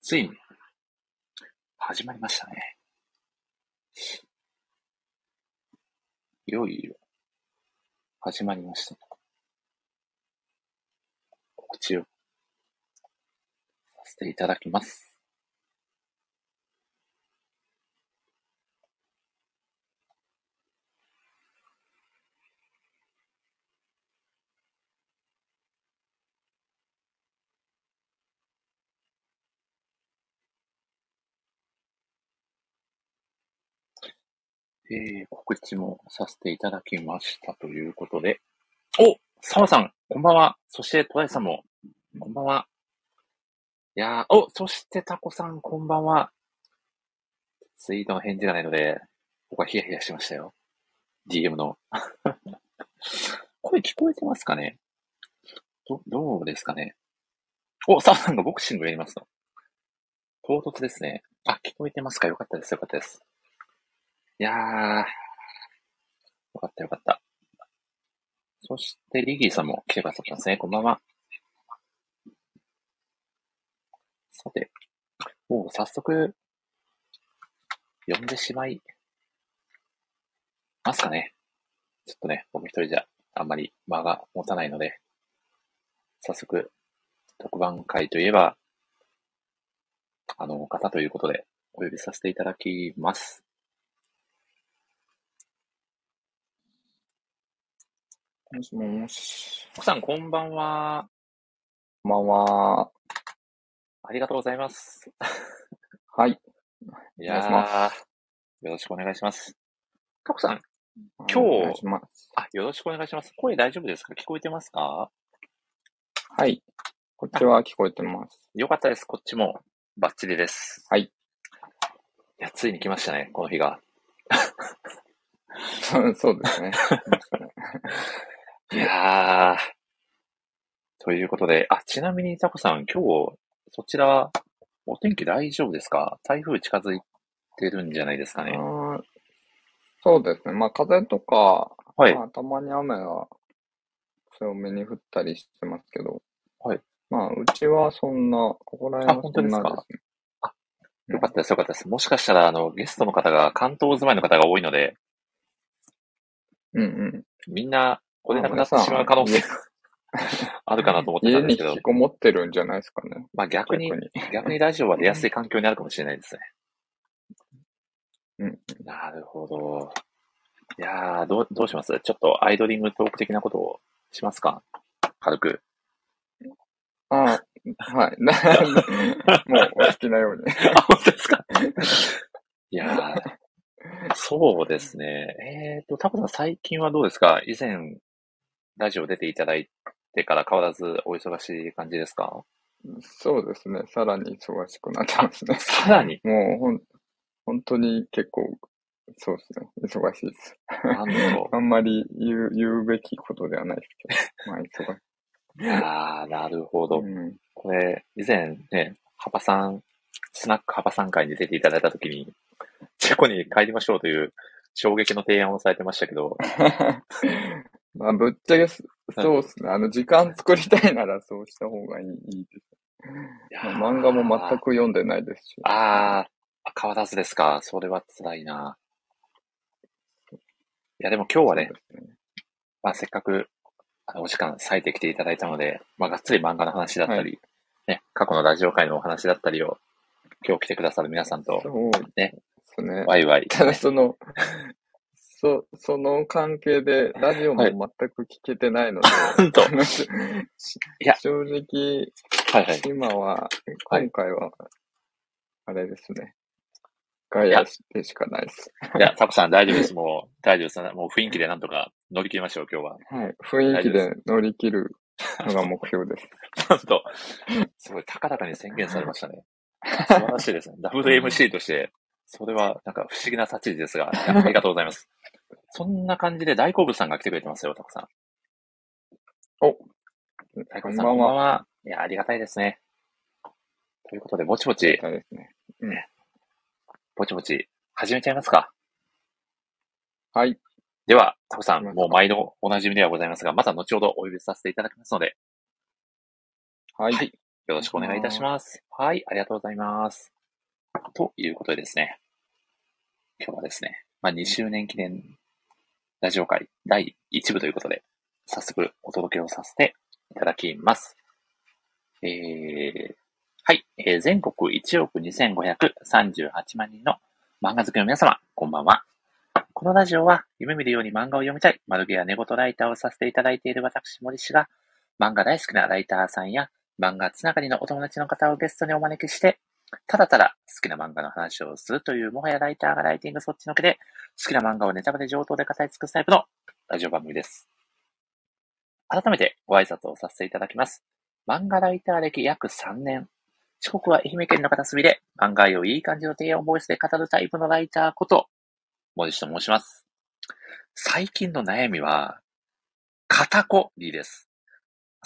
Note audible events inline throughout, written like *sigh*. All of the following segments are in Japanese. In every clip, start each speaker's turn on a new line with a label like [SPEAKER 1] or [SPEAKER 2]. [SPEAKER 1] ついに、始まりましたね。いよいよ、始まりました。告知をさせていただきます。えー、告知もさせていただきましたということで。お澤さん、こんばんは。そして、戸谷さんも、こんばんは。いやー、おそして、タコさん、こんばんは。ツイートの返事がないので、僕はヒヤヒヤしましたよ。DM の。 *laughs* 声聞こえてますかねど、どうですかねお、澤さんがボクシングやりますと。唐突ですね。あ、聞こえてますかよかったです、よかったです。いやー、よかったよかった。そして、リギーさんも来てくださったんですね。こんばんは。さて、もう早速、呼んでしまいますかね。ちょっとね、僕一人じゃあんまり間が持たないので、早速、特番会といえば、あの方ということで、お呼びさせていただきます。
[SPEAKER 2] もしもし。
[SPEAKER 1] 奥さん、こんばんは。
[SPEAKER 2] こんばんは。
[SPEAKER 1] ありがとうございます。
[SPEAKER 2] はい。
[SPEAKER 1] い
[SPEAKER 2] お願いし
[SPEAKER 1] やー、よろしくお願いします。タコさん、今日
[SPEAKER 2] お願いします。 *laughs*
[SPEAKER 1] あ、よろしくお願いします。声大丈夫ですか聞こえてますか
[SPEAKER 2] はい。こっちは聞こえてます。
[SPEAKER 1] よかったです。こっちもバッチリです。
[SPEAKER 2] はい。
[SPEAKER 1] いや、ついに来ましたね、この日が。
[SPEAKER 2] そうそうですね。
[SPEAKER 1] いやー。ということで、あ、ちなみにタコさん、今日、そちら、お天気大丈夫ですか台風近づいてるんじゃないですか
[SPEAKER 2] あ
[SPEAKER 1] ね。
[SPEAKER 2] ーそうですね。まあ、風とか、
[SPEAKER 1] はい。
[SPEAKER 2] まあ、たまに雨が強めに降ったりしてますけど、
[SPEAKER 1] はい。
[SPEAKER 2] まあ、うちはそんな、ここら辺
[SPEAKER 1] あ
[SPEAKER 2] は
[SPEAKER 1] 本
[SPEAKER 2] そ
[SPEAKER 1] 当
[SPEAKER 2] ん
[SPEAKER 1] です
[SPEAKER 2] な
[SPEAKER 1] か
[SPEAKER 2] ですね。
[SPEAKER 1] よかったです、よかったです。もしかしたら、あの、ゲストの方が関東住まいの方が多いので、
[SPEAKER 2] うんうん。
[SPEAKER 1] みんな来れなくなってしまう可能性が *laughs* あるかなと思ってた
[SPEAKER 2] *laughs* 家
[SPEAKER 1] んで
[SPEAKER 2] に
[SPEAKER 1] すけど
[SPEAKER 2] 引き、こもってるんじゃないですかね。
[SPEAKER 1] まあ逆に
[SPEAKER 2] 逆、に。
[SPEAKER 1] 逆にラジオは出やすい環境になるかもしれないですね。
[SPEAKER 2] うん。
[SPEAKER 1] なるほど。いやー、どう、どうしますちょっとアイドリングトーク的なことをしますか軽く。
[SPEAKER 2] ああ、はい。 *laughs* なもう、お好きなように。
[SPEAKER 1] あ、本当ですか *laughs* いやー、そうですね。えっ、ー、と、タコさん最近はどうですか以前、ラジオ出ていただいてから変わらずお忙しい感じですか
[SPEAKER 2] そうですね。さらに忙しくなってますね。
[SPEAKER 1] さらに、
[SPEAKER 2] もうほん、本当に結構、そうですね。忙しいです。
[SPEAKER 1] なんと、
[SPEAKER 2] *laughs* あんまり言う、言うべきことではないですけど。まあ、忙しい。
[SPEAKER 1] あー、なるほど。
[SPEAKER 2] うん、
[SPEAKER 1] これ、以前ね、ハパさん、スナックハパさん会に出ていただいたときに、チェコに帰りましょうという衝撃の提案をされてましたけ
[SPEAKER 2] *laughs*
[SPEAKER 1] ど、
[SPEAKER 2] まあ、ぶっちゃけす、そうですね。あの、時間作りたいならそうした方がいいいいです。
[SPEAKER 1] いやー
[SPEAKER 2] まあ漫画も全。く読んでないですし。
[SPEAKER 1] あー、変わらずですか。それは辛いな。いや、でも今日はね、
[SPEAKER 2] そうですね
[SPEAKER 1] まあ、せっかく、あの、お時間割いてきていただいたので、まあ、がっつり漫画の話だったり、
[SPEAKER 2] は
[SPEAKER 1] ね、過去のラジオ会のお話だったりを、今日来てくださる皆さんと、
[SPEAKER 2] そうですね。
[SPEAKER 1] ワイワイ。
[SPEAKER 2] ただその、そ、その関係で、ラジオも
[SPEAKER 1] はい
[SPEAKER 2] 全く聞けてないので、
[SPEAKER 1] なん
[SPEAKER 2] *laughs*
[SPEAKER 1] と、は
[SPEAKER 2] あのし
[SPEAKER 1] や
[SPEAKER 2] 正直、
[SPEAKER 1] いはい。
[SPEAKER 2] 今は、
[SPEAKER 1] はい
[SPEAKER 2] 今回は、あれですね。ガヤしてしかないです。
[SPEAKER 1] いや、サコさん大丈夫です。もう、大丈夫です。もう雰囲気でなんとか乗り切りましょう、今日は。 *laughs*
[SPEAKER 2] はい。雰囲気で乗り切るのが目標です。
[SPEAKER 1] なんと、すごい高々に宣言されましたね。素晴らしいです
[SPEAKER 2] *laughs*
[SPEAKER 1] ね。WMC として、それはなんか不思議な立ち位置
[SPEAKER 2] *laughs*
[SPEAKER 1] ですが、いやありがとうございます。そんな感じで大好物さんが来てくれてますよ、タコさん。
[SPEAKER 2] お
[SPEAKER 1] *laughs* 大好物さん、こ
[SPEAKER 2] こん
[SPEAKER 1] ん
[SPEAKER 2] ば
[SPEAKER 1] ば
[SPEAKER 2] ん
[SPEAKER 1] んは。いや、ありがたいですね。ということで、ぼちぼち、
[SPEAKER 2] そうですね。
[SPEAKER 1] ぼちぼち、始めちゃいますか。
[SPEAKER 2] はい。
[SPEAKER 1] では、タコさん、
[SPEAKER 2] 行きましょう
[SPEAKER 1] もう毎度お馴染みではございますが、また後ほどお呼びさせていただきますので、
[SPEAKER 2] はい。
[SPEAKER 1] はいよろしくお願いいたします。はい、ありがとうございます。ということでですね、今日はですね、まあ、2周年記念ラジオ会第1部ということで、早速お届けをさせていただきます。えー、はい、えー全国1億2538万人の漫画好きの皆様、こんばんは。このラジオは、夢見るように漫画を読みたい、丸毛や寝言ライターをさせていただいている私、森氏が、漫画大好きなライターさんや、漫画つながりのお友達の方をゲストにお招きして、ただただ好きな漫画の話をするという、もはやライターがライティングそっちのけで、好きな漫画をネタバレ上等で語り尽くすタイプのラジオ番組です。改めてご挨拶をさせていただきます。漫画ライター歴約3年。四国は愛媛県の片隅で、漫画愛をいい感じの提案ボイスで語るタイプのライターこと、森氏と申します。最近の悩みは、肩こりです。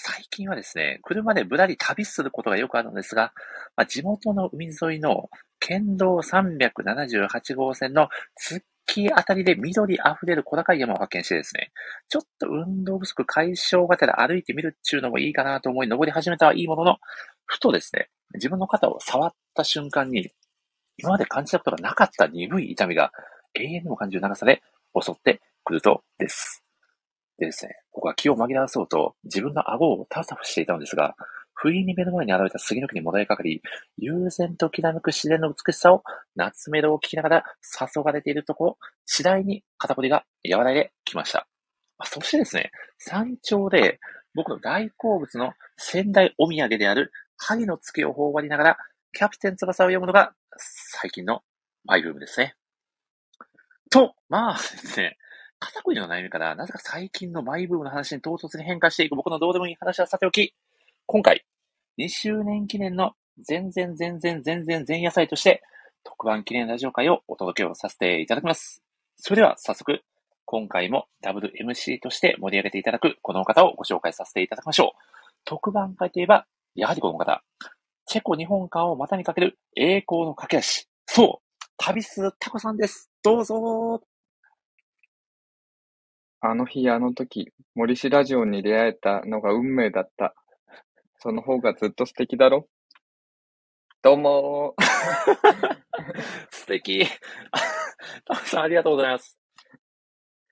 [SPEAKER 1] 最近はですね、車でぶらり旅することがよくあるのですが、まあ、地元の海沿いの県道378号線の突き当たりで緑あふれる小高い山を発見してですね、ちょっと運動不足解消がてら歩いてみるっちゅうのもいいかなと思い登り始めたはいいものの、ふとですね、自分の肩を触った瞬間に、今まで感じたことがなかった鈍い痛みが永遠にも感じる長さで襲ってくるとです。でですね、僕は気を紛らわそうと自分の顎をタフタフしていたのですが、不意に目の前に現れた杉の木にもたれかかり、悠然ときらめく自然の美しさを夏メロを聴きながら誘われているところ、次第に肩こりが和らいできました。あそしてですね、山頂で僕の大好物の仙台お土産である萩の月を頬張りながら、キャプテン翼を読むのが最近のマイブームですね。と、まあですね、肩こりの悩みから、なぜか最近のマイブームの話に唐突に変化していく僕のどうでもいい話はさておき、今回、2周年記念の全然全然全然前夜祭として、特番記念ラジオ会をお届けをさせていただきます。それでは早速、今回もダブル MC として盛り上げていただくこの方をご紹介させていただきましょう。特番会といえば、やはりこの方。チェコ日本館を股にかける栄光の駆け足。そう、旅するタコさんです。どうぞ
[SPEAKER 2] あの日あの時、森氏ラジオに出会えたのが運命だった。その方がずっと素敵だろどうもー。
[SPEAKER 1] *laughs* 素敵。タコさんありがとうございます。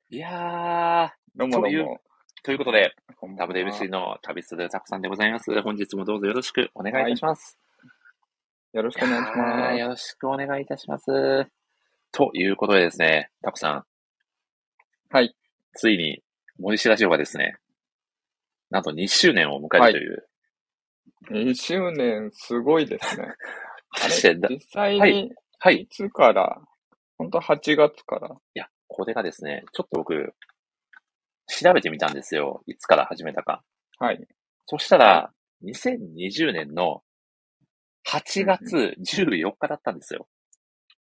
[SPEAKER 1] いや
[SPEAKER 2] どうも
[SPEAKER 1] そ
[SPEAKER 2] ど
[SPEAKER 1] う
[SPEAKER 2] う
[SPEAKER 1] いう
[SPEAKER 2] も。
[SPEAKER 1] ー、ということで、
[SPEAKER 2] こんばんは
[SPEAKER 1] WMC の旅するタコさんでございます。本日もどうぞよろしくお願いいたします。
[SPEAKER 2] よろしくお願いし
[SPEAKER 1] は
[SPEAKER 2] ま
[SPEAKER 1] い
[SPEAKER 2] す。
[SPEAKER 1] よろしくお願いいたします。ということでですね、タコさん。
[SPEAKER 2] はい。
[SPEAKER 1] ついに、森氏ラジオがですね、なんと2周年を迎えるという、
[SPEAKER 2] 2周年すごいで
[SPEAKER 1] *laughs*
[SPEAKER 2] すね。
[SPEAKER 1] 果たして
[SPEAKER 2] あ
[SPEAKER 1] だ
[SPEAKER 2] れ、実際
[SPEAKER 1] は
[SPEAKER 2] に
[SPEAKER 1] はい
[SPEAKER 2] い。つから、本当8月から。
[SPEAKER 1] いや、これがですね、ちょっと僕、調べてみたんですよ。いつから始めたか。
[SPEAKER 2] はい。
[SPEAKER 1] そしたら、2020年の8月14日だったんですよ。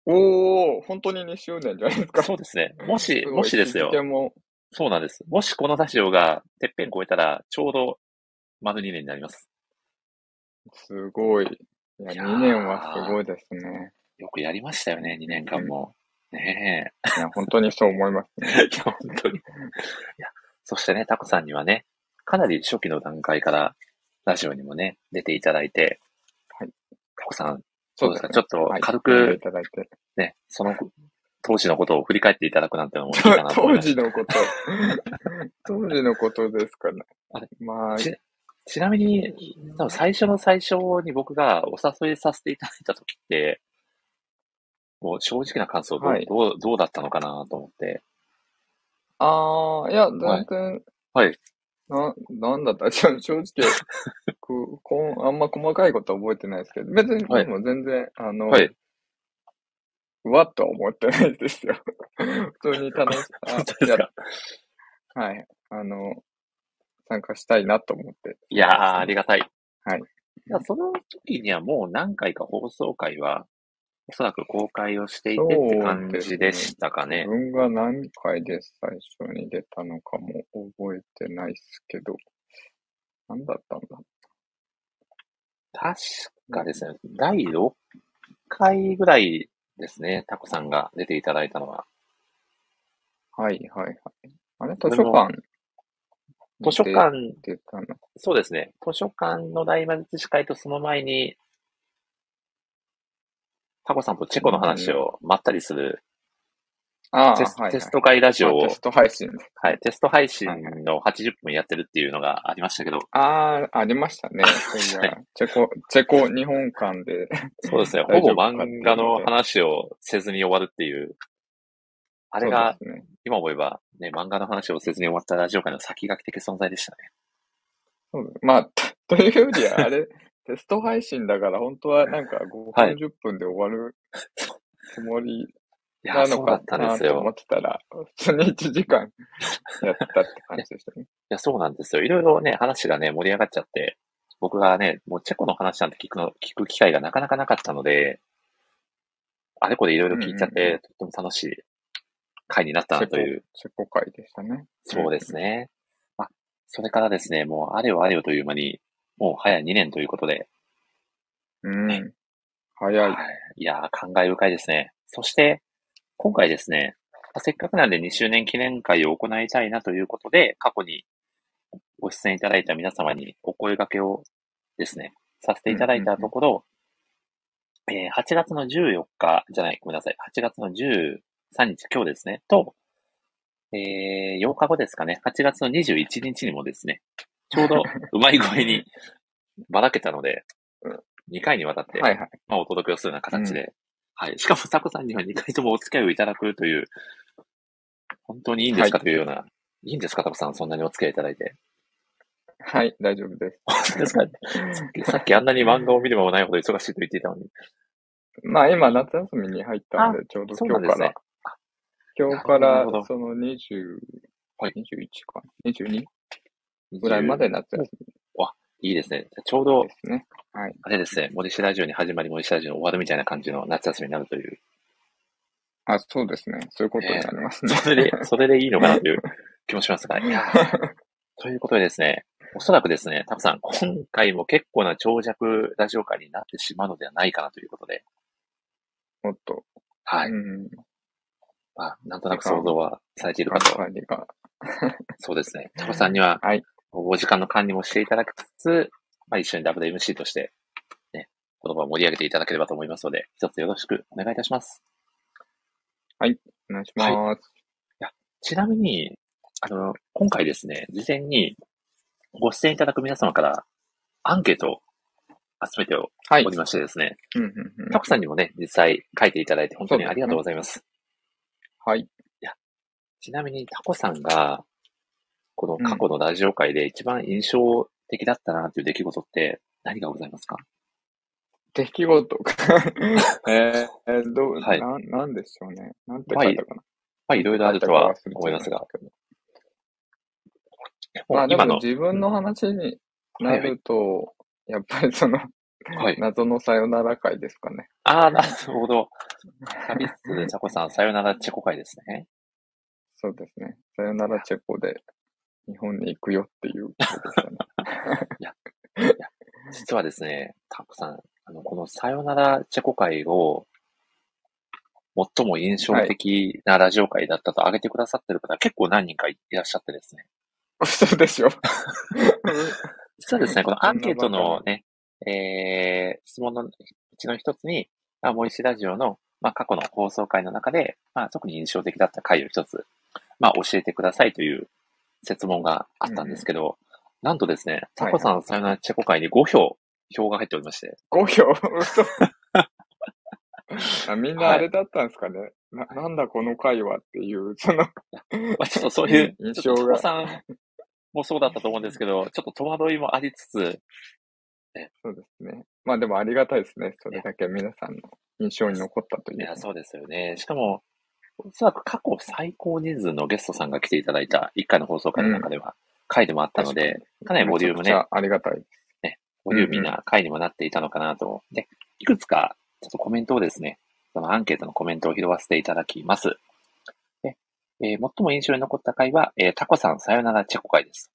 [SPEAKER 2] おー、本当に2周年じゃないですか。
[SPEAKER 1] そうですね。もし、
[SPEAKER 2] ごい
[SPEAKER 1] もしですよ
[SPEAKER 2] 日。付も、
[SPEAKER 1] そうなんです。もしこのラジオがてっぺん越えたら、ちょうど丸2年になります。
[SPEAKER 2] すごい。いや、
[SPEAKER 1] いやー
[SPEAKER 2] 2年はすごいですね。
[SPEAKER 1] よくやりましたよね、2年間も。ね
[SPEAKER 2] いや、本当にそう思います
[SPEAKER 1] *laughs*
[SPEAKER 2] ね。
[SPEAKER 1] え。いや、本当に。いや、そしてね、タコさんにはね、かなり初期の段階から、ラジオにもね、出ていただいて、
[SPEAKER 2] はい。
[SPEAKER 1] タコさん、そ
[SPEAKER 2] そうう
[SPEAKER 1] で
[SPEAKER 2] ですす
[SPEAKER 1] か、
[SPEAKER 2] ね。
[SPEAKER 1] ちょっと
[SPEAKER 2] はい
[SPEAKER 1] 軽
[SPEAKER 2] 読んでい
[SPEAKER 1] く
[SPEAKER 2] ただいて。
[SPEAKER 1] ね、その当時のことを振り返っていただくなんてのもいいかなと思い
[SPEAKER 2] *laughs* 当
[SPEAKER 1] ます。
[SPEAKER 2] 時のこと。当時のことですかね
[SPEAKER 1] あれ。
[SPEAKER 2] まあ、
[SPEAKER 1] ちちなみに、多分最初の最初に僕がお誘いさせていただいた時って、もう正直な感想どう、
[SPEAKER 2] はい
[SPEAKER 1] どうどうだったのかなと思って。
[SPEAKER 2] ああ、いや、全
[SPEAKER 1] はい
[SPEAKER 2] 然、
[SPEAKER 1] はい。
[SPEAKER 2] な、なんだった正正直、ここん、あんま細かいことは覚えてないですけど、別に、
[SPEAKER 1] はい
[SPEAKER 2] でも全然、あの、
[SPEAKER 1] はい。
[SPEAKER 2] うわっとは思ってないですよ。 *laughs* 普通に楽し、あ
[SPEAKER 1] *laughs* 本当ですか
[SPEAKER 2] いやはい。あの、参加したいなと思って。
[SPEAKER 1] いやー、ありがたい。
[SPEAKER 2] はい。
[SPEAKER 1] いや、その時にはもう何回か放送回は、おそらく公開をしていてって感じでしたかね
[SPEAKER 2] 自。分が何回で最初に出たのかも覚えてないですけど、何だったんだ
[SPEAKER 1] 確かですね、第6回ぐらいですね、タコさんが出ていただいたのは。
[SPEAKER 2] はいはいはい。あれ図
[SPEAKER 1] れも
[SPEAKER 2] 書館
[SPEAKER 1] 図書館、
[SPEAKER 2] って言ったの。
[SPEAKER 1] そうですね。図書館の大魔術師会とその前に、タコさんとチェコの話をまったりする
[SPEAKER 2] ああ、
[SPEAKER 1] テス,、
[SPEAKER 2] はいはい、
[SPEAKER 1] テスト会ラジオを
[SPEAKER 2] あテスト配信。
[SPEAKER 1] はい、テスト配信の80分やってるっていうのがありましたけど、
[SPEAKER 2] ああ、ありま
[SPEAKER 1] *laughs*
[SPEAKER 2] したね。そういやチェコ、チェコ日本館で。 *laughs*
[SPEAKER 1] そうですね、ほ
[SPEAKER 2] 大
[SPEAKER 1] ぼ
[SPEAKER 2] 丈夫か
[SPEAKER 1] 漫画の話をせずに終わるっていう、あれが、
[SPEAKER 2] そうですね。
[SPEAKER 1] 今思えば、ね、漫画の話をせずに終わったラジオ界の先駆け的存在でしたね。
[SPEAKER 2] そうまあ、とというよりは、
[SPEAKER 1] *laughs*
[SPEAKER 2] あれ、テスト配信だから、本当はなんか5
[SPEAKER 1] はい
[SPEAKER 2] 分、10分で終わるつもり
[SPEAKER 1] いやー、
[SPEAKER 2] な
[SPEAKER 1] そ
[SPEAKER 2] の
[SPEAKER 1] うだ
[SPEAKER 2] か
[SPEAKER 1] ったんで
[SPEAKER 2] な
[SPEAKER 1] す
[SPEAKER 2] と思
[SPEAKER 1] よ。
[SPEAKER 2] ってたら、 *laughs* 普通に1時間やったって感じでしたね。
[SPEAKER 1] いや、そうなんですよ。いろいろね、話がね、盛り上がっちゃって、僕がね、もうチェコの話なんて聞くの、聞く機会がなかなかなかったので、あれこれいろいろ聞いちゃって、
[SPEAKER 2] うん
[SPEAKER 1] とっても楽しい回になった
[SPEAKER 2] チ
[SPEAKER 1] な
[SPEAKER 2] ェコ
[SPEAKER 1] という、
[SPEAKER 2] チェコ会でしたね。
[SPEAKER 1] そうですね。まあ、それからですね、もうあれよあれよという間に、もう早2年ということで、
[SPEAKER 2] うん。早い。
[SPEAKER 1] いやー、感慨深いですね。そして、今回ですね、まあせっかくなんで2周年記念会を行いたいなということで、過去にご出演いただいた皆様にお声掛けをですね、させていただいたところ、えー8月の14日じゃない、ごめんなさい、8月の13日、今日ですね、と、えー8日後ですかね、8月の21日にもですね、ちょう
[SPEAKER 2] *laughs*
[SPEAKER 1] どうまい声にばらけたので
[SPEAKER 2] うん、
[SPEAKER 1] 2回にわたって
[SPEAKER 2] はいはい。
[SPEAKER 1] まあ、お届けをするような形で。はい。しかも、タコさんには2回ともお付き合いをいただくという、本当にいいんですか
[SPEAKER 2] は
[SPEAKER 1] というような、い、いんですか、タコさん、そんなにお付き合いいただいて。
[SPEAKER 2] はい、大丈夫です。
[SPEAKER 1] *laughs* ですかさっきさっきあんなに漫画を見る間もないほど忙しいと言っていたのに。
[SPEAKER 2] *laughs* まあ今、夏休みに入ったんで、ちょうど
[SPEAKER 1] そうなん
[SPEAKER 2] 今
[SPEAKER 1] で
[SPEAKER 2] 日か
[SPEAKER 1] す
[SPEAKER 2] ら、
[SPEAKER 1] ね。
[SPEAKER 2] 今日か
[SPEAKER 1] な
[SPEAKER 2] ら
[SPEAKER 1] るほど
[SPEAKER 2] その20、
[SPEAKER 1] はい
[SPEAKER 2] 21かな、22ぐらいまで夏休
[SPEAKER 1] いいですね。ちょうど
[SPEAKER 2] みで、すね。はい。
[SPEAKER 1] あれですね、森氏ラジオに始まり、森氏ラジオに終わるみたいな感じの夏休みになるという。
[SPEAKER 2] あ、そうですね。そういうことになりますね。
[SPEAKER 1] それ
[SPEAKER 2] *laughs*
[SPEAKER 1] で、それでいいのかなという気もしますが。いやーということでですね、おそらくですね、タコさん、今回も結構な長尺ラジオ会になってしまうのではないかなということで、
[SPEAKER 2] もっと。。
[SPEAKER 1] はいう
[SPEAKER 2] ん。
[SPEAKER 1] まあ、なんとなく想像はされているかと。
[SPEAKER 2] 管理が。
[SPEAKER 1] そうですね。タコさんには
[SPEAKER 2] はい、
[SPEAKER 1] お時間の管理もしていただきつつ、まあ、一緒に WMC として、ね、言葉を盛り上げていただければと思いますので、一つよろしくお願いいたします。
[SPEAKER 2] お願いします。
[SPEAKER 1] ちなみに、あの、今回ですね、事前にご出演いただく皆様からアンケートを集めてお
[SPEAKER 2] はい。
[SPEAKER 1] りましてですね、
[SPEAKER 2] うんうん
[SPEAKER 1] *laughs*
[SPEAKER 2] うん
[SPEAKER 1] タコさんにもね、実際書いていただいて本当にありがとうございます。
[SPEAKER 2] はい。
[SPEAKER 1] ちなみにタコさんが、この過去のラジオ界で一番印象的だったなという出来事って何がございますか、
[SPEAKER 2] 出来事か。えー、どう、
[SPEAKER 1] はい
[SPEAKER 2] なん、なんでしょうね。なんて書いたかな。
[SPEAKER 1] まあいろいろあるとは思いますが。。
[SPEAKER 2] まあで
[SPEAKER 1] 今
[SPEAKER 2] も
[SPEAKER 1] の、
[SPEAKER 2] 自分の話になると、やっぱりその、
[SPEAKER 1] はい。
[SPEAKER 2] *laughs* 謎のさよなら会ですかね。
[SPEAKER 1] ああ、なるほど。旅っすでタコさん、さよならチェコ会ですね。
[SPEAKER 2] そうですね。さよならチェコで日本に行くよっていうことで
[SPEAKER 1] *laughs*
[SPEAKER 2] したね。
[SPEAKER 1] 実はですね、タコさん、あの、このさよならチェコ会を、最も印象的なラジオ会だったと挙げてくださってる方、結構何人かいらっしゃってですね。
[SPEAKER 2] 嘘でしょ。
[SPEAKER 1] 実はですね、このアンケートの
[SPEAKER 2] そん
[SPEAKER 1] ね、えー、質問のうちの一つに、まあ、森氏ラジオの、まあ、過去の放送回の中で、まあ、特に印象的だった回を一つ、まあ、教えてくださいという説問があったんですけど、なんとですね、タコさんさよならチェコ会に5票、票が入っておりまして、
[SPEAKER 2] 5票嘘あみんなあれだったんですかね、ななんだこの会話っていう、その、
[SPEAKER 1] まあ、ちょっとそういう、
[SPEAKER 2] *laughs* 印
[SPEAKER 1] ちょ
[SPEAKER 2] 象
[SPEAKER 1] っとタコ
[SPEAKER 2] が
[SPEAKER 1] さんもそうだったと思うんですけど、ちょっと戸惑いもありつつ、
[SPEAKER 2] そうですね。まあでもありがたいですね。それだけ皆さんの印象に残ったという。
[SPEAKER 1] いや、そうですよね。しかも、おそらく過去最高人数のゲストさんが来ていただいた1回の放送回の中では、回でもあったので、かなりボリューム
[SPEAKER 2] めちゃ
[SPEAKER 1] ね
[SPEAKER 2] く、ちゃありがたい。
[SPEAKER 1] ボリューミーな回にもなっていたのかなと。で、いくつか、ちょっとコメントをですね、そのアンケートのコメントを拾わせていただきます。で、えー最も印象に残った回は、えータコさんさよならチェコ回です。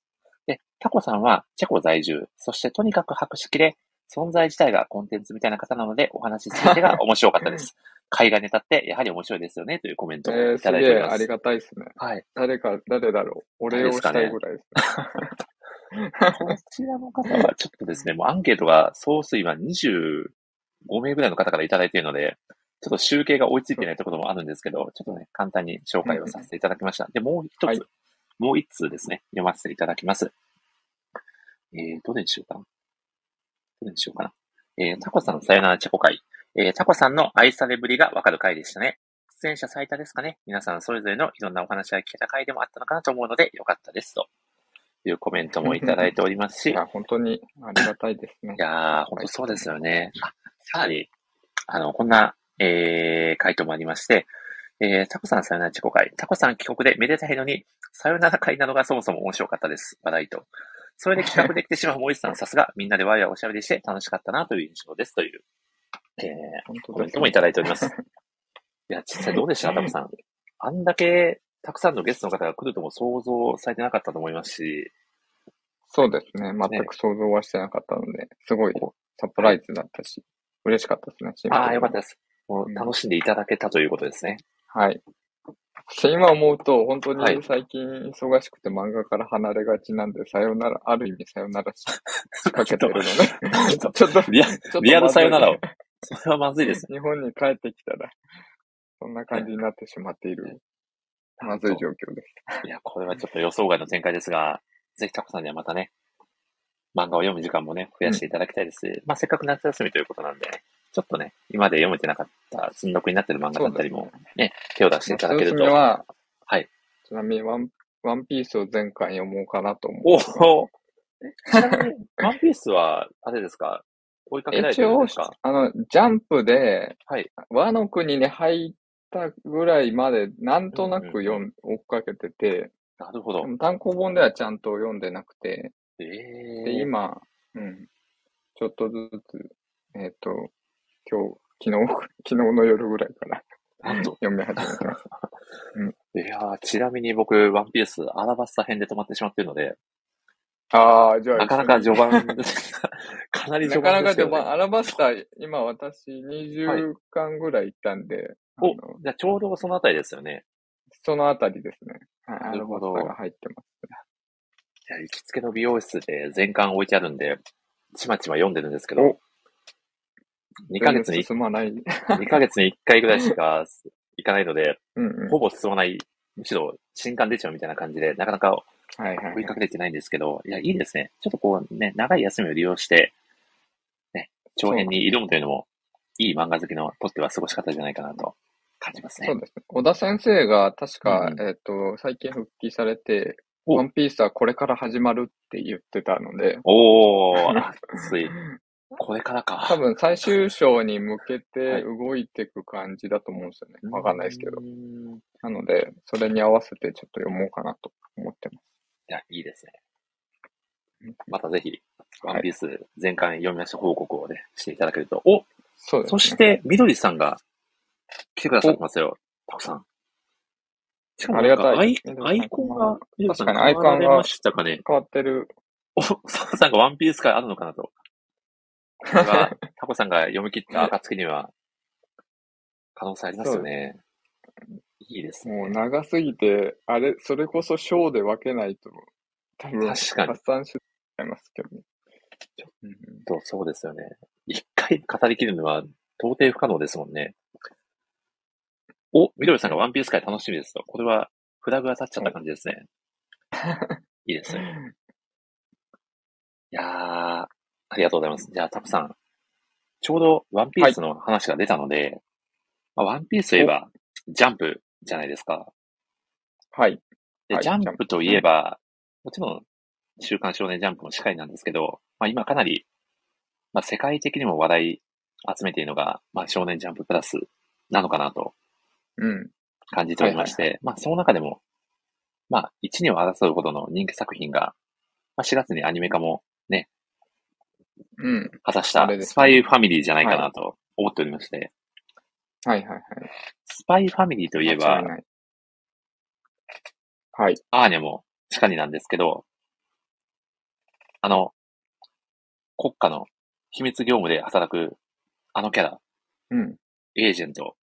[SPEAKER 1] で、タコさんはチェコ在住、そしてとにかく博識で、存在自体がコンテンツみたいな方なので、お話しすべてが面白かった
[SPEAKER 2] *laughs*
[SPEAKER 1] です。海外ネタってやはり面白いですよね、というコメントを
[SPEAKER 2] えー、
[SPEAKER 1] い
[SPEAKER 2] す
[SPEAKER 1] ただい
[SPEAKER 2] げ
[SPEAKER 1] てお
[SPEAKER 2] え
[SPEAKER 1] りま
[SPEAKER 2] あ
[SPEAKER 1] す。
[SPEAKER 2] りがたいですね。
[SPEAKER 1] はい。
[SPEAKER 2] 誰か、誰だろう。お礼をしたいぐらいですね。
[SPEAKER 1] こちらの方は *laughs* ちょっとですね、もうアンケートが総数今25名ぐらいの方からいただいているので、ちょっと集計が追いついてないところもあるんですけど、ちょっとね、簡単に紹介をさせていただきました。で、もう一つ、
[SPEAKER 2] はい
[SPEAKER 1] もう一通ですね、読ませていただきます。えー、どれにしようかな。どれにしようかな。えー、タコさんさよならチェコ会。えー、タコさんの愛されぶりがわかる回でしたね。出演者最多ですかね。皆さんそれぞれのいろんなお話が聞けた回でもあったのかなと思うので、よかったです。というコメントもいただいておりますし
[SPEAKER 2] い、や、本当にありがたいですね
[SPEAKER 1] い。やー、本当そうですよね。あ、さらに、あの、こんな、えー、回答もありまして、えー、タコさんさよなら自己会。タコさん帰国でめでたいのに、さよなら会なのがそもそも面白かったです。笑いと。それで企画できてしまう森内さん、さすが、みんなでワイワイおしゃべりして楽しかったなという印象です。という、えー、
[SPEAKER 2] 本
[SPEAKER 1] コ
[SPEAKER 2] 当
[SPEAKER 1] メント
[SPEAKER 2] です
[SPEAKER 1] も
[SPEAKER 2] ね
[SPEAKER 1] いただいており
[SPEAKER 2] *laughs*
[SPEAKER 1] ます。いや、実際どうでしたタコさん。あんだけ、たくさんのゲストの方が来るとも想像されてなかったと思いますし、
[SPEAKER 2] そうですね。全く想像はしてなかったので、すごいサプライズだったし、嬉しかったですね。シンプルに
[SPEAKER 1] ああ、よかったです。もう楽しんでいただけたということですね。
[SPEAKER 2] はい。そして今思うと、本当
[SPEAKER 1] はい
[SPEAKER 2] に最近忙しくて漫画から離れがちなんで、さよなら、ある意味さよならし仕掛けてるのね。
[SPEAKER 1] ちょっ
[SPEAKER 2] ちょっと、
[SPEAKER 1] *laughs* リア
[SPEAKER 2] ちょっと
[SPEAKER 1] リアルさよならを *laughs*
[SPEAKER 2] まずいね。
[SPEAKER 1] それはまずいです。
[SPEAKER 2] 日本に帰ってきたら、そんな感じになってしまっている、まずい状況です。
[SPEAKER 1] いや、これはちょっと予想外の展開ですが、ぜひタコさんにはまたね、漫画を読む時間もね、増やしていただきたいです。まあ、せっかく夏休みということなんで、ちょっとね、今まで読めてなかった、積んどくになってる漫画だったりも、ね、手を出していただける
[SPEAKER 2] 夏休み
[SPEAKER 1] と。
[SPEAKER 2] は、
[SPEAKER 1] はい。
[SPEAKER 2] ちなみにワン、ワンピースを前回読もうかなと思う。
[SPEAKER 1] おおえちなみに、ワンピースは、あれですか追いかけられて
[SPEAKER 2] 一
[SPEAKER 1] るん
[SPEAKER 2] 応
[SPEAKER 1] ですか、
[SPEAKER 2] あの、ジャンプで、
[SPEAKER 1] はい
[SPEAKER 2] 和の国に入ったぐらいまで、なんとなく読ん、追っかけてて、
[SPEAKER 1] なるほど
[SPEAKER 2] で。も単行本ではちゃんと読んでなくて、
[SPEAKER 1] え
[SPEAKER 2] で、
[SPEAKER 1] え
[SPEAKER 2] 今、うん、ちょっとずつ、えっ、と、今日、昨日、昨日の夜ぐらいから
[SPEAKER 1] なんと。
[SPEAKER 2] *laughs* 読み始めてます。
[SPEAKER 1] いやーちなみに僕、ワンピース、アラバスタ編で止まってしまっているので、
[SPEAKER 2] ああ、じゃあ、
[SPEAKER 1] なかなか
[SPEAKER 2] 一緒
[SPEAKER 1] 序盤、かなり
[SPEAKER 2] に
[SPEAKER 1] 序
[SPEAKER 2] な
[SPEAKER 1] 盤で
[SPEAKER 2] かなか
[SPEAKER 1] すけ
[SPEAKER 2] 序
[SPEAKER 1] ど、ね。
[SPEAKER 2] 盤、アラバスタ、今私20巻ぐらい行ったんで、
[SPEAKER 1] お
[SPEAKER 2] あの、
[SPEAKER 1] じゃあちょうどそのあたりですよね。
[SPEAKER 2] そのあたりですね。はい、
[SPEAKER 1] な
[SPEAKER 2] ア
[SPEAKER 1] る
[SPEAKER 2] ラ
[SPEAKER 1] ほ
[SPEAKER 2] バ
[SPEAKER 1] ど
[SPEAKER 2] スタが入ってます。
[SPEAKER 1] いや行きつけの美容室で全巻置いてあるんで、ちまちま読んでるんですけど、2ヶ月に、
[SPEAKER 2] 進まない。
[SPEAKER 1] 二ヶ月に1回ぐらいしか行かないので、
[SPEAKER 2] うんうん。
[SPEAKER 1] ほぼ進まない、むしろ新刊出ちゃうみたいな感じで、なかなか
[SPEAKER 2] はいはい
[SPEAKER 1] 追い。かけれてないんですけど、いや、いいですね。ちょっとこうね、長い休みを利用して、ね、長編に挑むというのも、いい漫画好きのとっては過ごし方じゃないかなと感じますね
[SPEAKER 2] そう。ですね。小田先生が確か、
[SPEAKER 1] うん
[SPEAKER 2] えっと、最近復帰されて、
[SPEAKER 1] お
[SPEAKER 2] ワンピースはこれから始まるって言ってたので、
[SPEAKER 1] おー、熱い。これからか。
[SPEAKER 2] 多分最終章に向け
[SPEAKER 1] は
[SPEAKER 2] て
[SPEAKER 1] い
[SPEAKER 2] 動いていく感じだと思うんですよね。わかんないですけど
[SPEAKER 1] う。ーん。い
[SPEAKER 2] なので、それに合わせてちょっと読もうかなと思ってま
[SPEAKER 1] や、いいですね
[SPEAKER 2] うん。
[SPEAKER 1] またぜひ、
[SPEAKER 2] はい
[SPEAKER 1] ワンピース全巻読みました報告をね、していただけると。お
[SPEAKER 2] す。そうです
[SPEAKER 1] そ
[SPEAKER 2] ね。
[SPEAKER 1] して、みどりさんが来てくださってますよ。たくさん。しかもなんか
[SPEAKER 2] あ
[SPEAKER 1] アイ
[SPEAKER 2] りがたい
[SPEAKER 1] ア
[SPEAKER 2] 緑さん
[SPEAKER 1] イコンが、みどりさん
[SPEAKER 2] 確かにアイ
[SPEAKER 1] 変
[SPEAKER 2] コンが
[SPEAKER 1] わられましたかね。
[SPEAKER 2] 変わってる。
[SPEAKER 1] お、サコさんがワンピース会あるのかな
[SPEAKER 2] *laughs*
[SPEAKER 1] と。これは、タコさんが読み切った暁には、可能性ありますよね。いいですね。
[SPEAKER 2] もう長すぎて、あれ、それこそ章で分けないと、多分、
[SPEAKER 1] 確かに
[SPEAKER 2] 発散しちゃいますけどね。うんうん
[SPEAKER 1] そうそうですよね。一回語り切るのは到底不可能ですもんね。お、みどりさんがワンピース会楽しみですと。これはフラグが立っちゃった感じですね。いいですね。いやー、ありがとうございます。じゃあ、タプさん、ちょうどワンピースの話が出たので、まあワンピースといえば、ジャンプじゃないですか。
[SPEAKER 2] はい。
[SPEAKER 1] で、
[SPEAKER 2] はい
[SPEAKER 1] ジャンプといえば、もちろん、週刊少年ジャンプも司会なんですけど、まあ今かなり、まあ世界的にも話題集めているのが、まあ少年ジャンププラスなのかなと
[SPEAKER 2] うん。
[SPEAKER 1] 感じておりまして、まあその中でも、まあ一にを争うほどの人気作品が、まあ4月にアニメ化も
[SPEAKER 2] うん。
[SPEAKER 1] 果たした
[SPEAKER 2] あれですね
[SPEAKER 1] スパイファミリーじゃないかなと思っておりまして、
[SPEAKER 2] はいはいはい。
[SPEAKER 1] スパイファミリーといえ
[SPEAKER 2] 間
[SPEAKER 1] ば
[SPEAKER 2] 違い、ないはい。
[SPEAKER 1] アーニャもしかりなんですけど、あの、国家の秘密業務で働く、あのキャラ、
[SPEAKER 2] うん。
[SPEAKER 1] エージェント、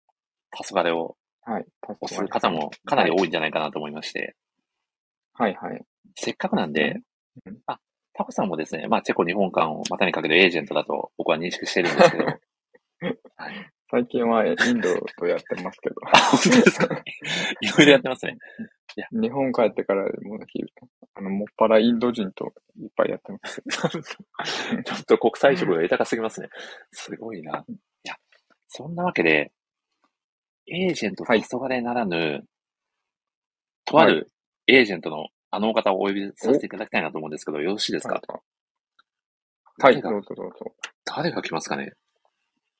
[SPEAKER 1] 黄昏を
[SPEAKER 2] はい。確
[SPEAKER 1] 押す方もかなり多いんじゃないかなと思いまして、
[SPEAKER 2] はいはい。
[SPEAKER 1] せっかくなんで
[SPEAKER 2] うん、
[SPEAKER 1] あ、タコさんもですね、まあ、チェコ日本間を股にかけるエージェントだと僕は認識してるんですけ
[SPEAKER 2] *laughs*
[SPEAKER 1] ど、
[SPEAKER 2] 最近はインドとやってますけど。
[SPEAKER 1] *laughs* あ、本当です
[SPEAKER 2] *laughs*
[SPEAKER 1] かいろいろやってますね。
[SPEAKER 2] 日本帰ってからもう、あの、もっぱらインド人といっぱいやっ
[SPEAKER 1] *laughs*
[SPEAKER 2] てます。
[SPEAKER 1] ちょっと国際色が豊かすぎますね。すごいな。いや、そんなわけで、エージェント
[SPEAKER 2] はい
[SPEAKER 1] 黄昏ならぬ、とあるエージェントのあのお方をお呼びさせていただきたいなと思うんですけど、よろしいですか、
[SPEAKER 2] は
[SPEAKER 1] 誰
[SPEAKER 2] い、
[SPEAKER 1] が
[SPEAKER 2] どうぞどうぞ。
[SPEAKER 1] 誰が来ますかね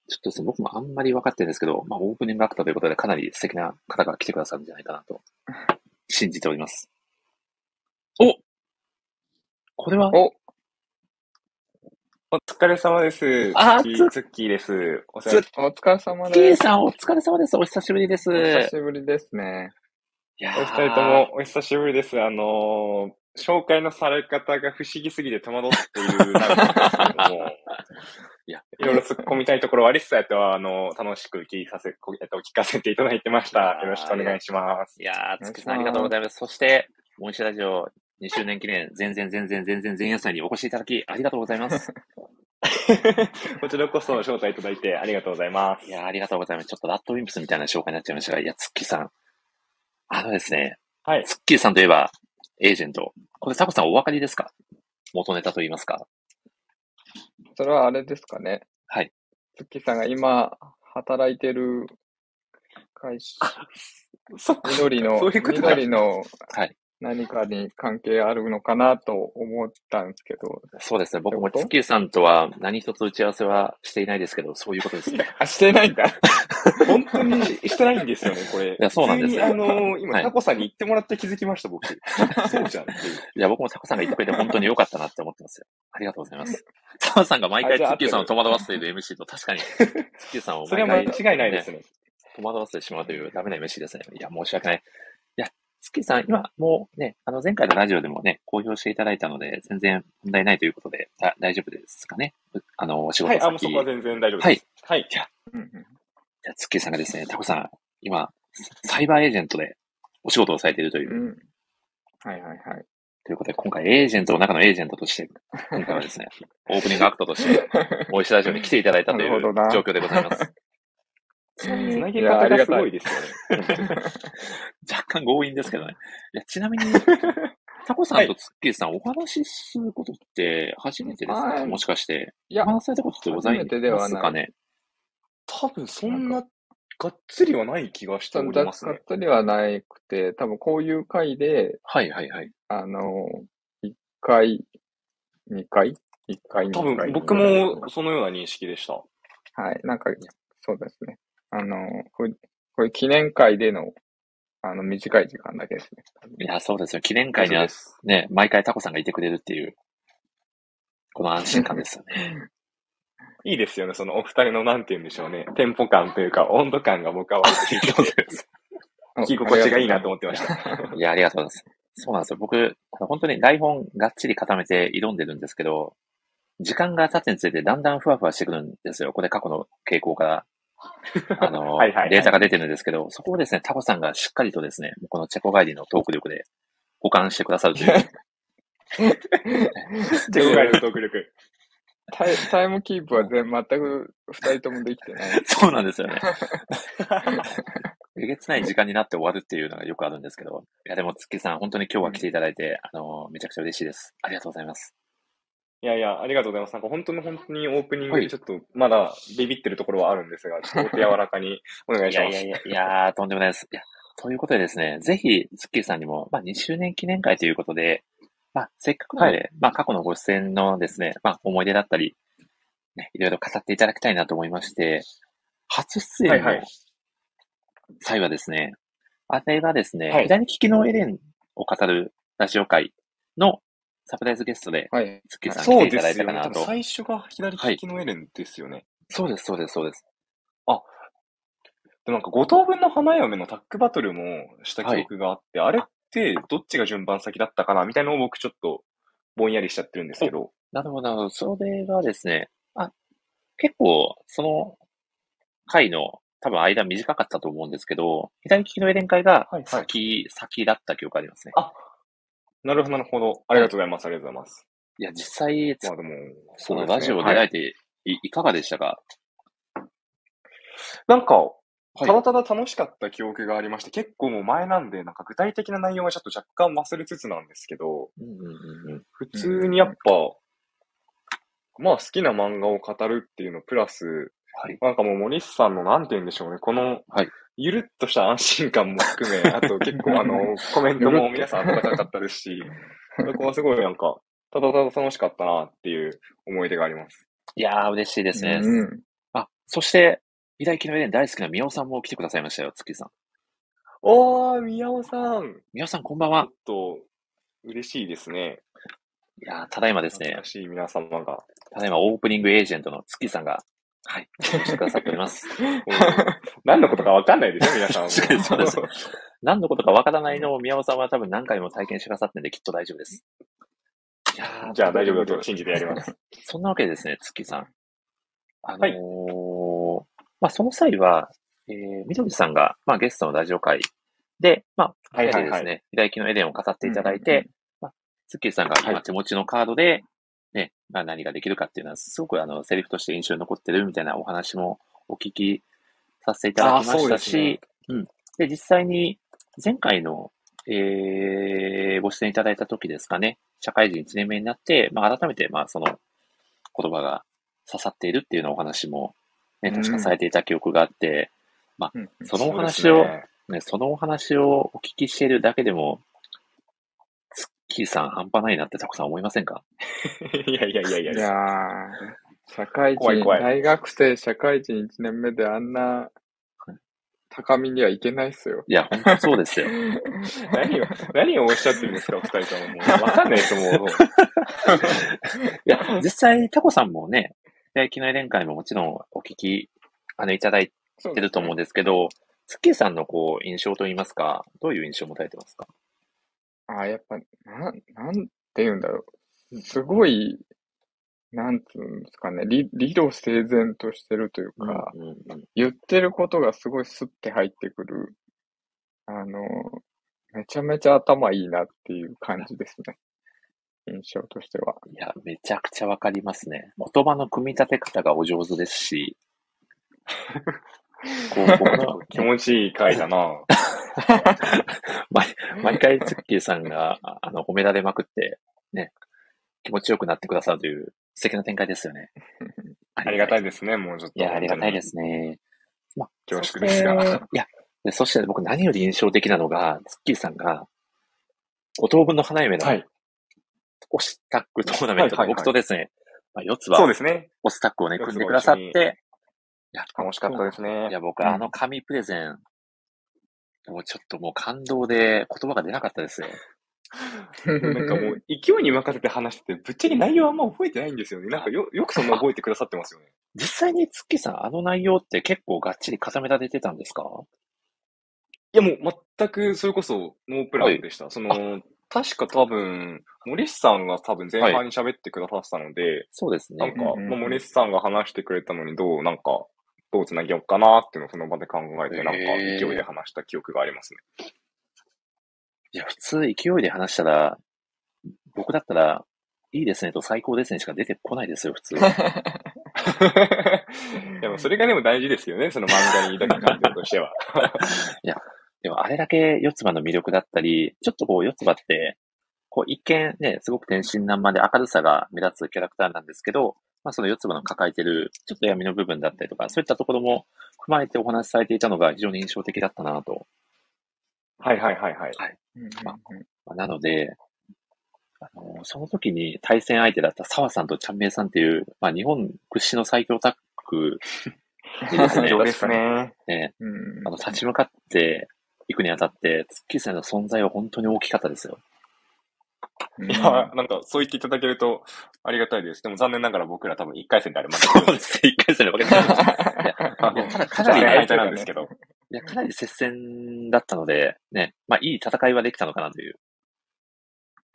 [SPEAKER 1] ちょっとですね、僕もあんまり分かってるんですけど、まあオープニングアクターということでかなり素敵な方が来てくださるんじゃないかなと、信じております。おこれは
[SPEAKER 2] お
[SPEAKER 3] お疲れ様です。
[SPEAKER 1] あ
[SPEAKER 3] ツッキ
[SPEAKER 1] つ
[SPEAKER 3] ーツッキーです。お世
[SPEAKER 1] ツッ
[SPEAKER 3] 話
[SPEAKER 2] お疲れ様
[SPEAKER 1] キー
[SPEAKER 2] です。
[SPEAKER 1] さんお疲れ様です。お久しぶりです。
[SPEAKER 2] お久しぶりですね。
[SPEAKER 1] いや
[SPEAKER 3] お二人ともお久しぶりです。あのー紹介のされ方が不思議すぎて戸惑っているなんですけども、
[SPEAKER 1] *laughs* いや
[SPEAKER 3] いろいろ突っ込みたいところはありつつ、えっと、あのー楽しく聞かせ、こえっと、聞かせていただいてました。よろしくお願いします。
[SPEAKER 1] いやー、つくさんあ
[SPEAKER 2] お願いします
[SPEAKER 1] りがとうございます。そして、モンシラジオ2周年記念、全然全然全然前夜祭にお越しいただき、ありがとうございます。
[SPEAKER 3] *laughs* こちらこそ招待いただいてありがとうございます。
[SPEAKER 1] いやー、ありがとうございます。ちょっとラットウィンプスみたいな紹介になっちゃいましたが、いや、つっきーさん。あのですね、
[SPEAKER 3] はい。
[SPEAKER 1] つっきーさんといえば、エージェント。これ、タコさんお分かりですか元ネタと言いますか。
[SPEAKER 2] それはあれですかね。
[SPEAKER 1] はい。
[SPEAKER 2] つっきーさんが今、働いてる会
[SPEAKER 1] *laughs*
[SPEAKER 2] 社、
[SPEAKER 3] そっ
[SPEAKER 2] 緑の、
[SPEAKER 3] そういうことか
[SPEAKER 2] 緑の
[SPEAKER 1] はい
[SPEAKER 2] 何かに関係あるのかなと思ったんですけど、
[SPEAKER 1] そうですね。僕も
[SPEAKER 2] って
[SPEAKER 1] つ
[SPEAKER 2] こと
[SPEAKER 1] っきーさんとは何一つ打ち合わせはしていないですけど、そういうこと
[SPEAKER 3] *laughs*
[SPEAKER 1] ですね。
[SPEAKER 2] あ、してないんだ。
[SPEAKER 3] 本当にしてないんですよね、これ。
[SPEAKER 1] *laughs* いやそうなんですよ
[SPEAKER 3] 急にあのー今、
[SPEAKER 1] はい
[SPEAKER 3] タコさんに言ってもらって気づきました、
[SPEAKER 1] *laughs*
[SPEAKER 3] 僕。そうじゃんっていう。
[SPEAKER 1] いや、僕もタコさんが言ってくれて本当に良かったなって思ってますよ。ありがとうございます。タコさんが毎回
[SPEAKER 3] あ
[SPEAKER 1] ツ
[SPEAKER 3] じゃあ
[SPEAKER 1] ッキーさんを戸惑わせている MC と確か
[SPEAKER 3] *laughs*
[SPEAKER 1] に、ツッキーさんを
[SPEAKER 3] それ
[SPEAKER 1] 毎
[SPEAKER 3] は間
[SPEAKER 1] 回、
[SPEAKER 3] 違いないです
[SPEAKER 1] ね。
[SPEAKER 3] ね。
[SPEAKER 1] 戸惑わせてしまうというダメな MC ですね。いや、申し訳ない。いや、ツッキーさん、今、もうね、あの、前回のラジオでもね、公表していただいたので、全然問題ないということで、だ大丈夫ですかねあの、お仕
[SPEAKER 3] は
[SPEAKER 1] 事
[SPEAKER 3] い、あ、もうそ
[SPEAKER 1] 先。
[SPEAKER 3] こは全然大丈夫です。
[SPEAKER 1] はい。
[SPEAKER 3] はい。
[SPEAKER 2] うんうん
[SPEAKER 1] じゃあツッキーさんがですね、タコさん、今、サイバーエージェントでお仕事をされているという、
[SPEAKER 2] うん。はいはいはい。
[SPEAKER 1] ということで、今回エージェントの中のエージェントとして、今回は
[SPEAKER 2] *laughs*
[SPEAKER 1] ですね、オープニングアクトとして、お医者ラジオに来ていただいたとい
[SPEAKER 2] な
[SPEAKER 1] う
[SPEAKER 2] るほどな
[SPEAKER 1] 状況でござい
[SPEAKER 2] *laughs*
[SPEAKER 1] ます。
[SPEAKER 3] つなげ
[SPEAKER 2] いやあ
[SPEAKER 3] 方
[SPEAKER 2] り
[SPEAKER 3] が
[SPEAKER 2] が
[SPEAKER 3] す
[SPEAKER 2] たい
[SPEAKER 3] ごいですよね。
[SPEAKER 1] 若干強引ですけどね。いやちなみ
[SPEAKER 2] *laughs*
[SPEAKER 1] に、タコさんとツッキーさん、お話しすることって初めてです
[SPEAKER 2] は
[SPEAKER 1] か
[SPEAKER 2] い
[SPEAKER 1] もしかして。
[SPEAKER 2] いや
[SPEAKER 1] お、話しされたことってござい
[SPEAKER 2] 初めてでは
[SPEAKER 1] ます
[SPEAKER 2] ない
[SPEAKER 1] かね
[SPEAKER 3] 多分そんな、がっつりはない気がし
[SPEAKER 2] そ
[SPEAKER 3] てお
[SPEAKER 2] ん
[SPEAKER 3] り
[SPEAKER 2] な
[SPEAKER 3] ます
[SPEAKER 2] がっ
[SPEAKER 3] ね。
[SPEAKER 2] つりはなくて、多分こういう回で、
[SPEAKER 1] はいはいはい。
[SPEAKER 2] あの、1回、2回 ?1 回、2
[SPEAKER 3] 多
[SPEAKER 2] 回。
[SPEAKER 3] 分僕もそのような認識でした。
[SPEAKER 2] はい、なんか、そうですね。あの、これ、これ記念会での、あの、短い時間だけ
[SPEAKER 3] *laughs*
[SPEAKER 2] ですね。
[SPEAKER 1] いや、そうですよ。記念会に
[SPEAKER 3] 大丈夫
[SPEAKER 1] は
[SPEAKER 3] です。
[SPEAKER 1] ね、毎回タコさんがいてくれるっていう、この安心感ですよね。
[SPEAKER 3] いいですよね、そのお二人のなんて言うんでしょうね。テンポ感というか、温度感が僕は割と
[SPEAKER 1] ありがとうございます
[SPEAKER 2] お
[SPEAKER 3] 聞き心地がいいなと
[SPEAKER 2] あ
[SPEAKER 3] 思ってました。
[SPEAKER 1] いや、ありがとうございます。そうなんですよ。僕、本当に台本がっちり固めて挑んでるんですけど、時間が経つにつれてだんだんふわふわしてくるんですよ。これ過去の傾向から、あの、
[SPEAKER 3] *laughs* はいはい
[SPEAKER 1] データが出てるんですけど、そこをですね、タコさんがしっかりとですね、このチェコ帰りのトーク力で保管してくださると
[SPEAKER 3] *laughs*
[SPEAKER 1] いう。
[SPEAKER 3] チェコ帰りのトーク力。
[SPEAKER 2] りがとうございますタイタイムキープは全全く二人ともできて
[SPEAKER 3] *laughs*
[SPEAKER 2] ない。
[SPEAKER 1] そうなんですよね。えげつない時間になって終わるっていうのがよくあるんですけど、いや、でも、月さん、本当に今日は来ていただいて、あの、めちゃくちゃ嬉しいです。ありがとうございます。
[SPEAKER 3] いやいや、ありがとうございます。なんか本当に本当にオープニング
[SPEAKER 1] は
[SPEAKER 3] で
[SPEAKER 1] い
[SPEAKER 3] ちょっとまだビビってるところはあるんですが、ちょっとお手柔らかにお願い
[SPEAKER 1] い
[SPEAKER 3] し
[SPEAKER 1] や
[SPEAKER 3] ま
[SPEAKER 1] いや
[SPEAKER 3] す
[SPEAKER 1] い。や、いやーとんでもないです。いや、ということでですね、ぜひ、スッキリさんにも、まあ、2周年記念会ということで、まあ、せっかくなので、まあ、過去のご出演のですね、まあ、思い出だったり、ね、いろいろ語っていただきたいなと思いまして、初出演
[SPEAKER 3] はいは
[SPEAKER 1] の
[SPEAKER 3] い
[SPEAKER 1] 際はですね、あれがですね、
[SPEAKER 3] はい
[SPEAKER 1] 左利きのエレンを語るラジオ会のサプライズゲストで、
[SPEAKER 2] はい。
[SPEAKER 1] スッキリさん
[SPEAKER 3] そ
[SPEAKER 1] 来
[SPEAKER 3] う
[SPEAKER 1] てい
[SPEAKER 3] で
[SPEAKER 1] ただい
[SPEAKER 3] す
[SPEAKER 1] た
[SPEAKER 3] よ
[SPEAKER 1] か
[SPEAKER 3] ね。多
[SPEAKER 1] なと。
[SPEAKER 3] 分最初が左利きのエレンですよね。
[SPEAKER 1] そうです、そうです、そうです。
[SPEAKER 3] でもなんか五等分の花嫁のタックバトルもした記憶があって、あれってどっちが順番先だったかなみたいなのを僕ちょっとぼんやりしちゃってるんですけど。
[SPEAKER 1] なるほど、なるほど。それがですね、あ、結構、その回の多分間短かったと思うんですけど、左利きのエレン会が
[SPEAKER 3] はいはい
[SPEAKER 1] 先、先だった記憶ありますね。
[SPEAKER 3] あなるほど、なるほど。ありがとうございます、ありがとうございます。
[SPEAKER 1] いや、実際、
[SPEAKER 3] まあでも、
[SPEAKER 1] その
[SPEAKER 3] うですね
[SPEAKER 1] ラジオで
[SPEAKER 3] はい
[SPEAKER 1] 会えてい、いかがでしたか
[SPEAKER 3] なんか、
[SPEAKER 1] い
[SPEAKER 3] ただただ楽しかった記憶がありまして、結構もう前なんで、なんか具体的な内容はちょっと若干忘れつつなんですけど、
[SPEAKER 1] うんうんうん。
[SPEAKER 3] 普通にやっぱ、まあ好きな漫画を語るっていうのプラス、
[SPEAKER 1] はい
[SPEAKER 3] なんかもう森さんのなんて言うんでしょうね、この、
[SPEAKER 1] はい
[SPEAKER 3] ゆるっとした安心感も含め、あと結構あの、コメントも皆さん温かかったですし、そこはすごいなんか、ただただ楽しかったなっていう思い出があります。
[SPEAKER 1] いやー、嬉しいですね。
[SPEAKER 2] うん。
[SPEAKER 1] あ、そして、左利きのエレン大好きな宮尾さんも来てくださいましたよ、月さん。
[SPEAKER 3] おー、宮尾さん
[SPEAKER 1] 宮尾さん、こんばん
[SPEAKER 3] ちょ
[SPEAKER 1] は
[SPEAKER 3] っ。と、嬉しいですね。
[SPEAKER 1] いやー、ただいまです
[SPEAKER 3] 懐
[SPEAKER 1] ね
[SPEAKER 3] か。しい皆様が。
[SPEAKER 1] ただいまオープニングエージェントの月さんが、はい、してくださっており
[SPEAKER 3] *laughs*
[SPEAKER 1] ます。
[SPEAKER 3] 何のことかわかんないでしょ、皆さんは。
[SPEAKER 1] 確かに *laughs* そうです
[SPEAKER 3] *laughs*
[SPEAKER 1] 何のことかわからないのを宮尾さんは多分何回も体験してくださってるんできっと大丈夫です。いやー
[SPEAKER 3] じゃあ大丈夫だと信じてやります。
[SPEAKER 1] *laughs* そんなわけでですね、月さん。あのー
[SPEAKER 3] はい
[SPEAKER 1] まあ、その際は、えー、みどりさんが、まあ、ゲストのラジオ会で、まあ、
[SPEAKER 3] は
[SPEAKER 1] 二人でです。ね、左利きのエレンを語っていただいて、
[SPEAKER 2] うんうん
[SPEAKER 1] まあ、スッキリさんが
[SPEAKER 3] はい
[SPEAKER 1] 今手持ちのカードで、ね、まあ、何ができるかっていうのは、すごくあの、セリフとして印象に残ってるみたいなお話もお聞きさせていただきましたし、
[SPEAKER 3] あーそう
[SPEAKER 1] う
[SPEAKER 3] で
[SPEAKER 1] ん。で、実際に、前回の、えー、ご出演いただいた時ですかね、社会人1年目になって、まあ、改めて、まあ、その、言葉が刺さっているっていうようなお話も、ね、確かされていた記憶があって、
[SPEAKER 2] うん
[SPEAKER 1] そのお話を、ね、そのお話をお聞きしているだけでも、ツッキーさん半端ないなってたくさん思いませんか
[SPEAKER 3] そう *laughs* ですね。いやいやいやいや。
[SPEAKER 2] いやー、社会人
[SPEAKER 3] 怖い怖い
[SPEAKER 2] 大学生、社会人1年目であんな高みにはいけないっすよ。
[SPEAKER 1] いや、本当そうですよ。
[SPEAKER 3] *laughs* 何を、何をおっしゃってるんですか、お二人とも。もうわかんないです、
[SPEAKER 1] *laughs*
[SPEAKER 3] もう。
[SPEAKER 1] いや、実際、タコさんもね、大機の連会ももちろんお聞き、あの、いただい
[SPEAKER 2] そう
[SPEAKER 1] てると思うんですけど、ツッキーさんのこう、印象といいますか、どういう印象を持たれてますか
[SPEAKER 2] ああ、やっぱ、な、なんて言うんだろう。すごい、なんつうんですかね、理、理路整然としてるというか、
[SPEAKER 1] うんうん
[SPEAKER 2] 言ってることがすごいスッて入ってくる。あの、めちゃめちゃ頭いいなっていう感じですね。印象としては。
[SPEAKER 1] いや、めちゃくちゃわかりますね。言葉の組み立て方がお上手です *laughs* し、こう、僕の
[SPEAKER 3] 気持ちいい回だな。
[SPEAKER 1] *laughs* 毎毎回、ツッキーさんが、ああの、褒められまくって、ね、気持ちよくなってくださるという素敵な展開ですよ *laughs* ね。
[SPEAKER 3] ありがた
[SPEAKER 1] い。
[SPEAKER 3] いですね、もうちょっと。
[SPEAKER 1] いや、ありがたいで。すね。まあ、
[SPEAKER 3] 恐縮ですが
[SPEAKER 1] そしていや、でそして僕何より印象的なのが、ツッキーさんが、五等分の花嫁の
[SPEAKER 3] はい。
[SPEAKER 1] オスタックトーナメント
[SPEAKER 3] は
[SPEAKER 1] で、
[SPEAKER 3] いはいはい
[SPEAKER 1] 僕とですね、まあ、四つ
[SPEAKER 3] そう
[SPEAKER 1] 葉
[SPEAKER 3] ですね。
[SPEAKER 1] オスタックをね、
[SPEAKER 3] 四つ葉
[SPEAKER 1] 組んでくださっ
[SPEAKER 3] 一緒
[SPEAKER 1] て、いや、
[SPEAKER 3] 楽しかったですね
[SPEAKER 1] い。や、僕、
[SPEAKER 2] うん
[SPEAKER 1] あの紙プレゼン、もうちょっともう感動で言葉が出なかったですよ。
[SPEAKER 3] なんかもう、勢いに任せて話してて、ぶっちゃけ内容あんま覚えてないんですよね。なんかよ、よくそんな覚えてくださってますよね。
[SPEAKER 1] 実際にツッキーさん、あの内容って結構がっちり固められてたんですか
[SPEAKER 3] いや、もう全く、それこそ、ノープランでした。その、確か多分、森さんが多分前半に喋ってくださってたので、
[SPEAKER 1] そうです
[SPEAKER 3] なん
[SPEAKER 1] ね。
[SPEAKER 3] か、
[SPEAKER 2] うんうんうん
[SPEAKER 3] まあ、森さんが話してくれたのに、どう、なんか、どう繋ぎようかなっていうのをその場で考えて、なんか、
[SPEAKER 1] へー
[SPEAKER 3] 勢いで話した記憶がありますね。
[SPEAKER 1] いや、普通勢いで話したら、僕だったら、いいですねと最高ですねしか出てこないですよ、普
[SPEAKER 3] *laughs*
[SPEAKER 1] 通。 *laughs*
[SPEAKER 3] いや、まあそれがでも大事ですよね、その漫画に抱く感情とし
[SPEAKER 1] *laughs*
[SPEAKER 3] ては。
[SPEAKER 1] でも、あれだけ四つ葉の魅力だったり、ちょっとこう四つ葉って、こう一見ね、すごく天真爛漫で明るさが目立つキャラクターなんですけど、まあその四つ葉の抱えてるちょっと闇の部分だったりとか、そういったところも踏まえてお話しされていたのが非常に印象的だったなと。
[SPEAKER 3] はいはいはいはい。
[SPEAKER 1] まあなので、あのその時に対戦相手だった澤さんとチャンメイさんっていう、まあ日本屈指の最強タッグにです
[SPEAKER 3] *laughs* 最
[SPEAKER 1] ね
[SPEAKER 3] 強ですね。
[SPEAKER 1] ね、
[SPEAKER 2] うん
[SPEAKER 1] あの立ち向かっていくにあたって、ツッキーさんの存在は本当に大きかったですよ。
[SPEAKER 2] うん
[SPEAKER 3] いや、なんか、そう言っていただけるとありがたいです。でも残念ながら僕ら多分1回戦であります。
[SPEAKER 1] そうですね、一回戦で分けてます。
[SPEAKER 3] あ
[SPEAKER 1] いや
[SPEAKER 3] の
[SPEAKER 1] ただか
[SPEAKER 3] じゃ
[SPEAKER 1] な
[SPEAKER 3] あ
[SPEAKER 1] り、
[SPEAKER 3] ね、
[SPEAKER 1] ね
[SPEAKER 3] 相手なんですけど。
[SPEAKER 1] いや、かなり接戦だったので、ね、まあ、いい戦いはできたのかなという。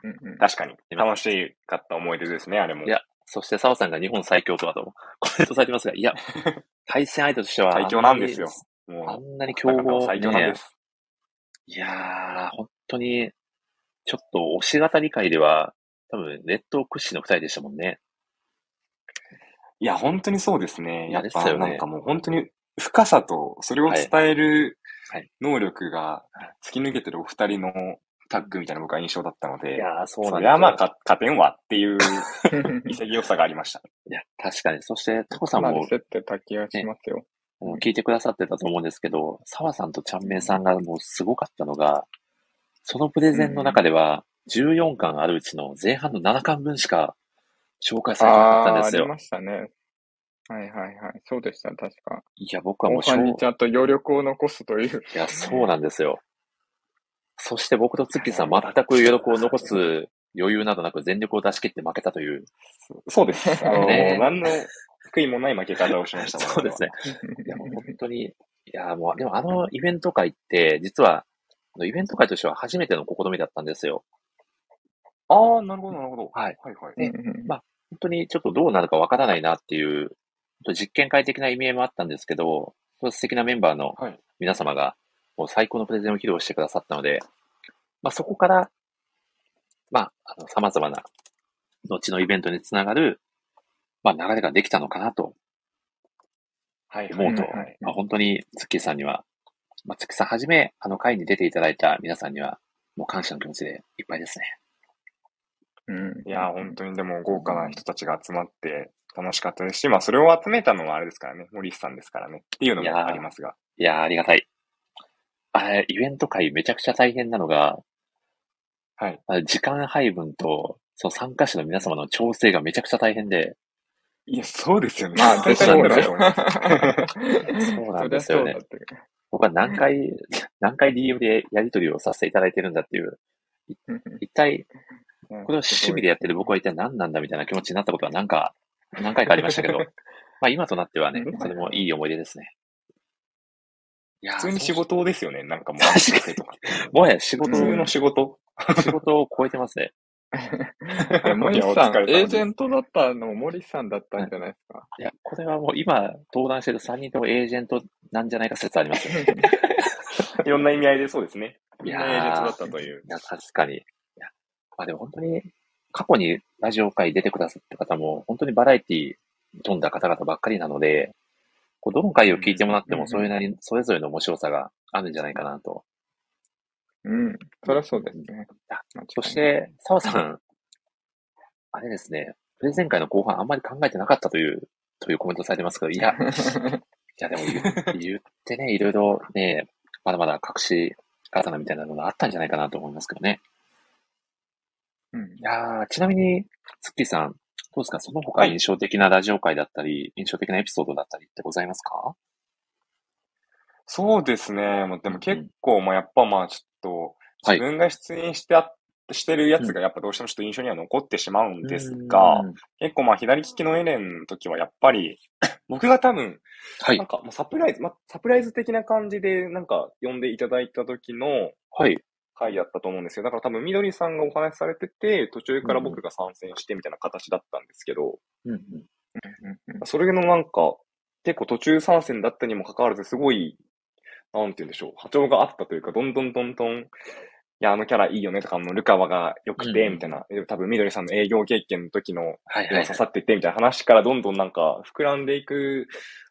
[SPEAKER 2] うんうん
[SPEAKER 3] 確かに。楽しかった思い出ですね、あれも。
[SPEAKER 1] いやそして澤さんが日本最強とはとコメントされてますが、いや、
[SPEAKER 3] *laughs*
[SPEAKER 1] 対戦相手としては。
[SPEAKER 3] 最強なんですよ。
[SPEAKER 1] あ
[SPEAKER 3] も
[SPEAKER 1] んなに
[SPEAKER 3] う、
[SPEAKER 1] 強
[SPEAKER 3] 高
[SPEAKER 1] 豪
[SPEAKER 3] 田最強なんです。
[SPEAKER 1] いやー、本当に、ちょっと推し型理解では、多分、ネット屈指の二人でしたもんね。
[SPEAKER 3] いや、本当にそうですね。
[SPEAKER 1] いや
[SPEAKER 3] やっ
[SPEAKER 1] です
[SPEAKER 3] ぱ、
[SPEAKER 1] よね
[SPEAKER 3] なんかもう本当に深さと、それを伝える
[SPEAKER 1] はいはい
[SPEAKER 3] 能力が突き抜けてるお二人のタッグみたいな僕は印象だったので、
[SPEAKER 1] やー、そ
[SPEAKER 3] そりゃまあ、か勝てんわっていう *laughs* 潔さがありました。
[SPEAKER 1] いや、確かに。そして、タコさ
[SPEAKER 2] か
[SPEAKER 1] ん
[SPEAKER 2] なり
[SPEAKER 1] も、
[SPEAKER 2] 競ってた気がしますよ。
[SPEAKER 1] あの聞いてくださってたと思うんですけど、澤さんとちゃんめいさんがもうすごかったのが、そのプレゼンの中では、14巻あるうちの前半の7巻分しか紹介されてなか
[SPEAKER 2] あ
[SPEAKER 1] ったん
[SPEAKER 2] あ、
[SPEAKER 1] で
[SPEAKER 2] あ
[SPEAKER 1] す
[SPEAKER 2] り
[SPEAKER 1] よ。
[SPEAKER 2] ましたね。はいはいはい。そうでした、確か。
[SPEAKER 1] いや、僕はも
[SPEAKER 2] 後
[SPEAKER 1] うしょう
[SPEAKER 2] 半にちゃんと余力を残すという。
[SPEAKER 1] いや、そうなんですよ。そして僕とツッキーさん、全く余力を残す余裕などなく全力を出し切って負けたという。
[SPEAKER 3] そうです。あの、
[SPEAKER 1] *laughs* ね
[SPEAKER 3] 何の悔いもない負け方をしました。
[SPEAKER 1] そうですね。いや、もう本当に、いや、もう、でもあのイベント会って、実は、あのイベント会としては初めての試みだったんですよ。
[SPEAKER 3] ああ、なるほど、なるほど。
[SPEAKER 1] はい。
[SPEAKER 3] はいはい。
[SPEAKER 1] ね
[SPEAKER 2] うんうん
[SPEAKER 1] ま本当にちょっとどうなるかわからないなっていう、本当実験会的な意味合いもあったんですけど、素敵なメンバーの
[SPEAKER 3] はい
[SPEAKER 1] 皆様が、もう最高のプレゼンを披露してくださったので、まあ、そこから、まあ、あの、様々な、後のイベントにつながる、まあ、流れができたのかなと
[SPEAKER 3] はい
[SPEAKER 1] 思うと、
[SPEAKER 2] はいはい
[SPEAKER 1] まあ、本当に、ツッキーさんには、まあ、ツッキーさんはじめ、あの会に出ていただいた皆さんには、もう感謝の気持ちでいっぱいですね。
[SPEAKER 2] うん
[SPEAKER 3] いやー、本当にでも豪華な人たちが集まって楽しかったですし、まあそれを集めたのはあれですからね、森内さんですからね、っていうの
[SPEAKER 1] いやー
[SPEAKER 3] もありますが。
[SPEAKER 1] いやー、ありがたい。あれ、イベント会めちゃくちゃ大変なのが、
[SPEAKER 3] はい。
[SPEAKER 1] あ時間配分と、その参加者の皆様の調整がめちゃくちゃ大変で、
[SPEAKER 3] いや、そうで
[SPEAKER 1] *laughs*
[SPEAKER 3] すよね。
[SPEAKER 2] まあ、
[SPEAKER 3] 絶対
[SPEAKER 2] そ
[SPEAKER 3] なん
[SPEAKER 2] う
[SPEAKER 3] だ
[SPEAKER 2] だ
[SPEAKER 3] ろうと
[SPEAKER 2] よ
[SPEAKER 3] 思います。
[SPEAKER 1] そうなんですよね
[SPEAKER 2] そりゃそうだって
[SPEAKER 1] 僕は何回、 *laughs* 何回 DM でやり取りをさせていただいてるんだっていう、
[SPEAKER 2] うん
[SPEAKER 1] 一体、
[SPEAKER 2] うん
[SPEAKER 1] これを趣味でやってる僕は一体何なんだみたいな気持ちになったことは何か、何回かありました
[SPEAKER 2] *laughs*
[SPEAKER 1] けど、まあ今となってはね、それもいい思い出ですね。いやー
[SPEAKER 3] 普通に仕
[SPEAKER 1] そう
[SPEAKER 3] 事ですよね、なんかもう。 *laughs*
[SPEAKER 1] 確かにもはや仕
[SPEAKER 3] 普
[SPEAKER 1] 事、
[SPEAKER 3] 通の仕事。
[SPEAKER 1] 仕事を超えてますね。
[SPEAKER 2] *laughs* あれ森
[SPEAKER 3] いやお
[SPEAKER 2] さん、
[SPEAKER 3] 疲れ様です
[SPEAKER 2] エージェントだったの森さんだったんじゃないですか。
[SPEAKER 1] いや、これはもう今登壇してる3人ともエージェントなんじゃないか説ありますね。
[SPEAKER 3] *laughs* いろんな意味合いでそうですね。
[SPEAKER 1] い
[SPEAKER 3] いろ
[SPEAKER 1] や
[SPEAKER 3] ん
[SPEAKER 1] ー
[SPEAKER 3] な演説だったという
[SPEAKER 1] い。や、確かに。いや、まあでも本当に、過去にラジオ会出てくださった方も、本当にバラエティ飛んだ方々ばっかりなので、こうどの回を聞いてもらって
[SPEAKER 2] う
[SPEAKER 1] も、
[SPEAKER 2] ん
[SPEAKER 1] それなりに、それぞれの面白さがあるんじゃないかなと。
[SPEAKER 2] うん。そりゃそうですね。
[SPEAKER 1] あ
[SPEAKER 2] 間違いない
[SPEAKER 1] そして、澤さん、あれですね、プレゼン会の後半あんまり考えてなかったという、というコメントされてますけど、いや、い
[SPEAKER 2] *laughs*
[SPEAKER 1] やでも言う言ってね、いろいろね、まだまだ隠し刀みたいなものあったんじゃないかなと思いますけどね。
[SPEAKER 2] うん
[SPEAKER 1] いやーちなみに、ツッキーさん、どうですかその他印象的なラジオ会だったり、印象的なエピソードだったりってございますか
[SPEAKER 3] そうですね。まあでも結構、まあやっぱまあちょっと、
[SPEAKER 1] はい
[SPEAKER 3] 自分が出演してあっしてるやつがやっぱどうしてもちょっと印象には残ってしまうんですが、
[SPEAKER 1] うん
[SPEAKER 3] 結構まあ左利きのエレンの時はやっぱり、 *coughs* 僕が多分、
[SPEAKER 1] はい
[SPEAKER 3] なん。かまあサプライズ、まあサプライズ的な感じでなんか呼んでいただいた時の
[SPEAKER 1] はい。
[SPEAKER 3] 回だったと思うんですよ。だから多分みどりさんがお話しされてて、途中から僕が参戦してみたいな形だったんですけど、
[SPEAKER 1] うんうん
[SPEAKER 2] うんうん
[SPEAKER 3] それのなんか、結構途中参戦だったにもかかわらず、すごい、なんて言うんでしょう、波長があったというか、どんどんどんどん、いや、あのキャラいいよねとか、あのルカワが良く
[SPEAKER 1] う
[SPEAKER 3] て、
[SPEAKER 1] ん
[SPEAKER 3] みたいな、多分みどりさんの営業経験の時の、
[SPEAKER 1] はいはい
[SPEAKER 3] 今
[SPEAKER 1] はい。
[SPEAKER 3] 刺さっていってみたいな話からどんどんなんか膨らんでいく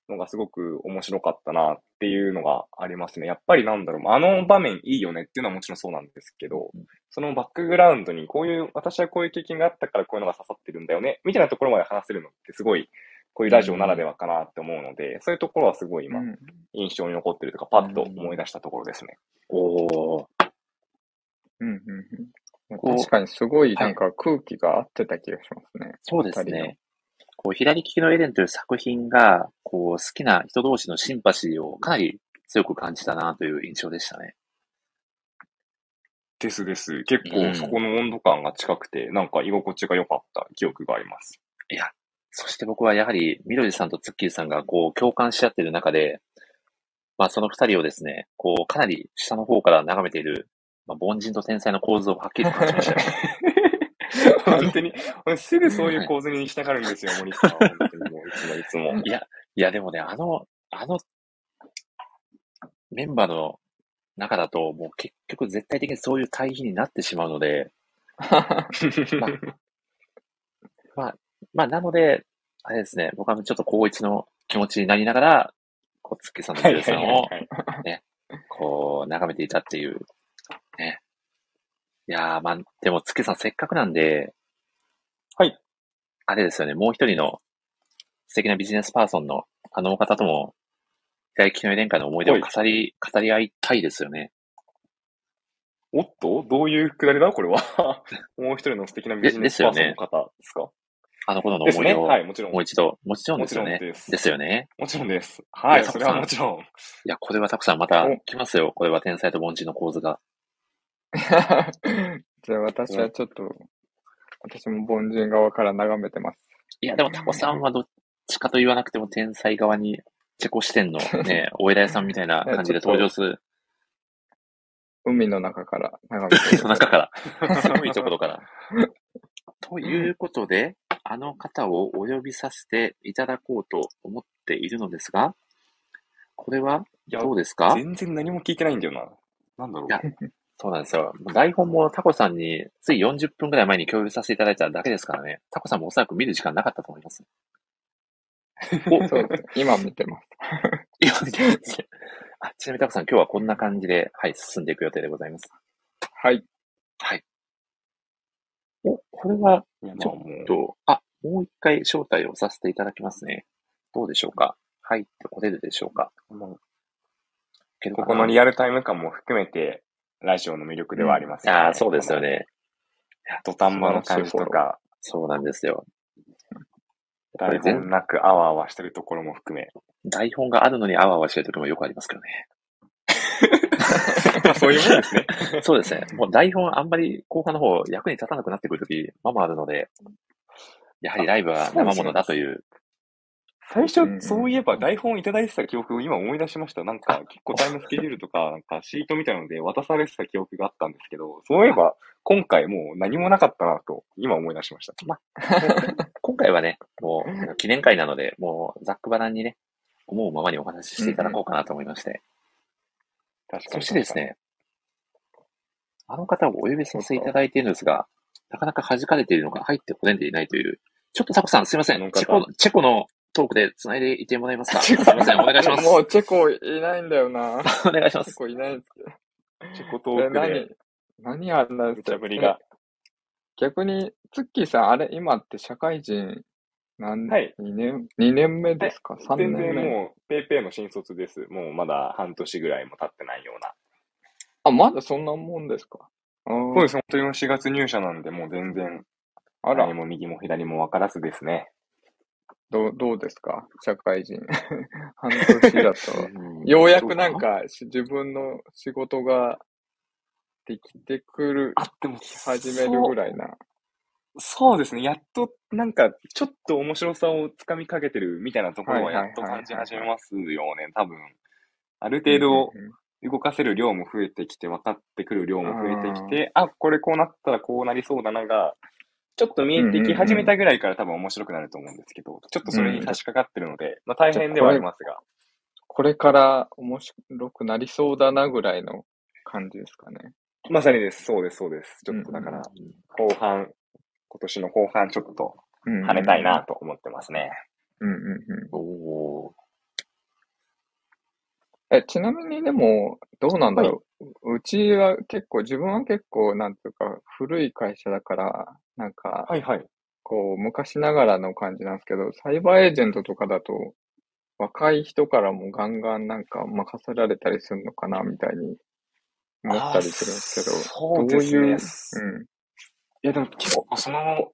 [SPEAKER 3] のがすごく面白かったなっていうのがありますね。やっぱりなんだろう、あの場面いいよねっていうのはもちろんそうなんですけど、そのバックグラウンドにこういう、私はこういう経験があったからこういうのが刺さってるんだよね、みたいなところまで話せるのってすごい、こういうラジオならではかなって思うので、そういうところはすごい今
[SPEAKER 2] う、ん
[SPEAKER 3] 印象に残ってるというか、パッと思い出したところですね。
[SPEAKER 1] おー。
[SPEAKER 2] うんうんうん
[SPEAKER 1] こう
[SPEAKER 2] 確かにすごいなんか空気が合ってた気がしますね。
[SPEAKER 1] そうです
[SPEAKER 2] 二人の
[SPEAKER 1] ね。こう、左利きのエレンという作品が、こう、好きな人同士のシンパシーをかなり強く感じたなという印象でしたね。
[SPEAKER 3] ですです。結
[SPEAKER 1] うん
[SPEAKER 3] 構そこの温度感が近くて、なんか居心地が良かった記憶があります。
[SPEAKER 1] そして僕はやはり、みどりさんとツッキーさんがこう、共感し合っている中で、まあ、その二人をですね、こう、かなり下の方から眺めている、まあ、凡人と天才の構図をはっきりと感じましたよ。
[SPEAKER 3] *laughs* 本当に。俺すぐそういう構図にしたがるんですよ、森さんは。本当にもういつもいつも。
[SPEAKER 1] いや、いやでもね、あの、あの、メンバーの中だと、もう結局絶対的にそういう対比になってしまうの
[SPEAKER 3] *laughs*
[SPEAKER 1] で、まあ、なので、あれですね、僕はちょっと高一の気持ちになりながら、こう、つっきさんの
[SPEAKER 3] はい
[SPEAKER 1] 女
[SPEAKER 3] はい
[SPEAKER 1] 優さん
[SPEAKER 3] は
[SPEAKER 1] を
[SPEAKER 3] い、はい。
[SPEAKER 1] こう、眺めていたっていう、ね。いやー、まあ、でも、つきさんせっかくなんで、
[SPEAKER 3] はい。
[SPEAKER 1] あれですよね、もう一人の素敵なビジネスパーソンの、あのお方とも、大気の連会の思い出を語り、語り合いたいですよね。
[SPEAKER 3] おっとどういうくだりだこれは。もう一人の素敵なビジネスパーソンの方ですか
[SPEAKER 1] あの頃の
[SPEAKER 3] です
[SPEAKER 1] 思い
[SPEAKER 3] ね。
[SPEAKER 1] 出を、
[SPEAKER 3] はい、もちろん。
[SPEAKER 1] もう
[SPEAKER 3] も
[SPEAKER 1] 一度、もちろんで
[SPEAKER 3] ち
[SPEAKER 1] す
[SPEAKER 3] ろ
[SPEAKER 1] よ
[SPEAKER 3] ん
[SPEAKER 1] ね。
[SPEAKER 3] です。
[SPEAKER 1] ですよね。
[SPEAKER 3] もちろんです。
[SPEAKER 1] い
[SPEAKER 3] は
[SPEAKER 1] や
[SPEAKER 3] い、
[SPEAKER 1] さこ
[SPEAKER 3] それ
[SPEAKER 1] さん
[SPEAKER 3] はもちろん。
[SPEAKER 1] いや、これはたくさんまた
[SPEAKER 3] お
[SPEAKER 1] 来ますよ。これは天才と凡人の構図が。
[SPEAKER 2] じゃあ私はちょっと、私も凡人側から眺めてます。
[SPEAKER 1] いや、でもタコさんはどっちかと言わなくても天才側に、チェコ支店の
[SPEAKER 2] *laughs*
[SPEAKER 3] *laughs*
[SPEAKER 1] ね、お偉いさんみたいな感じで登場する。
[SPEAKER 2] 海の中から眺めて
[SPEAKER 1] その中
[SPEAKER 3] *laughs*
[SPEAKER 1] から。すごいところから。ということで、あの方をお呼びさせていただこうと思っているのですが、これはい
[SPEAKER 3] や、
[SPEAKER 1] どうですか
[SPEAKER 3] 全然何も聞いてないんだよな。なんだろう。
[SPEAKER 1] いやそうなんですよ。台本もタコさんについ40分くらい前に共有させていただいただけですからね。タコさんもおそらく見る時間なかったと思い
[SPEAKER 3] *laughs*
[SPEAKER 1] ます。
[SPEAKER 2] る。そうです。今見て
[SPEAKER 1] *laughs*
[SPEAKER 2] ます。
[SPEAKER 1] いやあちなみにタコさん、今日はこんな感じで、はい、進んでいく予定でございます。
[SPEAKER 2] はい。
[SPEAKER 1] *laughs* お、これはい
[SPEAKER 3] やま
[SPEAKER 1] ち
[SPEAKER 3] あ
[SPEAKER 1] ょ
[SPEAKER 3] も
[SPEAKER 1] っ
[SPEAKER 3] う
[SPEAKER 1] と、あ、もう一回招待をさせていただきますね。どうでしょうか入ってこれるでしょうか
[SPEAKER 3] もう
[SPEAKER 1] いけるか
[SPEAKER 3] こ
[SPEAKER 1] な
[SPEAKER 3] このリアルタイム感も含めて、ラジオの魅力ではありますよね
[SPEAKER 1] ああ、そうですよ。ね。
[SPEAKER 3] 土壇場の感じとか、
[SPEAKER 1] そうなんですよ。やっぱ
[SPEAKER 3] 台
[SPEAKER 1] り全
[SPEAKER 3] 本なくあわあわしてるところも含め。
[SPEAKER 1] 台本があるのにあわあわしてる時もよくありますけどね。
[SPEAKER 3] *laughs* そういうもんですね。
[SPEAKER 1] *laughs* そうですね。もう台本あんまり後半の方役に立たなくなってくる時ままあるので、やはりライブは生ものだという。
[SPEAKER 3] 最
[SPEAKER 2] うん
[SPEAKER 3] 初、そういえば台本いただいてた記憶を今思い出しました。なんか、結構タイムスケジュールとか、 *laughs* なんかシートみたいなので渡されてた記憶があったんですけど、そういえば、今回もう何もなかったなと、今思い出しました。
[SPEAKER 1] 今回はね、もう記念会なので、もうざっくばらんにね、思うままにお話ししていただこうかなと思いまして。
[SPEAKER 3] 確か
[SPEAKER 1] そ
[SPEAKER 3] に。
[SPEAKER 1] してです。ね、あの方をお呼びさせていただいているんですが、なかなか弾かれているのが入ってこれんでいないという。ちょっとタコさん、すいませ
[SPEAKER 3] あの
[SPEAKER 1] ん。
[SPEAKER 3] 方
[SPEAKER 1] チェコ、チェコのトークで繋いでいてもらえ
[SPEAKER 2] *laughs*
[SPEAKER 1] ますかす
[SPEAKER 3] チ
[SPEAKER 1] い
[SPEAKER 3] ェコ
[SPEAKER 1] ません、お願いします。
[SPEAKER 2] も
[SPEAKER 1] お
[SPEAKER 2] うチェコいないんだ
[SPEAKER 1] *laughs*
[SPEAKER 2] よな。
[SPEAKER 1] 願いしま
[SPEAKER 2] チェ
[SPEAKER 1] す。
[SPEAKER 2] コいないんですけど。
[SPEAKER 3] チェコトークで、
[SPEAKER 2] 何、何あんな
[SPEAKER 3] 無茶ぶりが。
[SPEAKER 2] 逆に、ツッキーさん、あれ、今って社会人何、
[SPEAKER 3] はい
[SPEAKER 2] 2年、二年目ですか、三 ?3
[SPEAKER 3] 全
[SPEAKER 2] 年
[SPEAKER 3] 然
[SPEAKER 2] 目
[SPEAKER 3] もう、ペイペイの新卒です。もうまだ半年ぐらいも経ってないような。
[SPEAKER 2] あ、まだそんなもんですかあ
[SPEAKER 3] そう
[SPEAKER 2] ー
[SPEAKER 3] です。本当に4月入社なんで、もう全然、
[SPEAKER 2] あら
[SPEAKER 3] 何、も右も左も分からずですね。
[SPEAKER 2] どう、どうですか社会人。 *laughs* 半年だと。ようやくなんか、し自分の仕事ができてくる、
[SPEAKER 3] あ、でも、
[SPEAKER 2] 始めるぐらいな。
[SPEAKER 3] そうですね。やっと、なんか、ちょっと面白さをつかみかけてるみたいなところは、やっと感じ始めますよね、多分。ある程度、
[SPEAKER 2] うんうんうん
[SPEAKER 3] 動かせる量も増えてきて、分かってくる量も増えてきて、あ、これこうなったらこうなりそうだなが、ちょっと見えてき始めたぐらいから多分面白くなると思うんですけど、ちょっとそれに差し掛かってるので、まあ大変ではありますが、
[SPEAKER 2] これから面白くなりそうだなぐらいの感じですかね。
[SPEAKER 3] まさにです。そうです、そうです。ちょっとだ
[SPEAKER 2] う
[SPEAKER 3] か
[SPEAKER 2] ん
[SPEAKER 3] ら、後半、今年の後半ちょっと
[SPEAKER 2] うん
[SPEAKER 3] 跳ねたいな。と思ってますね。
[SPEAKER 2] うんうんうん。
[SPEAKER 1] おお
[SPEAKER 2] え、ちなみにでも、どうなんだろう。ううちは結構、自分は結構、なんていうか、古い会社だから、なんか、
[SPEAKER 3] はいはい。
[SPEAKER 2] こう、昔ながらの感じなんですけど、サイバーエージェントとかだと、若い人からもガンガンなんか任せられたりするのかな、みたいに思ったりするんですけ
[SPEAKER 3] そ
[SPEAKER 2] ど、どう
[SPEAKER 3] うですね。
[SPEAKER 2] いう、
[SPEAKER 3] いやでも結構その、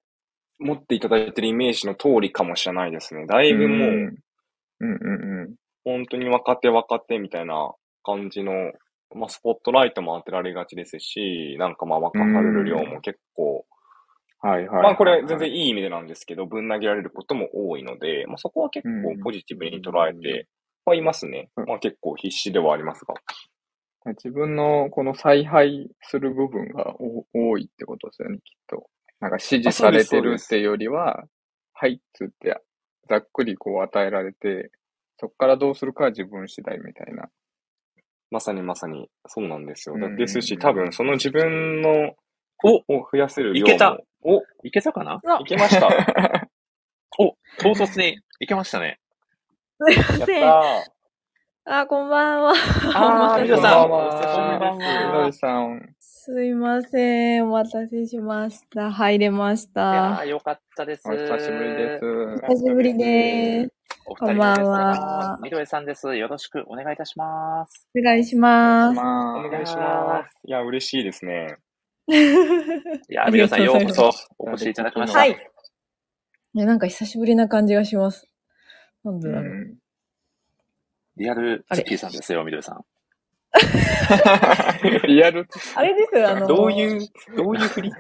[SPEAKER 3] 持っていただいてるイメージの通りかもしれないですね。だいぶ
[SPEAKER 2] うん。
[SPEAKER 3] もう、
[SPEAKER 2] うん、うん、うんうん。
[SPEAKER 3] 本当に若手若手みたいな感じの、まあ、スポットライトも当てられがちですし、なんかまあ、若はれる量も結構、
[SPEAKER 2] はいはい。
[SPEAKER 3] まあ、これ全然いい意味でなんですけど、ぶん投げられることも多いので、まあ、そこは結構ポジティブに捉えてはいますね。
[SPEAKER 2] うん
[SPEAKER 3] まあ、結構必死ではありますが。
[SPEAKER 2] 自分のこの采配する部分がお多いってことですよね、きっと。なんか指示されてるっていうよりは、はいっつって、ざっくりこう与えられて、そこからどうするかは自分次第みたいな。
[SPEAKER 3] まさにまさに、そうなんですよ。
[SPEAKER 2] うんうんうん
[SPEAKER 3] ですし、多分その自分の、
[SPEAKER 1] お
[SPEAKER 3] を増やせる量
[SPEAKER 1] い
[SPEAKER 3] も。
[SPEAKER 1] けた
[SPEAKER 3] お、
[SPEAKER 1] いけたかない
[SPEAKER 3] け
[SPEAKER 1] *laughs*
[SPEAKER 3] ま *laughs* した。やっ
[SPEAKER 1] お、唐突にいけましたね。
[SPEAKER 4] すいま
[SPEAKER 3] た
[SPEAKER 4] せん。
[SPEAKER 3] ー。
[SPEAKER 4] あ、こんばんは。
[SPEAKER 1] あー、
[SPEAKER 4] お待
[SPEAKER 1] 皆
[SPEAKER 4] たせ
[SPEAKER 1] さん、
[SPEAKER 2] こんばんは
[SPEAKER 1] こんばん
[SPEAKER 2] み
[SPEAKER 1] は
[SPEAKER 2] どり。さん、
[SPEAKER 4] すいません。お待たせしました。入れまし
[SPEAKER 1] いやー、
[SPEAKER 4] た。
[SPEAKER 1] よかったです。
[SPEAKER 2] お久しぶりです。。
[SPEAKER 4] 久しぶりです。
[SPEAKER 1] お二
[SPEAKER 4] こ
[SPEAKER 1] 人
[SPEAKER 4] ん
[SPEAKER 1] の
[SPEAKER 4] ば
[SPEAKER 1] お
[SPEAKER 4] ん
[SPEAKER 1] 姉
[SPEAKER 4] は
[SPEAKER 1] 様、みどりさんです。よろしくお願いいたします。
[SPEAKER 4] お願いし
[SPEAKER 2] お願
[SPEAKER 4] ま
[SPEAKER 2] いし
[SPEAKER 4] す。
[SPEAKER 3] お
[SPEAKER 2] ま
[SPEAKER 3] 願いします。いや、嬉しいですね。
[SPEAKER 1] いや
[SPEAKER 4] *laughs* あ
[SPEAKER 1] ー、みど
[SPEAKER 4] りが
[SPEAKER 1] りさん、
[SPEAKER 4] とう
[SPEAKER 1] よ
[SPEAKER 4] ござ
[SPEAKER 1] うこ
[SPEAKER 4] います
[SPEAKER 1] そお越しいただきました。
[SPEAKER 4] はい。いやなんか久しぶりな感じがします。なん
[SPEAKER 2] す。
[SPEAKER 4] で
[SPEAKER 2] う
[SPEAKER 4] だろう。
[SPEAKER 2] ん。
[SPEAKER 1] リアルツッキーさんですよ、みどりさん。
[SPEAKER 2] *laughs* リアル
[SPEAKER 4] あれですよ、あの、
[SPEAKER 3] どういう、どういうふり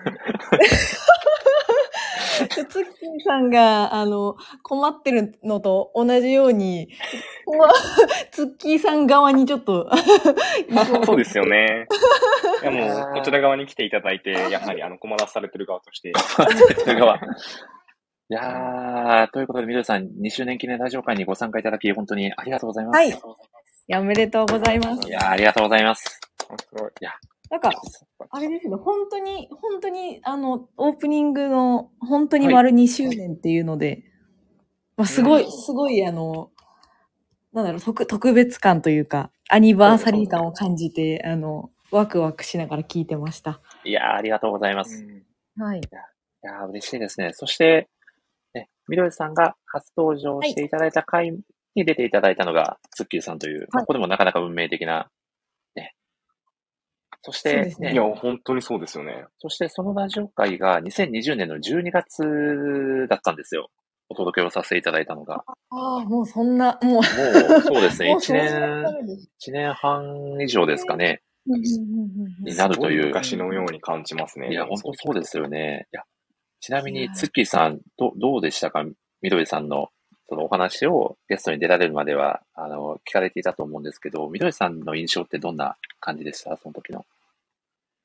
[SPEAKER 4] ツッキーさんが、あの、困ってるのと同じよ
[SPEAKER 3] *laughs*
[SPEAKER 4] うに、ここはツッキーさん側にちょっと、
[SPEAKER 3] そうですよね。いや、も
[SPEAKER 1] あ
[SPEAKER 3] う、
[SPEAKER 1] ー
[SPEAKER 3] こちら側に来ていただいて、やはり、あの、困らされてる側
[SPEAKER 1] *laughs*
[SPEAKER 3] として、
[SPEAKER 1] というかまあいやー、ということで、みどりさん、2周年記念ラジオ会にご参加いただき、本当にありがとうございます。
[SPEAKER 4] はいいや、おめでとうございます
[SPEAKER 1] い。やー、ありがとうございます。
[SPEAKER 2] 面白い。
[SPEAKER 4] なんか、あれですね、本当に、本当に、あの、オープニングの、本当に丸2周年っていうので、まあ、すごい、
[SPEAKER 2] うん
[SPEAKER 4] すごい、あの、なんだろう、特、特別感というか、アニバーサリー感を感じて、あの、ワクワクしながら聞いてました。
[SPEAKER 1] いやー、ありがとうございます。
[SPEAKER 2] う
[SPEAKER 1] い
[SPEAKER 2] ん
[SPEAKER 4] はい。
[SPEAKER 1] やー、嬉しいですね。そして、ね、みどりさんが初登場していただいた回に出ていただいたのが、ツッキーさんという、まあ、ここでもなかなか運命的な、ね。そし
[SPEAKER 4] そう
[SPEAKER 1] て
[SPEAKER 4] で、すね
[SPEAKER 3] いや、本当にそうですよね。
[SPEAKER 1] そしてそのラジオ会が2020年の12月だったんですよ。お届けをさせていただいたのが。
[SPEAKER 4] ああ、もうそんな、もう、
[SPEAKER 1] もう、そう
[SPEAKER 4] *laughs*
[SPEAKER 1] ですね。
[SPEAKER 4] もう
[SPEAKER 1] 1年、1年半以上ですかね。になるという。
[SPEAKER 3] 昔のように感じますね。
[SPEAKER 1] いや、本当そうですよね。いや、ちなみ
[SPEAKER 4] い
[SPEAKER 1] に
[SPEAKER 4] や、ー
[SPEAKER 1] ツッキーさん、ど、どうでしたかみどりさんの、そのお話をゲストに出られるまでは、あの、聞かれていたと思うんですけど、みどりさんの印象ってどんな感じでしたその時の。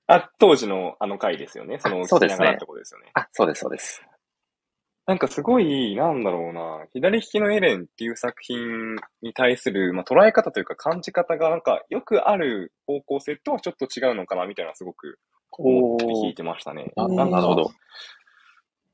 [SPEAKER 3] あ、当時のあの回ですよね。その、
[SPEAKER 1] あそうで
[SPEAKER 3] 聞き
[SPEAKER 1] すね
[SPEAKER 3] ながらってことですよね。
[SPEAKER 1] あ、そうです、そうです。
[SPEAKER 3] なんかすごい、なんだろうな、左利きのエレンっていう作品に対する、まあ、捉え方というか感じ方が、なんかよくある方向性とはちょっと違うのかな、みたいなすごく思って聞いてましたね。
[SPEAKER 1] な
[SPEAKER 4] うん
[SPEAKER 1] なるほど。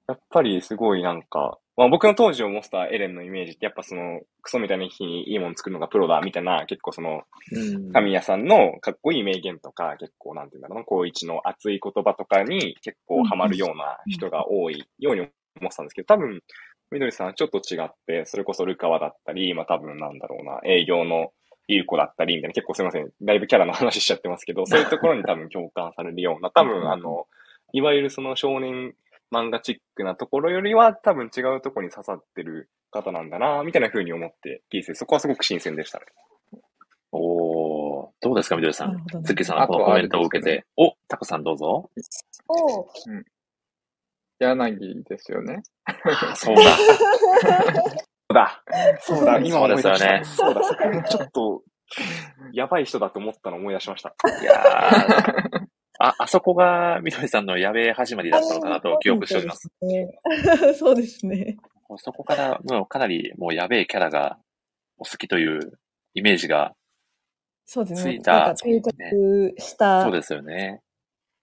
[SPEAKER 3] やっぱりすごいなんか、まあ僕の当時を模したエレンのイメージって、やっぱその、クソみたいな日にいいもの作るのがプロだ、みたいな、結構その、
[SPEAKER 1] うん
[SPEAKER 3] 神谷さんのかっこいい名言とか、結構なんていうんだろうな、高一の熱い言葉とかに結構ハマるような人が多いように思ってたんですけど、多分、みどりさんはちょっと違って、それこそルカワだったり、まあ多分なんだろうな、営業のゆうこだったりみたいな、結構すいません、だいぶキャラの話しちゃってますけど、そういうところに多分共感されるよ
[SPEAKER 1] *laughs*
[SPEAKER 3] うな、多分あの、いわゆるその少年漫画チックなところよりは多分違うところに刺さってる方なんだな、みたいな風に思って、聞いて、そこはすごく新鮮でしたね。
[SPEAKER 1] おー、どうですか、みどりさ
[SPEAKER 4] なる
[SPEAKER 1] ん。
[SPEAKER 4] ほどね
[SPEAKER 1] ツッキーさんのこのコメントを受けて。お、タコさんどうぞ。
[SPEAKER 4] お
[SPEAKER 2] 柳ですよね。
[SPEAKER 1] あ、そうだ。
[SPEAKER 3] そうだ、そうだ、今思い出した。
[SPEAKER 1] そうですよね
[SPEAKER 3] そうだ、そこにちょっと、やばい人だと思ったの思い出しました。
[SPEAKER 1] いやーあ、あそこがみどりさんのやべえ始まりだったのかなと記憶しております。
[SPEAKER 4] す。そうですね。 *laughs*
[SPEAKER 1] もうそこから、もうかなりもうやべえキャラがお好きというイメージが、
[SPEAKER 4] そうです
[SPEAKER 1] つ
[SPEAKER 4] ね。
[SPEAKER 1] いた
[SPEAKER 4] なんか定着した
[SPEAKER 1] そうですよね。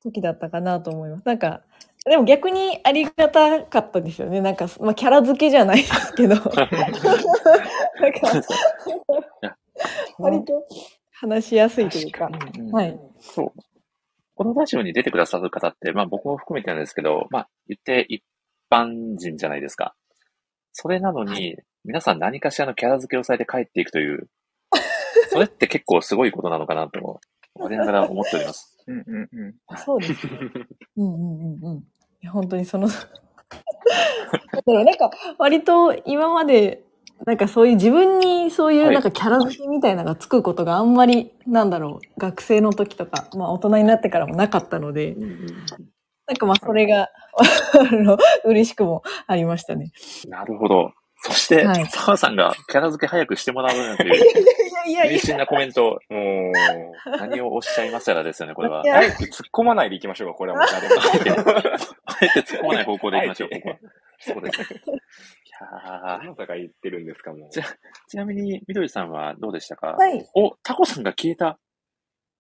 [SPEAKER 4] 時だったかなと思います。なんか、でも逆にありがたかったですよね。なんか、まあ、キャラ付けじゃないです *laughs* けど。なんか、割と話しやすいというか。は。。
[SPEAKER 1] はいそう。このラジオに出てくださる方って、まあ僕も含めてなんですけど、まあ言って一般人じゃないですか。それなのに、
[SPEAKER 4] は
[SPEAKER 1] 皆さん何かしらのキャラ付けをされて帰っていくと
[SPEAKER 4] *laughs*
[SPEAKER 1] いう、それって結構すごいことなのかなと、我ながら思っております。
[SPEAKER 2] うんうんうん。
[SPEAKER 4] そうですね。うんうんうんうん。いや本当にその、なん *laughs* だろうなんか、割と今まで、なんかそういう自分にそうい
[SPEAKER 1] は
[SPEAKER 4] う
[SPEAKER 1] い
[SPEAKER 4] なんかキャラ付けみたいなのがつくことがあんまり、なんだろう、学生の時とか、まあ大人になってからもなかったので、 *laughs* なんかまあそれが、あの、嬉しくもありましたね。
[SPEAKER 1] なるほど。そして、
[SPEAKER 4] はい
[SPEAKER 1] 澤さんがキャラ付け早くしてもらうなんて
[SPEAKER 4] いや
[SPEAKER 1] いう、
[SPEAKER 4] *laughs* いやいやい
[SPEAKER 1] 優
[SPEAKER 4] や。
[SPEAKER 1] 秀なコメント、
[SPEAKER 3] もう、
[SPEAKER 1] 何をおっしゃいますやらですよね、これは。
[SPEAKER 4] いや
[SPEAKER 1] あ
[SPEAKER 3] あえて突っ込まないでいきましょうか、これはもう誰も。
[SPEAKER 1] えて、あえて突っ込まない方向でいきましょう、
[SPEAKER 3] あ
[SPEAKER 1] こ
[SPEAKER 3] えて
[SPEAKER 1] こは。そうです
[SPEAKER 3] *laughs*
[SPEAKER 1] ね。いや
[SPEAKER 3] あ
[SPEAKER 1] ー
[SPEAKER 3] なたが言ってるんですか、もう。
[SPEAKER 1] じゃちなみに、みどりさんはどうでしたか
[SPEAKER 4] はい。
[SPEAKER 1] お、タコさんが消えた。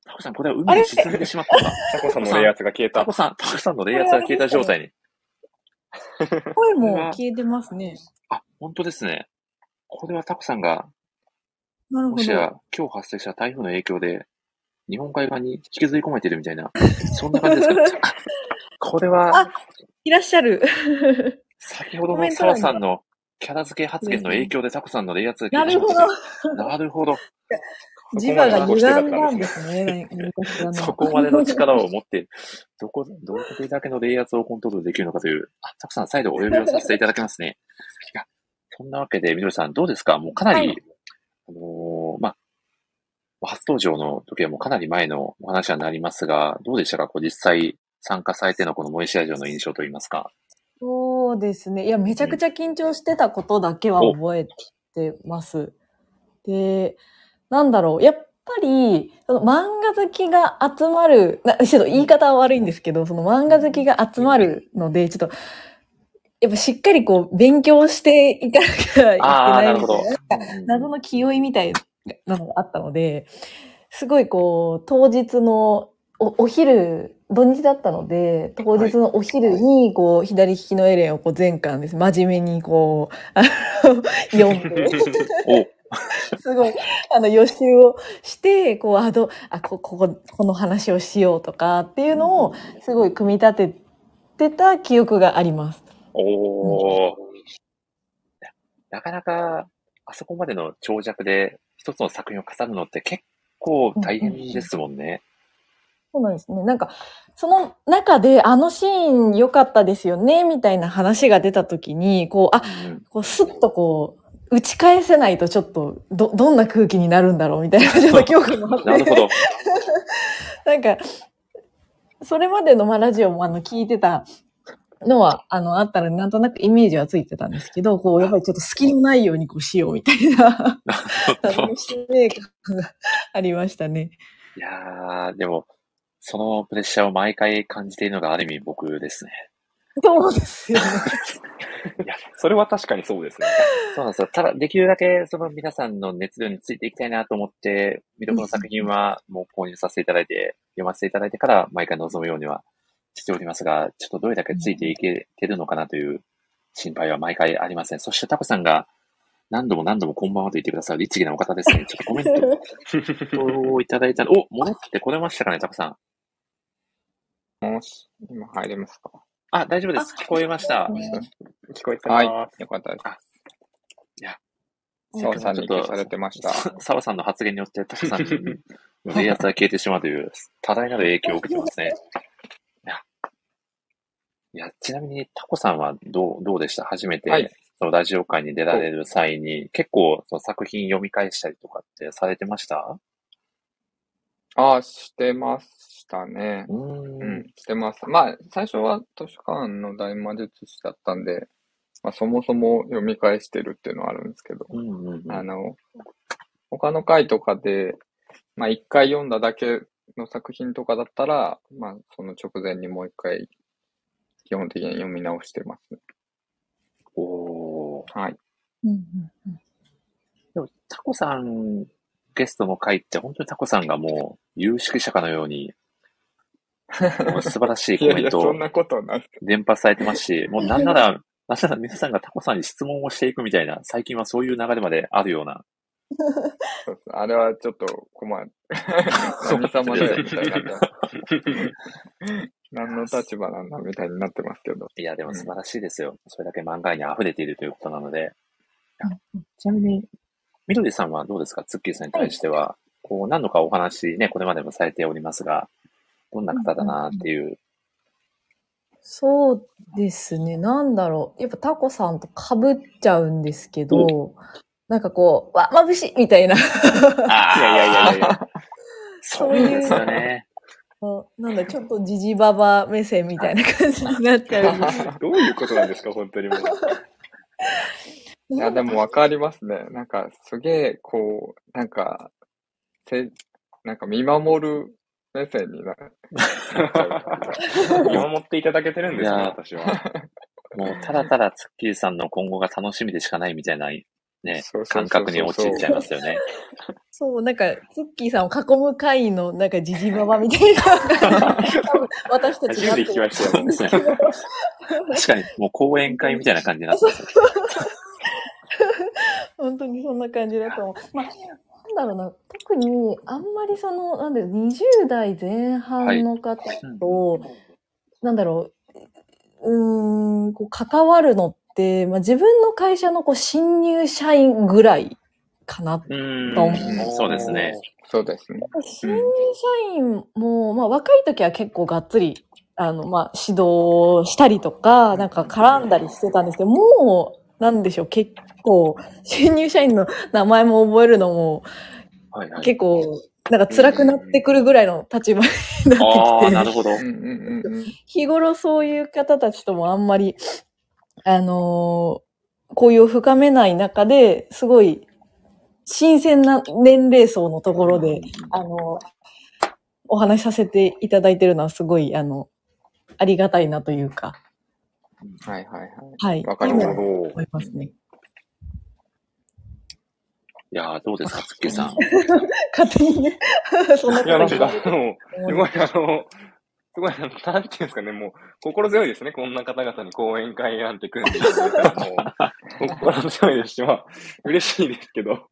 [SPEAKER 1] タコさん、これは海に沈んでしまったんだ。
[SPEAKER 3] *laughs* タコさんのレイアウトが消え
[SPEAKER 1] タ
[SPEAKER 3] た
[SPEAKER 1] コ。さん、タコさんのレイヤーが消えた状態に。
[SPEAKER 4] 声も消えてますね。
[SPEAKER 1] あ、本当ですね。これはタコさんが、
[SPEAKER 4] なるほ
[SPEAKER 1] もし
[SPEAKER 4] *laughs* ど。
[SPEAKER 1] や今日発生した台風の影響で、日本海側に引きずり込まれてるみたいな、そんな感じです
[SPEAKER 4] *laughs*
[SPEAKER 1] かあこれは、
[SPEAKER 4] あ、いらっしゃる。
[SPEAKER 1] 先ほど
[SPEAKER 4] コメ
[SPEAKER 1] の
[SPEAKER 4] ント
[SPEAKER 1] 澤
[SPEAKER 4] 欄が
[SPEAKER 1] さんのキャラ付け発言の影響でタコさんのレイヤーが消
[SPEAKER 4] な
[SPEAKER 1] えてし
[SPEAKER 4] る
[SPEAKER 1] まった
[SPEAKER 4] ほど
[SPEAKER 1] と。。なるほど。
[SPEAKER 4] 磁場が歪んだ
[SPEAKER 3] そこまで
[SPEAKER 4] ん
[SPEAKER 3] の
[SPEAKER 4] ですね。何かし
[SPEAKER 1] *laughs*
[SPEAKER 4] ら
[SPEAKER 1] そ
[SPEAKER 4] の。
[SPEAKER 1] こまでの力を持 *laughs* って、どこ、どれだけの冷圧をコントロールできるのかという、あ、たくさん再度お呼びをさせていただきますね。 *laughs* いや、そんなわけで、みどりさんどうですかもうかなり、
[SPEAKER 4] はい
[SPEAKER 1] あのーまあ、初登場の時はもうかなり前のお話になりますが、どうでしたかこう実際参加されてのこの森試合場の印象といいますか。
[SPEAKER 4] そうですね。いや、めちゃくちゃ緊張してたことだけは覚えてます。で、なんだろう。やっぱり、その漫画好きが集まる、なちょっと言い方は悪いんですけど、その漫画好きが集まるので、ちょっと、やっぱしっかりこう、勉強していかなきゃいけ
[SPEAKER 1] ああ、
[SPEAKER 4] な
[SPEAKER 1] ないるほ
[SPEAKER 4] みたい
[SPEAKER 1] ど
[SPEAKER 4] な。。
[SPEAKER 1] うん
[SPEAKER 4] 謎の気負いみたいなのがあったので、すごいこう、当日のおお昼、土日だったので、当日のお昼に、こう、左利きのエレンをこう全巻です。真面目にこう、あの読んで、
[SPEAKER 1] お、
[SPEAKER 4] *laughs* すごい、あの、予習をして、こう、あ、どう、あ、こ、ここ、この話をしようとかっていうのを、すごい組み立ててた記憶があります。
[SPEAKER 1] おー。なかなか、あそこまでの長尺で一つの作品を語るのって結構大変ですもんね。
[SPEAKER 4] そうなんですね。なんか、その中で、あのシーン良かったですよね、みたいな話が出た時に、こう、あ、
[SPEAKER 1] うん
[SPEAKER 4] こう、スッとこう、打ち返せないとちょっと、ど、どんな空気になるんだろう、みたいな、ちょっと恐怖もあって。
[SPEAKER 1] *laughs* なるほど。
[SPEAKER 4] *laughs* なんか、それまでのまあラジオもあの、聞いてたのは、あの、あったら、なんとなくイメージはついてたんですけど、こう、やっぱりちょっと隙のないようにこうしよう、みたいな、あの、使命感が *laughs* ありましたね。
[SPEAKER 1] いやー、でも、そのプレッシャーを毎回感じているのがある意味僕ですね。
[SPEAKER 4] そうですよね。
[SPEAKER 3] それは確かにそうですね。
[SPEAKER 1] *laughs* そうなんですよ。ただ、できるだけその皆さんの熱量についていきたいなと思って、魅力の作品はもう購入させていただいて、読ませていただいてから毎回臨むようにはしておりますが、ちょっとどれだけついていけてるのかなという心配は毎回ありません。そしてタコさんが何度も何度もこんばんはと言ってくださる律儀なお方ですね。ちょっとコメント
[SPEAKER 3] *laughs*
[SPEAKER 1] をいただいたら、お、戻ってこれましたかね、タコさん。
[SPEAKER 2] *laughs* もし、今入れますか
[SPEAKER 1] あ、大丈夫です。聞こえました。
[SPEAKER 3] 聞こえてま
[SPEAKER 2] は
[SPEAKER 3] す。
[SPEAKER 2] い。よかったです。
[SPEAKER 4] うん
[SPEAKER 2] 澤さん
[SPEAKER 1] ちょ
[SPEAKER 2] に
[SPEAKER 1] っと
[SPEAKER 2] 消されてました。
[SPEAKER 1] 澤さんの発言によって、タコさんのレイヤーが消えてしまうという、多大なる影響を受けてますね。いや、 *laughs* いやちなみにタコさんはどうどうでした初めて、
[SPEAKER 2] はい
[SPEAKER 1] そのラジオ会に出られる際に、結構その作品読み返したりとかってされてました
[SPEAKER 2] ああ、してましたね。
[SPEAKER 1] うー。
[SPEAKER 2] うんん、してます。まあ、最初は図書館の大魔術師だったんで、まあ、そもそも読み返してるっていうのはあるんですけど、
[SPEAKER 1] うんうんうん
[SPEAKER 2] あの、他の回とかで、まあ、一回読んだだけの作品とかだったら、まあ、その直前にもう一回、基本的に読み直してますね。
[SPEAKER 1] おー
[SPEAKER 2] はい。
[SPEAKER 4] うんうんうん
[SPEAKER 1] でも、タコさん、ゲストの回って、本当にタコさんがもう、有識者かのよう
[SPEAKER 2] *laughs*
[SPEAKER 1] に、もう素晴らしい
[SPEAKER 2] い
[SPEAKER 1] コ
[SPEAKER 2] やい
[SPEAKER 1] メン
[SPEAKER 2] や、
[SPEAKER 1] ト
[SPEAKER 2] そ
[SPEAKER 1] を
[SPEAKER 2] んなことない。
[SPEAKER 1] 連発されてます
[SPEAKER 2] *laughs*
[SPEAKER 1] し、もうなんなら、なんなら皆さんがタコさんに質問をしていくみたいな、最近はそういう流れまであるような。
[SPEAKER 2] そうそう *laughs* あれはちょっと
[SPEAKER 3] *laughs*
[SPEAKER 2] 困る。何様だよ、みたいになってます。何の立場なんだ、みたいになってますけど。
[SPEAKER 1] いや、でも素晴らしいですよ。それだけ漫画愛に溢れているということなので。
[SPEAKER 4] うんうん
[SPEAKER 1] ちなみ
[SPEAKER 2] *laughs*
[SPEAKER 1] に、みどりさんはどうですかツッキーさんに対しては、こう、何度かお話ね、これまでもされておりますが、どんな方だなっていう。
[SPEAKER 4] そうですね。なんだろう。やっぱタコさんと被っちゃうんですけど、なんかこう、わ、眩しいみたいな、
[SPEAKER 1] ああ、
[SPEAKER 3] いやいやいやいやい
[SPEAKER 4] *laughs*
[SPEAKER 3] や。
[SPEAKER 1] そ
[SPEAKER 4] そうう
[SPEAKER 1] なん
[SPEAKER 4] い
[SPEAKER 1] で
[SPEAKER 4] う
[SPEAKER 1] すよね。
[SPEAKER 4] なんだ、ちょっとジジババ目線みたいな感じになっちゃうんです。 *laughs*
[SPEAKER 3] どういうことなんですか、本当にもう。
[SPEAKER 2] いや、でもわかりますね。なんか、すげえ、こう、なんか、せ、なんか見守る目線になる。
[SPEAKER 3] *laughs* 見守っていただけてるんですね、
[SPEAKER 1] いや
[SPEAKER 3] 私は。
[SPEAKER 1] *laughs* もうただただツッキーさんの今後が楽しみでしかないみたいなね
[SPEAKER 2] そうそうそう、そ
[SPEAKER 1] 感
[SPEAKER 2] う
[SPEAKER 1] 覚に陥っちゃいますよね。
[SPEAKER 4] そう、なんか、ツッキーさんを囲む会の、なんか、じじばばみたいな、多分私たち
[SPEAKER 3] 初めて聞きましたよ。
[SPEAKER 1] ですね。確かに、もう講演会みたいな感じになってますね。
[SPEAKER 4] *laughs* 本当にそんな感じだと思う。まあ、なんだろうな、特に、あんまりその、なんだろう、20代前半の方と、なんだろう、うーん、こう関わるのって、まあ、自分の会社のこう新入社員ぐらい *laughs* かな。
[SPEAKER 1] う、
[SPEAKER 4] どうん
[SPEAKER 1] そうですね。
[SPEAKER 2] そうですね。
[SPEAKER 4] 新入社員も、まあ、若い時は結構がっつり、あの、まあ、指導したりとか、なんか絡んだりしてたんですけど、もう、なんでしょう、結構、新入社員の名前も覚えるのも、
[SPEAKER 1] はいはい。
[SPEAKER 4] 結構、なんか辛くなってくるぐらいの立場になっ
[SPEAKER 1] あ
[SPEAKER 4] てきて。
[SPEAKER 1] あ、なるほど
[SPEAKER 2] う。んうんうんうん。
[SPEAKER 4] 日頃そういう方たちともあんまり、あのー交友を深めない中で、すごい、新鮮な年齢層のところで、あのーお話しさせていただいてるのはすごい、あの、ありがたいなというか、
[SPEAKER 2] はいはいはい。
[SPEAKER 4] はい。
[SPEAKER 2] わかります
[SPEAKER 3] なる
[SPEAKER 4] 今
[SPEAKER 3] ほ
[SPEAKER 4] 思いますね。
[SPEAKER 1] いやーどうですか、ツッキーさん。
[SPEAKER 4] *laughs* 勝手にね、 *laughs* そんな
[SPEAKER 3] ど。いや、
[SPEAKER 4] こ
[SPEAKER 3] なん
[SPEAKER 4] と
[SPEAKER 3] か、あの、す
[SPEAKER 4] 思
[SPEAKER 3] ご
[SPEAKER 4] う
[SPEAKER 3] い、あの、すごい、あのなんていうんですかね、もう、心強いですね、こんな方々に講演会なんて組んでいただいたら、もう、心強いですし、まあ、嬉しいですけど、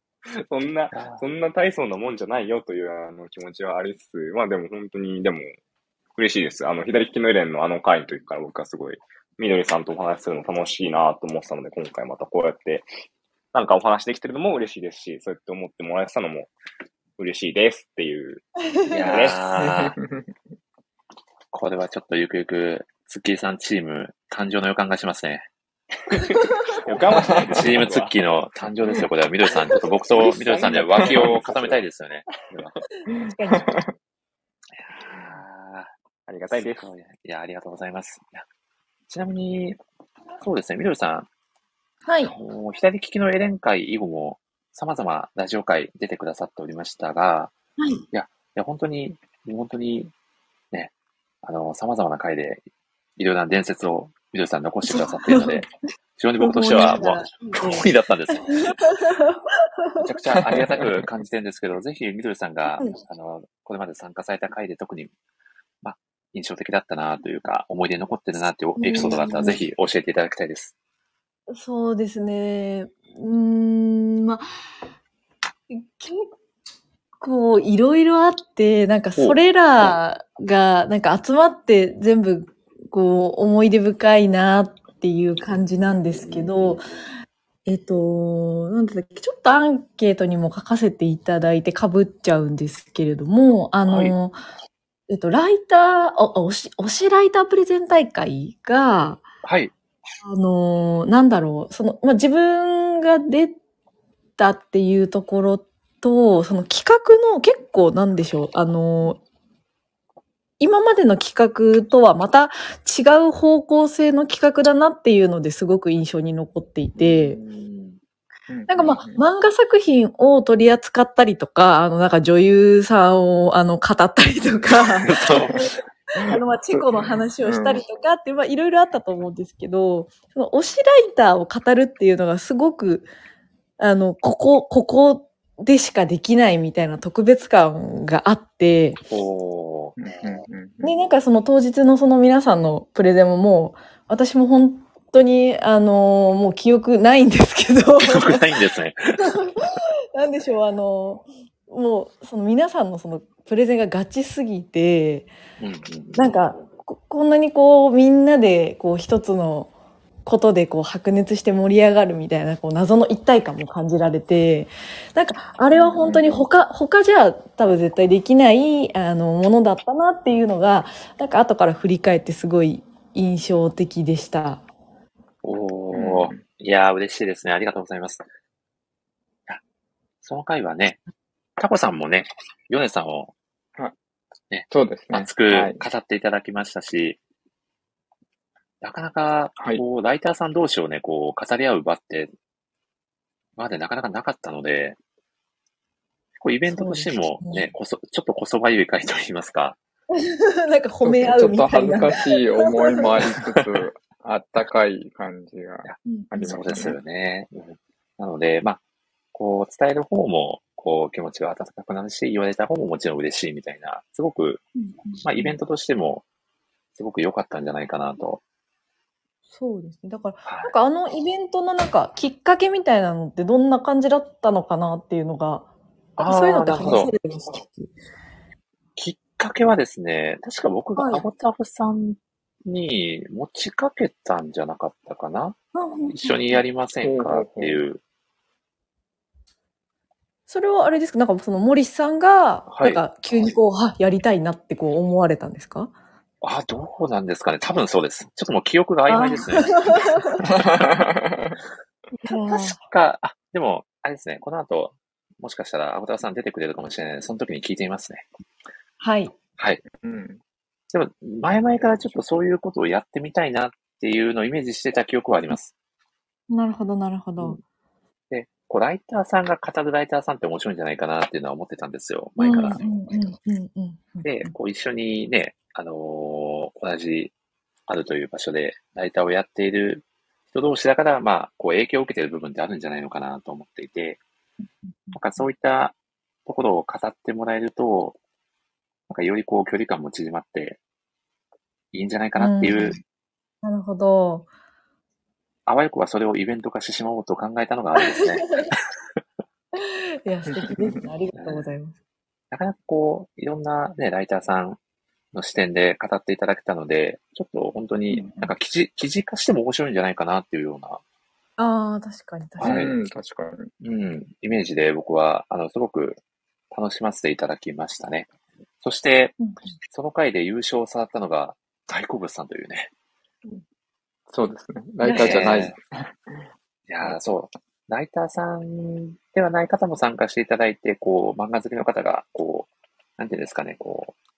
[SPEAKER 3] そんな、そんな大層なもんじゃないよというあの気持ちはありつつ、まあでも本当に、でも、嬉しいです。あの、左利きのエレンのあの回の時から僕はすごい、みどりさんとお話しするの楽しいなと思ってたので、今回またこうやって、なんかお話できてるのも嬉しいですし、そうやって思ってもらえてたのも嬉しいですっていう。
[SPEAKER 1] いやー *laughs* これはちょっとゆくゆく、ツッキーさんチーム誕生の予感がしますね。
[SPEAKER 3] 予感はしないです
[SPEAKER 1] *laughs* チームツッキーの誕生ですよ、これは。みどりさん、ちょっと僕とみどりさんで脇を固めたいですよね。
[SPEAKER 4] 確かに
[SPEAKER 1] あ
[SPEAKER 3] ありが
[SPEAKER 1] り
[SPEAKER 3] たいです。
[SPEAKER 1] いや、ありがとうございます。いやちなみに、そうですね、みどりさん、
[SPEAKER 4] はい
[SPEAKER 1] あ。の左利きのエレン会以後も、様々ラジオ会出てくださっておりましたが、
[SPEAKER 4] はい
[SPEAKER 1] や、いや、本当に、本当に、ね、あの、様々な会で、いろいろな伝説を、みどりさん残してくださっているので、非常に僕としては、もう、 *laughs* 不意だったんです。めちゃくちゃありがたく感じてるんですけど、ぜひ、みどりさんが
[SPEAKER 4] うん、
[SPEAKER 1] あの、これまで参加された会で特に、まあ、印象的だったなというか、思い出に残ってるなというエピソードがあったら、ぜひ教えていただきたいです。
[SPEAKER 4] そうですね。うーん、まあ、結構いろいろあって、なんかそれらが、なんか集まって全部、こう、思い出深いなっていう感じなんですけど、えっと、なんだっけ、ちょっとアンケートにも書かせていただいて被っちゃうんですけれども、あの、えっと、ライター、あ、おし、推しライタープレゼン大会が、
[SPEAKER 1] はい。
[SPEAKER 4] あのーなんだろう、その、まあ、自分が出たっていうところと、その企画の結構なんでしょう、あのー今までの企画とはまた違う方向性の企画だなっていうのですごく印象に残っていて、なんかまあ、漫画作品を取り扱ったりとか、あの、なんか女優さんを、あの、語ったりと *laughs* か、
[SPEAKER 1] そう。
[SPEAKER 4] *laughs* あの、まあ、チェコの話をしたりとかって、まあ、いろいろあったと思うんですけど、その、推しライターを語るっていうのがすごく、あの、ここ、ここでしかできないみたいな特別感があって、
[SPEAKER 1] おー
[SPEAKER 2] うんうんうん
[SPEAKER 4] で、なんかその当日のその皆さんのプレゼンももう、私も本当に、あのもう記憶ないんですけど、
[SPEAKER 1] 記憶ないんですね。
[SPEAKER 4] *laughs* なんでしょう、あのもう、その皆さんのそのプレゼンがガチすぎて、
[SPEAKER 1] うんうん
[SPEAKER 4] なんかここんなにこうみんなでこう一つのことでこう白熱して盛り上がるみたいなこう謎の一体感も感じられてなんかあれは本当に他他じゃ多分絶対できないあのものだったなっていうのがなんか後から振り返ってすごい印象的でした。 *laughs*
[SPEAKER 1] おーいやー、嬉しいですね。ありがとうございます。いやその回はね、タコさんもね、ヨネさんを
[SPEAKER 2] そうですね。
[SPEAKER 1] 熱く
[SPEAKER 2] はい
[SPEAKER 1] 語っていただきましたし、なかなか
[SPEAKER 2] はい
[SPEAKER 1] こう、ライターさん同士をね、こう、語り合う場ってまでなかなかなかったので、こうイベントとしても
[SPEAKER 4] そうです
[SPEAKER 1] ね、
[SPEAKER 4] ね
[SPEAKER 1] こそ、ちょっとこそばゆい会といいますか、
[SPEAKER 4] なんか褒め合うみたいな。
[SPEAKER 2] ちょっとちょっと恥ずかしい思いもありつつ、あったかい感じが。
[SPEAKER 4] うん
[SPEAKER 2] あり
[SPEAKER 1] そ
[SPEAKER 2] ま
[SPEAKER 1] うです
[SPEAKER 2] すね。
[SPEAKER 1] よね。うんなので、まあ、こう、伝える方も、こう、気持ちが温かくなるし、言われた方ももちろん嬉しいみたいな、すごく、まあ、イベントとしても、すごく良かったんじゃないかなと。
[SPEAKER 4] そうですね。だから、
[SPEAKER 1] はい
[SPEAKER 4] なんかあのイベントのなんかきっかけみたいなのってどんな感じだったのかなっていうのが、なんかそういうのって
[SPEAKER 1] あーなる
[SPEAKER 4] 話
[SPEAKER 1] ほ
[SPEAKER 4] さ
[SPEAKER 1] ど
[SPEAKER 4] れてましたっけ
[SPEAKER 1] きっかけはですね、確か僕が
[SPEAKER 4] はい
[SPEAKER 1] アゴタフさんに持ちかけたんじゃなかったかな、一緒にやりませんかっていう。
[SPEAKER 4] それはあれですかなんかその森さんが、
[SPEAKER 1] はい
[SPEAKER 4] なんか急にこう、はやりたいなってこう思われたんですか
[SPEAKER 1] あ、どうなんですかね。多分そうです。ちょっともう記憶が曖昧です *laughs* ね。確か、あ、でも、あれですね、この後、もしかしたら、アゴタフさん出てくれるかもしれないので、その時に聞いてみますね。
[SPEAKER 4] はい。
[SPEAKER 1] はい。
[SPEAKER 2] うん。
[SPEAKER 1] でも、前々からちょっとそういうことをやってみたいなっていうのをイメージしてた記憶はあります。
[SPEAKER 4] なるほど、なるほ
[SPEAKER 1] う
[SPEAKER 4] ど
[SPEAKER 1] ん。で、こう、ライターさんが語るライターさんって面白いんじゃないかなっていうのは思ってたんですよ、前から。
[SPEAKER 4] うんうんうんうんうん。
[SPEAKER 1] で、こう、一緒にね、あのー同じ、あるという場所で、ライターをやっている人同士だから、まあ、こう、影響を受けている部分ってあるんじゃないのかなと思っていて、なんかそういったところを語ってもらえると、なんかよりこう、距離感も縮まって、いいんじゃないかなっていう、
[SPEAKER 4] うんなるほど。
[SPEAKER 1] あわよくはそれをイベント化してしまおうと考えたのがあれですね。
[SPEAKER 4] いや、素敵ですね。ありがとうございます。
[SPEAKER 1] なかなかこう、いろんなね、ライターさんの視点で語っていただけたので、ちょっと本当に
[SPEAKER 2] うん
[SPEAKER 1] なんか記事、記事化しても面白いんじゃないかなっていうような、
[SPEAKER 4] ああ、確かに確かに。
[SPEAKER 2] うん、確かに。
[SPEAKER 1] うん、イメージで僕は、あの、すごく楽しませていただきましたね。そして、
[SPEAKER 4] うん
[SPEAKER 1] その回で優勝をさったのが、大好物さんというね。
[SPEAKER 2] そうですね。ライターじゃない。
[SPEAKER 1] いやーそう。ライターさんではない方も参加していただいて、こう、漫画好きの方が、こう、なんていうんですかね、こう、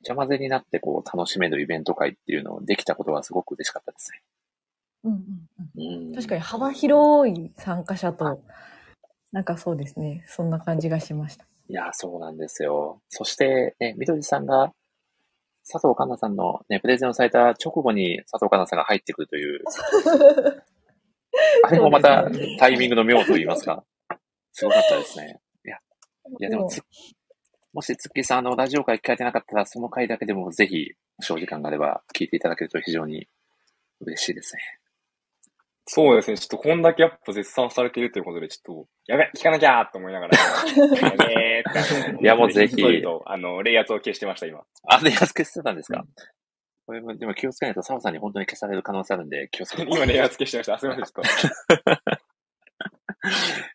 [SPEAKER 1] 邪魔ぜになって、こう、楽しめるイベント会っていうのをできたことはすごく嬉しかったです
[SPEAKER 4] うんうんうん
[SPEAKER 1] ね。うん。
[SPEAKER 4] 確かに幅広い参加者と、なんかそうですね。そんな感じがしました。
[SPEAKER 1] いやーそうなんですよ。そして、ね、みどりさんが、佐藤環奈さんのね、プレゼンをされた直後に佐藤環奈さんが入ってくるという、あれもまた
[SPEAKER 4] そうですね
[SPEAKER 1] タイミングの妙と言います
[SPEAKER 4] *laughs*
[SPEAKER 1] か、すごかったですね。いや、でも
[SPEAKER 4] で
[SPEAKER 1] つ、もし、つっきーさん、あの、ラジオ会聞かれてなかったら、その回だけでも、ぜひ、もしお時間があれば、聞いていただけると非常に嬉しいですね。
[SPEAKER 3] そうですね。ちょっとこんだけやっぱ絶賛されているということで、ちょっと、やべ、聞かなきゃーと思いな
[SPEAKER 1] *laughs*
[SPEAKER 3] がら、やべーってあの
[SPEAKER 1] いやもうぜひ
[SPEAKER 3] ひっそりと、あの、冷圧を消してました、今。
[SPEAKER 1] あ、で、安くしてたんですか、
[SPEAKER 2] う
[SPEAKER 1] これも、でも気をつけないと、澤さんに本当に消される可能性あるんで、気をつけて。
[SPEAKER 3] 今冷圧消してました。あすみません、ちょっと。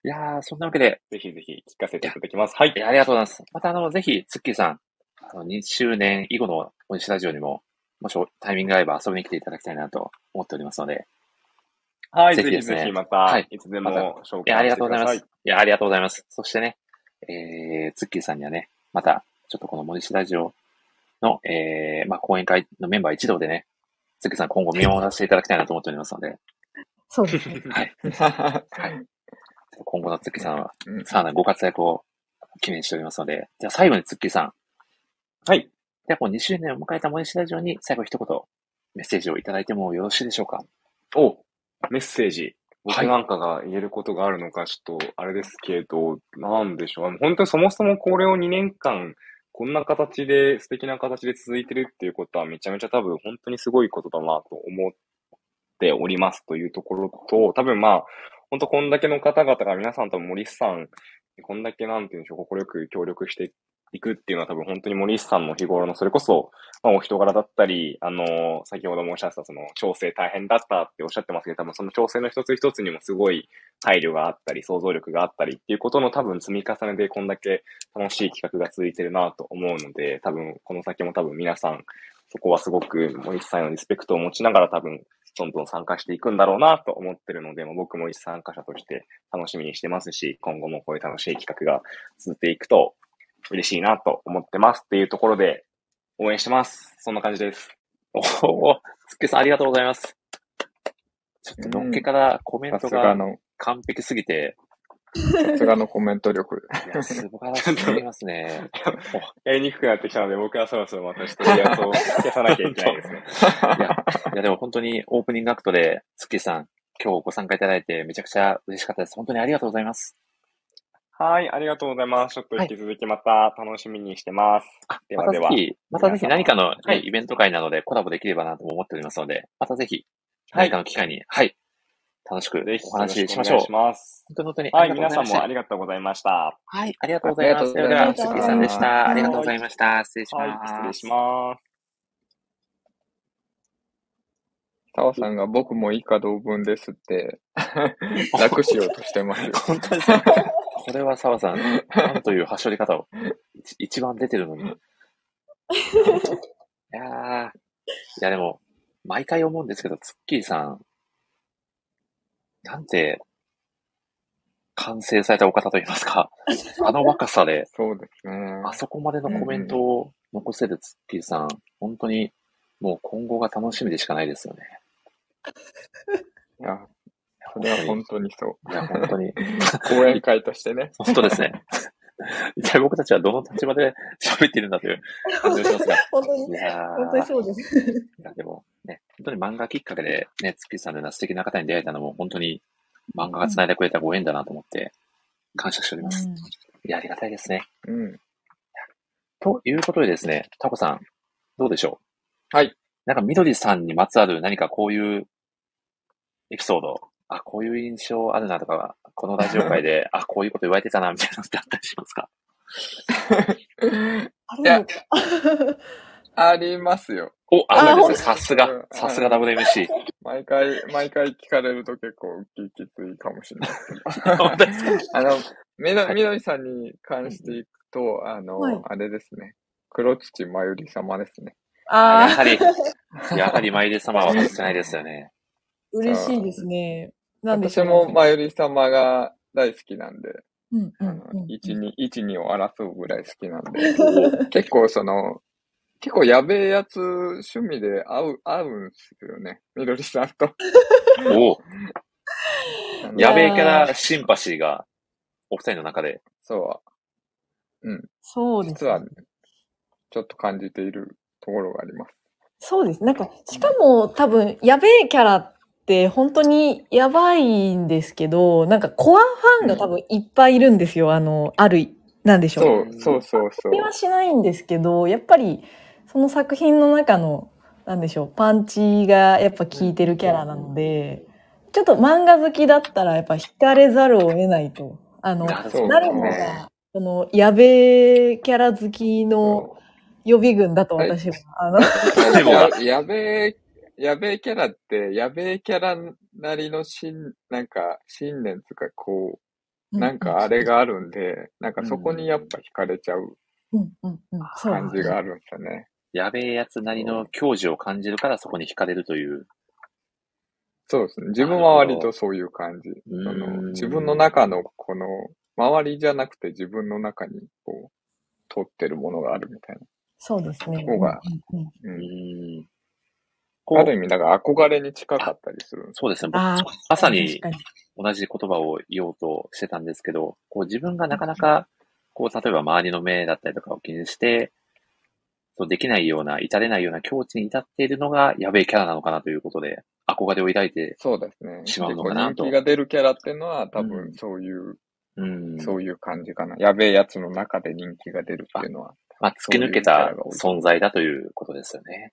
[SPEAKER 1] いやー、そんなわけで、
[SPEAKER 3] ぜひぜひ聞かせていただきます。はい
[SPEAKER 1] い。や、ありがとうございます。また、あの、ぜひ、つっきーさん、あの、2周年以後の、おじラジオにも、もしおタイミングが合えば遊びに来ていただきたいなと思っておりますので、
[SPEAKER 3] はい、
[SPEAKER 1] ぜ
[SPEAKER 3] ぜ
[SPEAKER 1] ひで
[SPEAKER 3] ひ
[SPEAKER 1] すね
[SPEAKER 3] ぜひま
[SPEAKER 1] は
[SPEAKER 3] た
[SPEAKER 1] い、
[SPEAKER 3] いつで
[SPEAKER 1] ま
[SPEAKER 3] も紹
[SPEAKER 1] いや、あ
[SPEAKER 3] 介
[SPEAKER 1] り
[SPEAKER 3] し
[SPEAKER 1] が
[SPEAKER 3] て
[SPEAKER 1] とうご
[SPEAKER 3] く
[SPEAKER 1] ざい
[SPEAKER 3] だ
[SPEAKER 1] ま
[SPEAKER 3] さ
[SPEAKER 1] す。
[SPEAKER 3] い
[SPEAKER 1] い。や、ありがとうございます。そしてね、えー、ツッキーさんにはね、また、ちょっとこの森氏ラジオの、えー、まあ、講演会のメンバー一同でね、ツッキーさん今後見守らせていただきたいなと思っておりますので、
[SPEAKER 4] そうで
[SPEAKER 2] *laughs*
[SPEAKER 4] すね。
[SPEAKER 2] はい。
[SPEAKER 1] 今後のツッキーさんは、
[SPEAKER 2] うん
[SPEAKER 1] さらなるご活躍を記念しておりますので、じゃあ最後にツッキーさん、
[SPEAKER 3] はい。
[SPEAKER 1] ではこの2周年を迎えた森氏ラジオに最後一言、メッセージをいただいてもよろしいでしょうか
[SPEAKER 3] お、メッセージ。
[SPEAKER 1] は
[SPEAKER 3] 僕
[SPEAKER 1] い
[SPEAKER 3] なんかが言えることがあるのか、ちょっと、あれですけど、なんでしょう。あの本当にそもそもこれを2年間、こんな形で、素敵な形で続いてるっていうことは、めちゃめちゃ多分、本当にすごいことだなと思っておりますというところと、多分まあ、本当こんだけの方々が皆さんと森さん、こんだけなんていうんでしょう、心よく協力していくっていうのは多分本当に森さんの日頃の、それこそ、まあ、お人柄だったり、あの、先ほど申し上げた、その、調整大変だったっておっしゃってますけど、多分その調整の一つ一つにもすごい配慮があったり、想像力があったりっていうことの多分積み重ねでこんだけ楽しい企画が続いてるなと思うので、多分この先も多分皆さん、そこはすごく森さんへのリスペクトを持ちながら多分、どんどん参加していくんだろうなと思ってるので、まあ僕も一参加者として楽しみにしてますし、今後もこういう楽しい企画が続いていくと嬉しいなと思ってますっていうところで、応援してます。そんな感じです。
[SPEAKER 1] おお、ツッキーさんありがとうございます。ちょっとのっけからコメン
[SPEAKER 2] さ
[SPEAKER 1] ト
[SPEAKER 2] す
[SPEAKER 1] が
[SPEAKER 2] がの
[SPEAKER 1] 完璧すぎて、
[SPEAKER 2] さすがのコメント力。
[SPEAKER 1] いや、素晴らしすぎます
[SPEAKER 2] *laughs*
[SPEAKER 1] ね。
[SPEAKER 3] *laughs* やりにくくなってきたので、僕はそろそろまた一人やつを消さなきゃいけないですね。
[SPEAKER 1] いや、いやでも本当にオープニングアクトで、スッキリさん、今日ご参加いただいてめちゃくちゃ嬉しかったです。本当にありがとうございます。
[SPEAKER 3] はい、ありがとうございます。ちょっと引き続きまた楽しみにしてます。で
[SPEAKER 1] ま
[SPEAKER 3] は
[SPEAKER 1] た
[SPEAKER 3] で
[SPEAKER 1] ぜ
[SPEAKER 3] は。
[SPEAKER 1] ひ、またぜひ何かの、ね
[SPEAKER 3] はい
[SPEAKER 1] イベント会なのでコラボできればなとも思っておりますので、またぜひ、
[SPEAKER 3] はい
[SPEAKER 1] 何かの機会に、はい、楽しく
[SPEAKER 3] ぜひ
[SPEAKER 1] お話ししましょ
[SPEAKER 3] よ
[SPEAKER 1] う
[SPEAKER 3] ろ。くお願いします。
[SPEAKER 1] 本当に本当にあ
[SPEAKER 3] は
[SPEAKER 1] り
[SPEAKER 3] い、
[SPEAKER 1] がとうご
[SPEAKER 3] 皆
[SPEAKER 1] ざいま
[SPEAKER 3] さん
[SPEAKER 1] した。
[SPEAKER 3] もありがとうございました。
[SPEAKER 1] はい、ありがとうございます。
[SPEAKER 2] あ
[SPEAKER 1] それ
[SPEAKER 2] りが
[SPEAKER 1] で
[SPEAKER 2] とう
[SPEAKER 1] は、
[SPEAKER 4] ございます
[SPEAKER 1] 鈴木さんでした。ありがとうございました。失礼し
[SPEAKER 3] はい
[SPEAKER 1] ま、す。
[SPEAKER 3] 失礼します。
[SPEAKER 2] タオさんが僕も以下同文ですって、
[SPEAKER 1] *laughs*
[SPEAKER 2] 楽しようとしてますよ。
[SPEAKER 1] 本当ですね。これは澤さん、なんという発症り方を、一一番出てるのに。いやー、いやでも、毎回思うんですけど、ツッキーさん、なんて、完成されたお方といいますか、あの若さで、
[SPEAKER 2] そうですね。
[SPEAKER 1] あそこまでのコメントを残せるツッキーさん、本当に、もう今後が楽しみでしかないですよね。
[SPEAKER 2] いや、それは本当にそう。
[SPEAKER 1] いや、本当に。
[SPEAKER 2] *laughs* 講演会としてね。
[SPEAKER 1] 本当ですね。一体僕たちはどの立場で喋っているんだという感じがしますが。
[SPEAKER 4] *laughs* 本当に
[SPEAKER 1] い、やー
[SPEAKER 4] 本当にそうです。 *laughs*
[SPEAKER 1] いやでもね、本当に漫画きっかけで、ね、月さんのような素敵な方に出会えたのも、本当に漫画が繋いでくれたご縁だなと思って、感謝しております。いや、ありがたいですね。
[SPEAKER 2] うん。
[SPEAKER 1] ということでですね、タコさん、どうでしょう
[SPEAKER 2] はい。
[SPEAKER 1] なんか、緑さんにまつわる何かこういうエピソード、あ、こういう印象あるなとか、このラジオ界
[SPEAKER 2] *laughs*
[SPEAKER 1] で、あ、こういうこと言われてたな、みたいなのってあったりしますか
[SPEAKER 4] あるのか。
[SPEAKER 2] ありますよ。
[SPEAKER 1] お、あ
[SPEAKER 4] あ
[SPEAKER 1] るん
[SPEAKER 4] 本
[SPEAKER 1] で
[SPEAKER 4] 当
[SPEAKER 1] すね。さすが
[SPEAKER 2] うん、
[SPEAKER 1] さすが WMC。
[SPEAKER 2] 毎回、毎回聞かれると結構ききついかもしれないですけど。
[SPEAKER 1] *laughs* 本当ですか
[SPEAKER 2] *laughs* あの、み
[SPEAKER 1] は
[SPEAKER 2] ど
[SPEAKER 1] い
[SPEAKER 2] みどりさんに関していくと、あの、
[SPEAKER 4] はい
[SPEAKER 2] あれですね。黒土まゆり様ですね。
[SPEAKER 1] や
[SPEAKER 4] ああ、
[SPEAKER 1] はり、やはり、マイデ様は外せないですよね。
[SPEAKER 4] *laughs* 嬉しいですね。なんでし
[SPEAKER 2] 私
[SPEAKER 4] ょう。
[SPEAKER 2] もまゆり様が大好きなんで、
[SPEAKER 4] うんう
[SPEAKER 2] あ
[SPEAKER 4] ん
[SPEAKER 2] の
[SPEAKER 4] うん
[SPEAKER 2] 一二一二を争うぐらい好きなんで、
[SPEAKER 4] *laughs*
[SPEAKER 1] お
[SPEAKER 2] 結構その、結構やべえやつ趣味で合う、合うんすよね。みどりさんと。
[SPEAKER 1] お
[SPEAKER 2] あの
[SPEAKER 1] やべえ
[SPEAKER 4] いやー
[SPEAKER 1] からシンパシーが、お二人の中で。
[SPEAKER 2] そ
[SPEAKER 4] そう
[SPEAKER 2] う。
[SPEAKER 4] です
[SPEAKER 2] 実
[SPEAKER 4] ね
[SPEAKER 2] は、ちょっと感じているところがあります。
[SPEAKER 4] そうです。なんか、しかも多分、やべえキャラって本当にやばいんですけど、なんかコアファンが多分いっぱいいるんですよ。あの、ある、なんでしょう。
[SPEAKER 2] そう、そうそうそう
[SPEAKER 4] 気。はしないんですけど、やっぱりその作品の中の、なんでしょう、パンチがやっぱ効いてるキャラなので、ちょっと漫画好きだったらやっぱ惹かれざるを得ないと。あの、
[SPEAKER 1] なる
[SPEAKER 2] そう
[SPEAKER 1] ほど
[SPEAKER 4] 誰も
[SPEAKER 1] ね。
[SPEAKER 4] が、この、やべえキャラ好きの
[SPEAKER 2] そ
[SPEAKER 4] 予備軍だと私は、あの、
[SPEAKER 2] *laughs*
[SPEAKER 1] 誰
[SPEAKER 2] う
[SPEAKER 1] もが
[SPEAKER 2] ややべえ、やべえキャラって、やべえキャラなりのしん、なんか、信念とか、こう、なんかあれがあるんで、なんかそこにやっぱ惹かれちゃう
[SPEAKER 4] うんうんうん、そう
[SPEAKER 2] 感じがあるんですよね。
[SPEAKER 1] やべえやつなりの矜持を感じるからそこに惹かれるという。
[SPEAKER 2] そうですね。自分は割とそういう感じ。そ
[SPEAKER 1] なるほどうー
[SPEAKER 2] の
[SPEAKER 1] ん
[SPEAKER 2] 自分の中の、この、周りじゃなくて自分の中に、こう、取ってるものがあるみたい
[SPEAKER 4] そうですね。
[SPEAKER 2] ここが
[SPEAKER 4] うんうんうん
[SPEAKER 2] な。
[SPEAKER 1] う
[SPEAKER 2] うん。
[SPEAKER 1] ーん。
[SPEAKER 2] あ
[SPEAKER 1] こ
[SPEAKER 2] る
[SPEAKER 1] う、
[SPEAKER 2] 意味、だから憧れに近かったりするんです
[SPEAKER 1] そうですね。僕
[SPEAKER 4] ああ、
[SPEAKER 1] まさに
[SPEAKER 4] 確かに。
[SPEAKER 1] 同じ言葉を言おうとしてたんですけど、こう自分がなかなか、こう、例えば周りの目だったりとかを気にして、そうできないような、至れないような境地に至っているのが、やべえキャラなのかなということで、憧れを抱いて、
[SPEAKER 2] そうですね。
[SPEAKER 1] し
[SPEAKER 2] 結
[SPEAKER 1] まうの
[SPEAKER 2] 構
[SPEAKER 1] かな
[SPEAKER 2] 人
[SPEAKER 1] と
[SPEAKER 2] 気が出るキャラっていうのは多
[SPEAKER 1] う
[SPEAKER 2] 分
[SPEAKER 1] ん
[SPEAKER 2] そういう、
[SPEAKER 1] うん。
[SPEAKER 2] そういう感じかな。やべえやつの中で人気が出るっていうのは。
[SPEAKER 1] まあ、突き抜けた存在だということですよね。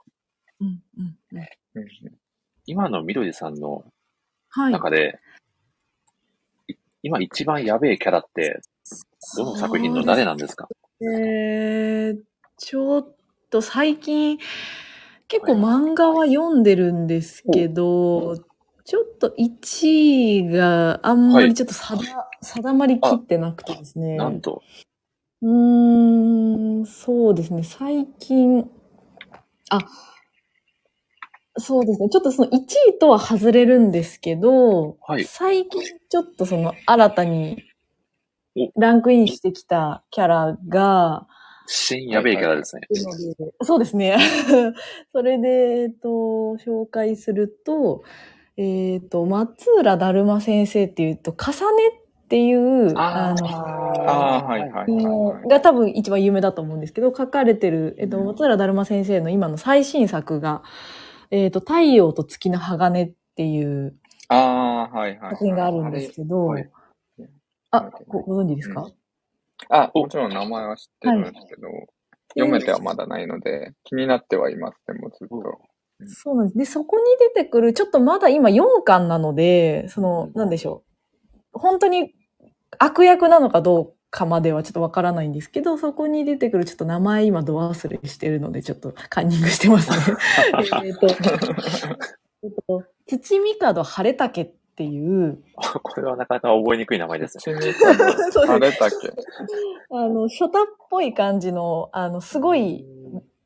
[SPEAKER 4] うんうんうん
[SPEAKER 2] うん
[SPEAKER 1] 今の緑さんの
[SPEAKER 4] はい。
[SPEAKER 1] 中で、い今一番やべえキャラって、どの作品の誰なんですか
[SPEAKER 4] えー、ちょっと最近、結構
[SPEAKER 1] はい
[SPEAKER 4] 漫画は読んでるんですけど、ちょっと1位があんま
[SPEAKER 1] はい
[SPEAKER 4] りちょっと定,、定まりきってなくてですね。
[SPEAKER 1] なんと、
[SPEAKER 4] うーん、そうですね。最近、あ、そうですね。ちょっとその1位とは外れるんですけど、
[SPEAKER 1] はい
[SPEAKER 4] 最近ちょっとその新たに
[SPEAKER 1] お
[SPEAKER 4] ランクインしてきたキャラが、
[SPEAKER 1] 新やべえキャラですね。
[SPEAKER 4] なの *laughs* でそうですね。それで、えっと、紹介すると、えっ、と、松浦だるま先生っていうと、重ねっていう、
[SPEAKER 1] あ
[SPEAKER 4] の
[SPEAKER 2] ああ、
[SPEAKER 1] あ
[SPEAKER 2] はいはいはい
[SPEAKER 4] あの
[SPEAKER 2] はい。
[SPEAKER 4] が多分一番有名だと思うんですけど、書かれてる、えっと、松浦だるま先生の今の最新作が、えっと、太陽と月の鋼っていう
[SPEAKER 2] ああ、はいはい。
[SPEAKER 4] 作品があるんですけど、
[SPEAKER 1] はいはい
[SPEAKER 4] あ、ごご存知ですか、
[SPEAKER 2] うんあ、もちろん名前は知ってるんですけど、読めてはまだないので、気になってはいますね、もうずっと。
[SPEAKER 4] そうなんです。で、そこに出てくる、ちょっとまだ今4巻なので、その、なんでしょう。本当に悪役なのかどうかまではちょっとわからないんですけど、そこに出てくるちょっと名前今ド忘れしてるので、ちょっとカンニングしてますね。
[SPEAKER 2] *laughs*
[SPEAKER 4] えっと、えっと、土見門晴れ竹っていう、
[SPEAKER 1] これはなかなか覚えにくい名前ですね。
[SPEAKER 2] 死に行ったの、あれだけ。
[SPEAKER 4] あの、ショタっぽい感じの、あの、すごい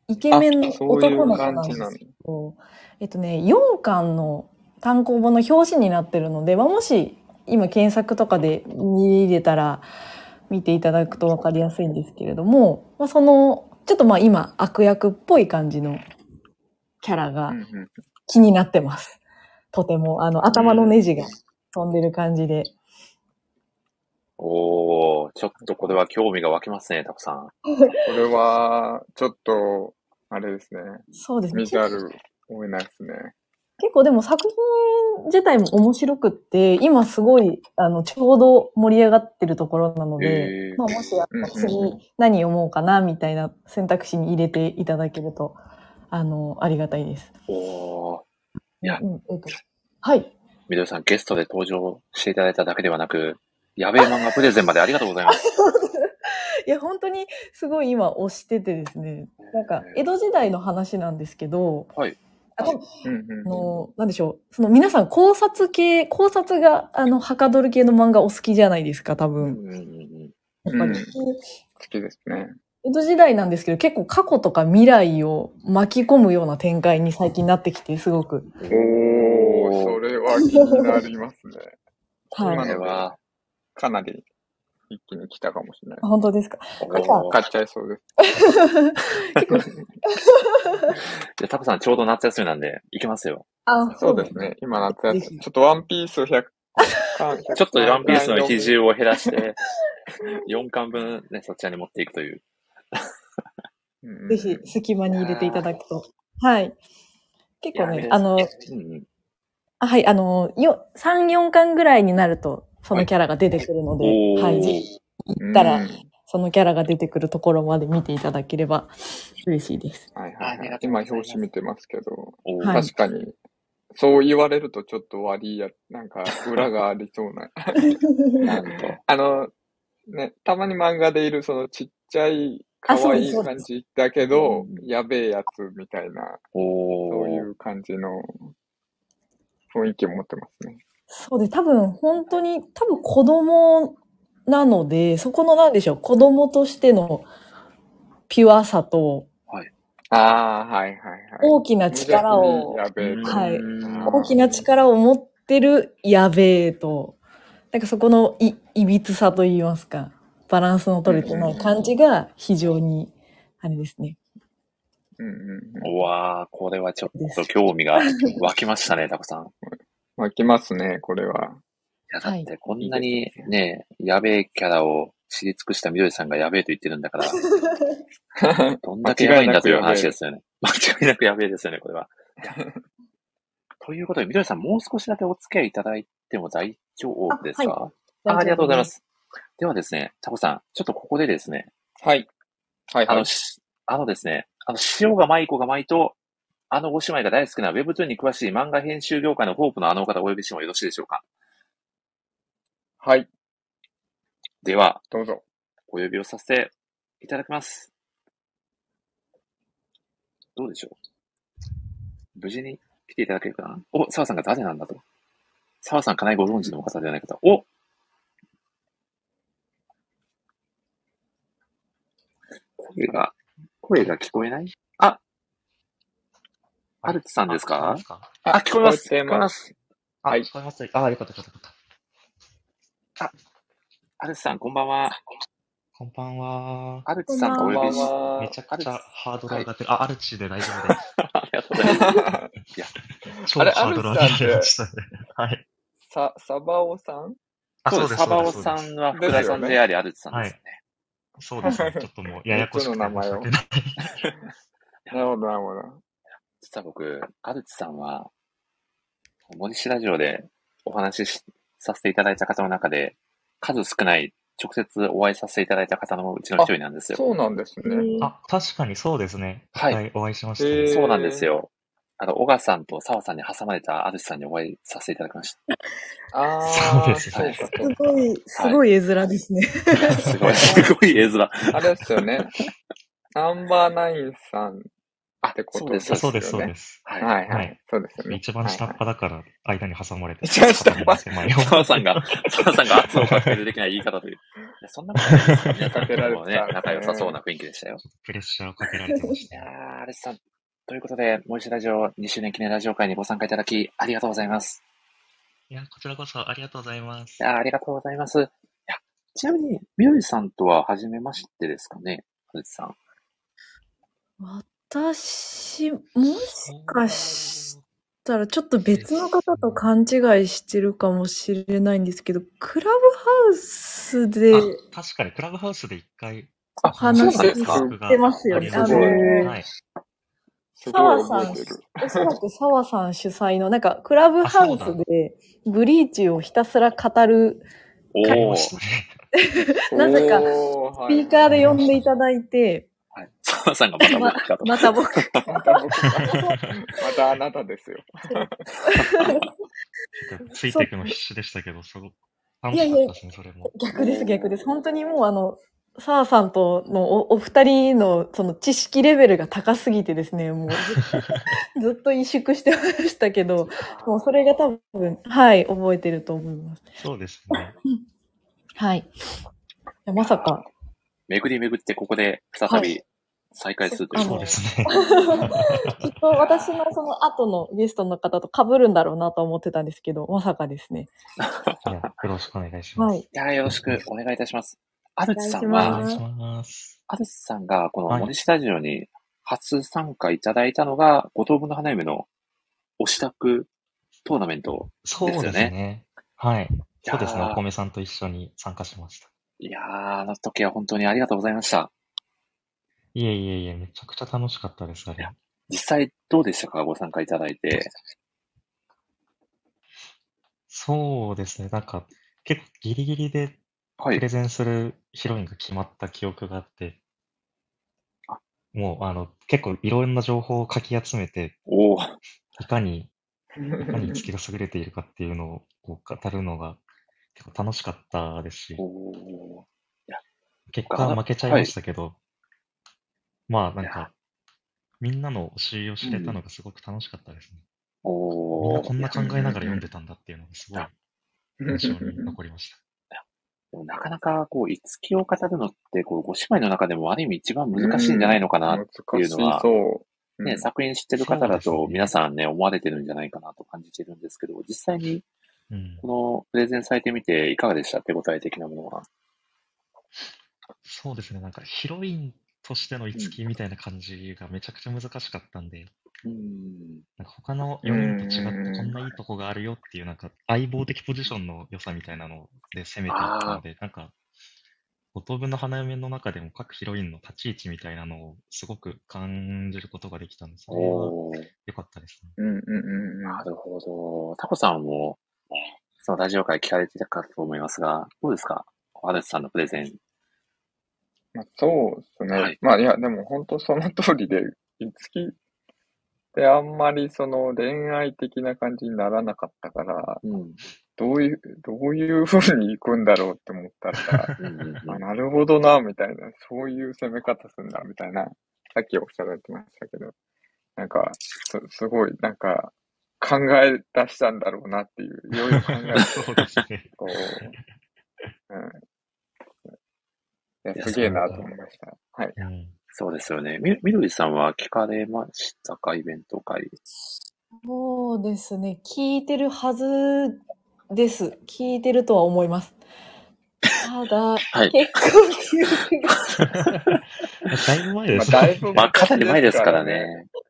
[SPEAKER 4] イケメンの
[SPEAKER 2] あそういう
[SPEAKER 4] 男の子なん
[SPEAKER 2] 感
[SPEAKER 4] で
[SPEAKER 2] じなの
[SPEAKER 4] すけど、えっとね、4巻の単行本の表紙になってるので、まあ、もし今検索とかで見入れたら見ていただくとわかりやすいんですけれども、まあ、その、ちょっとまあ今悪役っぽい感じのキャラが
[SPEAKER 2] うんうん
[SPEAKER 4] 気になってます。とても、あの、頭のネジが飛んでる感
[SPEAKER 2] *laughs*
[SPEAKER 4] じで。
[SPEAKER 1] おー、ちょっとこれは興味が湧きますね、たくさん。
[SPEAKER 2] これは、ちょっと、あれですね。
[SPEAKER 4] そうですね。
[SPEAKER 2] 見ざるを得ないですね。
[SPEAKER 4] 結構でも作品自体も面白くって、今すごい、あの、ちょうど盛り上がってるところなので、
[SPEAKER 1] へー
[SPEAKER 4] まあもしやっぱ次
[SPEAKER 2] うんう
[SPEAKER 4] 何読もうかな、みたいな選択肢に入れていただけると、あの、ありがたいです。
[SPEAKER 1] おー、いや
[SPEAKER 4] うん、えっと。 *laughs* はい。
[SPEAKER 1] みどりさんゲストで登場していただいただけではなく、やべえ漫画プレゼンまでありがとうございます。 *laughs*
[SPEAKER 4] いや、本当にすごい今推しててですね、なんか、江戸時代の話なんですけど、
[SPEAKER 1] はい。
[SPEAKER 4] あ多
[SPEAKER 2] う
[SPEAKER 4] 分
[SPEAKER 2] ん
[SPEAKER 4] あ
[SPEAKER 2] うんうん。
[SPEAKER 4] の、なんでしょう。その皆さん考察系、考察が、あの、はかどる系の漫画お好きじゃないですか、多
[SPEAKER 1] うん
[SPEAKER 4] 分。
[SPEAKER 1] うんうん
[SPEAKER 4] やっぱり。
[SPEAKER 2] うん好きですね。
[SPEAKER 4] 江戸時代なんですけど、結構過去とか未来を巻き込むような展開に最近なってきて、すごく。
[SPEAKER 2] おー、それは気になります *laughs* ね。
[SPEAKER 4] はい。
[SPEAKER 1] こ
[SPEAKER 2] 今
[SPEAKER 1] れ
[SPEAKER 2] ので
[SPEAKER 1] は、
[SPEAKER 2] かなり一気に来たかもしれない
[SPEAKER 4] あ。本当ですか。
[SPEAKER 1] おー
[SPEAKER 2] 買っちゃいそうです。
[SPEAKER 1] じゃあタコさんちょうど夏休みなんで、行けますよ。
[SPEAKER 4] あ
[SPEAKER 2] そうです。ね。今夏休
[SPEAKER 4] ぜひ
[SPEAKER 2] み。ちょっとワンピース100巻。
[SPEAKER 1] ちょっとワンピースの比
[SPEAKER 2] 肘
[SPEAKER 1] 重を減ら
[SPEAKER 4] *laughs*
[SPEAKER 1] して、4巻分ね、そちらに持っていくという。
[SPEAKER 4] ぜひ、隙間に入れていただくと。はい。結構
[SPEAKER 1] いや
[SPEAKER 4] ね
[SPEAKER 1] ね、
[SPEAKER 4] あ
[SPEAKER 1] う
[SPEAKER 4] の、
[SPEAKER 1] んうん、
[SPEAKER 4] あはい、あの、よ、3、4巻ぐらいになると、そのキャラが出てくるので、
[SPEAKER 1] おー、
[SPEAKER 4] はい、ぜひ、
[SPEAKER 2] 行
[SPEAKER 4] ったらそのキャラが出てくるところまで見ていただければ嬉しいです。
[SPEAKER 2] はいは
[SPEAKER 1] あ
[SPEAKER 2] い
[SPEAKER 1] りが
[SPEAKER 2] はい、
[SPEAKER 1] とうござ
[SPEAKER 2] 今
[SPEAKER 1] います
[SPEAKER 2] 表紙見てますけど、
[SPEAKER 1] おー
[SPEAKER 4] はい
[SPEAKER 2] 確かに、そう言われるとちょっと悪いや、なんか裏がありそう
[SPEAKER 4] *laughs*
[SPEAKER 2] な。
[SPEAKER 1] なんと。
[SPEAKER 2] あの、ね、たまに漫画でいるそのちっちゃい、可
[SPEAKER 4] あそうで
[SPEAKER 2] 愛
[SPEAKER 4] す
[SPEAKER 2] い
[SPEAKER 4] そうです
[SPEAKER 2] 感じだけど
[SPEAKER 1] う、ん
[SPEAKER 2] やべえやつみたいな、
[SPEAKER 1] おー。
[SPEAKER 2] そういう感じの雰囲気を持ってますね。
[SPEAKER 4] そうで、多分本当に、多分子供なので、そこのなんでしょう、子供としてのピュアさと
[SPEAKER 2] ああ、はいはいはい。
[SPEAKER 4] 大きな力を、
[SPEAKER 2] 無邪気にやべえと。
[SPEAKER 4] はい
[SPEAKER 1] うん
[SPEAKER 4] 大きな力を持ってるやべえと、なんかそこのい、いびつさと言いますか、バランスの取れてない感じが非常に、あれですね。
[SPEAKER 2] うんうんうん。
[SPEAKER 1] うわー、これはちょっと興味が湧きましたね、タ *laughs* コさん。い
[SPEAKER 2] 湧きますね、これは。
[SPEAKER 1] や、だってこんな
[SPEAKER 2] はいい
[SPEAKER 1] に
[SPEAKER 2] いです
[SPEAKER 1] ね、やべえキャラを知り尽くしたみどりさんがやべえと言ってるんだから、どんだけやばいんだという話ですよね。間違いなくやべえですよね、これは。 *laughs* ということで、みどりさん、もう少しだけお付き合いいただいても大丈夫ですか
[SPEAKER 4] あは。
[SPEAKER 1] あありがとうございますす。ではですね、タコさん、ちょっとここでですね、
[SPEAKER 2] はい。はい
[SPEAKER 1] あ
[SPEAKER 2] は
[SPEAKER 1] の、
[SPEAKER 2] い。
[SPEAKER 1] しあのですね、あの、塩が舞子が舞と、あのご姉妹が大好きな Webtoon に詳しい漫画編集業界のホープのあのお方をお呼びしてもよろしいでしょうか。
[SPEAKER 2] はい、
[SPEAKER 1] では、
[SPEAKER 2] どうぞ。
[SPEAKER 1] お呼びをさせていただきます。どうでしょう無事に来ていただけるかなお、澤さんが誰なんだと。澤さんかなりご存知のお方ではないかと。お声が、声が聞こえないあアルツさんですかあ、聞こえます。聞
[SPEAKER 2] 聞こえて
[SPEAKER 1] こえま。
[SPEAKER 2] ます
[SPEAKER 5] あ、
[SPEAKER 2] はい
[SPEAKER 5] 聞こえます。あ、よかったよかったよかった。
[SPEAKER 1] アルツさん、こんばんは。
[SPEAKER 5] こんばんは。
[SPEAKER 1] アルツさんが
[SPEAKER 4] こ
[SPEAKER 1] お
[SPEAKER 2] こん
[SPEAKER 1] 呼
[SPEAKER 2] ば
[SPEAKER 1] び
[SPEAKER 2] ん
[SPEAKER 1] し、
[SPEAKER 2] は
[SPEAKER 5] め。ちゃくちゃハードル上がってる。あ、アルチで大丈夫です。
[SPEAKER 1] りがとうございます。
[SPEAKER 5] 超
[SPEAKER 2] あれ
[SPEAKER 5] ハードル上げられましたね。はい。
[SPEAKER 2] さ、サバオさん
[SPEAKER 5] あ、
[SPEAKER 1] そ
[SPEAKER 5] そうう
[SPEAKER 1] で。
[SPEAKER 5] ですす。
[SPEAKER 1] サバ
[SPEAKER 5] そ
[SPEAKER 1] オ
[SPEAKER 5] うです
[SPEAKER 1] さんは福田さんであり、アルツさんですよね。
[SPEAKER 5] そうです。そうですね。ちょっ
[SPEAKER 2] *laughs*
[SPEAKER 5] ともう、ややこしくて申し訳ない。
[SPEAKER 2] なるほど、なるほど。
[SPEAKER 1] 実は僕、アルツさんは、森氏ラジオでお話ししさせていただいた方の中で、数少ない直接お会いさせていただいた方のうちの一人なんですよ。
[SPEAKER 2] そうなんですね。
[SPEAKER 5] あ、確かにそうですね。
[SPEAKER 1] はい
[SPEAKER 5] 一回お会いしました
[SPEAKER 2] へ
[SPEAKER 5] ね。
[SPEAKER 2] ー
[SPEAKER 1] そうなんですよ。あの、小川さんと澤さんに挟まれたアルツさんにお会いさせていただきまし
[SPEAKER 2] ああ、
[SPEAKER 5] そうです
[SPEAKER 2] そう
[SPEAKER 1] ね
[SPEAKER 2] か、
[SPEAKER 4] す
[SPEAKER 2] そうか。
[SPEAKER 4] ごい、すごい絵面ですね。 *laughs*
[SPEAKER 1] た。すごい、すごい絵面。
[SPEAKER 2] あれですよ
[SPEAKER 1] *laughs*
[SPEAKER 2] ね。ナンバーナインさんってこ
[SPEAKER 1] そう
[SPEAKER 2] と
[SPEAKER 1] で
[SPEAKER 2] ですす
[SPEAKER 1] そ
[SPEAKER 2] よ
[SPEAKER 1] うで
[SPEAKER 2] ね。
[SPEAKER 5] そうです、そうです。
[SPEAKER 1] はい。
[SPEAKER 2] はい
[SPEAKER 5] は
[SPEAKER 2] はい
[SPEAKER 5] い。
[SPEAKER 2] そうですよね。
[SPEAKER 5] 一番下っ端だから、間に挟まれて。
[SPEAKER 2] 一番下っ端
[SPEAKER 5] 肩身の狭い
[SPEAKER 1] 澤さんが、澤さんが圧をかけるできない言い方という。いやそんなことないですよ。皆さんともね、仲良さ
[SPEAKER 5] *laughs*
[SPEAKER 1] そうな雰囲気でしたよ。
[SPEAKER 5] プレッシャーをかけられてまし
[SPEAKER 1] い
[SPEAKER 5] た
[SPEAKER 1] や
[SPEAKER 5] ね。
[SPEAKER 1] ー、アレスさん。ということで、森下ラジオ2周年記念ラジオ会にご参加いただき、ありがとうございます。
[SPEAKER 5] いや、こちらこそありがとうございます
[SPEAKER 1] い。やーありがとうございます。いやちなみに、みよりさんとは初めましてですかね、アレスさん。
[SPEAKER 4] 私、もしかしたらちょっと別の方と勘違いしてるかもしれないんですけど、クラブハウスで
[SPEAKER 5] あ、確かに、クラブハウスで一回、
[SPEAKER 1] あ
[SPEAKER 5] お
[SPEAKER 4] 話
[SPEAKER 5] 話し
[SPEAKER 4] し
[SPEAKER 5] した
[SPEAKER 1] そうな
[SPEAKER 4] て
[SPEAKER 1] んですか
[SPEAKER 5] 記憶が
[SPEAKER 4] ますよね。
[SPEAKER 5] ありま
[SPEAKER 4] あ
[SPEAKER 5] す
[SPEAKER 2] すごい
[SPEAKER 4] の、
[SPEAKER 5] は
[SPEAKER 2] すごい
[SPEAKER 5] い。
[SPEAKER 4] 沢さ
[SPEAKER 2] 覚
[SPEAKER 4] ん、
[SPEAKER 2] えてる。
[SPEAKER 4] おそらく沢さん主催の、なんか、クラブハウ
[SPEAKER 5] あそう
[SPEAKER 4] スで、ブリーチをひたすら語る、
[SPEAKER 5] あり
[SPEAKER 1] お
[SPEAKER 5] ま
[SPEAKER 1] ー。
[SPEAKER 5] したね。
[SPEAKER 4] なぜか
[SPEAKER 2] お
[SPEAKER 4] ス
[SPEAKER 2] ー
[SPEAKER 4] ピーカーで呼んでいただいて、
[SPEAKER 1] はい。澤さんがまた
[SPEAKER 4] ま
[SPEAKER 1] 僕かと。
[SPEAKER 4] また僕、
[SPEAKER 2] *laughs* また僕が、またあなたですよ。
[SPEAKER 5] ついていくの必死でしたけど、すごく楽
[SPEAKER 4] いや
[SPEAKER 5] し
[SPEAKER 4] い
[SPEAKER 5] かった
[SPEAKER 4] や
[SPEAKER 5] ですね、それも。
[SPEAKER 4] 逆です、逆です。本当にもう、あの、澤さんとのおお二人の、その知識レベルが高すぎてですね、もう *laughs* ずっと、ずっと萎縮してましたけど、もうそれが多分、はい、覚えてると思います。
[SPEAKER 5] そうですね。
[SPEAKER 4] はい。いやまさ *laughs* か、
[SPEAKER 1] 巡り巡ってここで再び再会するという。
[SPEAKER 4] あ
[SPEAKER 5] そ
[SPEAKER 4] の
[SPEAKER 5] うですね。
[SPEAKER 4] きっと私のその後のゲストの方と被るんだろうなと思ってたんですけど、まさかですね。
[SPEAKER 5] いや、よろしくお願いしま
[SPEAKER 4] は
[SPEAKER 5] す
[SPEAKER 4] い。。
[SPEAKER 1] いやーよろしくお願いいたします。アルツさん
[SPEAKER 4] お願いし
[SPEAKER 5] お
[SPEAKER 1] は
[SPEAKER 4] ま、
[SPEAKER 5] 願いします。
[SPEAKER 1] アルツさんがこの
[SPEAKER 5] はい
[SPEAKER 1] 森下ラジオに初参加いただいたのが、五等分の花嫁のお支度トーナメント
[SPEAKER 5] そうですね。はい。
[SPEAKER 1] いやー
[SPEAKER 5] そうですね。お米さんと一緒に参加しました。
[SPEAKER 1] いやー、あの時は本当にありがとうございました。
[SPEAKER 5] いえいえいえ、めちゃくちゃ楽しかったです、あ
[SPEAKER 1] い
[SPEAKER 5] れ
[SPEAKER 1] や。実際どうでしたかご参加いただいて。
[SPEAKER 5] そうですね。なんか、結構ギリギリで
[SPEAKER 1] は
[SPEAKER 5] プレ
[SPEAKER 1] い。
[SPEAKER 5] ゼンするヒロインが決まった記憶があって、
[SPEAKER 1] あ
[SPEAKER 5] もう、あの、結構いろんな情報をかき集めて、
[SPEAKER 1] おー、
[SPEAKER 5] いかに、いかに月が優れているかっていうのをこう語るのが結構楽しかったですし、
[SPEAKER 1] おー。
[SPEAKER 5] 結
[SPEAKER 1] あ
[SPEAKER 5] 果
[SPEAKER 1] の
[SPEAKER 5] 負けちゃい
[SPEAKER 1] は
[SPEAKER 5] ま
[SPEAKER 1] い
[SPEAKER 5] したけど、まあないん
[SPEAKER 1] や、
[SPEAKER 5] か、みんなの推しを知れ
[SPEAKER 1] う
[SPEAKER 5] た
[SPEAKER 1] ん
[SPEAKER 5] のがすごく楽しかったですね。みんな
[SPEAKER 1] お
[SPEAKER 5] こ
[SPEAKER 1] ー。
[SPEAKER 5] ん
[SPEAKER 1] い
[SPEAKER 5] な
[SPEAKER 1] や、
[SPEAKER 5] 考えながら読んでたんだっていうのがすごい印象に残りました。
[SPEAKER 1] でもなかなかこう、いつきを語るのって、こう、ご姉妹の中でもある意味一番難しいんじゃないのかなっていうの
[SPEAKER 2] 難し
[SPEAKER 1] は、
[SPEAKER 2] そう。
[SPEAKER 1] ね、作品知ってる方だ
[SPEAKER 5] そう
[SPEAKER 1] と
[SPEAKER 5] ですね
[SPEAKER 1] 皆さんね、思われてるんじゃないかなと感じてるんですけど、実際に
[SPEAKER 5] うん。
[SPEAKER 1] このプレゼンされてみていかがでした手応え的なものは。
[SPEAKER 5] そうですね。なんかヒロインとしての
[SPEAKER 1] うん
[SPEAKER 5] 樹みたいな感じがめちゃくちゃ難しかったんで、
[SPEAKER 1] うん。
[SPEAKER 5] なんか他の
[SPEAKER 2] うん
[SPEAKER 5] 4人と違ってこ
[SPEAKER 2] うん
[SPEAKER 5] んないいとこがあるよっていうなんか相棒的ポジションの良さみたいなので攻めていったので、なんか五等分の花嫁の中でも各ヒロインの立ち位置みたいなのをすごく感じることができたんで、それは
[SPEAKER 1] おー。
[SPEAKER 5] 良かったです
[SPEAKER 1] *laughs*
[SPEAKER 5] ね。
[SPEAKER 2] うんうんうんうん
[SPEAKER 1] なるほど。タコさんも、そのラジオ会聞かれてたかと思いますが、どうですかアルツさんのプレゼン。
[SPEAKER 2] まあ、そうですね。
[SPEAKER 1] はい
[SPEAKER 2] まあいや、でも本当その通りで、いつきってあんまりその恋愛的な感じにならなかったから、
[SPEAKER 1] うん。
[SPEAKER 2] どういう、どういう風に行くんだろうって思ったら、
[SPEAKER 1] うんうんうん
[SPEAKER 2] あ、なるほどな、みたいな、そういう攻め方するんだ、みたいな、さっきおっしゃられてましたけど、なんか、す、すごい、なんか、考え出したんだろうなっていう、いろいろ考えて、
[SPEAKER 5] *laughs* そうですね。
[SPEAKER 2] こう、うん。い
[SPEAKER 1] いや
[SPEAKER 2] や、すげえなと思いました。はい。
[SPEAKER 5] うん。
[SPEAKER 1] そうですよね。み、みどりさんは聞かれましたかイベント会。
[SPEAKER 4] そうですね。聞いてるはずです。聞いてるとは思います。ただ、
[SPEAKER 1] はい。
[SPEAKER 4] 結構記憶が。
[SPEAKER 5] だいぶ前で
[SPEAKER 2] まあ、
[SPEAKER 5] す
[SPEAKER 2] だい
[SPEAKER 5] ね。
[SPEAKER 2] ぶ
[SPEAKER 1] まあ、かな
[SPEAKER 2] 昔
[SPEAKER 1] り前ですからね。
[SPEAKER 5] うん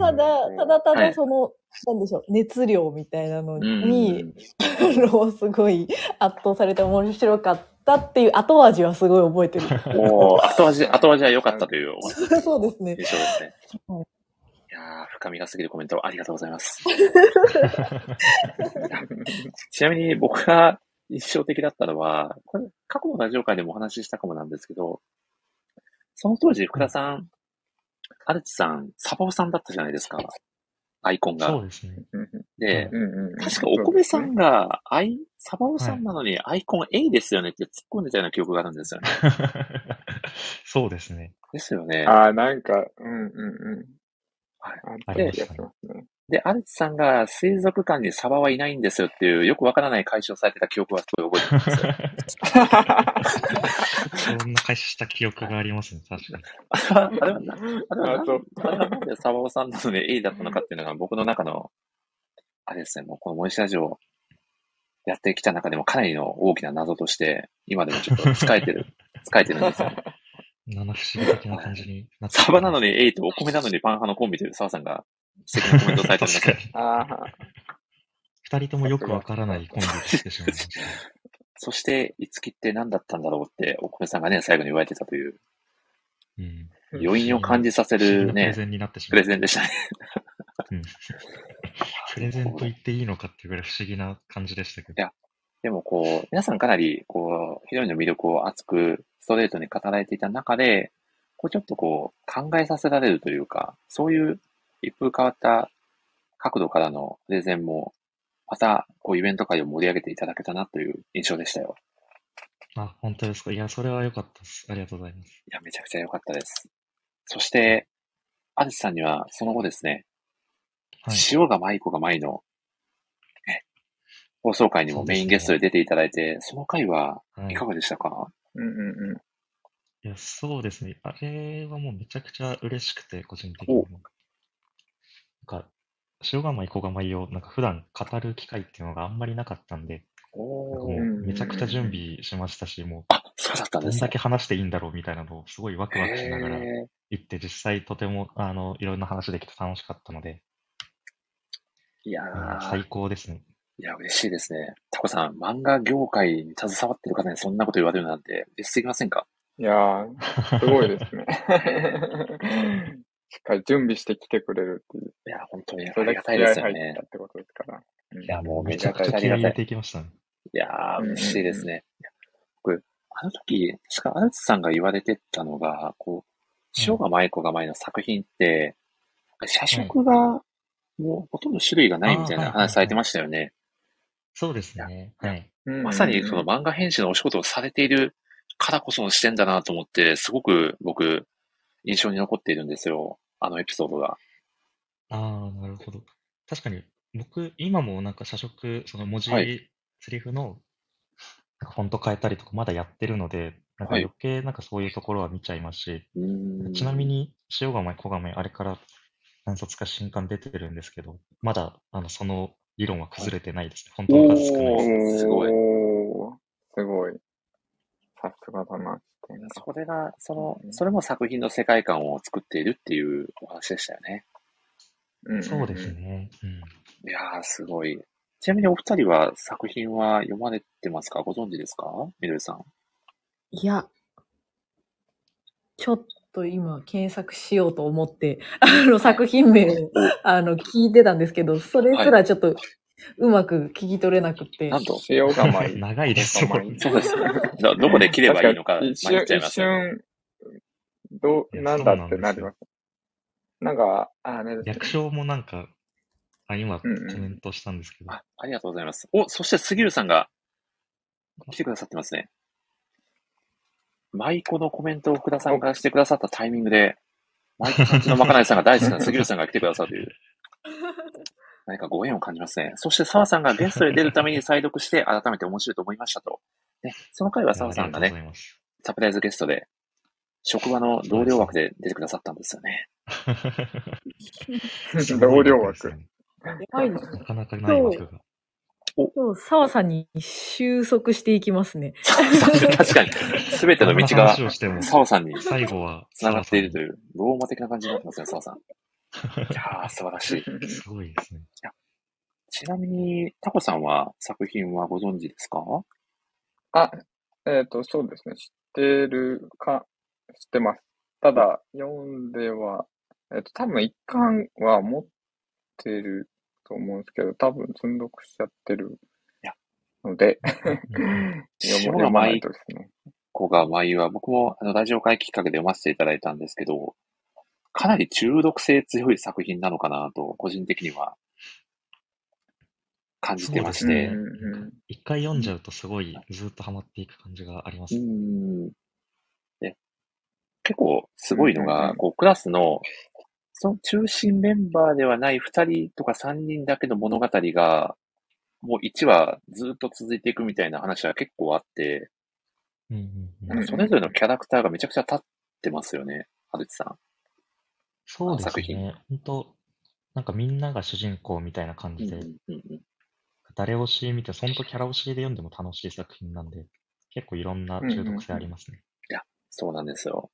[SPEAKER 4] ただ、
[SPEAKER 3] うん
[SPEAKER 4] ただた
[SPEAKER 1] は
[SPEAKER 4] だ
[SPEAKER 1] い
[SPEAKER 4] その、なんでしょう、熱量みたいなの
[SPEAKER 1] うん
[SPEAKER 4] に、あのすごい圧倒されて面白かったっていう後味はすごい覚えてる。
[SPEAKER 1] もう、後味、後味は良かったという
[SPEAKER 4] *laughs* そうですね。
[SPEAKER 1] 印象ですね
[SPEAKER 4] はい。
[SPEAKER 1] いやー深みがすぎるコメントありがとうございます。ちなみに僕が印象的だったのは、これ過去のラジオ会でもお話ししたかもなんですけど、その当時福田さん、アルチさん、サバオさんだったじゃないですか。アイコン
[SPEAKER 5] そう
[SPEAKER 1] が。
[SPEAKER 5] ですね。
[SPEAKER 1] で、
[SPEAKER 5] *laughs*
[SPEAKER 2] うんうんうん
[SPEAKER 1] 確かお米さんが、アイ、サバオさ
[SPEAKER 5] は
[SPEAKER 1] ん
[SPEAKER 5] い
[SPEAKER 1] なのにアイコン A ですよねって突っ込んでたような記憶があるんですよね。
[SPEAKER 5] *laughs* そうですね。
[SPEAKER 1] ですよね。
[SPEAKER 2] ああ、なんか、うんうんうん。
[SPEAKER 1] はい
[SPEAKER 2] あった気がしますね。
[SPEAKER 1] で、アルチさんが水族館にサバはいないんですよっていう、よくわからない解消されてた記憶はすごい覚えてます。
[SPEAKER 2] *laughs*
[SPEAKER 5] そんな開始した記憶がありますね、確かに。
[SPEAKER 1] あれは、あれは
[SPEAKER 2] あ、そう。
[SPEAKER 1] あれはなんでサバオさんなので A だったのかっていうのが僕の中の、あれですね、もうこのモイシラジオをやってきた中でもかなりの大きな謎として、今でもちょっと使え
[SPEAKER 2] *laughs*
[SPEAKER 1] てる、使えてるんですよ。
[SPEAKER 5] 七不思議的な感じになって
[SPEAKER 1] サバなのに A とお米なのにパン派のコンビという澤さんが素敵なコメントをされておりま
[SPEAKER 5] 確
[SPEAKER 1] す
[SPEAKER 5] かに。。
[SPEAKER 2] あ
[SPEAKER 5] 二人ともよくわからないコンビがしてしまいました。
[SPEAKER 1] そして、いつきって何だったんだろうってお米さんがね、最後に言われてたという、
[SPEAKER 5] うん。
[SPEAKER 1] 余韻を感じさせ
[SPEAKER 5] 不思議
[SPEAKER 1] る
[SPEAKER 5] なプレ
[SPEAKER 1] ね、
[SPEAKER 5] ゼンになってし
[SPEAKER 1] プ
[SPEAKER 5] ま
[SPEAKER 1] レ
[SPEAKER 5] う。
[SPEAKER 1] ゼンでしたね。 *laughs*
[SPEAKER 5] うんプレゼンと言っていいのかっていうぐらい不思議な感じでしたけど。
[SPEAKER 1] でもこう、皆さんかなり、こう、ヒロインの魅力を熱く、ストレートに語られていた中で、こう、ちょっとこう、考えさせられるというか、そういう一風変わった角度からのプレゼンも、また、こう、イベント会を盛り上げていただけたなという印象でしたよ。
[SPEAKER 5] あ、本当ですか。いや、それは良かったです。ありがとうございます。
[SPEAKER 1] いや、めちゃくちゃ良かったです。そして、アルチさんには、その後ですね、
[SPEAKER 5] はい。
[SPEAKER 1] 塩が舞子が舞の、え放送会にもメインゲストで出ていただいて、その回は
[SPEAKER 5] はいい、
[SPEAKER 1] かがでしたか、
[SPEAKER 2] うんうんうん。
[SPEAKER 5] いや、そうですね。あれはもうめちゃくちゃ嬉しくて、個人的にも。なんか、塩釜、小釜を、なんか普段語る機会っていうのがあんまりなかったんで、なんか
[SPEAKER 1] お
[SPEAKER 5] もう
[SPEAKER 1] ー。
[SPEAKER 5] めちゃくちゃ準備しましたし、も
[SPEAKER 1] あ、そうだった
[SPEAKER 5] うんど
[SPEAKER 1] で
[SPEAKER 5] ん
[SPEAKER 1] す
[SPEAKER 5] だ
[SPEAKER 1] ね
[SPEAKER 5] け。話していいんだろうみたいなのをすごいワクワクしながら
[SPEAKER 1] へー
[SPEAKER 5] 行って、実際とても、あの、いろんな話できて楽しかったので、
[SPEAKER 1] いや
[SPEAKER 5] うん
[SPEAKER 1] ー、
[SPEAKER 5] 最高ですね。
[SPEAKER 1] いや、嬉しいですね。タコさん、漫画業界に携わってる方にそんなこと言われるなんて、嬉しすぎませんか
[SPEAKER 2] いやー、すご
[SPEAKER 1] *laughs*
[SPEAKER 2] いですね。しっかり準備してきてくれるっていう。
[SPEAKER 1] いや、本当にあ
[SPEAKER 2] それ
[SPEAKER 1] りが
[SPEAKER 2] だけ
[SPEAKER 1] たい
[SPEAKER 2] 気
[SPEAKER 1] で
[SPEAKER 2] 合
[SPEAKER 1] すよ
[SPEAKER 2] 入っ
[SPEAKER 1] ね
[SPEAKER 2] た。ってことですから。
[SPEAKER 1] いや、もうめ
[SPEAKER 5] め
[SPEAKER 1] ち
[SPEAKER 5] ち
[SPEAKER 1] ゃ
[SPEAKER 5] ゃ
[SPEAKER 1] く
[SPEAKER 5] く
[SPEAKER 1] ち
[SPEAKER 5] ち
[SPEAKER 1] ゃあ
[SPEAKER 5] ゃ
[SPEAKER 1] り
[SPEAKER 5] 気合
[SPEAKER 1] が
[SPEAKER 5] い
[SPEAKER 1] た
[SPEAKER 5] 入れ
[SPEAKER 1] い。
[SPEAKER 5] ていきましたね。
[SPEAKER 1] いやー、
[SPEAKER 2] うん
[SPEAKER 1] 嬉しいですね。いや僕、あの時、確か、アルツさんが言われてたのが、こう、
[SPEAKER 5] はい
[SPEAKER 1] 塩が舞子が舞の作品って、社食が、もうほとんど種類がないみたいな
[SPEAKER 5] あーはいはいはい
[SPEAKER 1] 話されてましたよね。
[SPEAKER 5] そうですね。
[SPEAKER 1] いや
[SPEAKER 5] はい。
[SPEAKER 2] うんうん
[SPEAKER 1] まさにその漫画編集のお仕事をされているからこその視点だなと思って、すごく僕、印象に残っているんですよ。あのエピソードが。
[SPEAKER 5] ああ、なるほど。確かに、僕、今もなんか社食、その文字、
[SPEAKER 1] はい
[SPEAKER 5] セリフの、なんかフォント変えたりとか、まだやってるので、なんか
[SPEAKER 1] はい
[SPEAKER 5] 余計なんかそういうところは見ちゃいますし、
[SPEAKER 1] うーん
[SPEAKER 5] ちなみ、に、塩釜、小亀、あれから何冊か新刊出てるんですけど、まだ、あの、その理論は崩れてないですね。フォントの数少ないで
[SPEAKER 1] お
[SPEAKER 5] す。
[SPEAKER 1] ーすごい
[SPEAKER 2] おーすごい。さすがだな、視点が。
[SPEAKER 1] それが、その
[SPEAKER 2] う、ん
[SPEAKER 1] それも作品の世界観を作っているっていうお話でしたよね。
[SPEAKER 2] うんうんうん
[SPEAKER 5] そうですね。うん。
[SPEAKER 1] いやー、すごい。ちなみにお二人は作品は読まれてますかご存知ですかみどりさん。
[SPEAKER 4] いや、ちょっと今検索しようと
[SPEAKER 1] *laughs*
[SPEAKER 4] 思って、あの作品名をあの聞いてたんですけど、それすらちょっとうまく聞き取れなくて。
[SPEAKER 1] なんと、
[SPEAKER 2] 塩釜い。
[SPEAKER 5] 長いですよ。
[SPEAKER 2] 塩釜い
[SPEAKER 1] そうです。どどこで切ればいいのか迷っ
[SPEAKER 2] 一
[SPEAKER 1] ちゃ
[SPEAKER 2] 瞬、
[SPEAKER 1] い
[SPEAKER 2] 一
[SPEAKER 1] ますよね。
[SPEAKER 2] 瞬、どう、
[SPEAKER 5] いや
[SPEAKER 2] なんだってなります。なんか、あれです
[SPEAKER 5] 略
[SPEAKER 2] ね。
[SPEAKER 5] 称もなんか、あ、今コ
[SPEAKER 2] うんうん
[SPEAKER 5] メントしたんですけど、
[SPEAKER 1] あ、ありがとうございます。お、そして杉浦さんが来てくださってますね。舞妓のコメントを福田さんがしてくださったタイミングで、舞妓さんちのまかないさんが大好きな杉浦さんが来てくださるという、何かご縁を感じますね。そして澤さんがゲストで出るために再読して、改めて面白いと思いましたと。ね、その回はい
[SPEAKER 5] や
[SPEAKER 1] 澤さんが
[SPEAKER 5] あり
[SPEAKER 1] ね、
[SPEAKER 5] がとうございます。
[SPEAKER 1] サプライズゲストで、職場の同僚枠で出てくださったんですよね。
[SPEAKER 5] すご
[SPEAKER 2] 同
[SPEAKER 5] い
[SPEAKER 2] 僚
[SPEAKER 5] 枠
[SPEAKER 2] 枠
[SPEAKER 5] です。ね
[SPEAKER 4] やばいです
[SPEAKER 5] なかなかない枠が。
[SPEAKER 4] 今日、澤さんに収束していきますね。
[SPEAKER 1] 確かに、すべて
[SPEAKER 5] ど
[SPEAKER 1] の
[SPEAKER 5] んな
[SPEAKER 1] 道が
[SPEAKER 5] 話をしても、
[SPEAKER 1] 澤さんに
[SPEAKER 5] 最後は
[SPEAKER 1] 繋がっていると
[SPEAKER 5] う。 *laughs*
[SPEAKER 1] いう、ローマ的な感じになってますね、澤さん。いやー、素晴らしい。
[SPEAKER 5] すごいですね。
[SPEAKER 1] ちなみに、タコさんは作品はご存知ですか
[SPEAKER 2] あ、えっ、と、そうですね。知ってるか、知ってます。ただ、読んでは、えっ、と、多分一巻は持ってると思うんですけど、多分積んどくしちゃってる
[SPEAKER 1] いや
[SPEAKER 2] ので、 *laughs*
[SPEAKER 5] うん
[SPEAKER 1] 塩
[SPEAKER 2] 読ま
[SPEAKER 1] が
[SPEAKER 2] 読まな
[SPEAKER 1] 舞
[SPEAKER 2] い
[SPEAKER 1] い
[SPEAKER 2] とですね。
[SPEAKER 1] 子が舞は、僕もあのラジオ会きっかけで読ませていただいたんですけど、かなり中毒性強い作品なのかなと、個人的には感じてまし
[SPEAKER 5] そうで
[SPEAKER 1] て
[SPEAKER 5] すね。
[SPEAKER 2] うんうんうん
[SPEAKER 5] 一回読んじゃうとすごいずっとハマっていく感じがありま
[SPEAKER 1] う
[SPEAKER 5] す。
[SPEAKER 1] んで結構すごいの
[SPEAKER 2] うんうんう
[SPEAKER 1] が、
[SPEAKER 2] ん
[SPEAKER 1] こうクラスの、その中心メンバーではない2人とか3人だけの物語が、もう1話ずっと続いていくみたいな話は結構あって、
[SPEAKER 5] うんうんう
[SPEAKER 1] なん
[SPEAKER 5] ん
[SPEAKER 1] かそれぞれのキャラクターがめちゃくちゃ立ってますよね、はるちさん。
[SPEAKER 5] そうです
[SPEAKER 1] 作品
[SPEAKER 5] ね。本当なんかみんなが主人公みたいな感じで、
[SPEAKER 1] うんうん
[SPEAKER 5] 誰推しみたいな、本当キャラ推しで読んでも楽しい作品なんで、結構いろんな中毒性ありますね。
[SPEAKER 1] そうなんですよ。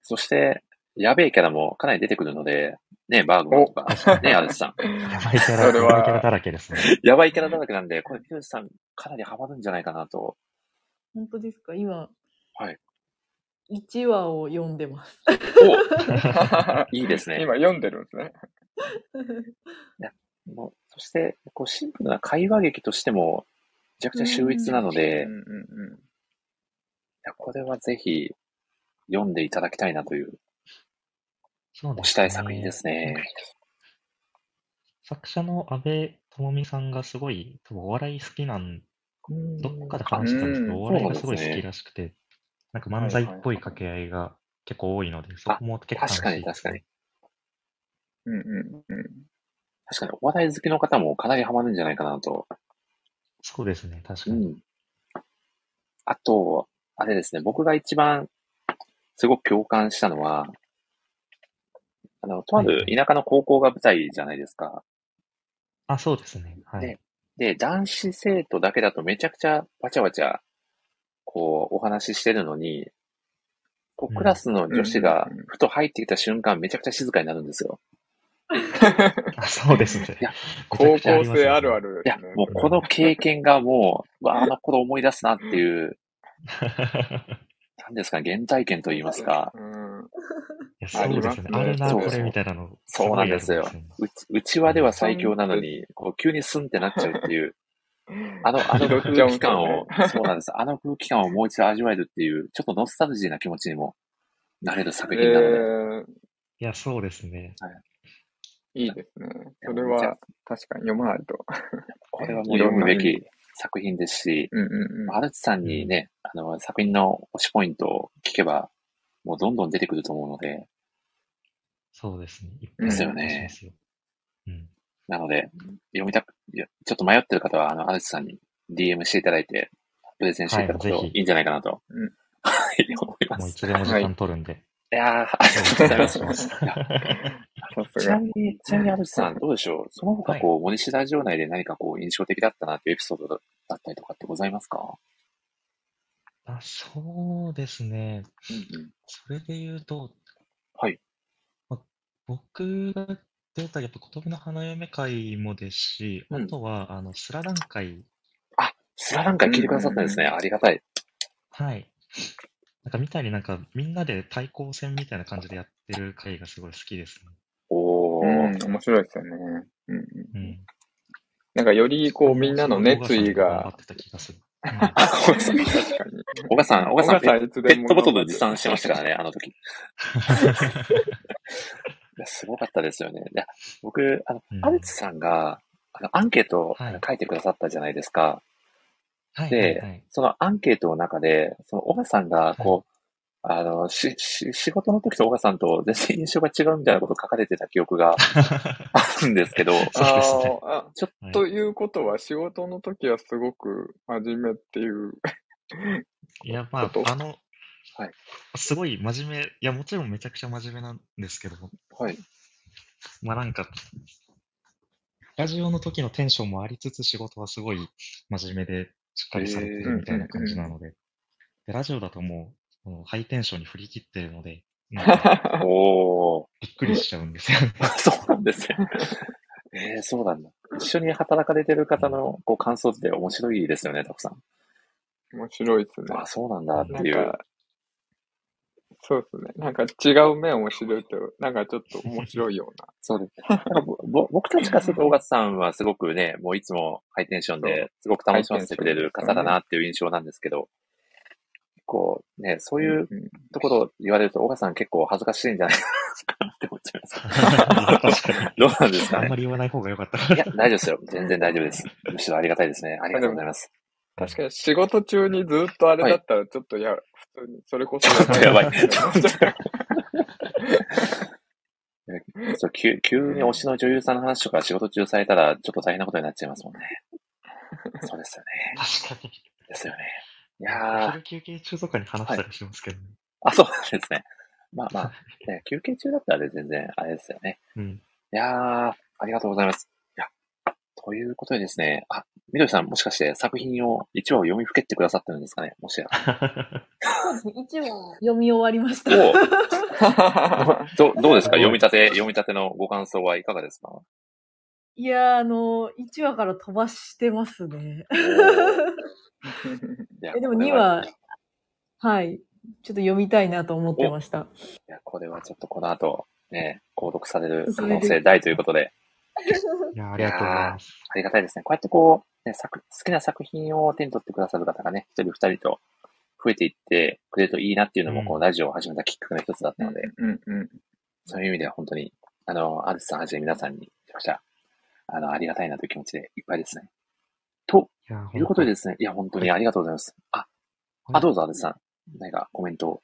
[SPEAKER 1] そして、やべえキャラもかなり出てくるので、ね、バーグマンとか、
[SPEAKER 2] *laughs*
[SPEAKER 1] ね、アルチさん。
[SPEAKER 5] やばいキャラ、
[SPEAKER 2] それ
[SPEAKER 5] や
[SPEAKER 2] は
[SPEAKER 5] ばいキャラだらけですね。
[SPEAKER 1] やばいキャラだらけなんで、これ、ピューさんかなりハマるんじゃないかな
[SPEAKER 2] *laughs*
[SPEAKER 1] と。
[SPEAKER 4] *laughs* 本当ですか今。
[SPEAKER 1] はい。
[SPEAKER 4] 1話を読んで
[SPEAKER 1] *laughs*
[SPEAKER 4] ます。
[SPEAKER 1] おいいですね。
[SPEAKER 2] 今読んでるんですね。
[SPEAKER 1] もうそして、こう、シンプルな会話劇としても、めちゃくちゃ秀逸なので、
[SPEAKER 2] うん
[SPEAKER 1] い
[SPEAKER 2] うんうん。
[SPEAKER 1] やこれはぜひ、読んでいただきたいなという、
[SPEAKER 5] そうで
[SPEAKER 1] 推
[SPEAKER 5] す
[SPEAKER 1] したい作品ですね。
[SPEAKER 5] 作者の安部智美さんがすごい、多分お笑い好きなん、どっかで話してたんですけ
[SPEAKER 2] う
[SPEAKER 5] ど、
[SPEAKER 2] ん
[SPEAKER 5] お笑いが
[SPEAKER 1] そ
[SPEAKER 5] す
[SPEAKER 1] うな
[SPEAKER 5] ご
[SPEAKER 1] んで
[SPEAKER 5] い
[SPEAKER 1] すね
[SPEAKER 5] 好きらしくて、なんか漫才っぽい掛け合いが結構多いので、そこも結構
[SPEAKER 1] 確か
[SPEAKER 5] 楽
[SPEAKER 1] に
[SPEAKER 5] しいで
[SPEAKER 1] 確
[SPEAKER 5] す
[SPEAKER 1] かに
[SPEAKER 5] ね。。
[SPEAKER 2] うんうんうん。
[SPEAKER 1] 確かに、お笑い好きの方もかなりハマるんじゃないかなと。
[SPEAKER 5] そうですね、確か
[SPEAKER 1] う
[SPEAKER 5] に。
[SPEAKER 1] ん。あと、あれですね、僕が一番すごく共感したのは、あの、とある田舎の高校が舞台じゃないですか。
[SPEAKER 5] あ、そうですね。は
[SPEAKER 1] ね
[SPEAKER 5] い。
[SPEAKER 1] で、男子生徒だけだとめちゃくちゃわちゃわちゃ、こう、お話ししてるのに、こ
[SPEAKER 5] う
[SPEAKER 1] う、
[SPEAKER 5] ん
[SPEAKER 1] クラスの女子が
[SPEAKER 2] うんうんうん
[SPEAKER 1] ふと入ってきた瞬間、めちゃくちゃ静かになるんですよ。
[SPEAKER 5] あ、 *laughs* そうですね。
[SPEAKER 1] いや
[SPEAKER 5] めちゃ
[SPEAKER 2] 高
[SPEAKER 5] くちゃ
[SPEAKER 2] 校
[SPEAKER 5] ります
[SPEAKER 2] 生
[SPEAKER 5] よね
[SPEAKER 2] あるある
[SPEAKER 1] い
[SPEAKER 2] で
[SPEAKER 1] や
[SPEAKER 2] すね。、
[SPEAKER 1] もうこの経験がも
[SPEAKER 5] *laughs*
[SPEAKER 1] う、わあ、あの頃思い出すなっていう、なんですか、原体験と言いますか。
[SPEAKER 2] うん。
[SPEAKER 5] いや、
[SPEAKER 2] あ
[SPEAKER 5] そ
[SPEAKER 2] り
[SPEAKER 5] うで
[SPEAKER 2] ますすね
[SPEAKER 5] よね。あるな、
[SPEAKER 1] そう
[SPEAKER 5] これ
[SPEAKER 1] そう
[SPEAKER 5] みたいなの、す
[SPEAKER 1] そう
[SPEAKER 5] ご
[SPEAKER 1] なんで
[SPEAKER 5] いあるん
[SPEAKER 1] す
[SPEAKER 5] で
[SPEAKER 1] よ
[SPEAKER 5] すよね。。
[SPEAKER 1] うち、うちわでは最強なのに、こう急にスンってなっちゃうっていう、あの、あの
[SPEAKER 2] 拾っち
[SPEAKER 1] 空
[SPEAKER 2] ゃう
[SPEAKER 1] 気
[SPEAKER 2] んですよ
[SPEAKER 1] 感
[SPEAKER 2] ね *laughs*
[SPEAKER 1] を、そうなんです。あの空気感をもう一度味わえるっていう、ちょっとノスタルジーな気持ちにもなれる作品なので、
[SPEAKER 2] えー、
[SPEAKER 5] いや、そうですね。
[SPEAKER 2] いいですね。それは確かに読まないと。
[SPEAKER 1] これはもう
[SPEAKER 2] いろ
[SPEAKER 1] 読む
[SPEAKER 2] んな
[SPEAKER 1] べき作品ですし、
[SPEAKER 2] うんうんうん。
[SPEAKER 1] アルチさんにね、あの、作品の推しポイントを聞けば、もうどんどん出てくると思うので、
[SPEAKER 5] そうですね。いっ
[SPEAKER 2] で
[SPEAKER 5] ぱ
[SPEAKER 2] す
[SPEAKER 5] い
[SPEAKER 2] よ
[SPEAKER 5] お
[SPEAKER 1] ね
[SPEAKER 5] 願いしますよ。うん。
[SPEAKER 1] なので、読みたく、いやちょっと迷ってる方は、あの、アルチさんに DM していただいて、プレゼンしていただく
[SPEAKER 5] はい
[SPEAKER 1] と
[SPEAKER 5] ぜ
[SPEAKER 1] い
[SPEAKER 5] ひ
[SPEAKER 1] いんじゃないかなと、
[SPEAKER 2] うん
[SPEAKER 1] はい、思いま
[SPEAKER 5] もうい
[SPEAKER 1] す。
[SPEAKER 5] つでも時間取るんで。
[SPEAKER 1] いやー、あり
[SPEAKER 5] よ
[SPEAKER 1] が
[SPEAKER 5] ろ
[SPEAKER 1] と
[SPEAKER 5] し
[SPEAKER 1] う
[SPEAKER 5] く
[SPEAKER 1] ござい
[SPEAKER 5] お願
[SPEAKER 1] ま
[SPEAKER 5] い
[SPEAKER 1] す
[SPEAKER 5] し。ます。
[SPEAKER 1] いや
[SPEAKER 2] さす
[SPEAKER 1] ち
[SPEAKER 2] が
[SPEAKER 1] な。みに、ちなみに、安藤さん、どうでしょうその他、
[SPEAKER 5] はい
[SPEAKER 1] こう、モニシラジオ内で何かこう、印象的だったなっていうエピソードだったりとかってございますか
[SPEAKER 5] あ、そうですね。
[SPEAKER 1] うんうん。
[SPEAKER 5] それで言うと、
[SPEAKER 1] はい。
[SPEAKER 5] ま僕が出た、やっぱ言葉の花嫁会もですし、
[SPEAKER 1] う
[SPEAKER 5] あ
[SPEAKER 1] ん
[SPEAKER 5] とは、あの、スラダン会。
[SPEAKER 1] あ、スラランカ聞いてくださったんですね。
[SPEAKER 2] うんうん
[SPEAKER 1] ありがた *laughs* い。
[SPEAKER 5] はい。なんかみたいになんかみんなで対抗戦みたいな感じでやってる会がすごい好きですね。
[SPEAKER 1] お
[SPEAKER 2] う
[SPEAKER 1] ー。
[SPEAKER 2] ん、面白いですよね。うんうん。
[SPEAKER 5] うん。
[SPEAKER 2] なんかよりこうみんなの熱意
[SPEAKER 5] 頑張
[SPEAKER 2] が
[SPEAKER 5] っ、てた気がする。うん
[SPEAKER 1] あ、小川さん、
[SPEAKER 2] 確かに。
[SPEAKER 1] 小川さん、小川さん、ペ
[SPEAKER 2] 小川
[SPEAKER 1] ッ
[SPEAKER 2] さんいつ
[SPEAKER 1] ペ
[SPEAKER 2] で
[SPEAKER 1] ッ
[SPEAKER 2] も
[SPEAKER 1] トボト
[SPEAKER 2] 頑張
[SPEAKER 1] ル
[SPEAKER 2] って
[SPEAKER 1] 持参してましたからね、あの
[SPEAKER 5] *laughs*
[SPEAKER 1] 時。い *laughs* やすごかったですよね。いや、僕、あの、
[SPEAKER 5] うん
[SPEAKER 1] アルツさんが、あの、アンケートを
[SPEAKER 5] はい
[SPEAKER 1] 書いてくださったじゃないですか。
[SPEAKER 5] はいはいは
[SPEAKER 1] で
[SPEAKER 5] い、。
[SPEAKER 1] そのアンケートの中で、その、小川さんが、こう、あの、し、し、仕事の時と小川さんと全然印象が違うみたいなこと書かれてた記憶
[SPEAKER 5] *laughs*
[SPEAKER 1] があるんですけど、
[SPEAKER 5] そうですね。
[SPEAKER 2] あーあ、
[SPEAKER 1] ちょっ
[SPEAKER 5] はい
[SPEAKER 2] ということは仕事の時はすごく真面目っていう
[SPEAKER 5] いや、ま
[SPEAKER 2] こと
[SPEAKER 5] あ、あの、
[SPEAKER 1] はい
[SPEAKER 5] すごい真面目、いや、もちろんめちゃくちゃ真面目なんですけど、
[SPEAKER 1] はい。
[SPEAKER 5] まあなんか、ラジオの時のテンションもありつつ、仕事はすごい真面目で、しっかりされて
[SPEAKER 1] へー
[SPEAKER 5] るみたいな感じなので、でラジオだともう、このハイテンションに振り切ってるので、なん
[SPEAKER 1] *laughs*
[SPEAKER 5] か
[SPEAKER 1] おー。
[SPEAKER 5] びっくりしちゃうんですよ。
[SPEAKER 1] *laughs* そうなんですよ。えー、そうなんだ。一緒に働かれてる方のこう感想って面白いですよね、たくさん。
[SPEAKER 2] 面白いですね。
[SPEAKER 1] あ、そうなんだってい
[SPEAKER 2] な。
[SPEAKER 1] うん
[SPEAKER 2] か、そうですね。なんか違う面面白いと、なんかちょっと面白いような。
[SPEAKER 1] *laughs* そうです。なんかぼぼ僕たちからすると、尾形さんはすごくね、もういつもハイテンションで、すごく楽しませてくれる方だなっていう印象なんですけど、こうね、そういう
[SPEAKER 2] うんうん
[SPEAKER 1] ところを言われると、尾形さん結構恥ずかしいんじゃないかなって思っちゃいます。
[SPEAKER 5] *laughs* 確かに
[SPEAKER 1] どうなんですか
[SPEAKER 5] あんま
[SPEAKER 1] ね。
[SPEAKER 5] り言わない方が良かった。
[SPEAKER 1] いや、大丈夫ですよ。全然大丈夫です。むしろありがたいですね。ありがとうございます。
[SPEAKER 2] 確かに仕事中にずっとあれだったら、ちょっとや、普通に、それこそ
[SPEAKER 1] ちょっと
[SPEAKER 2] *laughs*
[SPEAKER 1] やばい *laughs* そう急急に推しの女優さんの話とか仕事中されたら、ちょっと大変なことになっちゃいますもんね。そうですよね。
[SPEAKER 5] 確かに。
[SPEAKER 1] ですよね。い
[SPEAKER 5] い
[SPEAKER 1] やー、
[SPEAKER 5] 昼休憩中とかに話したりしますけどね。
[SPEAKER 1] あ、そうなんですね。まあまあ、ね、休憩中だったらね全然あれですよね。
[SPEAKER 5] うん。
[SPEAKER 1] いやー、ありがとうございます。いや、ということでですね、あ、みどりさんもしかして作品を一話を読みふけってくださってるんですかねも
[SPEAKER 5] *laughs*
[SPEAKER 1] しや。
[SPEAKER 4] そうですね。一応読み終わりました。
[SPEAKER 1] おう
[SPEAKER 2] は
[SPEAKER 1] どどうですか
[SPEAKER 5] うん
[SPEAKER 1] 読み立て、読み立てのご感想はいかがですかお
[SPEAKER 4] いやー、あのー、1話から飛ばしてますね。
[SPEAKER 1] ー *laughs* いや
[SPEAKER 4] えでも
[SPEAKER 1] これ
[SPEAKER 4] 2話、はい。ちょっと読みたいなと思ってました。
[SPEAKER 1] いや、これはちょっとこの後、ね、購読される可能性大ということで、
[SPEAKER 5] いや、ありがとうございます。
[SPEAKER 1] ありがたいですね。こうやってこう、ね、作好きな作品を手に取ってくださる方がね、一人二人と増えていってくれるといいなっていうのも、
[SPEAKER 5] うん
[SPEAKER 1] このラジオを始めたきっかけの一つだったので、
[SPEAKER 2] うんうん。
[SPEAKER 1] そういう意味では本当に、あの、アルスさんはじめ皆さんに、めちゃくちゃ、あの、ありがたいなという気持ちでいっぱいですね。と
[SPEAKER 5] いや、
[SPEAKER 1] いうことで
[SPEAKER 5] で
[SPEAKER 1] ですね、いや、本当にありがとうございます。あ、
[SPEAKER 5] は
[SPEAKER 1] あ、
[SPEAKER 5] い
[SPEAKER 1] どうぞ、アルスさん。何かコメントを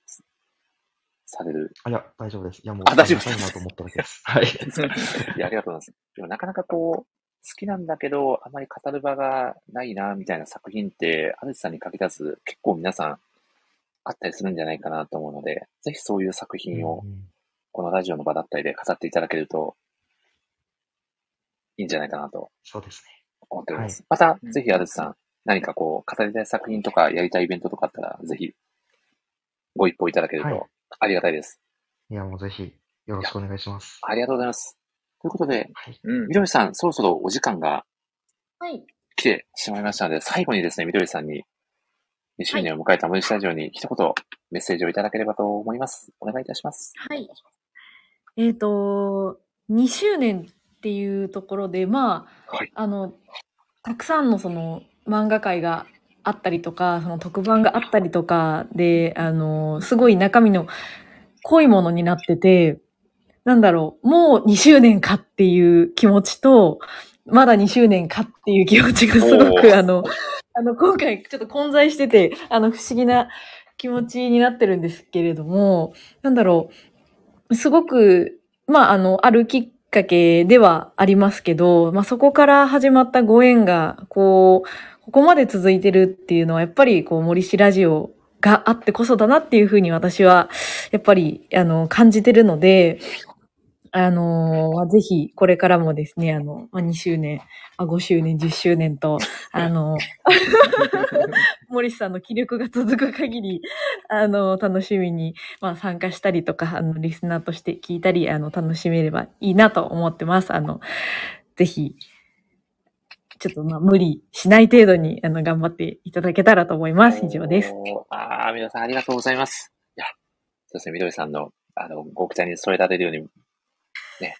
[SPEAKER 1] される。
[SPEAKER 5] いや、大
[SPEAKER 1] *laughs*
[SPEAKER 5] 丈夫です。いや、もう、
[SPEAKER 1] あ大丈夫です
[SPEAKER 5] ありがたいなと
[SPEAKER 1] *laughs*
[SPEAKER 5] 思っただけです。はい。
[SPEAKER 1] いや、ありがとうございます。でもなかなかこう、好きなんだけど、あまり語る場がないな、みたいな作品って、アルスさんに限らず、結構皆さん、あったりするんじゃないかなと思うので、ぜひそういう作品を
[SPEAKER 5] う、ん
[SPEAKER 1] このラジオの場だったりで語っていただけると、いいんじゃないかなと
[SPEAKER 5] そうですね。
[SPEAKER 1] 思っております。
[SPEAKER 5] は
[SPEAKER 1] また、
[SPEAKER 2] うん
[SPEAKER 1] ぜひ、アルツさん、何かこう、語りたい作品とか、やりたいイベントとかあったら、ぜひ、ご一報いただける
[SPEAKER 5] はい
[SPEAKER 1] と、ありがたいです。
[SPEAKER 5] いや、もうぜひ、よろしくお願いします。
[SPEAKER 1] ありがとうございます。ということで、
[SPEAKER 5] はい。
[SPEAKER 2] うん
[SPEAKER 1] み。どりさん、そろそろお時間が
[SPEAKER 4] はい。
[SPEAKER 1] 来てしまいましたので、最後にですね、みどりさんに、2周年を迎えた森スタジオに、一言、メッセージをいただければと思います。お願いいたします。
[SPEAKER 4] はい。えっ、と、2周年っていうところで、まあ、
[SPEAKER 1] はい
[SPEAKER 4] あの、たくさんのその漫画界があったりとか、その特番があったりとかで、あの、すごい中身の濃いものになってて、なんだろう、もう2周年かっていう気持ちと、まだ2周年かっていう気持ちがすご
[SPEAKER 1] おー
[SPEAKER 4] く、あの、あの、今回ちょっと混在してて、あの、不思議な気持ちになってるんですけれども、なんだろう、すごく、まあ、あの、あるきっかけではありますけど、まあ、そこから始まったご縁が、こう、ここまで続いてるっていうのは、やっぱり、こう、森氏ラジオがあってこそだなっていうふうに私は、やっぱり、あの、感じてるので、あのまあぜひ、これからもですね、あの、まあ、2周年、あ、5周年、10周年と、あの、森氏さんの気力が続く限り、 *laughs* あの、楽しみに、まあ、参加したりとか、あの、リスナーとして聞いたり、あの、楽しめればいいなと思ってます。あの、ぜひ、ちょっと、まあ、無理しない程度に、あの、頑張っていただけたらと思います。以上です。
[SPEAKER 1] おー。ああ、皆さんありがとうございます。いや、そうですね、みどりさんの、あの、ご期待に添えられるように、ね、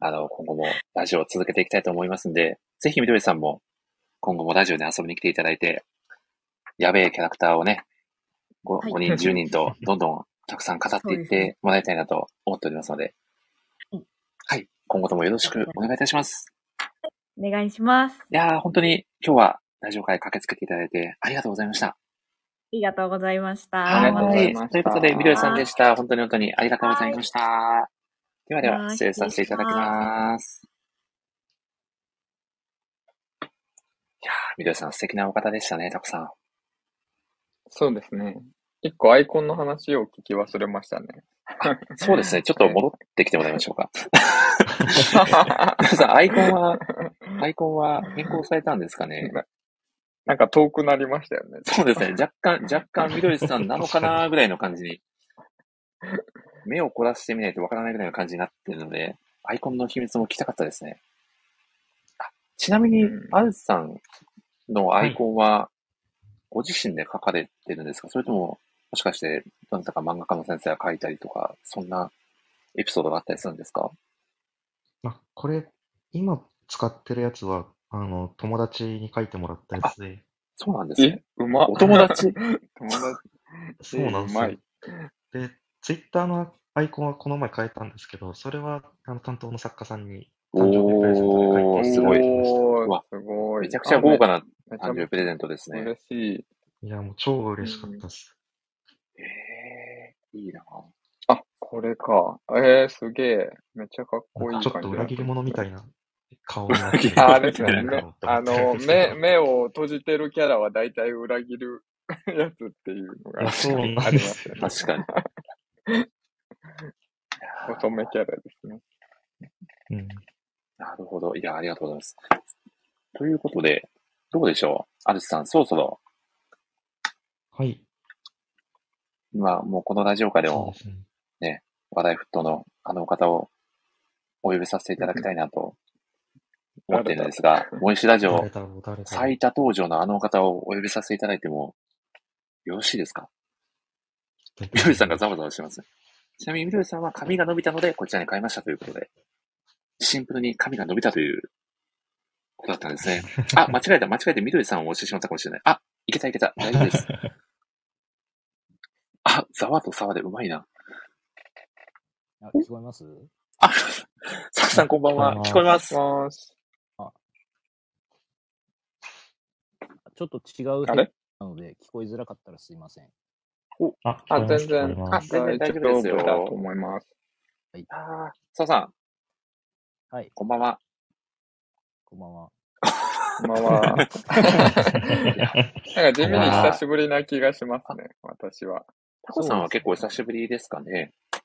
[SPEAKER 1] あの、今後もラジオを続けていきたいと思いますんで、ぜひみどりさんも、今後もラジオに遊びに来ていただいて、やべえキャラクターをね、ご
[SPEAKER 4] はい
[SPEAKER 1] 5人、10人
[SPEAKER 4] *laughs*
[SPEAKER 1] と、どんどんたくさん語っていっ
[SPEAKER 4] そうです
[SPEAKER 1] て
[SPEAKER 4] ね
[SPEAKER 1] もらいたいなと思っておりますので
[SPEAKER 4] はい、
[SPEAKER 1] はい、今後ともよろしくお願いいたします。
[SPEAKER 4] お願いします。あ
[SPEAKER 1] いやー、本当に今日はラジオ会駆けつけていただいてありがとうございました。
[SPEAKER 4] りがとうございました。
[SPEAKER 2] ありがとうございます
[SPEAKER 1] はということで、みどりさんでした。本当に本当にありがとうございました。ではでは、
[SPEAKER 4] はい
[SPEAKER 1] 失礼させていただきます。いやー、みどりさん素敵なお方でしたね、たくさん。
[SPEAKER 2] そうですね。一個アイコンの話を聞き忘れましたね。
[SPEAKER 1] そうですね、ちょっと戻ってきてもらいましょうか。みどりさん、アイコン
[SPEAKER 2] *laughs*
[SPEAKER 1] は、アイコンは変更されたんですかね。
[SPEAKER 2] なんか遠くなりましたよね。 *laughs*
[SPEAKER 1] そうですね、若干、若干みどりさんなのかなぐらいの感じに目を凝らしてみないとわからないぐらいの感じになってるので、アイコンの秘密も聞きたかったですね。あちなみに
[SPEAKER 2] うん、
[SPEAKER 1] アルツさんのアイコンは、ご自身で書かれてるんですか、それとも、もしかして、どなたか漫画家の先生が書いたりとか、そんなエピソードがあったりするんですか
[SPEAKER 5] あ、これ、今使ってるやつは、あの、友達に書いてもらったやつで、
[SPEAKER 1] そうなんですね
[SPEAKER 2] え。うまっ
[SPEAKER 1] お友達
[SPEAKER 2] *laughs* 友達
[SPEAKER 5] そうなんです
[SPEAKER 2] うまい
[SPEAKER 5] よ。で、ツイッターのアイコンはこの前変えたんですけど、それはあの担当の作家さんに誕生日プレゼントで書いて
[SPEAKER 1] おーすごい
[SPEAKER 5] いただきました。
[SPEAKER 2] おー
[SPEAKER 1] うわ
[SPEAKER 2] すごい。
[SPEAKER 1] めちゃくちゃ豪華な
[SPEAKER 2] めちゃ
[SPEAKER 1] 誕生
[SPEAKER 2] め
[SPEAKER 1] 日
[SPEAKER 2] ち
[SPEAKER 1] プレゼントです
[SPEAKER 2] ゃ
[SPEAKER 1] ね。
[SPEAKER 2] 嬉しい。
[SPEAKER 5] いや、もう超嬉しかったです。
[SPEAKER 1] えー、いいな
[SPEAKER 2] あ、これか。えー、すげえ。めっちゃかっ
[SPEAKER 5] なん
[SPEAKER 2] こい
[SPEAKER 5] か
[SPEAKER 2] い
[SPEAKER 5] ちょっ
[SPEAKER 2] 感
[SPEAKER 5] と
[SPEAKER 2] じ
[SPEAKER 5] 裏
[SPEAKER 2] だ
[SPEAKER 5] 切
[SPEAKER 2] と
[SPEAKER 5] り
[SPEAKER 2] 思
[SPEAKER 5] 者みた
[SPEAKER 2] う。
[SPEAKER 5] いな顔になって
[SPEAKER 1] 裏切り者
[SPEAKER 2] あーですよね。
[SPEAKER 5] 何だ
[SPEAKER 2] め
[SPEAKER 5] *laughs* ろうと思
[SPEAKER 2] あ
[SPEAKER 5] ってるん
[SPEAKER 2] の、
[SPEAKER 5] ですけ
[SPEAKER 2] 目、
[SPEAKER 5] ど。
[SPEAKER 2] 目を閉じてるキャラは大体裏切る *laughs* やつっていうの
[SPEAKER 5] い
[SPEAKER 2] が
[SPEAKER 5] や、そうな
[SPEAKER 2] あ
[SPEAKER 5] んで
[SPEAKER 2] りますすよ
[SPEAKER 5] よ
[SPEAKER 2] ね。
[SPEAKER 5] ね。
[SPEAKER 1] 確かに。いやー
[SPEAKER 2] 乙女キャラですね。
[SPEAKER 5] うん。
[SPEAKER 1] なるほど。いや、ありがとうございます。ということで、どうでしょうアルスさん、そろそろ、
[SPEAKER 5] はい、
[SPEAKER 1] 今、もうこのラジオ下で
[SPEAKER 5] そう
[SPEAKER 1] も
[SPEAKER 5] ですね。
[SPEAKER 1] 話題沸騰のあのお方をお呼びさせていただきたいなと思っているんですが、もう一ラジオ
[SPEAKER 5] 誰だろう、誰だろう
[SPEAKER 1] 最。多登場のあのお方をお呼びさせていただいてもよろしいですか
[SPEAKER 5] どう
[SPEAKER 1] みど
[SPEAKER 5] だろう
[SPEAKER 1] りさんがざわざわしてます。ちなみにみどりさんは髪が伸びたので、こちらに変えましたということで、シンプルに髪が伸びたということだったんですね。あ、間違えた、間違えてみどりさんを押してしまったかもしれない。あ、いけたいけた、大丈夫です。あ、ざわとざわでうまいな。
[SPEAKER 6] あ聞こえます
[SPEAKER 1] あ、さくさんこんばんは。聞こえます。
[SPEAKER 2] まーす。
[SPEAKER 6] ちょっと違う
[SPEAKER 2] あれ
[SPEAKER 6] なので、聞こえづらかったらすいません。
[SPEAKER 5] あ、聞こ
[SPEAKER 2] あ、
[SPEAKER 5] えま
[SPEAKER 2] 全
[SPEAKER 5] す、聞こえ
[SPEAKER 2] 然、
[SPEAKER 5] ま
[SPEAKER 2] あ、
[SPEAKER 5] す。
[SPEAKER 1] 全然大
[SPEAKER 2] 大
[SPEAKER 1] 丈夫
[SPEAKER 2] 丈
[SPEAKER 1] で
[SPEAKER 2] 夫
[SPEAKER 1] す
[SPEAKER 2] だ
[SPEAKER 1] よ
[SPEAKER 2] と思います。
[SPEAKER 1] ああ、さあさん、
[SPEAKER 6] はい、
[SPEAKER 1] こんばんは。
[SPEAKER 6] こんばん
[SPEAKER 2] *laughs*
[SPEAKER 6] は。
[SPEAKER 2] こんばんは。
[SPEAKER 1] いや
[SPEAKER 2] なんか地味
[SPEAKER 5] こんばん
[SPEAKER 2] に
[SPEAKER 5] は
[SPEAKER 2] 久しぶりな気がしますね、私は。
[SPEAKER 1] タコさんは結構久し
[SPEAKER 6] ぶ
[SPEAKER 1] ぶりですかね。
[SPEAKER 6] り。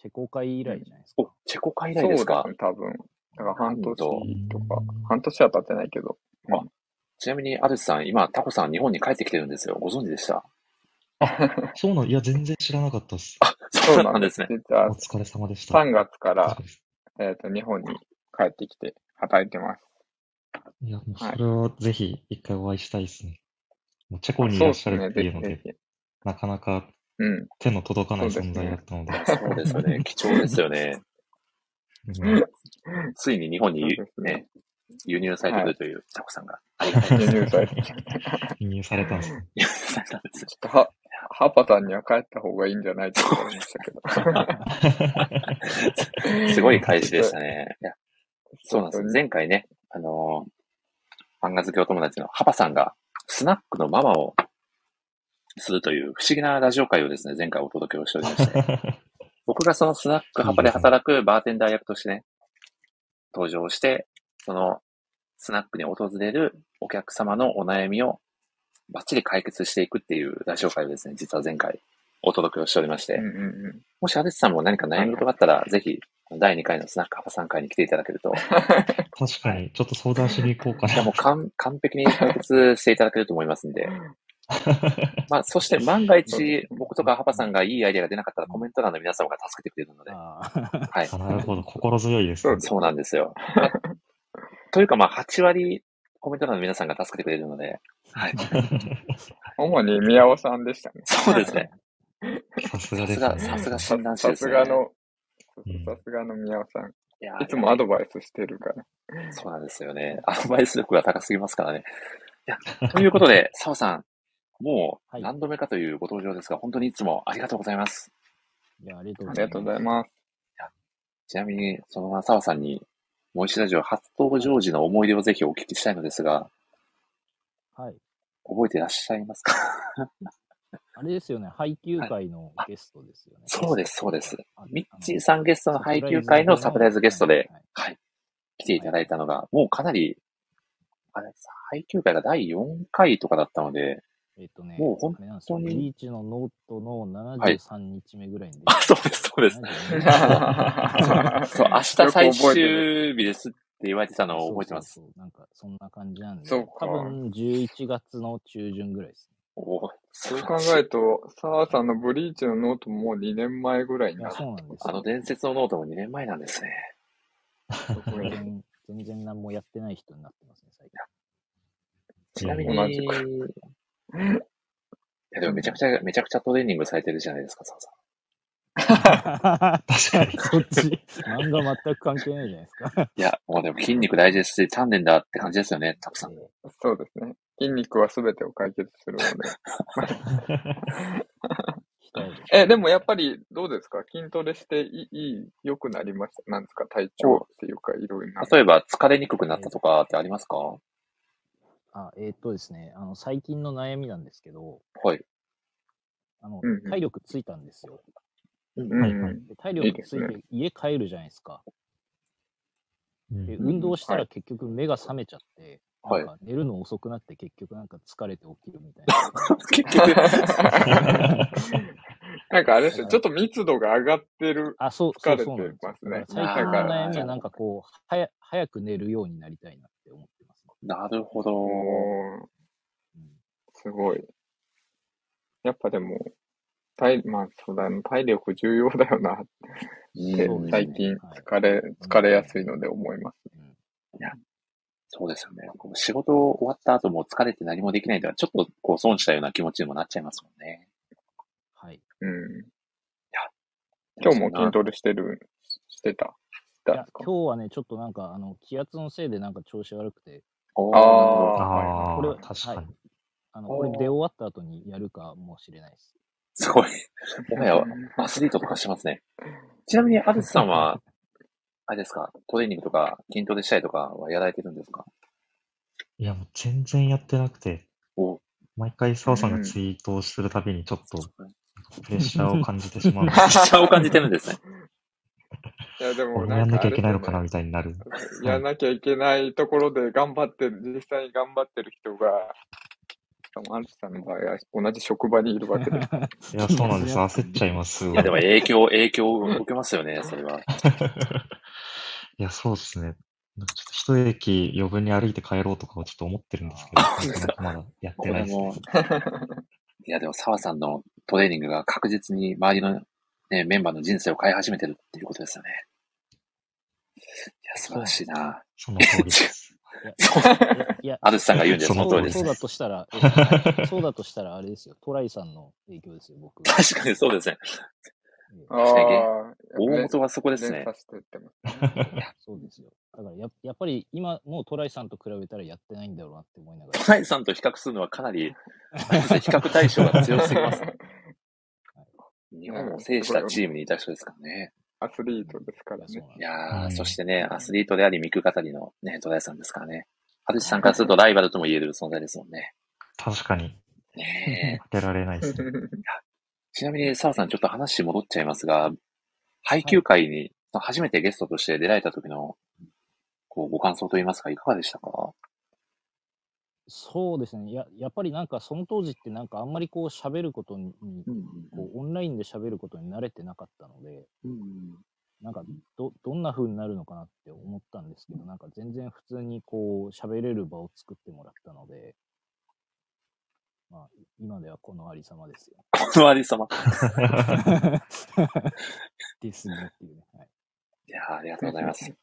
[SPEAKER 6] チェコ会以来じゃないです
[SPEAKER 1] お
[SPEAKER 6] か。、
[SPEAKER 1] チェコ会以
[SPEAKER 2] そ
[SPEAKER 1] 来で
[SPEAKER 2] うですす
[SPEAKER 1] か
[SPEAKER 2] ね、多分。だから半年
[SPEAKER 1] そう
[SPEAKER 2] とか、半年は経ってないけど。
[SPEAKER 1] ちなみに、アルスさん、今、タコさん日本に帰ってきてるんですよ。ご存知でした
[SPEAKER 5] そうなん、いや、全然知らなかったです。
[SPEAKER 1] あ、
[SPEAKER 2] そ
[SPEAKER 1] そううな
[SPEAKER 2] な
[SPEAKER 1] んん
[SPEAKER 2] で
[SPEAKER 1] ですすね。。
[SPEAKER 2] 実は
[SPEAKER 5] お疲れ様でした。
[SPEAKER 2] 3月か
[SPEAKER 5] お疲
[SPEAKER 2] ら、
[SPEAKER 5] れです
[SPEAKER 2] えっ、と、日本に帰ってきて働いてます。
[SPEAKER 5] いや、もう
[SPEAKER 2] は
[SPEAKER 5] そ
[SPEAKER 2] い。
[SPEAKER 5] れはぜひ一回お会いしたいですね。もうチェコ
[SPEAKER 2] あ、
[SPEAKER 5] にい
[SPEAKER 2] そう
[SPEAKER 5] ら
[SPEAKER 2] で
[SPEAKER 5] っし
[SPEAKER 2] す
[SPEAKER 5] ゃる
[SPEAKER 2] ね、
[SPEAKER 5] って
[SPEAKER 2] ぜ
[SPEAKER 5] いう
[SPEAKER 2] ひ
[SPEAKER 5] の
[SPEAKER 2] ぜ
[SPEAKER 5] で、
[SPEAKER 2] ひ。
[SPEAKER 5] なかなか
[SPEAKER 2] うん、
[SPEAKER 5] 手の届かな
[SPEAKER 2] そ
[SPEAKER 5] いう
[SPEAKER 2] です
[SPEAKER 5] 存在だ
[SPEAKER 2] ね。
[SPEAKER 5] ったの
[SPEAKER 1] い
[SPEAKER 5] で、
[SPEAKER 1] や、そうですよ
[SPEAKER 2] *laughs*
[SPEAKER 1] ね。貴重ですよね。
[SPEAKER 5] うん
[SPEAKER 1] ついに日本に
[SPEAKER 2] そう
[SPEAKER 1] ゆ
[SPEAKER 2] ですね
[SPEAKER 1] ね。、輸入されてくるというタコさんが、ありがたいです。
[SPEAKER 2] 輸入されて。ちょっ
[SPEAKER 5] 輸入されたんですね。
[SPEAKER 1] 輸入されたんです。
[SPEAKER 2] とは、ハパさんには帰った方がいいんじゃないって思いましたけど。
[SPEAKER 1] *laughs* すごい開始でしたね。いや、そうなんですよ。
[SPEAKER 2] ちょっと
[SPEAKER 1] 前回ね、あのー漫画好きお友達のハパさんが、スナックのママをするという不思議なラジオ会をですね、前回お届けをしておりまして、
[SPEAKER 2] *laughs*
[SPEAKER 1] 僕がそのスナックハパで働くバーテンダー役としてね、登場して、そのスナックに訪れるお客様のお悩みをバッチリ解決していくっていうラジオ会をですね、実は前回お届けをしておりまして、
[SPEAKER 2] うんうんうん。
[SPEAKER 1] もしアデスさんも何か悩み事があったら、ぜひ、第2回のスナックハパ3回に来ていただける
[SPEAKER 2] *laughs*
[SPEAKER 1] と、
[SPEAKER 5] 確かに、ちょっと相談しに行こうか
[SPEAKER 1] いやもう
[SPEAKER 5] な。
[SPEAKER 1] 完完璧に解決していただけると思いますん
[SPEAKER 5] *laughs*
[SPEAKER 1] で、まあ、そして万が
[SPEAKER 2] そうで
[SPEAKER 1] 一、僕とかハパさんがいいアイデアが出なかったら、コメント欄の皆様が助けてくれるので、
[SPEAKER 6] ああ、
[SPEAKER 1] はい。
[SPEAKER 5] あ *laughs* なるほど、心強いです
[SPEAKER 2] そう
[SPEAKER 5] ね
[SPEAKER 2] で。
[SPEAKER 1] そうなんですよ。まあというか、まあ、8割コメント欄の皆さんが助けてくれるので、
[SPEAKER 5] *laughs*
[SPEAKER 1] はい。
[SPEAKER 2] 主に宮尾さんでしたね。
[SPEAKER 1] そうですね。
[SPEAKER 5] さす
[SPEAKER 1] さ
[SPEAKER 5] がですす
[SPEAKER 1] が、
[SPEAKER 5] ね。
[SPEAKER 1] さすが
[SPEAKER 2] さ
[SPEAKER 1] 診断士
[SPEAKER 2] さ
[SPEAKER 1] です
[SPEAKER 2] す
[SPEAKER 1] よね。
[SPEAKER 2] がの、
[SPEAKER 5] うん
[SPEAKER 2] さすがの宮尾さん。
[SPEAKER 1] いや
[SPEAKER 2] いつもアドバイスしてるから。
[SPEAKER 1] そうなんですよね。アドバイス力が高すぎますからね。い
[SPEAKER 2] *laughs*
[SPEAKER 1] や、ということで、澤さん、もう
[SPEAKER 6] はい
[SPEAKER 1] 何度目かというご登場ですが、本当にいつもありがとうございます。
[SPEAKER 6] いや、ありがとうご
[SPEAKER 2] あり
[SPEAKER 6] ざい
[SPEAKER 2] が
[SPEAKER 6] ます
[SPEAKER 2] とうご。ざいます。
[SPEAKER 1] ちなみに、その澤さんに、もう一ラジオ初登場時の思い出をぜひお聞きしたいのですが、
[SPEAKER 6] はい。
[SPEAKER 1] 覚えていらっしゃいます
[SPEAKER 2] *laughs*
[SPEAKER 1] か
[SPEAKER 6] あれですよね、配給会のゲストですよね。
[SPEAKER 1] そうです、そうです。
[SPEAKER 6] あ。
[SPEAKER 1] ミッチー
[SPEAKER 6] ー
[SPEAKER 1] さんゲストの配給会のサプライズゲストで、はい、来ていただいたのが、もうかなり、あれ、配給会が第4回とかだったので、
[SPEAKER 6] えっとね、
[SPEAKER 1] もう本
[SPEAKER 6] あれなんですよ、
[SPEAKER 1] 当に
[SPEAKER 6] リーチのノートの
[SPEAKER 1] はい
[SPEAKER 6] 73日目ぐらいに出て
[SPEAKER 1] あ、そうです、そう
[SPEAKER 2] *laughs*
[SPEAKER 1] です。
[SPEAKER 6] 72日
[SPEAKER 1] *laughs* そう、明日
[SPEAKER 2] よく覚え
[SPEAKER 1] 最
[SPEAKER 2] てる
[SPEAKER 1] 終日ですって言われてたのを覚えてます。
[SPEAKER 6] そうそうそうなんか、そんな感じなんで、
[SPEAKER 2] そう
[SPEAKER 6] 多
[SPEAKER 2] か
[SPEAKER 6] 分11月の中旬ぐらいですね。
[SPEAKER 1] おお、そ
[SPEAKER 2] そ
[SPEAKER 1] う
[SPEAKER 2] 考えると、澤さんのブリーチのノートももう2年前ぐらいに
[SPEAKER 6] いや、
[SPEAKER 2] なる。
[SPEAKER 6] そうなんです
[SPEAKER 1] あの
[SPEAKER 6] よ。
[SPEAKER 1] 伝説のノートも2年前なんですね。
[SPEAKER 6] 全然、全然何もやってない人になってますね、最近。
[SPEAKER 1] ちなみに、
[SPEAKER 2] 同じ
[SPEAKER 1] いやでもめちゃくちゃ、めちゃくちゃトレーニングされてるじゃないですか、澤さん。
[SPEAKER 6] 確かに、そ *laughs* っち、漫画全く関係ないじゃないですか。
[SPEAKER 1] いや、もうでも筋肉大事ですし、鍛錬だって感じですよね、たくさん。
[SPEAKER 2] そうですね。筋肉は全てを解決するの
[SPEAKER 6] 鍛え
[SPEAKER 2] で。
[SPEAKER 6] る。
[SPEAKER 2] え、でもやっぱりどうですか筋トレしていい、いい良くなりました。なんですか体調っていうか、いろいろな。
[SPEAKER 1] 例えば、疲れにくくなったとかってありますかは
[SPEAKER 6] あ、えーっとですね、あの、最近の悩みなんですけど、
[SPEAKER 1] い。
[SPEAKER 6] あの
[SPEAKER 2] うんうん、
[SPEAKER 6] 体力ついたんですよ。
[SPEAKER 2] うん
[SPEAKER 5] はいはい
[SPEAKER 2] うん。
[SPEAKER 6] で体力つ
[SPEAKER 2] いい
[SPEAKER 6] い
[SPEAKER 2] です
[SPEAKER 6] て家帰るじゃないですか。
[SPEAKER 5] うん
[SPEAKER 6] で、
[SPEAKER 2] ん
[SPEAKER 6] 運動した
[SPEAKER 2] は
[SPEAKER 6] ら結局目が覚めちゃって、
[SPEAKER 1] は
[SPEAKER 6] ないんか寝るの遅くなって結局なんか疲れて起きるみたいな。
[SPEAKER 2] *laughs*
[SPEAKER 1] 結局、
[SPEAKER 2] なんかあれですね、ちょっと密度が上がってる。
[SPEAKER 6] あ、そう、
[SPEAKER 2] 疲
[SPEAKER 6] そう、
[SPEAKER 2] れて
[SPEAKER 6] そうなんですよ。
[SPEAKER 2] ますね
[SPEAKER 6] だから最近の悩みはなんかこう、はや早く寝るようになりたいなって思ってます、
[SPEAKER 1] なるほ
[SPEAKER 2] お
[SPEAKER 1] ど。
[SPEAKER 2] ー、
[SPEAKER 6] ね
[SPEAKER 2] すごい。やっぱでも、体、まあそうだよね、体力重要だよな
[SPEAKER 1] う
[SPEAKER 2] って
[SPEAKER 6] そうです、ね
[SPEAKER 2] 最近
[SPEAKER 6] はい
[SPEAKER 2] 疲れ、疲れやすいので思います。
[SPEAKER 6] うんうん
[SPEAKER 1] そうですよね。こう仕事終わった後も疲れて何もできないとは、ちょっとこう損したような気持ちにもなっちゃいますもんね。
[SPEAKER 6] はい。
[SPEAKER 2] うん。今日も筋トレしてる、してた。し
[SPEAKER 6] い
[SPEAKER 2] たん
[SPEAKER 6] や
[SPEAKER 2] ですか
[SPEAKER 6] 今日はね、ちょっとなんか、あの、気圧のせいでなんか調子悪くて、
[SPEAKER 1] おー
[SPEAKER 2] あー
[SPEAKER 5] あ
[SPEAKER 6] これは
[SPEAKER 5] あ、確か
[SPEAKER 6] はい
[SPEAKER 5] に。
[SPEAKER 6] あの、
[SPEAKER 1] おー
[SPEAKER 6] これ出終わった後にやるかもしれないです。
[SPEAKER 1] すごい。もはやアスリートとかしてますね。ちなみに、アルスさんは、あれですか、トレーニングとか筋トレしたりとかはやられてるんですか
[SPEAKER 5] いや、もう全然やってなくて、
[SPEAKER 1] お
[SPEAKER 5] 毎回澤さん
[SPEAKER 2] う
[SPEAKER 5] が
[SPEAKER 2] ん
[SPEAKER 5] ツイートをするたびにちょっと
[SPEAKER 1] プレ
[SPEAKER 5] プレッシャーを感じて
[SPEAKER 1] *laughs*
[SPEAKER 5] しまうんで
[SPEAKER 1] ッシャーを感じてるん
[SPEAKER 2] *laughs*
[SPEAKER 1] ですね。
[SPEAKER 2] いや、で
[SPEAKER 5] こ
[SPEAKER 2] も
[SPEAKER 5] れも
[SPEAKER 2] な
[SPEAKER 5] や
[SPEAKER 2] ん
[SPEAKER 5] んな
[SPEAKER 2] か
[SPEAKER 5] き
[SPEAKER 2] あ
[SPEAKER 5] ゃい
[SPEAKER 2] れ
[SPEAKER 5] け
[SPEAKER 2] で
[SPEAKER 5] ない
[SPEAKER 2] すよ
[SPEAKER 5] の
[SPEAKER 2] ね
[SPEAKER 5] かな。みたいになる。
[SPEAKER 2] *laughs* やらなきゃいけないところで頑張ってる、実際に頑張ってる人が、しかもアンチさんの場合は同じ職場にいるわけです。
[SPEAKER 5] *laughs* いや、そうなんです。
[SPEAKER 6] 気にし
[SPEAKER 5] 焦っちゃいます、す
[SPEAKER 1] い
[SPEAKER 5] ご
[SPEAKER 1] や、
[SPEAKER 5] い。
[SPEAKER 1] でも影響、影響を受けますよね、それは。
[SPEAKER 5] いや、そうですね。なんかちょっと一駅余分に歩いて帰ろうとかをちょっと思ってるんです
[SPEAKER 1] *laughs*
[SPEAKER 5] けど、
[SPEAKER 1] 本当で
[SPEAKER 5] な
[SPEAKER 1] す
[SPEAKER 5] かな
[SPEAKER 1] か
[SPEAKER 5] か *laughs* まだやって
[SPEAKER 1] こ
[SPEAKER 5] ない
[SPEAKER 1] れ
[SPEAKER 5] ですね
[SPEAKER 1] も。、いや、でも澤さんのトレーニングが確実に周りの、ね、メンバーの人生を変え始めてるっていうことですよね。いや、素晴らしいな。
[SPEAKER 5] その通りです。
[SPEAKER 1] *laughs* そう。
[SPEAKER 6] ないです。いや、
[SPEAKER 1] *laughs* アルスさんが言うんです、
[SPEAKER 5] そ
[SPEAKER 1] その
[SPEAKER 5] の
[SPEAKER 1] 通りで
[SPEAKER 5] 通り
[SPEAKER 1] す
[SPEAKER 6] そう
[SPEAKER 5] ね
[SPEAKER 6] だとした
[SPEAKER 1] *laughs*
[SPEAKER 6] ら、えはいそうだとしたらあれですよ。トライさんの影響ですよ、僕は。
[SPEAKER 1] 確かにそうですね。
[SPEAKER 6] ええ
[SPEAKER 2] ああ、
[SPEAKER 1] 大元はそこですね。
[SPEAKER 2] 連鎖してってます。
[SPEAKER 6] *laughs* そうですよ。だからや、やっぱり今、もうトライさんと比べたらやってないんだろうなって思いなが
[SPEAKER 1] トライさんと比較するのはかな *laughs* り、あれですね比較対象が強すぎます。日本を制したチームにいた人ですからね。
[SPEAKER 2] アスリートですから
[SPEAKER 6] ら。いや
[SPEAKER 2] ね。
[SPEAKER 6] そうなんで
[SPEAKER 1] い
[SPEAKER 6] すよ
[SPEAKER 1] やー、
[SPEAKER 5] うん
[SPEAKER 1] そしてね、アスリートであり、肉語りのね、トライさんですから
[SPEAKER 5] *laughs*
[SPEAKER 1] ね。ハルシさんからするとライバルとも言える存在ですもんね。
[SPEAKER 5] 確かに、
[SPEAKER 1] ねえ
[SPEAKER 5] 負けられな
[SPEAKER 2] *laughs*
[SPEAKER 5] いですね。
[SPEAKER 1] ちなみに、澤さん、ちょっと話戻っちゃいますが、配給会に初めてゲストとして出られた時の、こう、ご感想といいますか、いかがでしたか
[SPEAKER 6] そうですね。や、やっぱりなんかその当時ってなんかあんまりこう喋ることに、
[SPEAKER 1] うん
[SPEAKER 6] こうオンラインで喋ることに慣れてなかったので、
[SPEAKER 1] うん。
[SPEAKER 6] なんかど、どんな風になるのかなって思ったんですけど、なんか全然普通にこう喋れる場を作ってもらったので、まあ、今ではこのありさまですよ。
[SPEAKER 1] このあり
[SPEAKER 6] *laughs*
[SPEAKER 1] さ *laughs* ま。
[SPEAKER 6] ですねっていうね。はい
[SPEAKER 1] いやー、ありがとうございます。
[SPEAKER 6] うん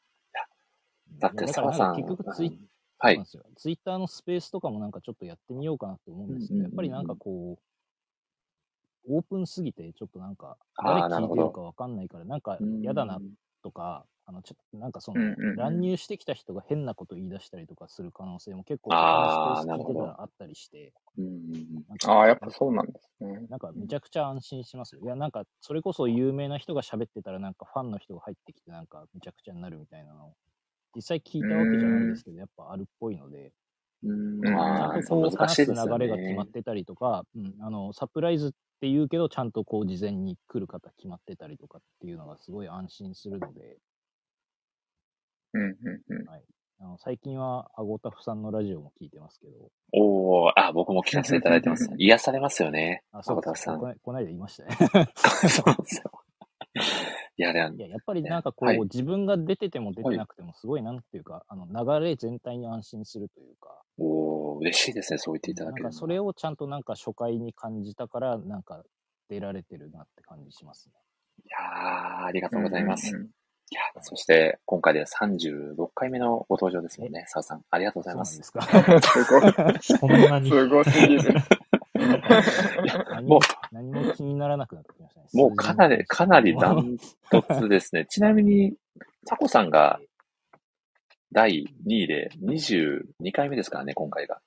[SPEAKER 1] だって
[SPEAKER 6] いやだか
[SPEAKER 1] 澤
[SPEAKER 6] らなん
[SPEAKER 1] さん
[SPEAKER 6] か結局ツイッ
[SPEAKER 1] は
[SPEAKER 6] なん
[SPEAKER 1] い。
[SPEAKER 6] ですよツイッターのスペースとかもなんかちょっとやってみようかなって思うんですけ
[SPEAKER 1] うん
[SPEAKER 6] ど、やっ
[SPEAKER 1] うんうんうん
[SPEAKER 6] ぱりなんかこう、オープンすぎて、ちょっとなんか、誰
[SPEAKER 1] あーなる
[SPEAKER 6] 聞い
[SPEAKER 1] ほ
[SPEAKER 6] て
[SPEAKER 1] ど
[SPEAKER 6] るかわかんないから、なんか嫌だなとか、あの、ちょっとなんかその、
[SPEAKER 2] うんうんうん
[SPEAKER 6] 乱入してきた人が変なこと言い出したりとかする可能性も結構、
[SPEAKER 1] あ
[SPEAKER 6] 他のス
[SPEAKER 1] ー
[SPEAKER 6] ペース聞いてた
[SPEAKER 1] なるほ
[SPEAKER 6] らあったりして、
[SPEAKER 1] うんうんうん
[SPEAKER 6] なん
[SPEAKER 2] あ
[SPEAKER 6] か、
[SPEAKER 2] あ、やっぱそうなんですね。
[SPEAKER 6] なんかめちゃくちゃ安心しますよ。いや、なんか、それこそ有名な人が喋ってたら、なんかファンの人が入ってきて、なんかめちゃくちゃになるみたいなのを、実際聞いたわけじゃないですけど、やっぱあるっぽいので、
[SPEAKER 1] うん
[SPEAKER 2] うん
[SPEAKER 6] ちゃ
[SPEAKER 1] まあ
[SPEAKER 6] んと
[SPEAKER 1] そう
[SPEAKER 6] こう
[SPEAKER 1] 難し
[SPEAKER 6] 話
[SPEAKER 1] い
[SPEAKER 6] す
[SPEAKER 1] ですよ
[SPEAKER 6] 流れが決ま
[SPEAKER 1] ね
[SPEAKER 6] っ。てたりとか、うん、あのサプライズっていうけど、ちゃんとこう事前に来る方決まってたりとかっていうのがすごい安心するので、
[SPEAKER 2] うんうんうん。
[SPEAKER 6] あの最近はアゴタフさんのラジオも聞いてますけど、
[SPEAKER 1] おお、あ、僕も聞かせていただい
[SPEAKER 6] *laughs*
[SPEAKER 1] てます。癒されますよね。
[SPEAKER 6] あ、
[SPEAKER 1] ア
[SPEAKER 6] そう
[SPEAKER 1] ゴ
[SPEAKER 6] で
[SPEAKER 1] タ
[SPEAKER 6] す
[SPEAKER 1] フ
[SPEAKER 6] ね
[SPEAKER 1] さん。
[SPEAKER 6] こないこの間言いましたね。
[SPEAKER 1] そうなんですよ。 *laughs* いや、でも
[SPEAKER 6] いや、やっぱりなんかこう、
[SPEAKER 1] はい
[SPEAKER 6] 自分が出てても出てなくても、すごいなんていうか、あの流れ全体に安心するというか、
[SPEAKER 1] おー、嬉しいですね、そう言っていた
[SPEAKER 6] な
[SPEAKER 1] だ
[SPEAKER 6] ん
[SPEAKER 1] ける
[SPEAKER 6] か
[SPEAKER 1] の
[SPEAKER 6] それをちゃんとなんか初回に感じたから、なんか出られてるなって感じしますね。
[SPEAKER 1] いやー、ありがとうございます。
[SPEAKER 2] うんうんうん
[SPEAKER 1] いや、そして、今回で36回目のご登場ですもんね、澤さん。ありがとうござい
[SPEAKER 6] そう
[SPEAKER 1] ま
[SPEAKER 6] なん
[SPEAKER 1] す
[SPEAKER 6] で。すか。
[SPEAKER 2] すご
[SPEAKER 6] *laughs*
[SPEAKER 2] い、
[SPEAKER 5] そんなに。
[SPEAKER 2] すごすぎる。
[SPEAKER 6] 何
[SPEAKER 1] も
[SPEAKER 6] も何も気にならなくなってきましたね。
[SPEAKER 1] もうかなり、かなりダ
[SPEAKER 6] 断
[SPEAKER 1] ントツですね。ちなみに、タコさんが第2位で22回目ですからね、今回が。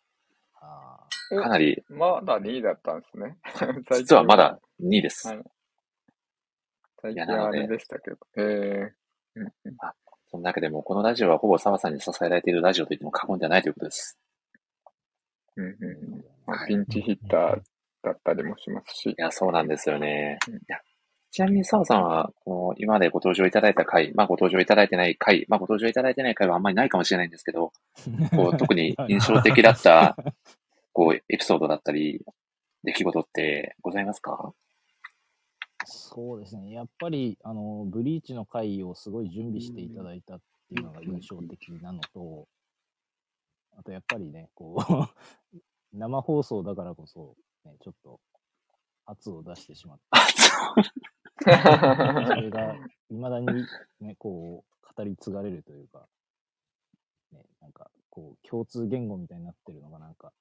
[SPEAKER 6] あ
[SPEAKER 1] かなり、
[SPEAKER 2] まだ2位だったんですね。 *laughs* 最
[SPEAKER 1] 実
[SPEAKER 2] 近
[SPEAKER 1] はまだ2位です。
[SPEAKER 2] はい最
[SPEAKER 1] いや
[SPEAKER 2] 近
[SPEAKER 1] なの
[SPEAKER 2] あ
[SPEAKER 1] で
[SPEAKER 2] れでしたけど。ええうんうん
[SPEAKER 1] その中でも、このラジオはほぼ澤さんに支えられているラジオと言っても過言ではないということです。
[SPEAKER 2] うんうんうんまあ
[SPEAKER 1] はい
[SPEAKER 2] ピンチヒッターだったりもしますし
[SPEAKER 1] い。や、そうなんですよね
[SPEAKER 2] うん。
[SPEAKER 1] いやちなみに、澤さんは、この、今までご登場いただいた回、まあ、ご登場いただいてない回、まあ、ご登場いただいてない回はあんまりないかもしれないんですけど、
[SPEAKER 6] ー
[SPEAKER 2] *laughs*
[SPEAKER 1] こう、特に印象的だった、こう、エピソードだったり、出来事ってございますか
[SPEAKER 6] そうですね。やっぱり、あの、ブリーチの回をすごい準備していただいたっていうのが印象的なのと、あとやっぱりね、こう、 *laughs* 生放送だからこそ、ね、ちょっと圧を出してしまっ
[SPEAKER 1] あ、そう。
[SPEAKER 6] て、それが未だにね、こう、語り継がれるというか、ね、なんか、こう、共通言語みたいになってるのがなんか、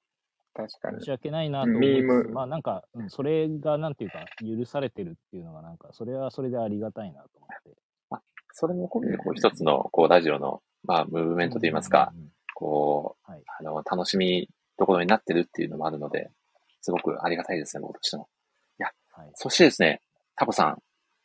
[SPEAKER 2] 確か
[SPEAKER 6] 申
[SPEAKER 2] に
[SPEAKER 6] し。訳ないなと思
[SPEAKER 2] ミ
[SPEAKER 6] い
[SPEAKER 2] ー
[SPEAKER 6] つつ、
[SPEAKER 2] ム
[SPEAKER 6] まあなんか、うん、それがなんていうか、許されてるっていうのがなんか、それはそれでありがたいなと思って。
[SPEAKER 1] それも込みで、こう、一つの、こう、ラジオの、まあ、ムーブメントといいますか
[SPEAKER 6] うん、うんうん
[SPEAKER 1] こう、
[SPEAKER 6] はい。
[SPEAKER 1] あの、楽しみどころになってるっていうのもあるので、すごくありがたいですね、僕としても。
[SPEAKER 6] はい。
[SPEAKER 1] そしてですね、タコさん、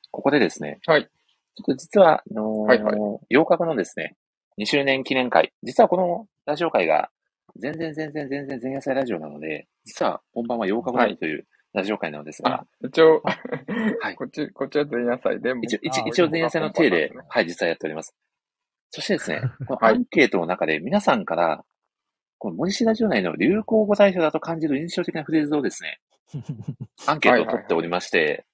[SPEAKER 1] ここでですね、
[SPEAKER 2] はい。
[SPEAKER 1] ちょっと実は、あのー
[SPEAKER 2] はいはい
[SPEAKER 1] 8日後のですね、2周年記念会、実はこのラジオ会が、全然全然全然前夜祭ラジオなので、実は本番は8日後
[SPEAKER 2] は
[SPEAKER 1] に
[SPEAKER 2] い
[SPEAKER 1] というラジオ会なのですが、
[SPEAKER 2] あ、一応、
[SPEAKER 1] はい
[SPEAKER 2] *laughs* こっち、こっちは前夜祭で、
[SPEAKER 1] 一応、一
[SPEAKER 6] あ
[SPEAKER 1] 応一応前夜祭の体で、
[SPEAKER 6] ね
[SPEAKER 1] はい、実際やっております。そして
[SPEAKER 2] *laughs*
[SPEAKER 1] ですね、この
[SPEAKER 2] は
[SPEAKER 1] ア
[SPEAKER 2] い
[SPEAKER 1] ンケートの中で皆さんから、この森氏ラジオ内の流行語大賞だと感じる印象的なフレーズをですね、アンケートを取っておりまして、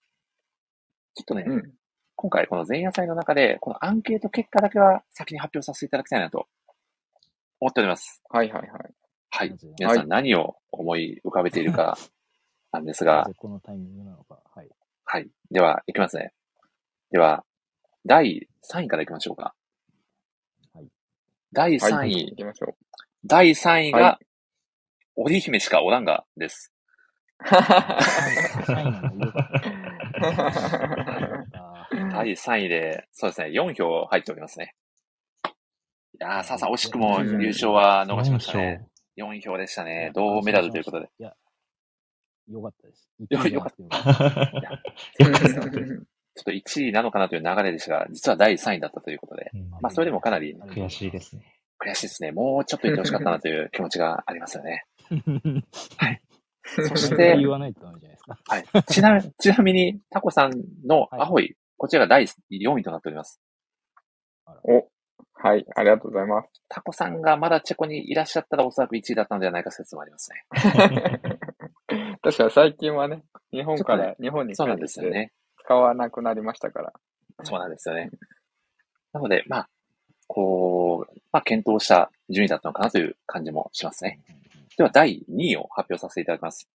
[SPEAKER 1] ちょっとね、
[SPEAKER 2] うん。
[SPEAKER 1] 今回この前夜祭の中で、このアンケート結果だけは先に発表させていただきたいなと思っております。
[SPEAKER 2] はいはいはい。
[SPEAKER 1] は
[SPEAKER 6] ないぜ。
[SPEAKER 1] 皆さん何を思い浮かべてい
[SPEAKER 6] *laughs*
[SPEAKER 1] るかなんです
[SPEAKER 6] な
[SPEAKER 1] が
[SPEAKER 6] ぜ、このタイミングなのか。はい。
[SPEAKER 1] はい。では、いきますね。では、第3位からいきましょうか。
[SPEAKER 6] はい
[SPEAKER 1] 第3位、
[SPEAKER 2] はい。行きましょう。
[SPEAKER 1] 第3位が、
[SPEAKER 2] は
[SPEAKER 1] 織姫しかおらんがです。
[SPEAKER 6] 3位なのよ
[SPEAKER 1] *laughs*
[SPEAKER 6] かった。よかった。
[SPEAKER 1] 第3位で、そうですね、4票入っておりますね。いやー、さあさん惜しくも
[SPEAKER 2] うん
[SPEAKER 1] 優勝は逃しました
[SPEAKER 5] 4
[SPEAKER 1] ね。
[SPEAKER 5] 票。
[SPEAKER 1] 4票でした
[SPEAKER 6] い
[SPEAKER 1] ね
[SPEAKER 6] や。
[SPEAKER 1] 銅メダルということで。。
[SPEAKER 6] 感心しましたいや、よかったです。1
[SPEAKER 1] よ
[SPEAKER 6] 位じゃなくてよかった。
[SPEAKER 1] そうですよねちょっと1位なのかなという流れでしたが、実は第3位だったということで、
[SPEAKER 5] うん
[SPEAKER 1] まあそれでもかなり
[SPEAKER 5] 悔しいで。すね。
[SPEAKER 1] 悔しいですね。もうちょっといってほしかったなという気持ちがありますよね。
[SPEAKER 6] *laughs*
[SPEAKER 1] そし
[SPEAKER 6] それ
[SPEAKER 1] て
[SPEAKER 6] 言わないとダメじゃないですか。
[SPEAKER 1] はい。ちな、ちなみに、タコさんの
[SPEAKER 6] はい
[SPEAKER 1] アホイ、こちらが第4位となっております。
[SPEAKER 2] お、はい、ありがとうございます。
[SPEAKER 1] タコさんがまだチェコにいらっしゃったらおそらく1位だったのではないか説もありますね。
[SPEAKER 2] *laughs* 確かに最近はね、日本か
[SPEAKER 1] ちょ
[SPEAKER 2] ら、日本に帰
[SPEAKER 1] そうなん
[SPEAKER 2] っ
[SPEAKER 1] で
[SPEAKER 2] て
[SPEAKER 1] すよね。
[SPEAKER 2] 使わなくなりましたから。
[SPEAKER 1] そうなんですよね。なので、まあ、こう、まあ、検討した順位だったのかなという感じもしますね。では、第2位を発表させていただきます。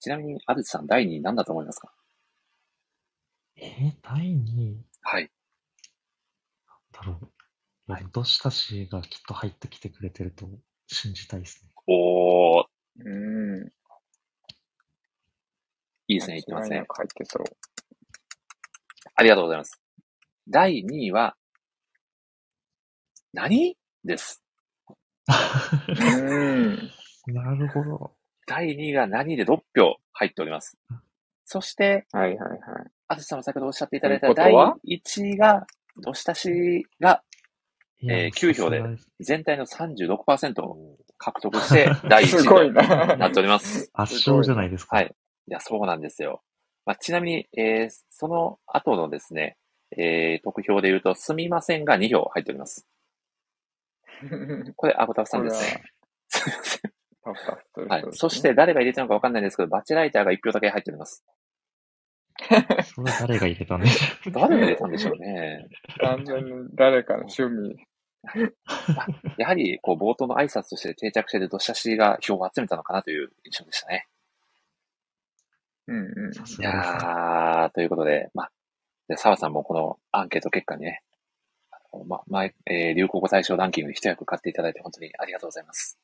[SPEAKER 1] ちなみに、アルチさん、第2位何だと思いますか
[SPEAKER 5] え、第2位
[SPEAKER 1] はい。
[SPEAKER 5] だろう。いや、でもどしたしがきっと入ってきてくれてると信じたいですね。
[SPEAKER 1] おー、
[SPEAKER 2] うん。
[SPEAKER 1] いい
[SPEAKER 2] い
[SPEAKER 1] ですね、言ってますね。
[SPEAKER 2] 入ってそう。
[SPEAKER 1] ありがとうございます。第2位は、何です。
[SPEAKER 2] うん。
[SPEAKER 5] なるほど。
[SPEAKER 1] 第2位が何で6票入っております。そして、
[SPEAKER 2] はいはいはい。
[SPEAKER 1] アルチさんも先ほどおっしゃっていただい
[SPEAKER 2] とい
[SPEAKER 1] た
[SPEAKER 2] うこ
[SPEAKER 1] 第
[SPEAKER 2] とは
[SPEAKER 1] 1位が、どしたしが
[SPEAKER 5] いや
[SPEAKER 1] えー9票で
[SPEAKER 5] さすがす
[SPEAKER 1] 全体の36%を獲得して、第1
[SPEAKER 2] *laughs* す
[SPEAKER 1] 位
[SPEAKER 2] ごい
[SPEAKER 1] と
[SPEAKER 2] な。
[SPEAKER 1] なっております。
[SPEAKER 5] 圧勝じゃないですか。
[SPEAKER 1] はい。いや、そうなんですよ。まあ、ちなみに、えーその後のですね、えー、得票で言うと、すみませんが2票入っております。
[SPEAKER 7] *laughs*
[SPEAKER 1] これ、アボタフさんですね。すみません。
[SPEAKER 2] パフパフする人
[SPEAKER 1] はい
[SPEAKER 2] ですね。。
[SPEAKER 1] そして、誰が入れたのかわかんないんですけど、バチェライターが1票だけ入っており
[SPEAKER 5] *laughs*
[SPEAKER 1] ます。
[SPEAKER 5] それは誰が入れたんでしょう。
[SPEAKER 1] 誰が入れたんでしょうね。
[SPEAKER 2] 完全に誰かの趣味
[SPEAKER 1] *laughs* やはり、こう、冒頭の挨拶として定着しているどしゃしが票を集めたのかなという印象でしたね。
[SPEAKER 2] うんうん。
[SPEAKER 5] さす
[SPEAKER 1] い
[SPEAKER 5] がですね。
[SPEAKER 1] やー、ということで、まあ、じゃあ澤さんもこのアンケート結果にね、あのま、前、えー流行語大賞ランキングに一役買っていただいて本当にありがとうございます。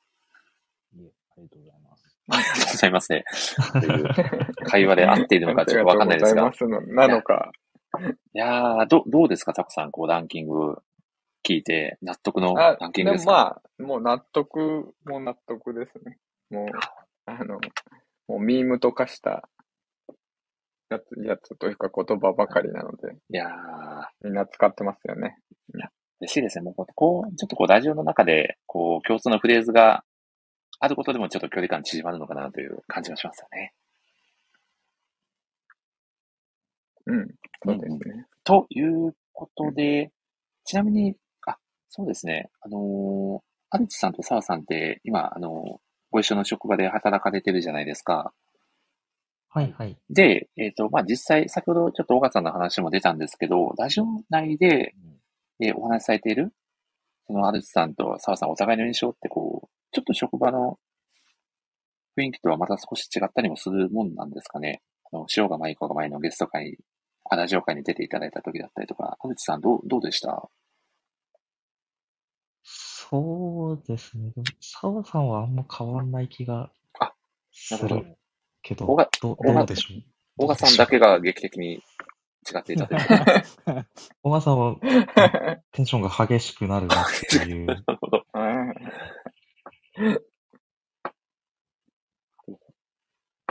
[SPEAKER 6] いえ、ありがとうございます。
[SPEAKER 1] ありがとうござい *laughs* ますね。という会話で合っているのかちょっとわかんないです
[SPEAKER 2] *laughs* あり
[SPEAKER 1] が
[SPEAKER 2] が。とうございますのなのか。
[SPEAKER 1] いやー、ど、どうですか、タコさん、こう、ランキング聞いて、納得の
[SPEAKER 2] あ
[SPEAKER 1] ラ、ンキ
[SPEAKER 2] で
[SPEAKER 1] ングで
[SPEAKER 2] も
[SPEAKER 1] すか
[SPEAKER 2] まあ、もう納得、もう納得ですね。もう、あの、もうミームと化したやつ、やつというか言葉ばかりなので、
[SPEAKER 1] いやー、
[SPEAKER 2] みんな使ってますよね。
[SPEAKER 1] 嬉しいですね。もうこう、こう、ちょっとこう、ラジオの中で、こう、共通のフレーズがあることでも、ちょっと距離感縮まるのかなという感じがしますよね。
[SPEAKER 2] うん、そうですね。
[SPEAKER 1] ということで、ちなみに、あ、そうですね。あのー、アルチさんとサワさんって、今、あのーご一緒の職場で働かれてるじゃないですか。
[SPEAKER 5] はいはい。
[SPEAKER 1] で、えっ、と、まあ、実際、先ほどちょっと岡さんの話も出たんですけど、ラジオ内で、
[SPEAKER 6] うん
[SPEAKER 1] えーお話しされている、そのアルチさんと澤さん、お互いの印象って、こう、ちょっと職場の雰囲気とはまた少し違ったりもするもんなんですかね。あの、塩が舞子が前のゲスト会、あラジオ会に出ていただいた時だったりとか、アルチさん、どう、どうでした
[SPEAKER 5] そうですね。でも、澤さんはあんま変わんない気が
[SPEAKER 1] あ
[SPEAKER 5] す
[SPEAKER 1] なるほ
[SPEAKER 5] るけど、
[SPEAKER 1] 小賀
[SPEAKER 5] ど
[SPEAKER 1] 小賀
[SPEAKER 5] どうでしょう。
[SPEAKER 1] 大賀さんだけが劇的に違っていたという。
[SPEAKER 5] *laughs* 小川さんは
[SPEAKER 2] *laughs*
[SPEAKER 5] テンションが激しくなるなっていう。
[SPEAKER 1] なるほど。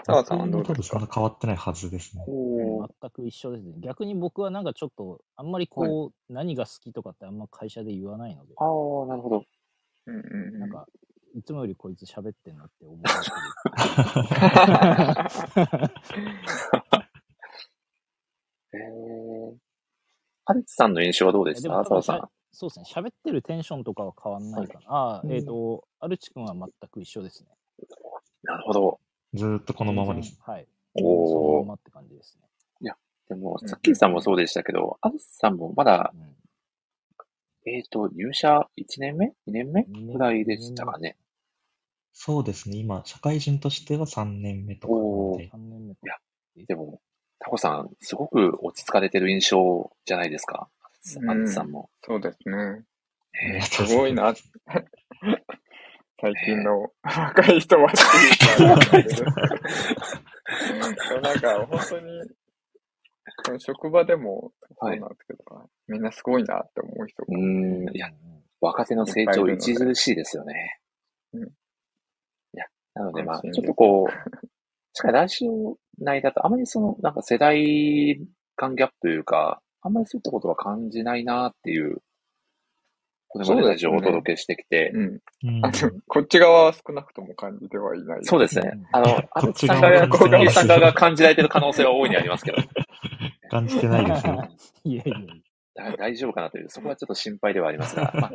[SPEAKER 2] サワさんはどう
[SPEAKER 5] 多
[SPEAKER 2] で
[SPEAKER 5] 分
[SPEAKER 2] す
[SPEAKER 5] そん
[SPEAKER 2] か
[SPEAKER 5] な変わってないはずですね。
[SPEAKER 1] おー
[SPEAKER 6] 全く一緒ですね。逆に僕はなんかちょっと、あんまりこう、何が好きとかってあんま会社で言わないので、
[SPEAKER 1] ああ、なるほど。
[SPEAKER 2] うんうん
[SPEAKER 6] な
[SPEAKER 2] うんん。
[SPEAKER 6] か、いつもよりこいつ喋ってんなって思わ
[SPEAKER 1] *laughs*
[SPEAKER 6] れてる。
[SPEAKER 1] えー、ハルツさんの印象はどうで
[SPEAKER 6] いや
[SPEAKER 1] し
[SPEAKER 6] で
[SPEAKER 1] た
[SPEAKER 6] も多
[SPEAKER 1] 澤
[SPEAKER 6] 分
[SPEAKER 1] さ
[SPEAKER 6] しゃ
[SPEAKER 1] ん。
[SPEAKER 6] そうですね、喋ってるテンションとかは変わんないかな。ああ、えっ、と、アルチ君は全く一緒ですね。
[SPEAKER 1] なるほど。
[SPEAKER 5] ずーっとこのままです
[SPEAKER 6] 全。然はい。全然そのま
[SPEAKER 1] お
[SPEAKER 6] ん
[SPEAKER 1] ー
[SPEAKER 6] まって感じですね。
[SPEAKER 1] でも、
[SPEAKER 2] うん
[SPEAKER 1] さっきーさんもそうでしたけど、ハルツさんもまだ、
[SPEAKER 6] うん
[SPEAKER 1] えっ、と、入社1年目 ?2 年目
[SPEAKER 6] 二年
[SPEAKER 1] ぐらいでしたかね。
[SPEAKER 5] そうですね。今、社会人としては3年目とかなの
[SPEAKER 1] おー
[SPEAKER 5] で、
[SPEAKER 6] 3年目か。
[SPEAKER 1] でも、タコさん、すごく落ち着かれてる印象じゃないですか。
[SPEAKER 2] うん
[SPEAKER 1] ハルツさんも。
[SPEAKER 2] そうですね。
[SPEAKER 5] あり
[SPEAKER 1] え
[SPEAKER 5] が
[SPEAKER 1] ー
[SPEAKER 5] とう
[SPEAKER 2] すご
[SPEAKER 5] ござ
[SPEAKER 2] い
[SPEAKER 5] ま
[SPEAKER 2] な
[SPEAKER 5] す。
[SPEAKER 2] 最近の若い人はっていうか、あ
[SPEAKER 1] *laughs*
[SPEAKER 2] れですけど。でもなんか、本当に、この職場でもそうなんですけど、みんなすごいなって思う人
[SPEAKER 1] う
[SPEAKER 2] が。
[SPEAKER 1] ーん、いや、若手の成長著しいですよね。
[SPEAKER 2] うん
[SPEAKER 1] いや、なのでまあ、
[SPEAKER 2] 安心で
[SPEAKER 1] ち
[SPEAKER 2] す
[SPEAKER 1] ょっとこう、しかもラジオ内だとあまりその、なんか世代間ギャップというか、あんまりそういったことは感じないなっていう、これまでラジオをお届けしてきて、
[SPEAKER 2] うん。
[SPEAKER 5] うん
[SPEAKER 2] あの、こっち側は少なくとも感じてはいない。
[SPEAKER 1] そうですね。あの、あ
[SPEAKER 5] こっち側
[SPEAKER 1] さんが、
[SPEAKER 5] は
[SPEAKER 1] こう、
[SPEAKER 5] 感じてない
[SPEAKER 1] さん側が感じられてる可能性は大いにありますけど、
[SPEAKER 5] 感じてない
[SPEAKER 2] *laughs*
[SPEAKER 5] ですよ。
[SPEAKER 6] いやいやい
[SPEAKER 1] だ大丈夫かなという、そこはちょっと心配ではありますが、ま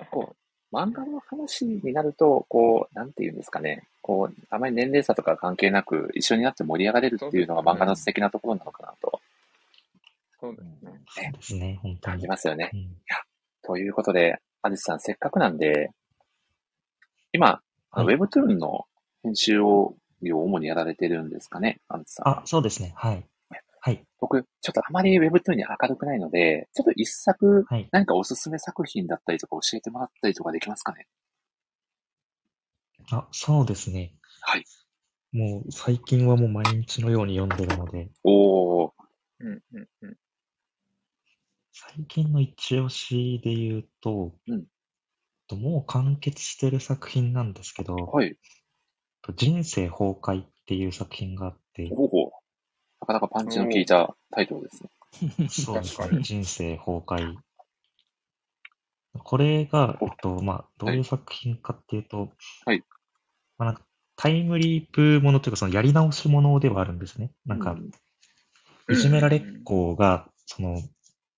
[SPEAKER 1] あ、こう、漫画の話になると、こう、なんていうんですかね、こう、あまり年齢差とか関係なく、一緒になって盛り上がれるっていうのが漫画の素敵なところなのかなと
[SPEAKER 2] そうで
[SPEAKER 6] や。
[SPEAKER 2] すね。
[SPEAKER 5] そうですね、本当
[SPEAKER 1] 感じ
[SPEAKER 5] に。
[SPEAKER 1] ますよね。
[SPEAKER 5] うん
[SPEAKER 1] ということで、アルチさん、せっかくなんで、今、あの
[SPEAKER 5] はい
[SPEAKER 1] Webtoon の編集を、を主にやられてるんですかね、アルチさんは
[SPEAKER 5] あ、そうですね。はい。はい。
[SPEAKER 1] 僕、ちょっとあまり Webtoon に明るくないので、ちょっと一作、
[SPEAKER 5] はい。
[SPEAKER 1] 何かおすすめ作品だったりとか教えてもらったりとかできますかね
[SPEAKER 5] あ、そうですね。
[SPEAKER 1] はい。
[SPEAKER 5] もう最近はもう毎日のように読んでるので、
[SPEAKER 1] おー、
[SPEAKER 2] うんうんうん。
[SPEAKER 5] 最近の一押しで言うと、
[SPEAKER 1] うん
[SPEAKER 5] ともう完結してる作品なんですけど、
[SPEAKER 1] はい。
[SPEAKER 5] と人生崩壊っていう作品があって、
[SPEAKER 1] おお。なかなかパンチの効いたタイトルですね。
[SPEAKER 5] そうです
[SPEAKER 2] 確か
[SPEAKER 5] ね、
[SPEAKER 2] に
[SPEAKER 5] 人生崩壊。これが、
[SPEAKER 1] お
[SPEAKER 5] えっと、まあ、どういう作品かっていうと、
[SPEAKER 1] はい
[SPEAKER 5] まあ、なんかタイムリープものというか、そのやり直しものではあるんですね。なんか、いじめられっ子が、その、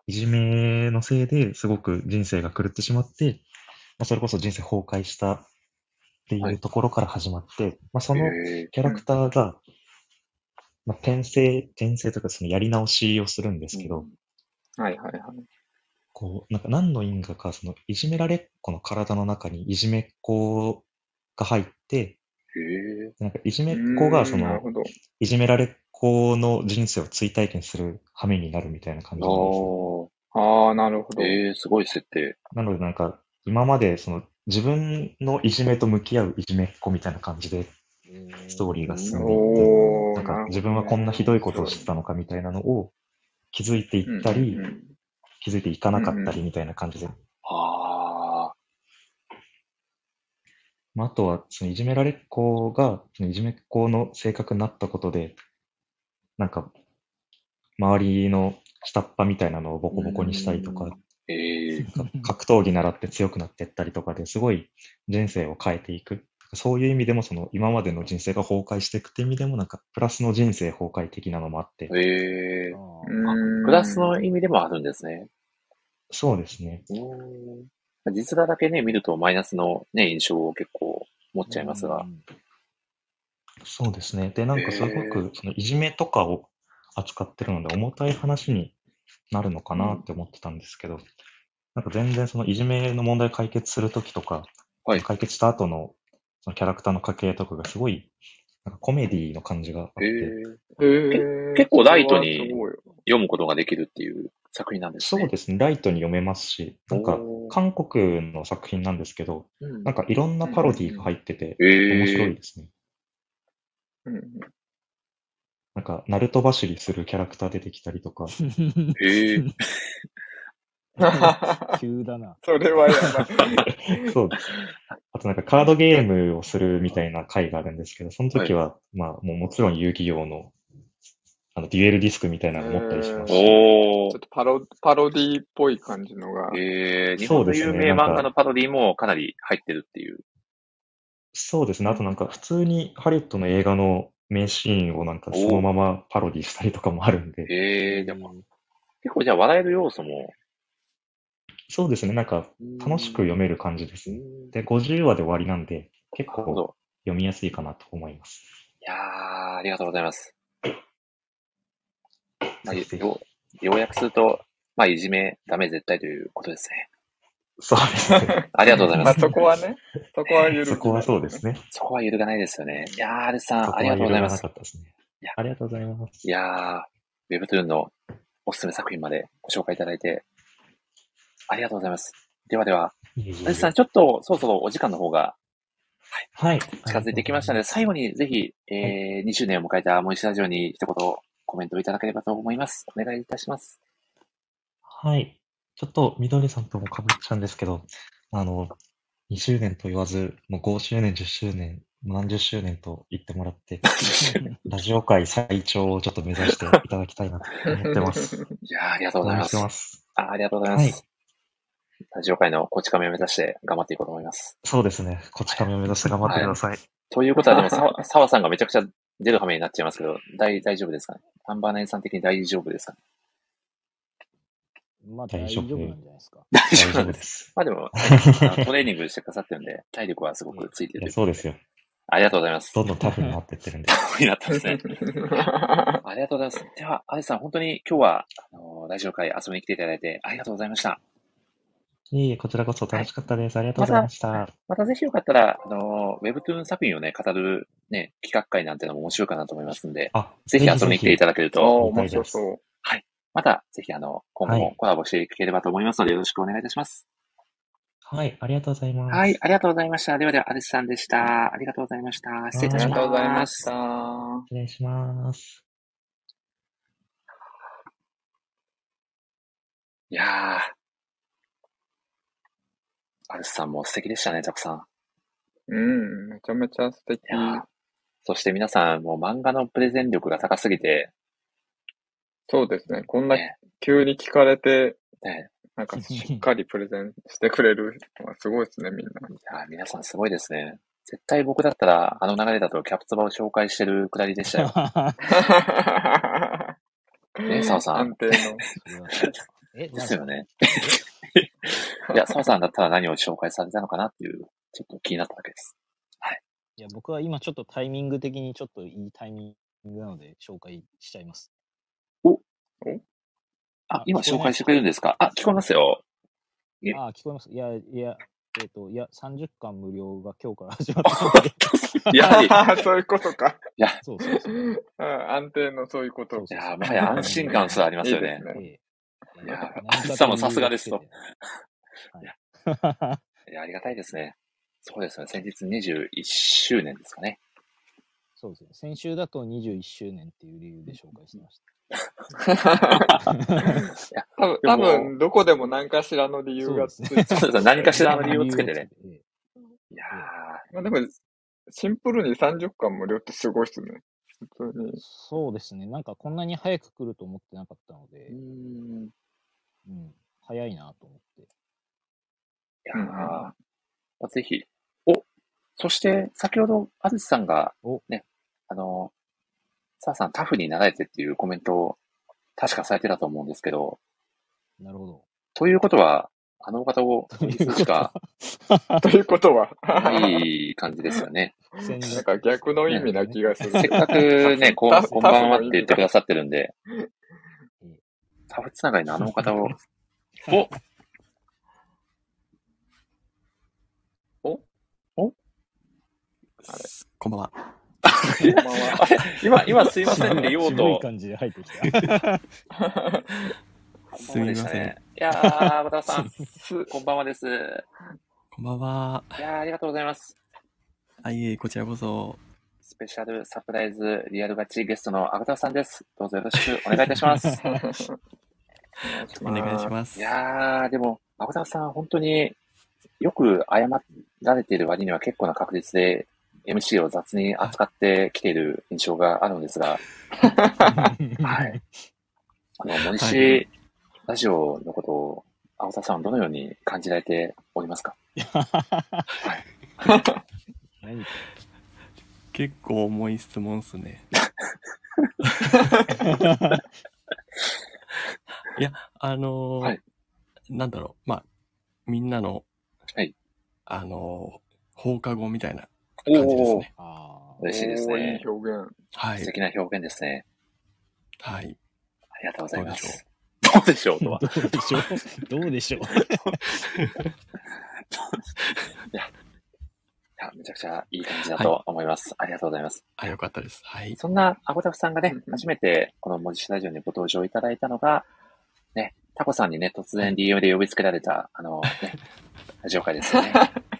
[SPEAKER 5] いじめのせいですごく人生が狂ってしまって、まあ、それこそ人生崩壊したって
[SPEAKER 1] はいいう
[SPEAKER 5] ところから始まって、まあ、そ
[SPEAKER 1] へ
[SPEAKER 5] の
[SPEAKER 1] え。
[SPEAKER 5] キャラクターが、まあ、転生、転生というかそのやり直しをするんですけど、
[SPEAKER 1] うん
[SPEAKER 2] はいはいはい。
[SPEAKER 5] こう、なんか何の因果か、その、いじめられっ子の体の中にいじめっ子が入って、
[SPEAKER 1] へえ。
[SPEAKER 5] なんかいじめっ子が、そ
[SPEAKER 2] うんなる
[SPEAKER 5] の、
[SPEAKER 2] ほど。
[SPEAKER 5] いじめられっ子の人生を追体験する羽目になるみたいな感じなんですよ。
[SPEAKER 1] あ
[SPEAKER 2] ああ、なるほど。
[SPEAKER 1] あ。ええすごい設定。
[SPEAKER 5] なのでなんか、今までその自分のいじめと向き合ういじめっ子みたいな感じでストーリーが進んでいっ
[SPEAKER 2] おーな
[SPEAKER 5] て、なん
[SPEAKER 2] るほど
[SPEAKER 5] か
[SPEAKER 2] ね
[SPEAKER 5] 自分はこんなひどいことをしてたのかみたいなのを気づいていったり、
[SPEAKER 2] うんうんうん
[SPEAKER 5] 気づいていかなかったりみたいな感じで。
[SPEAKER 1] ああ。
[SPEAKER 5] まあ、あとは、そのいじめられっ子が、そのいじめっ子の性格になったことで、なんか、周りの下っ端みたいなのをボコボコにしたりとか、
[SPEAKER 1] ええ
[SPEAKER 5] か格闘技習って強くなってったりとかですごい人生を変えていく。そういう意味でもその今までの人生が崩壊していくって意味でもなんかプラスの人生崩壊的なのもあって、
[SPEAKER 1] ええ
[SPEAKER 6] あ
[SPEAKER 2] うーん
[SPEAKER 1] プラスの意味でもあるんですね。
[SPEAKER 5] そうですね。
[SPEAKER 1] うん。実画だけね、見るとマイナスのね、印象を結構持っちゃいますが。。
[SPEAKER 5] そうですね。で、なんかすごくそのいじめとかを扱ってるので重たい話になるのかなって思ってたんですけど、なんか全然そのいじめの問題解決するときとか、
[SPEAKER 1] はい
[SPEAKER 5] 解決した後のそのキャラクターの家系とかがすごいなんかコメディの感じがあっ
[SPEAKER 1] ええ
[SPEAKER 5] て、
[SPEAKER 2] へー
[SPEAKER 1] 結構ライトに
[SPEAKER 2] それはすごい
[SPEAKER 1] 読むことができるっていう作品なんですね。
[SPEAKER 5] そうですね、ライトに読めますし、なんか
[SPEAKER 1] おー
[SPEAKER 5] 韓国の作品なんですけど、
[SPEAKER 1] うん
[SPEAKER 5] なんかいろんなパロディーが入ってて、面白
[SPEAKER 1] え
[SPEAKER 5] い
[SPEAKER 1] え
[SPEAKER 5] ですね。
[SPEAKER 2] うんうん
[SPEAKER 5] なんか、ナルト走りするキャラクター出てきたりと
[SPEAKER 1] *laughs*
[SPEAKER 5] か、
[SPEAKER 1] ええ
[SPEAKER 6] *laughs* 急だな。
[SPEAKER 2] それはやばい。
[SPEAKER 5] そうです。あとなんかカードゲームをするみたいな回があるんですけど、その時は、まあ、もうもちろん遊戯王の、あの、デュエルディスクみたいなの持ったりしますし、
[SPEAKER 1] お
[SPEAKER 2] ちょ
[SPEAKER 1] ー
[SPEAKER 2] っとパロパロディっぽい感じのが。
[SPEAKER 1] ええ日
[SPEAKER 5] そ
[SPEAKER 1] 本
[SPEAKER 5] うで
[SPEAKER 1] の
[SPEAKER 5] すね
[SPEAKER 1] 有名漫画
[SPEAKER 5] なんか
[SPEAKER 1] のパロディもかなり入ってるっていう。
[SPEAKER 5] そうですね、あとなんか普通にハリウッドの映画の名シーンをなんかそのままパロディしたりとかもあるんで、
[SPEAKER 1] ええでも結構じゃあ笑える要素も。
[SPEAKER 5] そうですね、なんか楽しく読める感じですね。で、50話で終わりなんで、結
[SPEAKER 1] なるほ
[SPEAKER 5] 構
[SPEAKER 1] ど。
[SPEAKER 5] 読みやすいかなと思います。
[SPEAKER 1] いやー、ありがとうございます。まあ、
[SPEAKER 5] ぜ
[SPEAKER 1] よ
[SPEAKER 5] ひぜひ
[SPEAKER 1] 要約すると、まあ、いじめダメ絶対ということですね。
[SPEAKER 5] そうですね。
[SPEAKER 1] ありがとうござい
[SPEAKER 2] ま
[SPEAKER 1] ま
[SPEAKER 2] あ
[SPEAKER 1] す。
[SPEAKER 2] そこはね、そこは緩く
[SPEAKER 5] そこはそうです
[SPEAKER 2] ね。
[SPEAKER 5] ね。
[SPEAKER 1] そこは揺るがないですよね。いやー、アルさん、
[SPEAKER 5] そ
[SPEAKER 1] あ
[SPEAKER 5] こ
[SPEAKER 1] りが
[SPEAKER 5] は
[SPEAKER 1] とう
[SPEAKER 5] 揺
[SPEAKER 1] ござ
[SPEAKER 5] る
[SPEAKER 1] い
[SPEAKER 5] が
[SPEAKER 1] ま
[SPEAKER 5] な
[SPEAKER 1] す
[SPEAKER 5] か。ったですね
[SPEAKER 1] いや。
[SPEAKER 5] ありがとうございます
[SPEAKER 1] い。やー、ウェブトゥーンのおすすめ作品までご紹介いただいて、ありがとうございます。ではでは、
[SPEAKER 5] いえいえいえ
[SPEAKER 1] アルさん、ちょっとそろそろお時間の方が
[SPEAKER 5] はい。
[SPEAKER 1] 近づいてきましたので、最後にぜひ、えー、2周年を迎えたモイシラジオに一言コメントをいただければと思います。お願いいたします。
[SPEAKER 5] はい。ちょっと、緑さんとも被っちゃうんですけど、あの、2周年と言わず、もう5周年、10周年、何十周年と言ってもらって、ラジオ界最長をちょっと目指していただきたいなと思ってます。
[SPEAKER 1] *laughs* いやー、ありがとうご
[SPEAKER 5] 応
[SPEAKER 1] ざい
[SPEAKER 5] 援
[SPEAKER 1] ま
[SPEAKER 5] して
[SPEAKER 1] す。
[SPEAKER 5] ます。
[SPEAKER 1] あーありがとうございます。ラジオ界のこち亀を目指して頑張っていこうと思います。
[SPEAKER 5] そうですね。こち亀を目指して頑張ってください。
[SPEAKER 1] ということは、で
[SPEAKER 6] *laughs*
[SPEAKER 1] も、澤澤さんがめちゃくちゃ出る羽目になっちゃいますけど、大大丈夫ですかねアンバーナインさん的に大丈夫ですかね
[SPEAKER 6] まあ大丈夫なんじゃないですか。
[SPEAKER 1] 大
[SPEAKER 5] 大
[SPEAKER 1] 丈
[SPEAKER 5] 丈
[SPEAKER 1] 夫
[SPEAKER 5] 夫
[SPEAKER 1] で。
[SPEAKER 5] ですす。
[SPEAKER 1] まあでも、あのトレーニングしてくださってるんで、体力はすごくついて
[SPEAKER 5] い
[SPEAKER 1] る
[SPEAKER 5] や、そうです
[SPEAKER 1] よ。
[SPEAKER 5] よ。
[SPEAKER 1] ありがとうございます。
[SPEAKER 5] どんどんタフになってってるんで。
[SPEAKER 1] になったんで
[SPEAKER 6] *laughs*
[SPEAKER 1] すね。
[SPEAKER 5] *laughs*
[SPEAKER 1] ありがとうございます。では、アイさん、本当に今日は、あのラジオ会遊びに来ていただいてありがとうございました。
[SPEAKER 5] いえいえ、こちらこそ楽しかったです。ありがとうございました。
[SPEAKER 1] またぜひよかったら、あの Webtoon 作品をね、語るね、企画会なんてのも面白いかなと思いますんで、
[SPEAKER 5] あ、
[SPEAKER 1] ぜひ遊びに来ていた
[SPEAKER 5] だ
[SPEAKER 1] だける
[SPEAKER 2] ああ、
[SPEAKER 1] と、
[SPEAKER 2] 面白そう。
[SPEAKER 1] またぜひあの、今後
[SPEAKER 5] は
[SPEAKER 1] も
[SPEAKER 5] い
[SPEAKER 1] コラボしていければと思いますので、よろしくお願いいたします。
[SPEAKER 5] はい、ありがとうございます。
[SPEAKER 1] はい、ありがとうございました。ではでは、アリスさんでした。ありがとうございました。失礼い
[SPEAKER 2] あ
[SPEAKER 1] たし
[SPEAKER 2] り
[SPEAKER 1] ます。
[SPEAKER 2] がとうございました。
[SPEAKER 5] 失礼します。
[SPEAKER 1] いやー。アルスさんも素敵でしたね、たくさん。
[SPEAKER 2] うん、めちゃめちゃ素敵。
[SPEAKER 1] いやーそして皆さん、もう漫画のプレゼン力が高すぎて、
[SPEAKER 2] そうですね。こんな
[SPEAKER 1] ね
[SPEAKER 2] 急に聞かれて、
[SPEAKER 1] ね、
[SPEAKER 2] なんかしっかりプレゼンしてくれるのはすごいですね、みんな。
[SPEAKER 1] いやー皆さんすごいですね。絶対僕だったら、あの流れだとキャプツバを紹介してるくだりでした
[SPEAKER 2] *laughs*
[SPEAKER 1] よ。ね、澤さん
[SPEAKER 2] 安。定の。
[SPEAKER 6] え、
[SPEAKER 1] *laughs* で
[SPEAKER 6] なん
[SPEAKER 1] すよ
[SPEAKER 6] か
[SPEAKER 7] *laughs*
[SPEAKER 1] ね。いや、澤さんだったら何を紹介されたのかなっていう、ちょっと気になっただけです。
[SPEAKER 6] いや、僕は今ちょっとタイミング的にちょっといいタイミングなので紹介しちゃいます。
[SPEAKER 1] あ
[SPEAKER 6] あ、
[SPEAKER 1] 今
[SPEAKER 6] 聞こえない
[SPEAKER 1] 紹介してくれるんですかあ、聞こえますよ。え
[SPEAKER 6] ああ、聞こえます。いや、いや、えっ、と、いや、30巻無料が今日から始まったので。
[SPEAKER 1] やはり、い
[SPEAKER 2] ああ、 *laughs* そういうことか。
[SPEAKER 6] そうそう
[SPEAKER 2] う
[SPEAKER 6] そう。
[SPEAKER 2] ん安定のそういうこと。
[SPEAKER 6] そうそう
[SPEAKER 1] やー、もはや安心感すらありますよね。
[SPEAKER 2] いいですね。
[SPEAKER 6] ええ
[SPEAKER 1] いや
[SPEAKER 6] 何
[SPEAKER 1] ー
[SPEAKER 6] かと
[SPEAKER 1] あずさんもさすがですと
[SPEAKER 6] 理由をつけて。はい
[SPEAKER 1] や、ありがたいですね。そうですね。先日21周年ですかね。
[SPEAKER 6] い。そうですね。先週だと21周年っていう理由で紹介してま
[SPEAKER 2] *laughs*
[SPEAKER 6] し
[SPEAKER 2] 多分、多分、どこでも何かしらの理由がついて
[SPEAKER 1] そうですね。
[SPEAKER 6] た。
[SPEAKER 1] 何かしらの理由をつけて
[SPEAKER 2] *laughs*
[SPEAKER 1] ね。。
[SPEAKER 6] ええ
[SPEAKER 1] いや
[SPEAKER 2] まあでも、シンプルに30巻無料ってすごいっすね。普通に。
[SPEAKER 6] そうですね。なんかこんなに早く来ると思ってなかったので、
[SPEAKER 2] うん。
[SPEAKER 6] うん、早いなと思って。
[SPEAKER 1] ー、いやーまあぜひ。お、そして、先ほど、あずさんが
[SPEAKER 6] お、
[SPEAKER 1] ね、あの、澤さんタフになられてっていうコメントを確かされてたと思うんですけど、
[SPEAKER 6] なるほど。
[SPEAKER 1] ということは、あのお方を
[SPEAKER 6] と
[SPEAKER 1] 本
[SPEAKER 6] いう
[SPEAKER 1] 日
[SPEAKER 6] こと
[SPEAKER 1] しか
[SPEAKER 2] ということは、
[SPEAKER 1] ない感じですよね。
[SPEAKER 6] 戦
[SPEAKER 2] なん
[SPEAKER 6] 略。
[SPEAKER 2] か逆の意味な気がする。
[SPEAKER 1] せっかくね、こ
[SPEAKER 2] タ
[SPEAKER 1] う
[SPEAKER 2] フ
[SPEAKER 1] こんばんはって言ってくださってるんで
[SPEAKER 6] フの意味、
[SPEAKER 1] タフつながりのあのお方を、お
[SPEAKER 2] あれ
[SPEAKER 8] こんばんは。
[SPEAKER 2] こんばんは。
[SPEAKER 1] *laughs* 今、今すいませ
[SPEAKER 6] *laughs*
[SPEAKER 1] んって言おう
[SPEAKER 6] 渋い
[SPEAKER 1] と、
[SPEAKER 6] 感じで入ってきた。
[SPEAKER 1] *laughs* こん
[SPEAKER 8] す
[SPEAKER 1] ばん
[SPEAKER 8] み
[SPEAKER 1] はでし
[SPEAKER 8] ま
[SPEAKER 1] た
[SPEAKER 8] せん
[SPEAKER 1] ね。。いやー、渡田さ
[SPEAKER 8] *laughs*
[SPEAKER 1] ん、
[SPEAKER 2] す
[SPEAKER 1] こんばんはです。い
[SPEAKER 8] *laughs* こんばんは。
[SPEAKER 1] やー、ありがとうございます。
[SPEAKER 8] あ、いえ、こちらこそ。
[SPEAKER 1] スペシャルサプライズリアルガチゲストのアブタさんです。どうぞよろしくお願いいたします。
[SPEAKER 2] お願いします
[SPEAKER 8] お願いしま
[SPEAKER 1] い
[SPEAKER 8] す。
[SPEAKER 1] やー、でも、アブタさん、本当によく謝られている割には結構な確率で MC を雑に扱ってきている印象があるんです
[SPEAKER 8] *laughs*
[SPEAKER 1] が、はい。あの、森氏、
[SPEAKER 8] はい
[SPEAKER 1] ラジオのことを、青田さんはどのように感じられておりま
[SPEAKER 8] *laughs*
[SPEAKER 1] すか
[SPEAKER 6] 何
[SPEAKER 8] 結構重い質問っす
[SPEAKER 1] *laughs*
[SPEAKER 8] ね。いや、あのー
[SPEAKER 1] はい
[SPEAKER 8] なんだろう。まあ、みんなの、
[SPEAKER 1] はい
[SPEAKER 8] あのー放課後みたい
[SPEAKER 1] *laughs*
[SPEAKER 8] な
[SPEAKER 1] お
[SPEAKER 8] 感じですね。
[SPEAKER 6] あ
[SPEAKER 1] 嬉しいです
[SPEAKER 2] おー、い
[SPEAKER 1] ね
[SPEAKER 2] い。表現。
[SPEAKER 8] は
[SPEAKER 1] 素
[SPEAKER 8] い。
[SPEAKER 1] 敵な表現ですね。
[SPEAKER 8] はい。
[SPEAKER 1] ありがとうございます。どうでしょうと
[SPEAKER 6] あ
[SPEAKER 1] は。。
[SPEAKER 6] ど
[SPEAKER 8] *laughs*
[SPEAKER 6] うでしょうどうでしょう *laughs*
[SPEAKER 1] いやめちゃくちゃいい感じだと思います。ありがとうございます。
[SPEAKER 8] あ、よかったです。はい。
[SPEAKER 1] そんなアゴタフさんがね
[SPEAKER 2] うんう、ん
[SPEAKER 1] 初めてこの文字スタジオにご登場いただいたのが、ね、タコさんにね、突然 DM で呼びつけられた、あの、
[SPEAKER 8] *laughs*
[SPEAKER 1] ね、ラジオ会ですよね。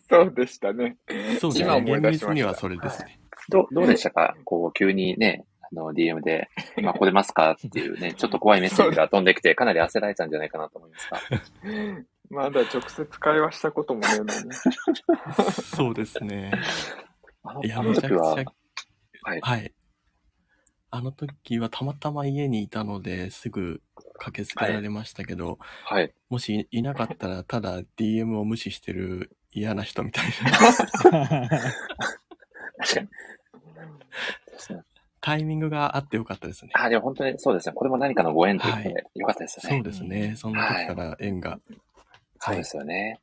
[SPEAKER 2] そうでしたね。
[SPEAKER 8] そうです
[SPEAKER 2] 今
[SPEAKER 8] ね。
[SPEAKER 2] 思い
[SPEAKER 8] 厳
[SPEAKER 2] 出し
[SPEAKER 8] 密
[SPEAKER 2] ま
[SPEAKER 8] に
[SPEAKER 2] し
[SPEAKER 8] は
[SPEAKER 2] た。
[SPEAKER 8] それですね。
[SPEAKER 1] どうどうでしたか *laughs* こう、急にね、あの、DM で、今来れますかっていう *laughs* ね、ちょっと怖いメッセージが飛んできて、かなり焦られたんじゃないかなと思いますが。
[SPEAKER 2] *laughs* まだ直接会話したこともねえのに。
[SPEAKER 1] *laughs*
[SPEAKER 8] そうですね。
[SPEAKER 1] あの
[SPEAKER 8] いや、
[SPEAKER 1] あの
[SPEAKER 8] めちゃくち
[SPEAKER 1] 時は
[SPEAKER 8] ゃ、、
[SPEAKER 1] はい。
[SPEAKER 8] はい。あの時はたまたま家にいたので、すぐ駆けつけられましたけど、
[SPEAKER 1] はい。
[SPEAKER 8] もしいなかったら、ただ DM を無視してる嫌な人みたい
[SPEAKER 1] *laughs*
[SPEAKER 8] な。
[SPEAKER 1] 確かに。ですね
[SPEAKER 8] タイミングがあってよかったですね。
[SPEAKER 1] *laughs* あ、でも本当にそうですね。これも何かのご縁ということ
[SPEAKER 8] は
[SPEAKER 1] で、よかったですよ
[SPEAKER 8] そう
[SPEAKER 1] ね。
[SPEAKER 8] ですね。そんな時から縁が。
[SPEAKER 1] そう
[SPEAKER 8] は
[SPEAKER 1] で
[SPEAKER 8] い。
[SPEAKER 1] すよね。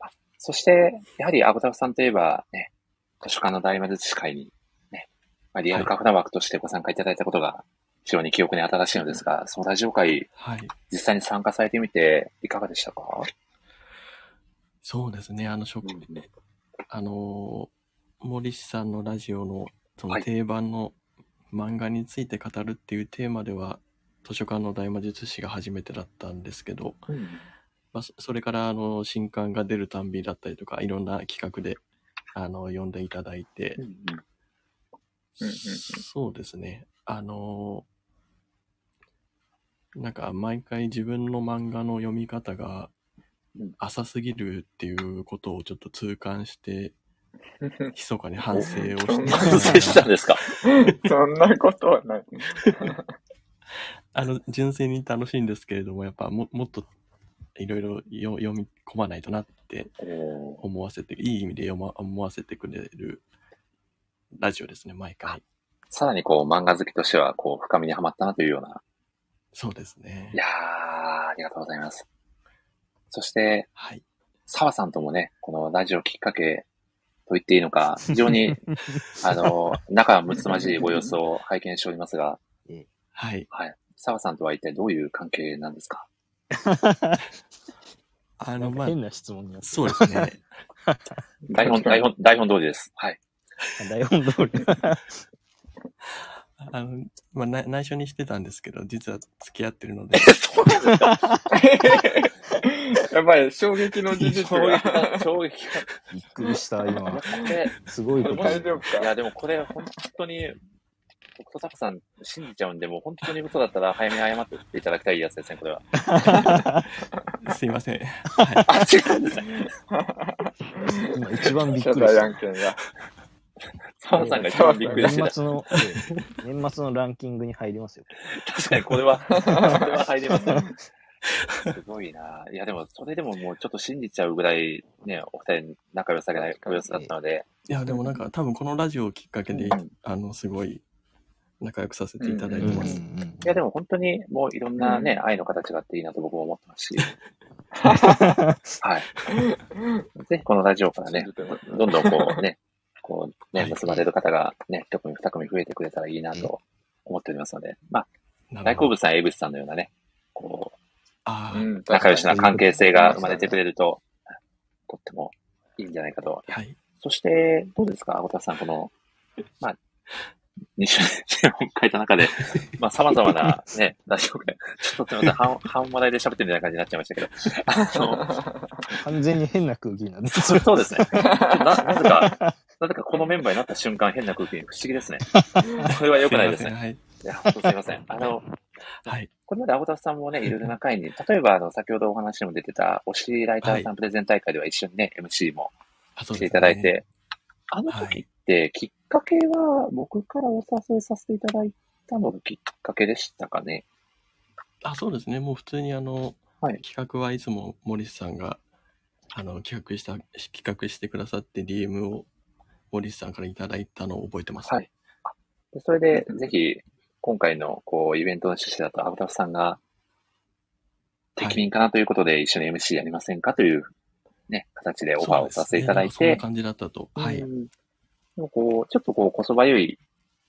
[SPEAKER 1] あそして、やはりアブタフさんといえば、ね、図書館の大魔術師会に、ね、まあ、リアルカフナ枠としてご参加いただいたことが、非常に記憶に新しいのですが、そのラジオ会、
[SPEAKER 8] はい。
[SPEAKER 1] 実際に参加されてみて、いかがでしたか
[SPEAKER 8] そうですね。あの、職、
[SPEAKER 1] うんうん
[SPEAKER 8] あのー、森氏さんのラジオの、そ
[SPEAKER 1] は
[SPEAKER 8] の
[SPEAKER 1] い
[SPEAKER 8] 定番の漫画について語るっていうテーマでは、図書館の大魔術師が初めてだったんですけど、まあ、そそれから、あの、新刊が出るたんびだったりとか、いろんな企画で、あの、読んでいただいて、
[SPEAKER 1] うんうん
[SPEAKER 2] うんうんうん
[SPEAKER 8] そうですね。あのーなんか毎回自分の漫画の読み方が
[SPEAKER 1] うん
[SPEAKER 8] 浅すぎるっていうことをちょっと痛感
[SPEAKER 2] *laughs*
[SPEAKER 8] して、 *laughs* 密かに反省をして
[SPEAKER 2] そん
[SPEAKER 8] い
[SPEAKER 2] な
[SPEAKER 1] 反省したんですか
[SPEAKER 2] *laughs* そんなことはない。
[SPEAKER 8] *laughs* あの、純粋に楽しいんですけれども、やっぱももっといろいろよ読み込まないとなって
[SPEAKER 1] おー
[SPEAKER 8] 思わせて、いい意味で読ま思わせてくれるラジオですね、毎回。
[SPEAKER 1] さらにこう漫画好きとしてはこう深みにはまったなというような。
[SPEAKER 8] そうですね
[SPEAKER 1] い。やー、ありがとうございます。そして、
[SPEAKER 8] はい。
[SPEAKER 1] 澤さんともね、このラジオきっかけと言っていいのか、 *laughs* 非
[SPEAKER 8] *laughs*
[SPEAKER 1] 常に、あの、仲睦まじいご様子を拝見しておりますが、
[SPEAKER 8] はい。
[SPEAKER 1] はい。澤さんとは一体どういう関係なんですか
[SPEAKER 8] あの、まあ、
[SPEAKER 6] 変な質問になってる
[SPEAKER 8] そうです
[SPEAKER 6] *laughs*
[SPEAKER 8] ね。
[SPEAKER 1] 台本、台本、台本通りです。
[SPEAKER 8] *laughs*
[SPEAKER 1] はい。
[SPEAKER 6] 台本通り。
[SPEAKER 8] あの、まあ、な内緒にしてたんですけど、実は付き合ってるので、
[SPEAKER 1] そうなんですか。 *laughs*
[SPEAKER 2] やばい、衝撃の事実
[SPEAKER 1] 衝撃
[SPEAKER 2] が。
[SPEAKER 1] だ、衝撃だ。
[SPEAKER 6] びっくりした、
[SPEAKER 1] いや、
[SPEAKER 6] 今。
[SPEAKER 1] これ、
[SPEAKER 6] すごいこと。
[SPEAKER 2] 大丈夫
[SPEAKER 1] い
[SPEAKER 2] か
[SPEAKER 1] や、でもこれ、本当に、僕とタコさん信じちゃうんで、もう本当に嘘だったら早めに謝っていただきたいやつですね、これは。
[SPEAKER 8] すいません。はい。
[SPEAKER 1] あ、違うんですね。
[SPEAKER 6] 今一番びっ
[SPEAKER 2] 謝
[SPEAKER 6] くりし
[SPEAKER 2] 罪
[SPEAKER 6] た
[SPEAKER 2] 案。件が。
[SPEAKER 1] 澤さんが一番びっくりして
[SPEAKER 6] 年
[SPEAKER 1] た。
[SPEAKER 6] 末
[SPEAKER 1] *laughs*
[SPEAKER 6] の、ええ年末のランキングに入りますよ。
[SPEAKER 1] 確かにこ
[SPEAKER 6] *laughs*
[SPEAKER 1] れは、これは入れますね。すごいな。いや、でも、それでももうちょっと信じちゃうぐらい、ね、お二人仲良さげなご様子だったので、
[SPEAKER 8] いや、でもなんか、多分このラジオをきっかけで、
[SPEAKER 2] うん
[SPEAKER 8] あの、すごい仲良くさせていただいて
[SPEAKER 6] うんうん
[SPEAKER 8] ます。
[SPEAKER 6] うん
[SPEAKER 1] いや、でも本当にもういろんなね、愛の形があっていいなと僕も思ってますし、はい。ぜひこのラジオからね
[SPEAKER 2] 信じてま、
[SPEAKER 1] どんどんこ
[SPEAKER 8] *laughs*
[SPEAKER 1] うね、こうね、
[SPEAKER 8] はい
[SPEAKER 1] 結ばれる方がね、一組二組増えてくれたらいいなと思っておりますので、まあ、
[SPEAKER 8] なる
[SPEAKER 1] 大
[SPEAKER 8] ほ
[SPEAKER 1] 好
[SPEAKER 8] ど。
[SPEAKER 1] 物さん、江口さんのようなね、こ
[SPEAKER 8] あ
[SPEAKER 2] う
[SPEAKER 8] あ、
[SPEAKER 2] ん、
[SPEAKER 1] う、仲良しな関係性が生まれてく
[SPEAKER 2] る。
[SPEAKER 1] れると、とってもいいんじゃないかと。
[SPEAKER 8] はい。
[SPEAKER 1] そして、どうですか、アゴタさん、この、まあ、2週目を迎えた中で、 *laughs* まあ、様々な
[SPEAKER 8] *laughs*
[SPEAKER 1] ね、ラジオが、ちょっとすみません、半、半笑いで喋ってるみたいな感じになっちゃいましたけど、あ
[SPEAKER 6] 完全に変な空気になって
[SPEAKER 1] の、そそうですね。な、なぜか、なぜかこのメンバーになった瞬間、変な空気に不思議で
[SPEAKER 8] *laughs*
[SPEAKER 1] すね。これは良くないです
[SPEAKER 8] すいま
[SPEAKER 1] ね。
[SPEAKER 8] せんはい。
[SPEAKER 1] いや、本当すいません。あの、
[SPEAKER 8] はい。
[SPEAKER 1] これまでアゴタさんもね、いろいろな回に、例えば、あの、先ほどお話にも出てた、推しライターさんプレゼン大会では一緒にね、MC も
[SPEAKER 8] あそう
[SPEAKER 1] 来
[SPEAKER 8] ですね
[SPEAKER 1] ていただいて、。あの
[SPEAKER 8] は
[SPEAKER 1] 時
[SPEAKER 8] い
[SPEAKER 1] って、きっかけは僕からお誘いさせていただいたのがきっかけでしたかね。
[SPEAKER 8] あ、そうですね。もう普通にあの、
[SPEAKER 1] はい
[SPEAKER 8] 企画はいつも森さんが、あの、企画した、企画してくださって DM を森さんからいただいたのを覚えてますね。
[SPEAKER 1] はいでそれで、ぜひ、今回のこうイベントの趣旨だと、アブタフさんが適任かなということで、一緒に MC やりませんかという、ね、形でオファーをさせていただい
[SPEAKER 8] そうですねなん
[SPEAKER 1] て
[SPEAKER 8] かそんな、感じだったと。はい。
[SPEAKER 1] うんでもこうちょっとこう、こそばゆい、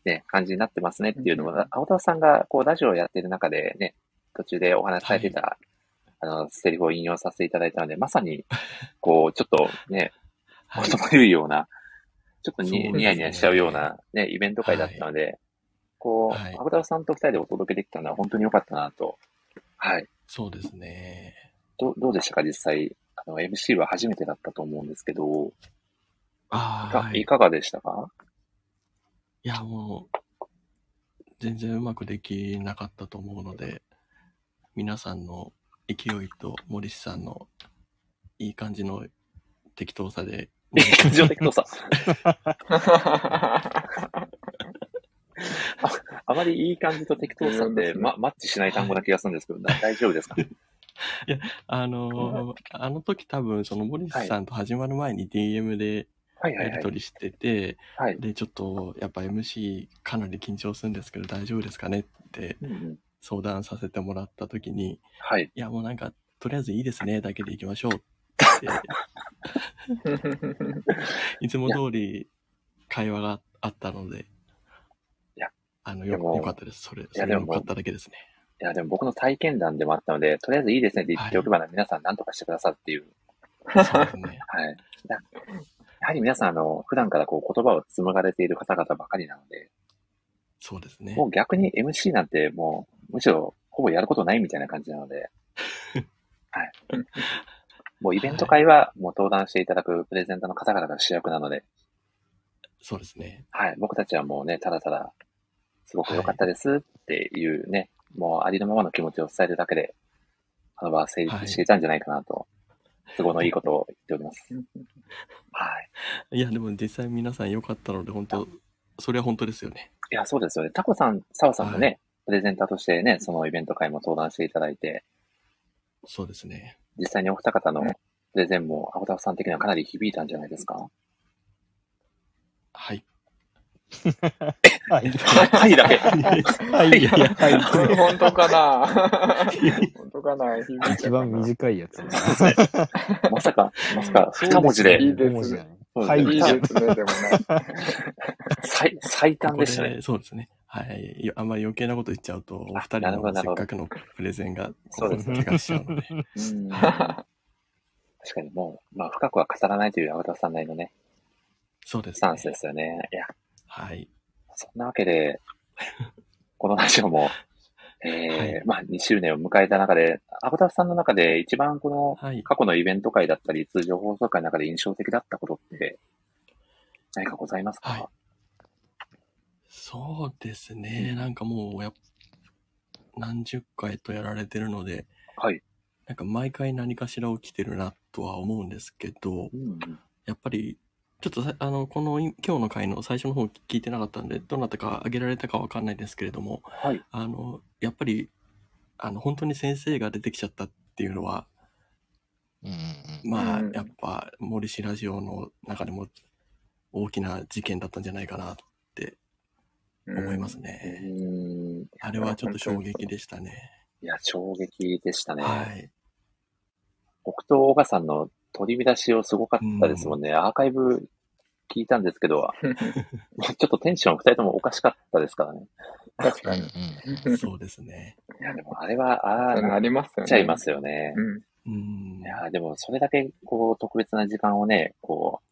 [SPEAKER 1] ね、感じになってますねっていうのも、
[SPEAKER 2] うん
[SPEAKER 1] 青田さんがこうラジオをやってる中でね、途中でお話しされてた、あの、セリフを引用させていただいたので、ま
[SPEAKER 8] *laughs*
[SPEAKER 1] さに、こう、ちょっとね、
[SPEAKER 8] はい
[SPEAKER 1] こそばゆいような、ちょっと
[SPEAKER 8] そうです
[SPEAKER 1] に
[SPEAKER 8] ね
[SPEAKER 1] ニヤニヤしちゃうような、ね、イベント会だったので、こ、
[SPEAKER 8] はいう
[SPEAKER 1] 青田さんと二人でお届けできたのは本当に良かったなと。はい。
[SPEAKER 8] そうですね。
[SPEAKER 1] どうどうでしたか、実際。あの、MC は初めてだったと思うんですけど、い
[SPEAKER 8] ああ、
[SPEAKER 1] か,、、
[SPEAKER 8] はいい。
[SPEAKER 1] かがでしたか
[SPEAKER 8] いや、もう、全然うまくできなかったと思うので、皆さんの勢いと森さんのいい感じの適当さで、
[SPEAKER 1] *laughs* いい感じの適
[SPEAKER 8] *laughs*
[SPEAKER 1] 当さ。あまりいい感じと適当さって、ま、マッチしない単語な気がするんですけど、な大丈夫ですかね
[SPEAKER 8] あのーあの時多分、その森さんと始まる前に DM で
[SPEAKER 1] はいは
[SPEAKER 8] や
[SPEAKER 1] いは
[SPEAKER 8] り
[SPEAKER 1] い。
[SPEAKER 8] 取りしてて、
[SPEAKER 1] はい。
[SPEAKER 8] で、ちょっと、やっぱ MC かなり緊張するんですけど、大丈夫ですかねって
[SPEAKER 1] うんうん
[SPEAKER 8] 相談させてもらった時に、
[SPEAKER 1] はい。
[SPEAKER 8] いや、もうなんか、とりあえずいいですね、だけでいきましょうって、
[SPEAKER 1] *laughs*
[SPEAKER 8] いつも通り会話があったので、
[SPEAKER 1] いや、
[SPEAKER 8] あの、
[SPEAKER 1] で
[SPEAKER 8] よ
[SPEAKER 1] も
[SPEAKER 8] よかったです。それ、
[SPEAKER 1] いや
[SPEAKER 8] それ
[SPEAKER 1] で
[SPEAKER 8] よ
[SPEAKER 1] も
[SPEAKER 8] かっただけですね。
[SPEAKER 1] いや、でも僕の体験談でもあったので、とりあえずいいですねって言っておけばな、皆さん何とかしてくださるっていう。
[SPEAKER 8] そうですね。
[SPEAKER 1] はい。だやはり皆さん、あの、普段からこう言葉を紡がれている方々ばかりなので、
[SPEAKER 8] そうですね
[SPEAKER 1] も。う逆に MC なんてもう、むしろほぼやることないみたいな感じな
[SPEAKER 8] *laughs*
[SPEAKER 1] ので、はい。もうイベント会はもう登壇していただくプレゼンターの方々が主役なので、
[SPEAKER 8] そうですね。
[SPEAKER 1] はい、僕たちはもうね、ただただ、すごく良かったですっていうね、もうありのままの気持ちを伝えるだけで、あの場は成立していたんじゃないかなと、都合のいいことを言っております。はい。
[SPEAKER 8] いや、でも実際皆さん良かったので、本当それは本当ですよね。
[SPEAKER 1] いや、そうですよね。タコさん、澤さんもね、
[SPEAKER 8] は
[SPEAKER 1] プレゼンターとしてね、そのイベント会も登壇していただいて、
[SPEAKER 8] そうですね。
[SPEAKER 1] 実際にお二方のプレゼンも、アゴタフさん的にはかなり響いたんじゃないですか
[SPEAKER 8] はい。
[SPEAKER 6] はい。
[SPEAKER 1] *laughs* はい、だけ。
[SPEAKER 6] *laughs* はい。いやいや、は
[SPEAKER 2] *laughs* 本当か
[SPEAKER 1] *laughs*
[SPEAKER 2] な本当かな響い
[SPEAKER 6] い。
[SPEAKER 2] た
[SPEAKER 6] 一
[SPEAKER 2] か
[SPEAKER 6] 番
[SPEAKER 2] な
[SPEAKER 6] 短いやつ。
[SPEAKER 1] まさか、まさか、二文字
[SPEAKER 6] そ
[SPEAKER 1] で
[SPEAKER 6] うすね。五文字だねはい
[SPEAKER 2] い説明でもない。
[SPEAKER 1] 最、最
[SPEAKER 8] こ
[SPEAKER 1] 短でしたね。
[SPEAKER 8] れそうですね。はい。いやあんまり余計なこと言っちゃうと、お二
[SPEAKER 1] なる
[SPEAKER 8] 人
[SPEAKER 1] ほど
[SPEAKER 8] の
[SPEAKER 1] な
[SPEAKER 8] せ
[SPEAKER 1] るほ
[SPEAKER 8] っ
[SPEAKER 1] ど
[SPEAKER 8] かくのプレゼンが、
[SPEAKER 1] そうですね
[SPEAKER 8] 怪我しちゃうので。
[SPEAKER 1] うん確かにもう、まあ、深くは語らないというア田さんなりのね、
[SPEAKER 8] そうで
[SPEAKER 1] ス
[SPEAKER 8] す
[SPEAKER 1] タ
[SPEAKER 8] ね
[SPEAKER 1] ンス。ですよね。いや、
[SPEAKER 8] はい。
[SPEAKER 1] そんなわ
[SPEAKER 8] *laughs*
[SPEAKER 1] けで、このラジオも、えー
[SPEAKER 8] はい
[SPEAKER 1] まあ、2周年を迎えた中で、アボタフさんの中で一番この
[SPEAKER 8] はい。
[SPEAKER 1] 過去のイベント会だったり、通常放送会の中で印象的だったことって何かございますか、
[SPEAKER 8] はいそうですね。なんかもう、やっ何十回とやられてるので、
[SPEAKER 1] はい。
[SPEAKER 8] なんか毎回何かしら起きてるなとは思うんですけど、
[SPEAKER 1] うん
[SPEAKER 8] やっぱり、ちょっとさあの、このい今日の回の最初の方聞いてなかったんで、どなたか挙げられたかわかんないですけれども、
[SPEAKER 1] はい
[SPEAKER 8] あの、やっぱり、あの、本当に先生が出てきちゃったっていうのは、
[SPEAKER 6] うんうん
[SPEAKER 8] まあ、
[SPEAKER 2] うん
[SPEAKER 8] やっぱ、森氏ラジオの中でも大きな事件だったんじゃないかなと思います
[SPEAKER 1] う
[SPEAKER 8] ね。
[SPEAKER 1] ん。い
[SPEAKER 8] あれはちょっと衝撃でしたね。
[SPEAKER 1] や、衝撃でしたね。
[SPEAKER 8] はい。
[SPEAKER 1] 北東オガさんの取り乱しをすごかったですもんね。アーカイブ聞いたんですけど、 *laughs* も
[SPEAKER 2] うん。
[SPEAKER 1] うちょっとテンション2人ともおかしかったですからね。
[SPEAKER 2] 確か
[SPEAKER 6] うん
[SPEAKER 2] に。
[SPEAKER 6] うん
[SPEAKER 8] そうですね。
[SPEAKER 1] いや、でもあれは、ああ、
[SPEAKER 2] *laughs* あ
[SPEAKER 1] なっ
[SPEAKER 2] りますよね。
[SPEAKER 1] ちゃいますよね
[SPEAKER 2] う。ん。
[SPEAKER 8] うん
[SPEAKER 1] い。や、でもそれだけ、こう、特別な時間をね、こう、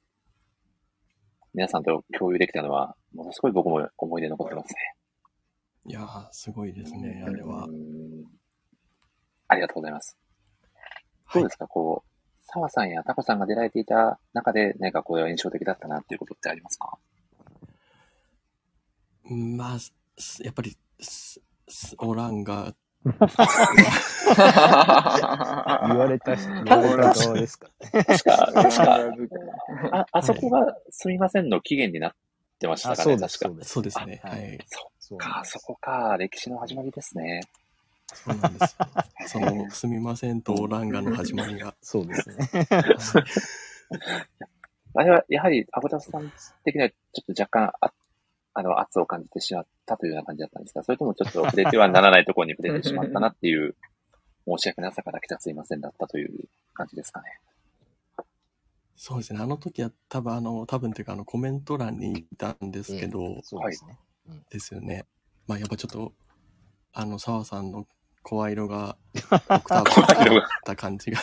[SPEAKER 1] 皆さんと共有できたのは、ものすごい僕も思い出残ってますね。
[SPEAKER 8] いやー、すごいですね、あれは
[SPEAKER 1] う。んありがとうございます。どうですか、こう、澤さんやタコさんが出られていた中で、何かこれは印象的だったなっていうことってありますか
[SPEAKER 8] まあ、すすやっぱり、すすオランが、
[SPEAKER 6] 言われた、言われた側ですか。
[SPEAKER 1] 確か、確か、 *laughs* あ、あ
[SPEAKER 8] い
[SPEAKER 1] そこがすみませんの期限になってましたか
[SPEAKER 6] あ、
[SPEAKER 1] ね、
[SPEAKER 6] そうです、そう。
[SPEAKER 1] 確か
[SPEAKER 6] です。
[SPEAKER 8] そうですね。
[SPEAKER 6] あ
[SPEAKER 8] は
[SPEAKER 6] はい
[SPEAKER 8] い。
[SPEAKER 6] そう
[SPEAKER 1] か
[SPEAKER 6] なん
[SPEAKER 1] あ
[SPEAKER 6] です
[SPEAKER 1] そこか、歴史の始まりですね。
[SPEAKER 8] そうなんですよ。その、すみませんとオランガの始まりが。
[SPEAKER 6] そうですね。
[SPEAKER 8] はい
[SPEAKER 1] あれは、やはり、アボタフさん的には、ちょっと若干、ああの、圧を感じてしまったというような感じだったんですかそれともちょっと触れてはならないところに触れてしまったなっていう、申し訳なさから来たすいませんだったという感じですかね。
[SPEAKER 8] そうですね。あの時は多分、あの、多分というか、あの、コメント欄にいたんですけど、
[SPEAKER 6] そうですね。
[SPEAKER 8] ですよね。まあ、やっぱちょっと、あの、澤さんの声色
[SPEAKER 6] *laughs*
[SPEAKER 8] が、オクターブが変わった感じが。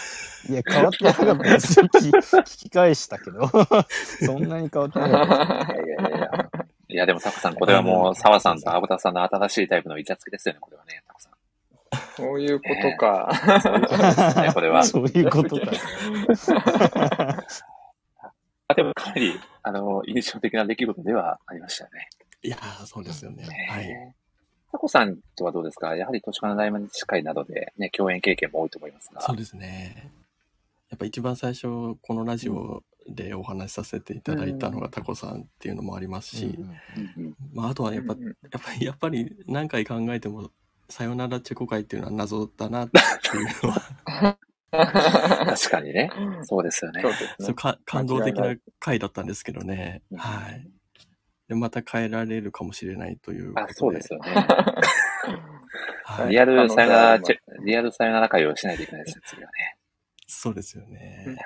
[SPEAKER 6] いや、変わってなかったです。聞き聞き返したけど、 *laughs* そんなに変わってなかったです。
[SPEAKER 1] いやいやいや。 *laughs* いや、でもタコさん、これはもう、澤さんとアボタフさんの新しいタイプのイチャつきですよね、これはね、タコさん。
[SPEAKER 2] そういうことか。
[SPEAKER 1] そういうことですね、こ
[SPEAKER 8] *laughs*
[SPEAKER 1] れは。
[SPEAKER 6] そういう
[SPEAKER 1] *laughs*
[SPEAKER 6] ことか。
[SPEAKER 1] あ *laughs* でもかなり、あの、印象的な出来事ではありましたよね。
[SPEAKER 8] いやー、そうですよね。はい。
[SPEAKER 1] い。タコさんとはどうですかやはり、都市間の大門司会などで、ね、共演経験も多いと思いますが。
[SPEAKER 8] そうですね。やっぱ一番最初、このラジオでお話しさせていただいたのがタコさんっていうのもありますし、
[SPEAKER 1] うんうん
[SPEAKER 8] まあ、あとはやっぱ、やっぱり、やっぱり何回考えても、さよならチェコ会っていうのは謎だなっていうのは、
[SPEAKER 1] *laughs* 確かにね。そうですよね
[SPEAKER 2] そ。うです
[SPEAKER 8] そう
[SPEAKER 2] ね。
[SPEAKER 8] か感動的
[SPEAKER 2] 間違いな
[SPEAKER 8] な回だったんですけどね
[SPEAKER 1] う。ん
[SPEAKER 8] はい。で、また変えられるかもしれないということ
[SPEAKER 1] あ
[SPEAKER 8] で。、
[SPEAKER 1] そうですよね。 *laughs*
[SPEAKER 8] はい。
[SPEAKER 1] リアルさよならチェ、リアルさよなら会をしないといけないですね、次はね。
[SPEAKER 8] そうですよね。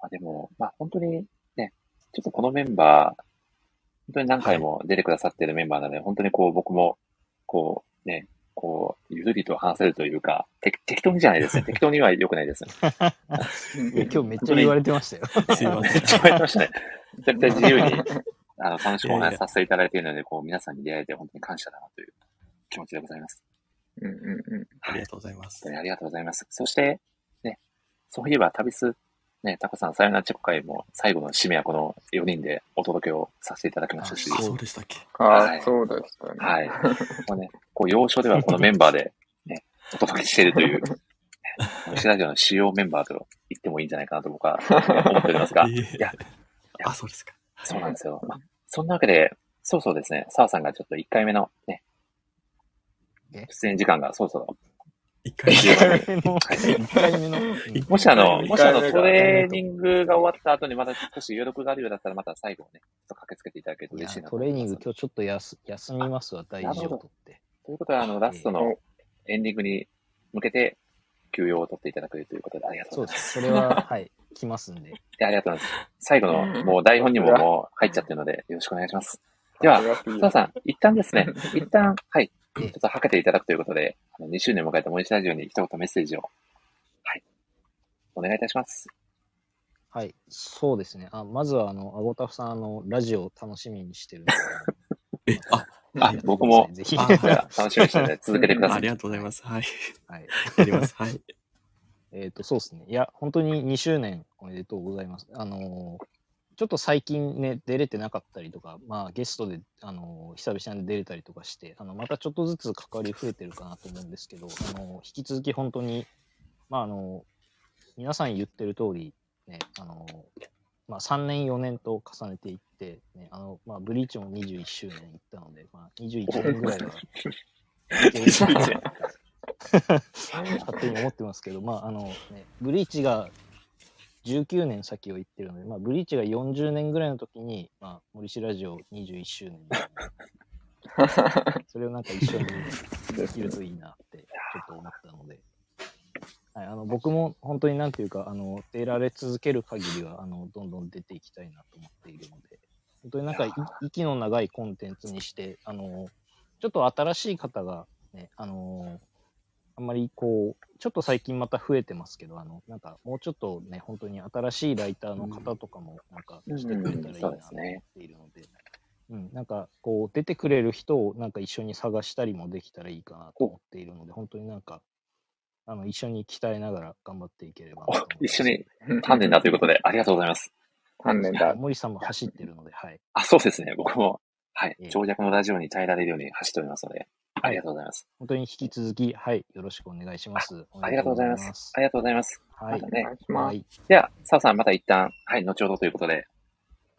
[SPEAKER 1] まあ、でも、まあ本当にね、ちょっとこのメンバー、本当に何回も出てくださってるメンバーなので、本当にこう僕も、こうね、こう、ゆるりと話せるというか、て適当にじゃないですね。適当には良くないですね。
[SPEAKER 6] いや、今日めっちゃ言われてましたよ。
[SPEAKER 8] すいま
[SPEAKER 1] め
[SPEAKER 8] せ
[SPEAKER 1] *laughs* っ
[SPEAKER 8] ん。
[SPEAKER 1] ちゃ言われてましたね。絶対自
[SPEAKER 8] *laughs*
[SPEAKER 1] 由に、あの、楽しくお話しさせていただいているので、こう、皆さんに出会えて本当に感謝だなという気持ちでございます。
[SPEAKER 2] うんうんうん。
[SPEAKER 8] ありがとうございま
[SPEAKER 1] 本
[SPEAKER 8] す
[SPEAKER 1] 当。にありがとうございます。そして、ね、そういえば旅す、ね、タコさん、さよならチェコ会も最後の締めはこの4人でお届けをさせていただきましたし、
[SPEAKER 8] あ、そうでしたっけ。
[SPEAKER 2] ああ、そうでしたね。
[SPEAKER 1] はい。もうね、こう、要所ではこのメンバーで、ね、お届けしているという、ねこのシラジオの主要メンバーと言ってもいいんじゃないかなと僕は思っておりますが、
[SPEAKER 8] いえい
[SPEAKER 1] や
[SPEAKER 8] えあ、そうですか。
[SPEAKER 1] そうなんですよ。まあ、そんなわけで、そうそうですね、澤さんがちょっと1回目のね
[SPEAKER 6] え、
[SPEAKER 1] 出演時間がそろそろ。
[SPEAKER 8] 一回
[SPEAKER 6] 1回目の、1回目の。
[SPEAKER 1] もしあの、
[SPEAKER 2] 一回目
[SPEAKER 1] もしあの、
[SPEAKER 2] 一回目
[SPEAKER 1] ト
[SPEAKER 2] が
[SPEAKER 1] レーニングが終わった後にまだ少し余力があるようだったら、また最後ね、ちょっと駆けつけていただけると
[SPEAKER 6] いや
[SPEAKER 1] 嬉しいなと
[SPEAKER 6] ト
[SPEAKER 1] 思
[SPEAKER 6] レー
[SPEAKER 1] いま
[SPEAKER 6] ニ
[SPEAKER 1] す。
[SPEAKER 6] ング今日ちょっとやす休みますわ、大事を取って。
[SPEAKER 1] ということは、あの、ラストのエンディングに向けて、休養を取っていただくということで、ありがとう
[SPEAKER 6] そ
[SPEAKER 1] ご
[SPEAKER 6] う
[SPEAKER 1] ざ
[SPEAKER 6] で
[SPEAKER 1] います。
[SPEAKER 6] す。それは、はい、来ますんで。
[SPEAKER 1] *laughs* いやありがとうございます。最後の、もう台本にももう入っちゃってるので、よろしくお願いします。では、澤さん、一旦ですね、一旦、はい、ちょっとはけていただくということで、あの2周年を迎えた森下ラジオに一言メッセージを、はい、お願いいたします。
[SPEAKER 6] はい、そうですね。あまずは、あの、あごたふさん、あの、ラジオ楽しみにしてるんで。
[SPEAKER 8] *laughs* え、あ、
[SPEAKER 1] あ、僕も、
[SPEAKER 6] ぜひ
[SPEAKER 1] あはい楽しみにしてるので続けてください。
[SPEAKER 8] ありがとうございます。はい。
[SPEAKER 6] はい。
[SPEAKER 8] やります。
[SPEAKER 6] *laughs*
[SPEAKER 8] はい。
[SPEAKER 6] えっ、と、そうですね。いや、本当に2周年おめでとうございます。あのーちょっと最近ね、出れてなかったりとか、まあ、ゲストで、あのー久々に出れたりとかして、あの、またちょっとずつ関わり増えてるかなと思うんですけど、あのー引き続き本当に、まあ、あのー皆さん言ってる通り、ね、あのーまあ、3年、4年と重ねていって、ね、あの、まあ、ブリーチも21周年いったので、まあ、21年ぐらいは、いけるんじゃないかな勝手に思ってますけど、まああのね、ブリーチが19年先を行ってるので、まあ、ブリーチが40年ぐらいの時に、まあ、森氏ラジオ21周年みたいなそれをなんか一緒にできるといいなってちょっと思ったので、はい、あの僕も本当になんていうかあの出られ続ける限りはあのどんどん出ていきたいなと思っているので本当になんかい息の長いコンテンツにしてあのちょっと新しい方がねあのあんまりこう、ちょっと最近また増えてますけど、あの、なんかもうちょっとね、本当に新しいライターの方とかも、なんか来てくれたらいいなと思っているので、うん、なんかこう、出てくれる人をなんか一緒に探したりもできたらいいかなと思っているので、本当になんか、あの、一緒に鍛えながら頑張っていければなと思い
[SPEAKER 1] 一緒に
[SPEAKER 2] うん
[SPEAKER 1] 丹念だということで、ありがとうございます。
[SPEAKER 2] 丹念
[SPEAKER 6] ます。
[SPEAKER 2] だ。
[SPEAKER 6] 森さんも走ってるので、はい。
[SPEAKER 1] あ、そうですね、僕も、はい
[SPEAKER 6] ええ、
[SPEAKER 1] 長尺のラジオに耐えられるように走っておりますので、ありがとうございます。
[SPEAKER 6] 本当に引き続き、はい、よろしくお願いします。お
[SPEAKER 1] あ
[SPEAKER 6] め
[SPEAKER 1] り
[SPEAKER 6] で
[SPEAKER 1] がとうございます。ありがとうございます。
[SPEAKER 6] は
[SPEAKER 1] ま
[SPEAKER 6] い
[SPEAKER 1] た。
[SPEAKER 2] お
[SPEAKER 1] ね
[SPEAKER 2] 願いしま
[SPEAKER 6] は
[SPEAKER 2] す。
[SPEAKER 6] い。
[SPEAKER 1] では、澤さん、また一旦、はい、後ほどということで、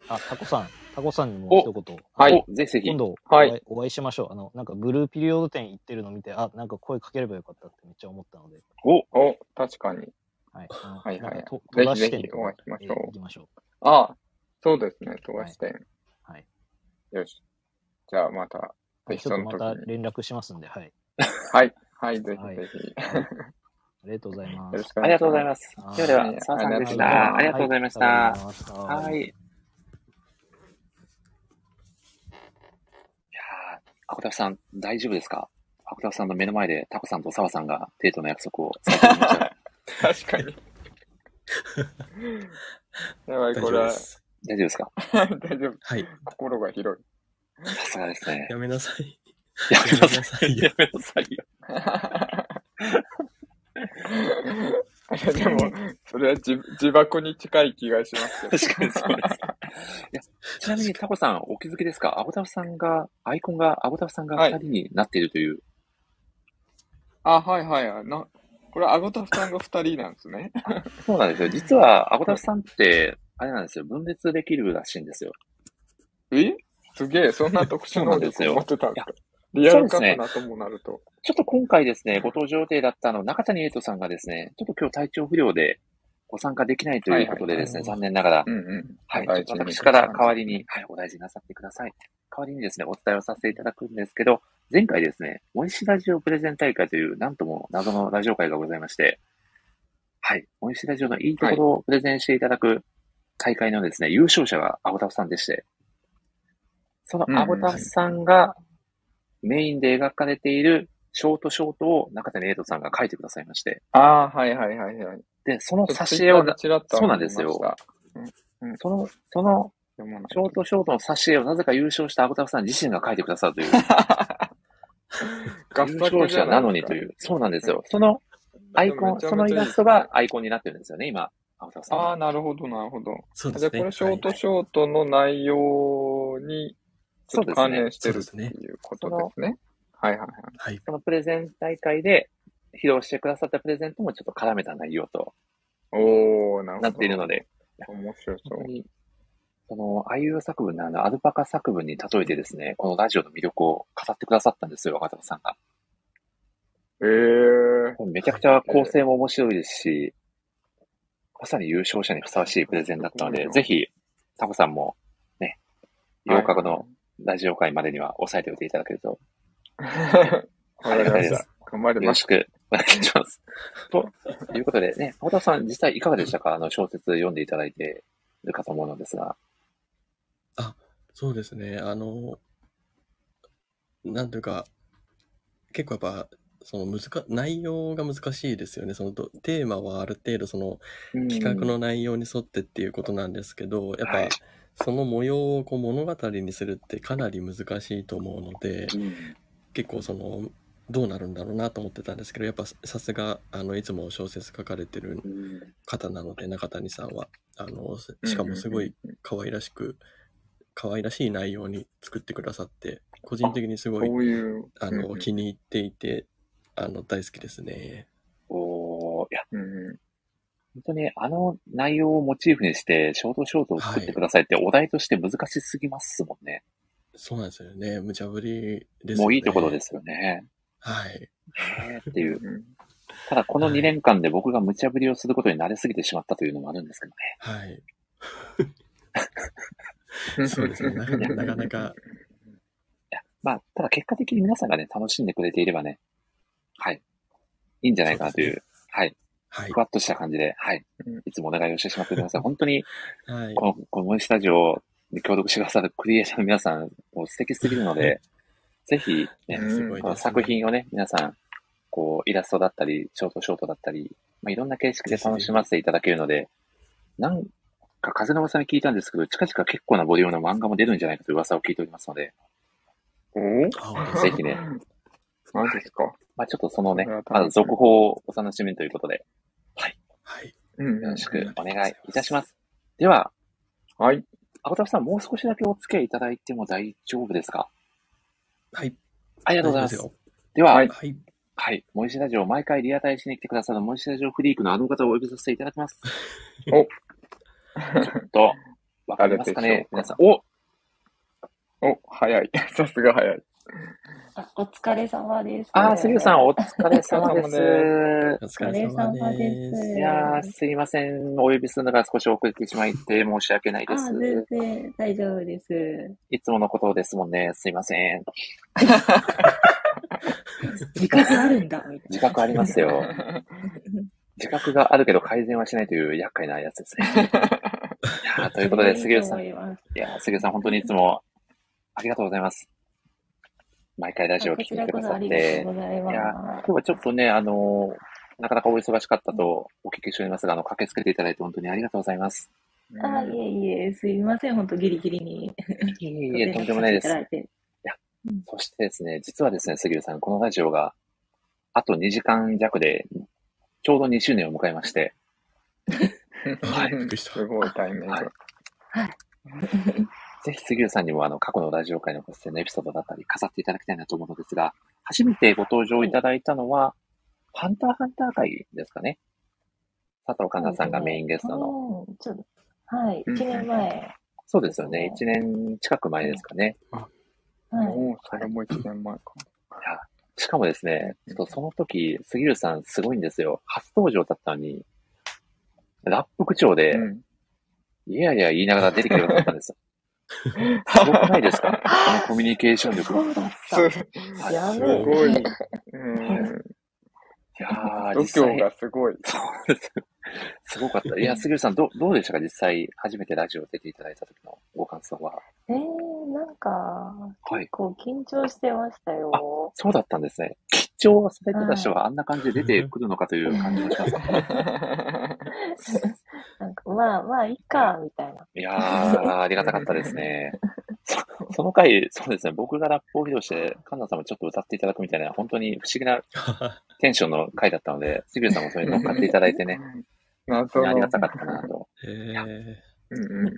[SPEAKER 6] あ、タコさん、タコさんにも一言。
[SPEAKER 2] はい
[SPEAKER 1] おぜひぜひ
[SPEAKER 6] 今、度お
[SPEAKER 2] は
[SPEAKER 6] 会
[SPEAKER 2] い
[SPEAKER 6] い、お会いしましょう。あの、なんかブルーピリオド店行ってるの見て、あ、なんか声かければよかったってめっちゃ思ったので、
[SPEAKER 1] お、
[SPEAKER 2] お、確かに。
[SPEAKER 6] はい。あの
[SPEAKER 2] はいはい
[SPEAKER 6] なんかと
[SPEAKER 2] ぜ
[SPEAKER 6] 戸
[SPEAKER 2] ひ
[SPEAKER 6] 田支店と
[SPEAKER 2] ぜひお会
[SPEAKER 6] か
[SPEAKER 2] いしまし
[SPEAKER 6] え
[SPEAKER 2] ょう
[SPEAKER 6] 行きましょ
[SPEAKER 2] ああ、そうですね、富樫店。
[SPEAKER 6] う。はい。
[SPEAKER 2] よし。じゃあまた、
[SPEAKER 6] は
[SPEAKER 2] ぜ
[SPEAKER 6] い、
[SPEAKER 2] ひ
[SPEAKER 6] ちょっ
[SPEAKER 2] そ
[SPEAKER 6] と
[SPEAKER 2] の
[SPEAKER 6] ま
[SPEAKER 2] 時
[SPEAKER 6] た
[SPEAKER 2] に。
[SPEAKER 6] 連絡しますんで、はい。
[SPEAKER 2] はい。はい、ぜ
[SPEAKER 6] はい
[SPEAKER 2] ひぜひ。
[SPEAKER 6] はいありがとうござい
[SPEAKER 2] よ
[SPEAKER 6] ま
[SPEAKER 2] ろ
[SPEAKER 6] す
[SPEAKER 2] し。くお
[SPEAKER 1] あり
[SPEAKER 2] 願い
[SPEAKER 1] が
[SPEAKER 2] し
[SPEAKER 1] とうござい
[SPEAKER 2] ま。
[SPEAKER 1] ますす。
[SPEAKER 6] はい
[SPEAKER 1] ではで
[SPEAKER 2] い
[SPEAKER 1] は
[SPEAKER 2] や、
[SPEAKER 1] 澤さんでし
[SPEAKER 2] ありが
[SPEAKER 1] た。ありがと
[SPEAKER 2] とうございます
[SPEAKER 1] うございまし
[SPEAKER 6] はありが
[SPEAKER 1] た
[SPEAKER 6] とう。ございますは。
[SPEAKER 1] はいい。いやー、アコタフさん、大丈夫ですかアコタフさんの目の前でタコさんと澤さんがデートの約束をされていま *laughs* した。
[SPEAKER 2] *laughs* 確かに。やばい、
[SPEAKER 8] 大丈
[SPEAKER 2] こ
[SPEAKER 8] 夫で
[SPEAKER 2] れは、
[SPEAKER 8] す。
[SPEAKER 1] 大丈夫ですか
[SPEAKER 2] *laughs* 大丈夫。
[SPEAKER 8] はい。
[SPEAKER 2] 心が広い。
[SPEAKER 1] さすがですね。
[SPEAKER 8] やめなさい。
[SPEAKER 1] やめな
[SPEAKER 8] やめな
[SPEAKER 1] さ
[SPEAKER 8] さ
[SPEAKER 1] い
[SPEAKER 8] い
[SPEAKER 1] よ。
[SPEAKER 8] よ
[SPEAKER 1] やめなさいよ。
[SPEAKER 2] い *laughs* や、でも、それは自自箱に近い気がしますけど。
[SPEAKER 1] 確かにそうです。いや、ちなみにタコさん、お気づきですかアコタフさんが、アイコンが、アコタフさんが
[SPEAKER 2] は
[SPEAKER 1] 二
[SPEAKER 2] い
[SPEAKER 1] 人になっているという。
[SPEAKER 2] あ、はいはい。なこれ、アゴタフさんが二人なんですね。
[SPEAKER 1] そうなんですよ。実は、アコタフさんって、あれなんですよ。分裂できるらしいんですよ。
[SPEAKER 2] えすげえ、そんな特殊能力を持ってたんですかリアルカスナともなると。
[SPEAKER 1] ちょっと今回ですね、ご登場予定だったあの中谷エイトさんがですね、ちょっと今日体調不良でご参加できないということでですね、
[SPEAKER 6] はいはいはい
[SPEAKER 1] 残念ながら
[SPEAKER 2] う、んうん。
[SPEAKER 1] はい、
[SPEAKER 2] 大
[SPEAKER 1] ち
[SPEAKER 2] 事
[SPEAKER 1] ょっと
[SPEAKER 2] に
[SPEAKER 1] 私から代わりに、はい、お大事になさってください。代わりにですね、お伝えをさせていただくんですけど、前回ですね、森氏ラジオプレゼン大会という、なんとも謎のラジオ会がございまして、はい、森氏ラジオのいいところをプレゼンしていただく大会のですね、優勝者がアゴタフさんでして、そのアゴタフさんがメインで描かれているショートショートを中谷エイトさんが書いてくださいまして、
[SPEAKER 2] ああー、はいはいはいはい。
[SPEAKER 1] で、その挿
[SPEAKER 2] 挿
[SPEAKER 1] 絵
[SPEAKER 2] 絵
[SPEAKER 1] を
[SPEAKER 2] を
[SPEAKER 1] な、
[SPEAKER 2] ちらっと
[SPEAKER 1] そうなんですよ
[SPEAKER 2] 見ました
[SPEAKER 1] その、その
[SPEAKER 2] 読まない
[SPEAKER 1] ショートショートの挿絵をなぜか優勝したアゴタフさん自身が書いてくださるという、
[SPEAKER 2] 合
[SPEAKER 1] 優
[SPEAKER 2] 作
[SPEAKER 1] 勝
[SPEAKER 2] じゃ
[SPEAKER 1] 者
[SPEAKER 2] な
[SPEAKER 1] ないの
[SPEAKER 2] で
[SPEAKER 1] に
[SPEAKER 2] す
[SPEAKER 1] と
[SPEAKER 2] か。
[SPEAKER 1] いう、そうなんですよ。そのアイコン、
[SPEAKER 2] めちゃめちゃ
[SPEAKER 1] そのイラスト
[SPEAKER 2] いいで
[SPEAKER 1] が
[SPEAKER 2] す
[SPEAKER 1] アイコンになってるんですよね、今、アゴタフさん
[SPEAKER 2] ああ、
[SPEAKER 1] が。
[SPEAKER 2] なるほど、なるほど。
[SPEAKER 8] そうで
[SPEAKER 2] じゃ
[SPEAKER 8] す
[SPEAKER 2] あ、こ
[SPEAKER 8] ね
[SPEAKER 2] れ、。ショート
[SPEAKER 8] はい。
[SPEAKER 2] ショートの内容に、ち
[SPEAKER 1] そ
[SPEAKER 2] ょっ
[SPEAKER 1] うです
[SPEAKER 2] と関
[SPEAKER 1] ね。
[SPEAKER 2] 連してるっていうことですね。はいはいはい。
[SPEAKER 8] はい。
[SPEAKER 1] そのプレゼン大会で披露してくださったプレゼントもちょっと絡めた内容と
[SPEAKER 2] おー、なるほ
[SPEAKER 1] な
[SPEAKER 2] ど。
[SPEAKER 1] っているので、
[SPEAKER 2] 面白そ
[SPEAKER 1] 本当
[SPEAKER 2] う。
[SPEAKER 1] に、その、あいう作文のあの、アルパカ作文に例えてですね、このラジオの魅力を語ってくださったんですよ、若田さんが。
[SPEAKER 2] ええ
[SPEAKER 1] めちゃくちゃ構成も面白いですし、まさに優勝者にふさわしいプレゼンだったので、ぜひ、タコさんも、ね、
[SPEAKER 2] はい
[SPEAKER 1] 8日後のラジオ会までには押さえておいていただけると
[SPEAKER 2] *laughs* ー。わかりま
[SPEAKER 1] ありがたい
[SPEAKER 2] し
[SPEAKER 1] で
[SPEAKER 2] た
[SPEAKER 1] す。
[SPEAKER 2] 頑張り
[SPEAKER 1] よろ
[SPEAKER 2] ま
[SPEAKER 1] し
[SPEAKER 2] す。
[SPEAKER 1] くお願いします。
[SPEAKER 2] *laughs*
[SPEAKER 1] ということでね、青田さん、実際いかがでしたかあの小説読んでいただいてるかと思うのですが。
[SPEAKER 8] そうですね。あの、なんというか、結構やっぱ、その難か、内容が難しいですよね。そのどテーマはある程度その
[SPEAKER 1] うん
[SPEAKER 8] 企画の内容に沿ってっていうことなんですけど、やっぱ、
[SPEAKER 1] はい
[SPEAKER 8] その模様をこう物語にするってかなり難しいと思うので、
[SPEAKER 1] うん
[SPEAKER 8] 結構そのどうなるんだろうなと思ってたんですけどやっぱささすがあのいつも小説書かれてる
[SPEAKER 1] うん
[SPEAKER 8] 方なので中谷さんはあのす
[SPEAKER 2] うん
[SPEAKER 8] しかもすごい可愛らしく可愛らしい内容に作ってくださって個人的にすごい
[SPEAKER 2] そういう、
[SPEAKER 8] あ
[SPEAKER 2] うんう
[SPEAKER 8] の
[SPEAKER 2] ん
[SPEAKER 8] 気に入っていてあの大好きですね。
[SPEAKER 1] おーいや、
[SPEAKER 2] うんう。
[SPEAKER 1] 本当にあの内容をモチーフにして、ショートショートを作ってくださいって、お題として難しすぎますもんね。
[SPEAKER 8] そうなんですよね。無茶ぶりですよね。
[SPEAKER 1] もういいってことで。すよね。
[SPEAKER 8] はい。
[SPEAKER 1] ねっていうん
[SPEAKER 2] うん
[SPEAKER 1] ただ、この
[SPEAKER 8] はい
[SPEAKER 1] 2年間で僕が無茶ぶりをすることに慣れすぎてしまったというのもあるんですけどね。
[SPEAKER 8] はい。そうですね。なか
[SPEAKER 1] *laughs*
[SPEAKER 8] なかなか、
[SPEAKER 1] まあ、ただ結果的に皆さんがね、楽しんでくれていればね、はい、いいんじゃないかなとい
[SPEAKER 8] そ
[SPEAKER 1] う、
[SPEAKER 8] うで
[SPEAKER 1] はい、
[SPEAKER 8] はい
[SPEAKER 1] ふ。わっとした感じで、はい
[SPEAKER 2] うん、
[SPEAKER 1] いつもお願いをしてしまってください。本当に、
[SPEAKER 8] はい。
[SPEAKER 1] この、このモニスタジオに協力してくださるクリエイターの皆さん、もう素敵すぎるので、ぜひ、ね、
[SPEAKER 2] うん
[SPEAKER 8] すごいです
[SPEAKER 1] こ
[SPEAKER 8] ね
[SPEAKER 1] の作品をね、皆さん、こう、イラストだったり、ショートショートだったり、まあ、いろんな形式で楽しませていただけるので、なんか風の噂に聞いたんですけど、近々結構なボリュームの漫画も出るんじゃないかという噂を聞いておりますので、
[SPEAKER 2] お
[SPEAKER 8] あ
[SPEAKER 1] ぜひね、
[SPEAKER 2] マジですか。
[SPEAKER 1] まあ、ちょっとそのね
[SPEAKER 2] これは、
[SPEAKER 1] ま
[SPEAKER 2] 楽しみ
[SPEAKER 1] ず続報をお楽しみにということで、
[SPEAKER 8] はい。
[SPEAKER 2] うんうん
[SPEAKER 1] よろしくお願いいたします。では、
[SPEAKER 2] はい。
[SPEAKER 1] 青田さん、もう少しだけお付き合いいただいても大丈夫ですか
[SPEAKER 8] はい。
[SPEAKER 1] あり
[SPEAKER 8] あ
[SPEAKER 1] がとうございます。では、は
[SPEAKER 2] はいい、
[SPEAKER 8] はい。
[SPEAKER 1] モイシラジオ、毎回リアタイしに来てくださるモイシラジオフリークのあの方をお呼びさせていただき *laughs* ます。
[SPEAKER 2] お
[SPEAKER 1] ちょっと、わかりますかね
[SPEAKER 2] 誰
[SPEAKER 1] 皆
[SPEAKER 2] でし
[SPEAKER 1] さ
[SPEAKER 2] ょ
[SPEAKER 1] ん。お
[SPEAKER 2] お、早い。 *laughs* さすが早い。
[SPEAKER 7] あお疲れ様です。
[SPEAKER 1] あー、杉浦さ *laughs* ん、お疲れ様で
[SPEAKER 2] お疲れ
[SPEAKER 1] す。
[SPEAKER 8] お疲れ様で
[SPEAKER 7] お疲れ様です
[SPEAKER 8] す
[SPEAKER 1] い。やー、すいません。お呼びするのが少し遅れてしまって申し訳ないで
[SPEAKER 7] あ、
[SPEAKER 1] す。
[SPEAKER 7] 全然大丈夫です。
[SPEAKER 1] いつものことですもんね。すいません。
[SPEAKER 7] *laughs* 自覚あるんだ、みたい
[SPEAKER 1] 自覚あります
[SPEAKER 7] *laughs*
[SPEAKER 1] よ。自覚があるけど改善はしないという厄介なやつです
[SPEAKER 7] *laughs*
[SPEAKER 1] ね。いやー
[SPEAKER 7] な。
[SPEAKER 1] ということで、
[SPEAKER 7] そ
[SPEAKER 1] 杉
[SPEAKER 7] れ
[SPEAKER 1] 浦
[SPEAKER 7] がいいと
[SPEAKER 1] さん
[SPEAKER 7] 思。います。
[SPEAKER 1] いやー、杉浦さん、本当にいつもありがとうございます。毎回ラジオを聞
[SPEAKER 7] こ
[SPEAKER 1] い
[SPEAKER 7] ち
[SPEAKER 1] て
[SPEAKER 7] ら
[SPEAKER 1] く
[SPEAKER 7] こ
[SPEAKER 1] だ
[SPEAKER 7] そ
[SPEAKER 1] さ
[SPEAKER 7] あ
[SPEAKER 1] っ
[SPEAKER 7] りがと
[SPEAKER 1] て
[SPEAKER 7] う、ございま
[SPEAKER 1] い
[SPEAKER 7] す
[SPEAKER 1] や。今日はちょっとね、あのーなかなかお忙しかったとお聞きしておりますが、あの、駆けつけていただいて本当にありがとうございます。
[SPEAKER 7] あ、いえいえ、すいません、本当ギリギリに。
[SPEAKER 1] いえ
[SPEAKER 7] ご
[SPEAKER 1] い
[SPEAKER 7] *laughs*
[SPEAKER 1] え、
[SPEAKER 7] 連
[SPEAKER 1] とん
[SPEAKER 7] 絡
[SPEAKER 1] でもな
[SPEAKER 7] させ
[SPEAKER 1] いで
[SPEAKER 7] ていた
[SPEAKER 1] す
[SPEAKER 7] だ。いて。
[SPEAKER 1] そしてですね、実はですね、杉浦さん、このラジオが、あと2時間弱で、ちょうど2周年を迎えま
[SPEAKER 2] *laughs*
[SPEAKER 1] して、
[SPEAKER 8] はいびっくりした
[SPEAKER 2] すごいタイミング。
[SPEAKER 1] はい *laughs* ぜひ杉浦さんにもあの過去のラジオ会のご出演のエピソードだったり飾っていただきたいなと思うのですが、初めてご登場いただいたのは、ハンターハンター会ですかね。佐藤環奈さんがメインゲストの。
[SPEAKER 7] の。ちょっとはい、
[SPEAKER 2] うん
[SPEAKER 7] 1年前。
[SPEAKER 1] そうですよね。
[SPEAKER 7] そ
[SPEAKER 1] 1年近く前ですかね。
[SPEAKER 7] はい。
[SPEAKER 2] おお、それも一年
[SPEAKER 1] *laughs*
[SPEAKER 2] 前か。
[SPEAKER 1] いやしかもですね、ちょっとその時、杉浦さんすごいんですよ。初登場だったのに、ラップ口調で、
[SPEAKER 2] うん。
[SPEAKER 1] いやいや言いながら出てきてよかったん
[SPEAKER 2] *laughs*
[SPEAKER 1] ですよ。すごくないですかあのコミュニケーション力。
[SPEAKER 7] そうだっ
[SPEAKER 2] す
[SPEAKER 7] た。
[SPEAKER 1] はい、
[SPEAKER 7] や
[SPEAKER 8] す
[SPEAKER 7] ば
[SPEAKER 8] ご
[SPEAKER 7] い
[SPEAKER 8] い
[SPEAKER 2] ごい。
[SPEAKER 7] ね。
[SPEAKER 2] うん。
[SPEAKER 1] いやー
[SPEAKER 2] 度
[SPEAKER 1] 実際
[SPEAKER 2] 胸がすごい。
[SPEAKER 1] そうです。すごかった。いや、杉浦さん、どうどうでしたか実際、初めてラジオ出ていただいた時のご感想は。
[SPEAKER 7] えー、なんか、
[SPEAKER 1] はい
[SPEAKER 7] 結構緊張してましたよ。
[SPEAKER 1] そうだったんですね。緊張されてた人があんな感じで出てくるのかという感じもします。
[SPEAKER 7] *laughs* なんか、まあまあ、いいか、みたいな。
[SPEAKER 1] いやー、ありがたかったです *laughs* ね。そその回、そうですね、僕がラップを披露して、神田さんもちょっと歌っていただくみたいな、本当に不思議なテンションの回だったので、杉浦さんもそれに乗っかっていただいて *laughs* ね、本当
[SPEAKER 2] 謎
[SPEAKER 1] に
[SPEAKER 2] の。
[SPEAKER 1] ありがたかったなと。
[SPEAKER 8] えー、
[SPEAKER 2] うんうんうん。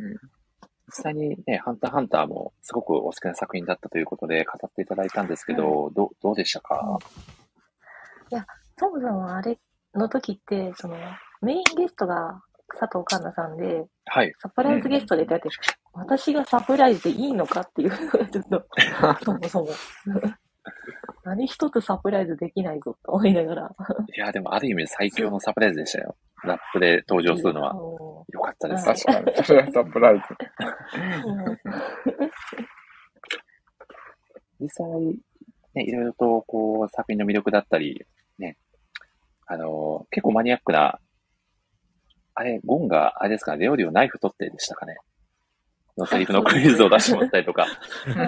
[SPEAKER 1] 実際にね、ハンターハンターもすごくお好きな作品だったということで語っていただいたんですけど、どどうでしたか、
[SPEAKER 7] トムさんはあれの時って、その、メインゲストが佐藤環奈さんで、
[SPEAKER 1] はい。
[SPEAKER 7] サプライズゲストでだって、私がサプライズでいいのかっていう、 *laughs* ちょっと、そも
[SPEAKER 1] *laughs*
[SPEAKER 7] そも。何一つサプライズできないぞと思いながら。
[SPEAKER 1] いや、でもある意味最強のサプライズでしたよ。ラップで登場するのは。
[SPEAKER 7] も
[SPEAKER 1] よかったです。
[SPEAKER 7] はい
[SPEAKER 2] 確かに。それはサプ
[SPEAKER 1] *laughs*
[SPEAKER 2] ライズ。
[SPEAKER 7] うも
[SPEAKER 1] 実際、ね、いろいろとこう作品の魅力だったり、ね、あのー結構マニアックな、あれ、ゴンが、あれですかね、レオリをナイフ取ってでしたかね。のセリフのクイズを出してもらったりとか。
[SPEAKER 7] は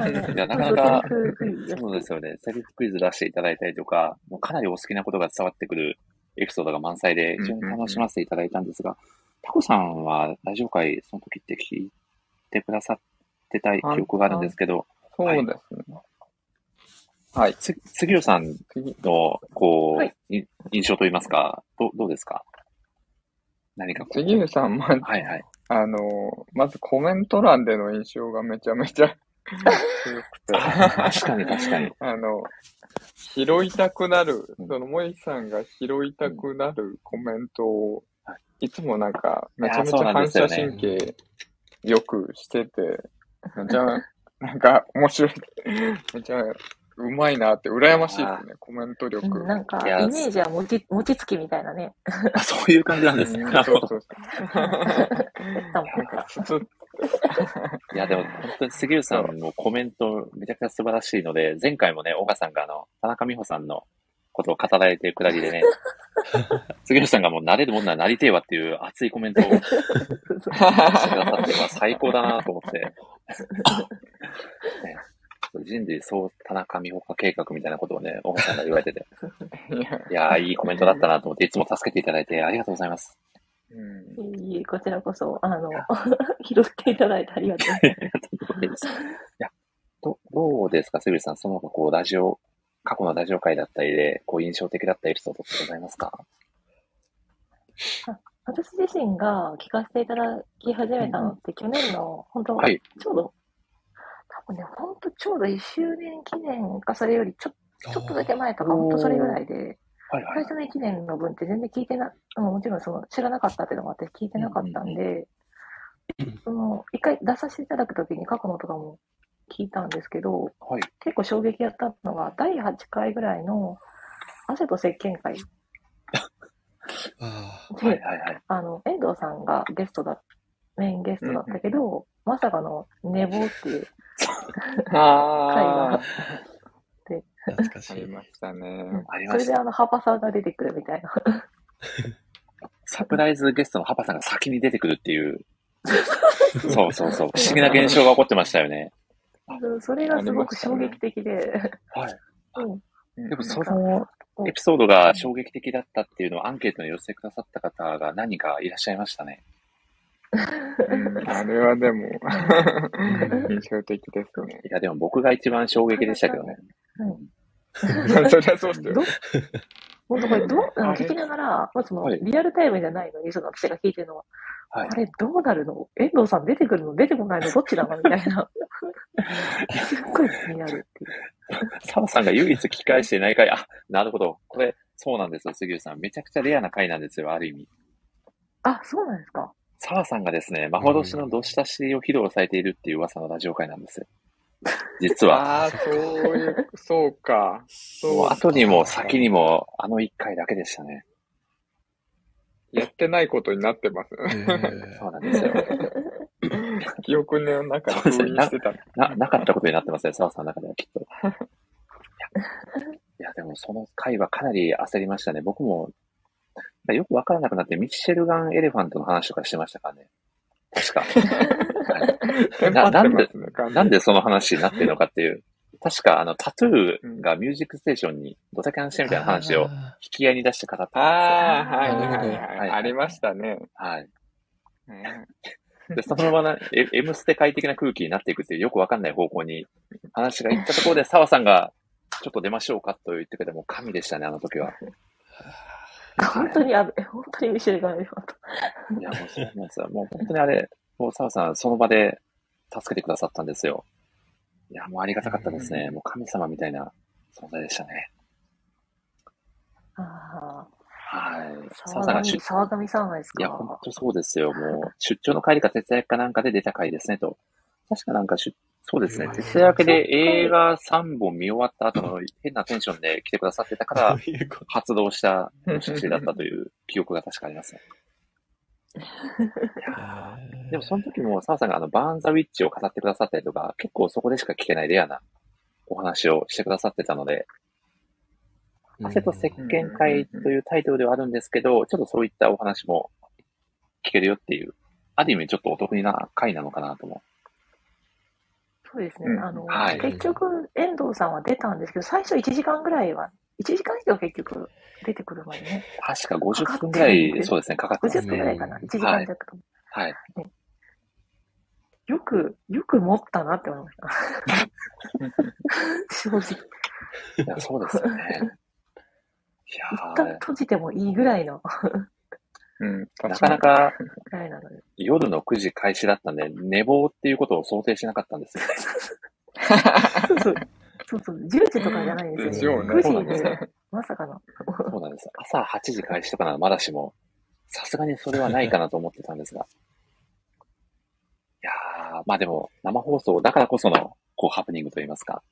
[SPEAKER 7] い
[SPEAKER 1] い
[SPEAKER 7] はい
[SPEAKER 1] や、なかなか
[SPEAKER 7] セリフクイズ、
[SPEAKER 1] そう
[SPEAKER 2] *laughs*
[SPEAKER 1] ですよね。セリフクイズ出していただいたりとか、もうかなりお好きなことが伝わってくるエピソードが満載で、非常に楽しませていただいたんですが、タコさんはラジオ会、その時って聞いてくださってた記憶があるんですけど、
[SPEAKER 2] そうですね。
[SPEAKER 1] はい。つ杉浦さんの、こう、い印象といいますか、どどうですか何かこう。
[SPEAKER 2] 杉浦さん、まず、あの、まずコメント欄での印象がめちゃめちゃ強くて。
[SPEAKER 1] *laughs* 確かに確かに。
[SPEAKER 2] あの、拾いたくなる、その萌さんが拾いたくなるコメントを、いつもなんか、めちゃめち
[SPEAKER 1] いやそう
[SPEAKER 2] ゃ
[SPEAKER 1] なんで
[SPEAKER 2] 反
[SPEAKER 1] すよ
[SPEAKER 2] 射
[SPEAKER 1] ね
[SPEAKER 2] 神経よくしてて、めちゃ、なんか面白い。めちゃ、うまいなって、羨ましいですね、コメント力。
[SPEAKER 7] なんか、イメージは餅、餅つきみたい
[SPEAKER 1] *laughs*
[SPEAKER 7] なね。
[SPEAKER 1] そういう感じなんですね
[SPEAKER 2] うんそうそうそう。
[SPEAKER 7] *laughs*
[SPEAKER 1] いや、でも本当に杉浦さんのコメントめちゃくちゃ素晴らしいので、前回もね、岡さんがあの、田中美穂さんのことを語られてるくだりで *laughs* ね、杉浦さんがもう慣れるもんならなりてえわっていう熱いコ *laughs* メントをしてくださって、まあ最高だなと思って。ね人類総田中美穂化計画みたいなことをね、岡さんが言われてて。 *laughs* いやー、いいコメントだったなと思って、いつも助けていただいてありがとうございます。
[SPEAKER 7] いえいえ、こちらこそ、あの、 *laughs* 拾っていただいてありがとうござ
[SPEAKER 1] *laughs*
[SPEAKER 7] い
[SPEAKER 1] ます。どどうですか、杉浦さん、その他こう、ラジオ、過去のラジオ会だったりで、こう、印象的だったエピソードってございますか
[SPEAKER 7] 私自身が聞かせていただき始めたのって、去年の、本当、
[SPEAKER 1] *laughs* はい
[SPEAKER 7] ちょうど、多分ね、本当ちょうど1周年記念か、それよりちょちょっとだけ前とか、本当それぐらいで、
[SPEAKER 1] はい
[SPEAKER 7] 最初の1年の分って全然聞いてな、あのもちろんその知らなかったっていうのもあって、聞いてなかったんで、その、一回出させていただくときに過去のとかも聞いたんですけど、
[SPEAKER 1] はい。
[SPEAKER 7] 結構衝撃やったのが、第8回ぐらいの、汗と石鹸会で、あの、遠藤さんがゲストだ、メインゲストだったけど、まさかの寝坊って
[SPEAKER 1] *laughs*
[SPEAKER 7] いう会
[SPEAKER 2] *laughs*
[SPEAKER 7] があ
[SPEAKER 2] あ
[SPEAKER 7] って、
[SPEAKER 2] あ。懐かしい。ありましたね。
[SPEAKER 1] あり
[SPEAKER 7] そ
[SPEAKER 1] ま
[SPEAKER 7] れ
[SPEAKER 1] し
[SPEAKER 7] で
[SPEAKER 1] た。
[SPEAKER 7] あの、ハパさんが出てくるみたいな。
[SPEAKER 1] サプライズゲストのハパさんが先に出てくるって
[SPEAKER 7] *laughs*
[SPEAKER 1] いう、そうそうそう、不思議な現象が起こってましたよね。
[SPEAKER 7] それがすごく衝撃的で、
[SPEAKER 1] はい。
[SPEAKER 7] うん
[SPEAKER 1] でも、そ
[SPEAKER 7] なんか
[SPEAKER 1] のエピソードが衝撃的だったっていうのをアンケートに寄せてくださった方が何人かいらっしゃいました
[SPEAKER 7] *laughs*
[SPEAKER 1] ね。
[SPEAKER 2] あれはでも、 *laughs* 印象的ですね。
[SPEAKER 1] いや、でも僕が一番衝撃でしたけど
[SPEAKER 7] *laughs*
[SPEAKER 1] ね。
[SPEAKER 2] そりゃそうっすよ。
[SPEAKER 7] 本当これどう、あの聞きながら、まあその
[SPEAKER 1] はい
[SPEAKER 7] リアルタイムじゃないのに、その私が聞いてるのは、
[SPEAKER 1] はい
[SPEAKER 7] あれどうなるの遠藤さん出てくるの出てこないのどっちなのみたい
[SPEAKER 1] *laughs*
[SPEAKER 7] な。すっごい気になるっていう。
[SPEAKER 1] 澤さんが唯一聞き返していない回、あ、なるほど。これ、そうなんですよ、杉浦さん。めちゃくちゃレアな回なんですよ、ある意味。
[SPEAKER 7] あ、そうなんですか。
[SPEAKER 1] 澤さんがですね、幻のどしたしを披露されているっていう噂のラジオ会なんですよ。実は。
[SPEAKER 2] *laughs* ああ、そういう、そうか。
[SPEAKER 1] も
[SPEAKER 2] そうう。
[SPEAKER 1] 後にも先にも、あの一回だけでしたね。
[SPEAKER 2] やってないことになってます。 *laughs*
[SPEAKER 1] そうなんですよ。
[SPEAKER 2] 記憶の中
[SPEAKER 1] そう
[SPEAKER 2] で
[SPEAKER 1] です
[SPEAKER 2] 封
[SPEAKER 1] ね。
[SPEAKER 2] 印
[SPEAKER 1] な
[SPEAKER 2] してた。
[SPEAKER 1] ななかったことになってますね、澤さんの中ではきっ
[SPEAKER 2] *laughs*
[SPEAKER 1] と。いや、いやでもその回はかなり焦りましたね。僕も、よくわからなくなって、ミッシェルガン・エレファントの話とかしてましたからね。確か。
[SPEAKER 2] *laughs* テンパ
[SPEAKER 1] なな
[SPEAKER 2] って
[SPEAKER 1] ん
[SPEAKER 2] ま
[SPEAKER 1] です
[SPEAKER 2] ね、完全、に
[SPEAKER 1] なんでその話になってるのかっていう。確か、あの、タトゥーがミュージックステーションにドタキャンしてみたいな話を引き合いに出して語ったんですよ。
[SPEAKER 2] ああ、はいはい
[SPEAKER 1] なるほど
[SPEAKER 2] はいはい。ありましたね。
[SPEAKER 1] はい。
[SPEAKER 2] うん
[SPEAKER 1] で、そのままな、え M ステ界的な空気になっていくっていうよくわかんない方向に話がいったと *laughs* ころで、澤さんが、ちょっと出ましょうかと言ってくれて、もう神でしたね、あの時は。
[SPEAKER 7] 本当にやべ、本当にミシェルがやべよと。
[SPEAKER 1] いや、もうそうなんですよ。もう本当にあれ、もう澤さん、その場で助けてくださったんですよ。いや、もうありがたかったですね。もう神様みたいな存在でしたね。
[SPEAKER 7] あ
[SPEAKER 1] はい。
[SPEAKER 7] あ、
[SPEAKER 1] 澤さんが
[SPEAKER 7] 沢
[SPEAKER 1] 出
[SPEAKER 7] 上、沢上さんないです
[SPEAKER 1] い
[SPEAKER 7] か。
[SPEAKER 1] や、本当そうですよ。もう、出張の帰りか徹夜かなんかで出た回ですね、と。確かなんか出、そうですね。徹夜明けで映画3本見終わった後の変なテンションで来てくださってたから、発動した写真だったという記憶が確かありますね。いやーでもその時も澤さんがあの、バーンザウィッチを語ってくださったりとか、結構そこでしか聞けないレアなお話をしてくださってたので、汗と石鹸会というタイトルではあるんですけど、ちょっとそういったお話も聞けるよっていう、ある意味ちょっとお得意な回なのかなとも。
[SPEAKER 7] そうですね
[SPEAKER 1] う。ん
[SPEAKER 7] あの
[SPEAKER 1] はい、
[SPEAKER 7] 結局、遠藤さんは出たんですけど、最初1時間ぐらいは、1時間以上結局出てくるまでね。
[SPEAKER 1] 確か50分
[SPEAKER 7] か
[SPEAKER 1] ぐ
[SPEAKER 7] かっ
[SPEAKER 1] ら
[SPEAKER 7] てるん
[SPEAKER 1] い、そうですね、かかってます
[SPEAKER 7] 50分ぐらいかな。1時
[SPEAKER 1] は
[SPEAKER 7] 間
[SPEAKER 1] い
[SPEAKER 7] 弱と思
[SPEAKER 1] はい。
[SPEAKER 7] うよく、よく持ったなって思いま
[SPEAKER 1] *laughs*
[SPEAKER 7] した。正直。
[SPEAKER 1] いや、そう
[SPEAKER 7] *laughs*
[SPEAKER 1] ですよね。いや
[SPEAKER 7] 一旦閉じてもいいぐらいの、 *laughs*
[SPEAKER 2] うん、
[SPEAKER 1] ーなかなか
[SPEAKER 7] ぐらいなので。
[SPEAKER 1] 夜の9時開始だったんで、寝坊っていうことを想定しなかったんですよ。
[SPEAKER 7] そうそう。そうそう。10時とかじゃないんですよ。
[SPEAKER 1] でしょうね
[SPEAKER 7] 9時で、まさかの。
[SPEAKER 1] そうなんです。朝8時開始とかならまだしも、さすがにそれはないかなと思ってたんですが。いやー、まあでも、生放送だからこその、こう、ハプニングといいますか。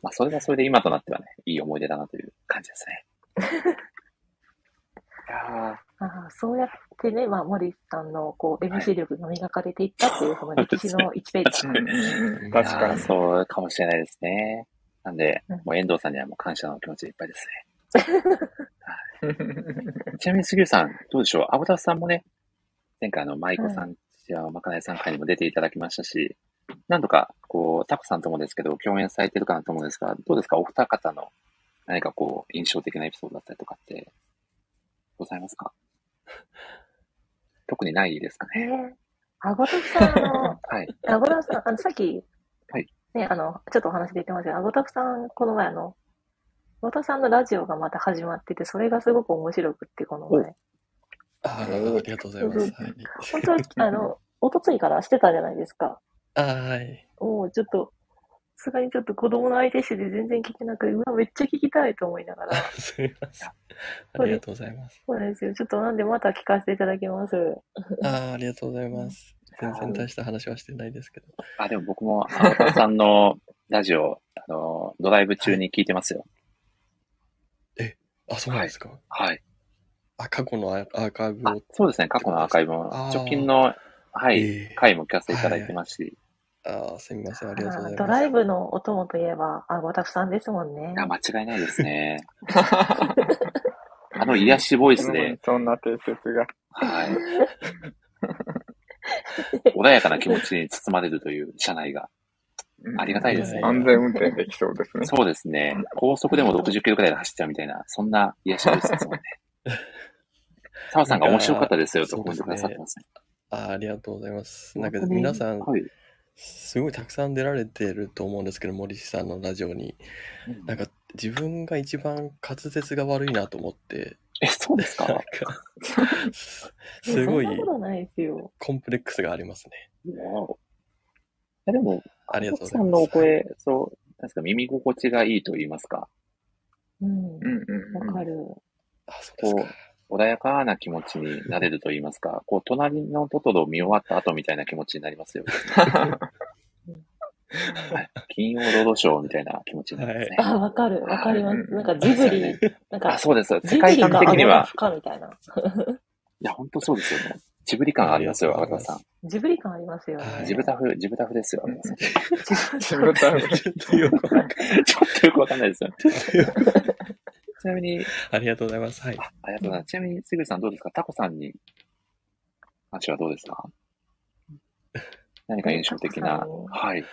[SPEAKER 1] まあ、それはそれで今となってはね、いい思い出だなという感じですね。いやー
[SPEAKER 7] ああそうやってね、まあ、森さんのこう MC 力が磨かれていったっていう、その歴史の1ページ。
[SPEAKER 2] うん確
[SPEAKER 1] い
[SPEAKER 2] か
[SPEAKER 1] やー
[SPEAKER 2] に。
[SPEAKER 1] そうかもしれないですね。なんで
[SPEAKER 7] うん、
[SPEAKER 1] もう遠藤さんにはもう感謝の気持ちでいっぱいですね。
[SPEAKER 2] *laughs*
[SPEAKER 1] ちなみに杉浦さん、どうでしょうアブタスさんもね、前回あの、舞子さん、千葉まかないさん会にも出ていただきましたし、何度か、こう、タコさんともですけど、共演されてるかなと思うんですが、どうですかお二方の何かこう、印象的なエピソードだったりとかって、ございますか特にないですか
[SPEAKER 7] え
[SPEAKER 1] ね。
[SPEAKER 7] えあごたふさん、あの、
[SPEAKER 1] はい。
[SPEAKER 7] あごたふさん、あの、さっき、
[SPEAKER 1] はい
[SPEAKER 7] ね、あの、ちょっとお話出てましたけど、あごたふさん、この前あの、あごたさんのラジオがまた始まってて、それがすごく面白くって、この前。
[SPEAKER 8] あー
[SPEAKER 2] おー
[SPEAKER 8] ありがとうございます。はい。
[SPEAKER 7] 本当は、あの、おとついからしてたじゃないですか。
[SPEAKER 8] あーはい。
[SPEAKER 7] もうちょっと、さすがにちょっと子供の相手してて全然聞けなくて、うわ、めっちゃ聞きたいと思いな
[SPEAKER 1] *laughs*
[SPEAKER 7] がら。
[SPEAKER 8] すみません。ありがとうございます。
[SPEAKER 7] そうですよ。ちょっとなんでまた聞かせていただきます。
[SPEAKER 1] *laughs*
[SPEAKER 8] あーありがとうございます。全然大した話はしてないですけど。
[SPEAKER 1] あ、でも僕も、あ田さんのラジオ、あの、ドライブ中に聞いてますよ。
[SPEAKER 8] あ、そうなんですか。
[SPEAKER 1] はい。
[SPEAKER 8] あ、過去のアアーカイブ
[SPEAKER 1] あ
[SPEAKER 8] を。、
[SPEAKER 1] そうですね、過去のアーカイブも、
[SPEAKER 8] あー
[SPEAKER 1] 直近の、はい、
[SPEAKER 8] ええ
[SPEAKER 1] 回も聞かせていただいてますし、い
[SPEAKER 8] あーすみません。ありがとうございます。
[SPEAKER 7] ドライブのお供といえば、あごたくさんですもんね。
[SPEAKER 1] や、間違いないですね。あの癒しボイスで、
[SPEAKER 2] *laughs* そんな定説が。
[SPEAKER 1] はい。穏やかな気持ちに包まれるという車内が。ありがたいですね
[SPEAKER 2] 安全運転できそうですね。
[SPEAKER 1] そうですね。高速でも60キロくらいで走っちゃうみたいな、そんな癒しボイスです
[SPEAKER 8] *laughs*
[SPEAKER 1] もんね。澤さんが面白かったですよと
[SPEAKER 8] なん
[SPEAKER 1] コメ
[SPEAKER 8] か
[SPEAKER 1] ントくださってますね。
[SPEAKER 8] あーありがとうございます。なん
[SPEAKER 1] 本
[SPEAKER 8] か
[SPEAKER 1] 当に
[SPEAKER 8] 皆さん、
[SPEAKER 1] はい。
[SPEAKER 8] すごいたくさん出られてると思うんですけど、森さんのラジオに。なんか自分が一番滑舌が悪いなと思って、
[SPEAKER 1] え、そうです
[SPEAKER 8] なん
[SPEAKER 1] か
[SPEAKER 8] か、
[SPEAKER 7] いや
[SPEAKER 8] *laughs* すごい
[SPEAKER 7] そんなことないですよ。
[SPEAKER 8] コンプレックスがありますね。
[SPEAKER 1] わおえでも、
[SPEAKER 8] ありがとうござ
[SPEAKER 1] さ
[SPEAKER 8] いま
[SPEAKER 1] んの
[SPEAKER 8] す。
[SPEAKER 1] お声、そう、なんですか、耳心地がいいと言いますか、
[SPEAKER 7] うん。
[SPEAKER 2] うんうん
[SPEAKER 7] わ
[SPEAKER 2] うん。
[SPEAKER 7] かる。
[SPEAKER 8] あ、そうです
[SPEAKER 1] こ
[SPEAKER 8] か。
[SPEAKER 1] う、穏やかな気持ちになれると言いま
[SPEAKER 8] *laughs*
[SPEAKER 1] すか、こう、隣のトトロを見終わった後みたいな気持ちになり
[SPEAKER 8] *laughs*
[SPEAKER 1] ますよ。はい。金曜ロードショーみたいな気持ちになりますね。
[SPEAKER 7] あ、わかる。わかりま
[SPEAKER 2] うんう
[SPEAKER 7] す。
[SPEAKER 2] ん
[SPEAKER 7] なんかジブ
[SPEAKER 1] ですよ
[SPEAKER 7] リ
[SPEAKER 1] ね、
[SPEAKER 7] なん
[SPEAKER 1] あ、
[SPEAKER 7] か、
[SPEAKER 1] そうです。世
[SPEAKER 7] ジブ
[SPEAKER 1] 界
[SPEAKER 7] リ
[SPEAKER 1] 観
[SPEAKER 7] が
[SPEAKER 1] 的に
[SPEAKER 7] 顎
[SPEAKER 1] は
[SPEAKER 7] ふ、かみたいな。
[SPEAKER 1] いや、本当そうですよね。ジブリ感ありますよ、
[SPEAKER 8] あ
[SPEAKER 1] ア
[SPEAKER 8] りがとう
[SPEAKER 1] 田
[SPEAKER 8] ござい
[SPEAKER 1] さ
[SPEAKER 8] ま
[SPEAKER 1] ん
[SPEAKER 8] す。
[SPEAKER 7] ジブリ感ありますよ
[SPEAKER 8] は
[SPEAKER 7] ね。
[SPEAKER 8] い
[SPEAKER 1] ジブタフ、ジブタフですよ、ア田さん。ち *laughs*
[SPEAKER 2] 自分タイム。
[SPEAKER 8] ちょっとよくわかん
[SPEAKER 1] ょっとよくわかんないですよ。
[SPEAKER 8] ちょっとよくわかん
[SPEAKER 1] ちなみに、
[SPEAKER 8] *laughs* ありがとうございます。はい。
[SPEAKER 1] あ、ありがとうございます。ちなみに、すぐるさんどうですかタコさんに話はどうです
[SPEAKER 8] *laughs*
[SPEAKER 1] か何か印象的
[SPEAKER 7] タ
[SPEAKER 1] な
[SPEAKER 7] コ。さ
[SPEAKER 1] はい。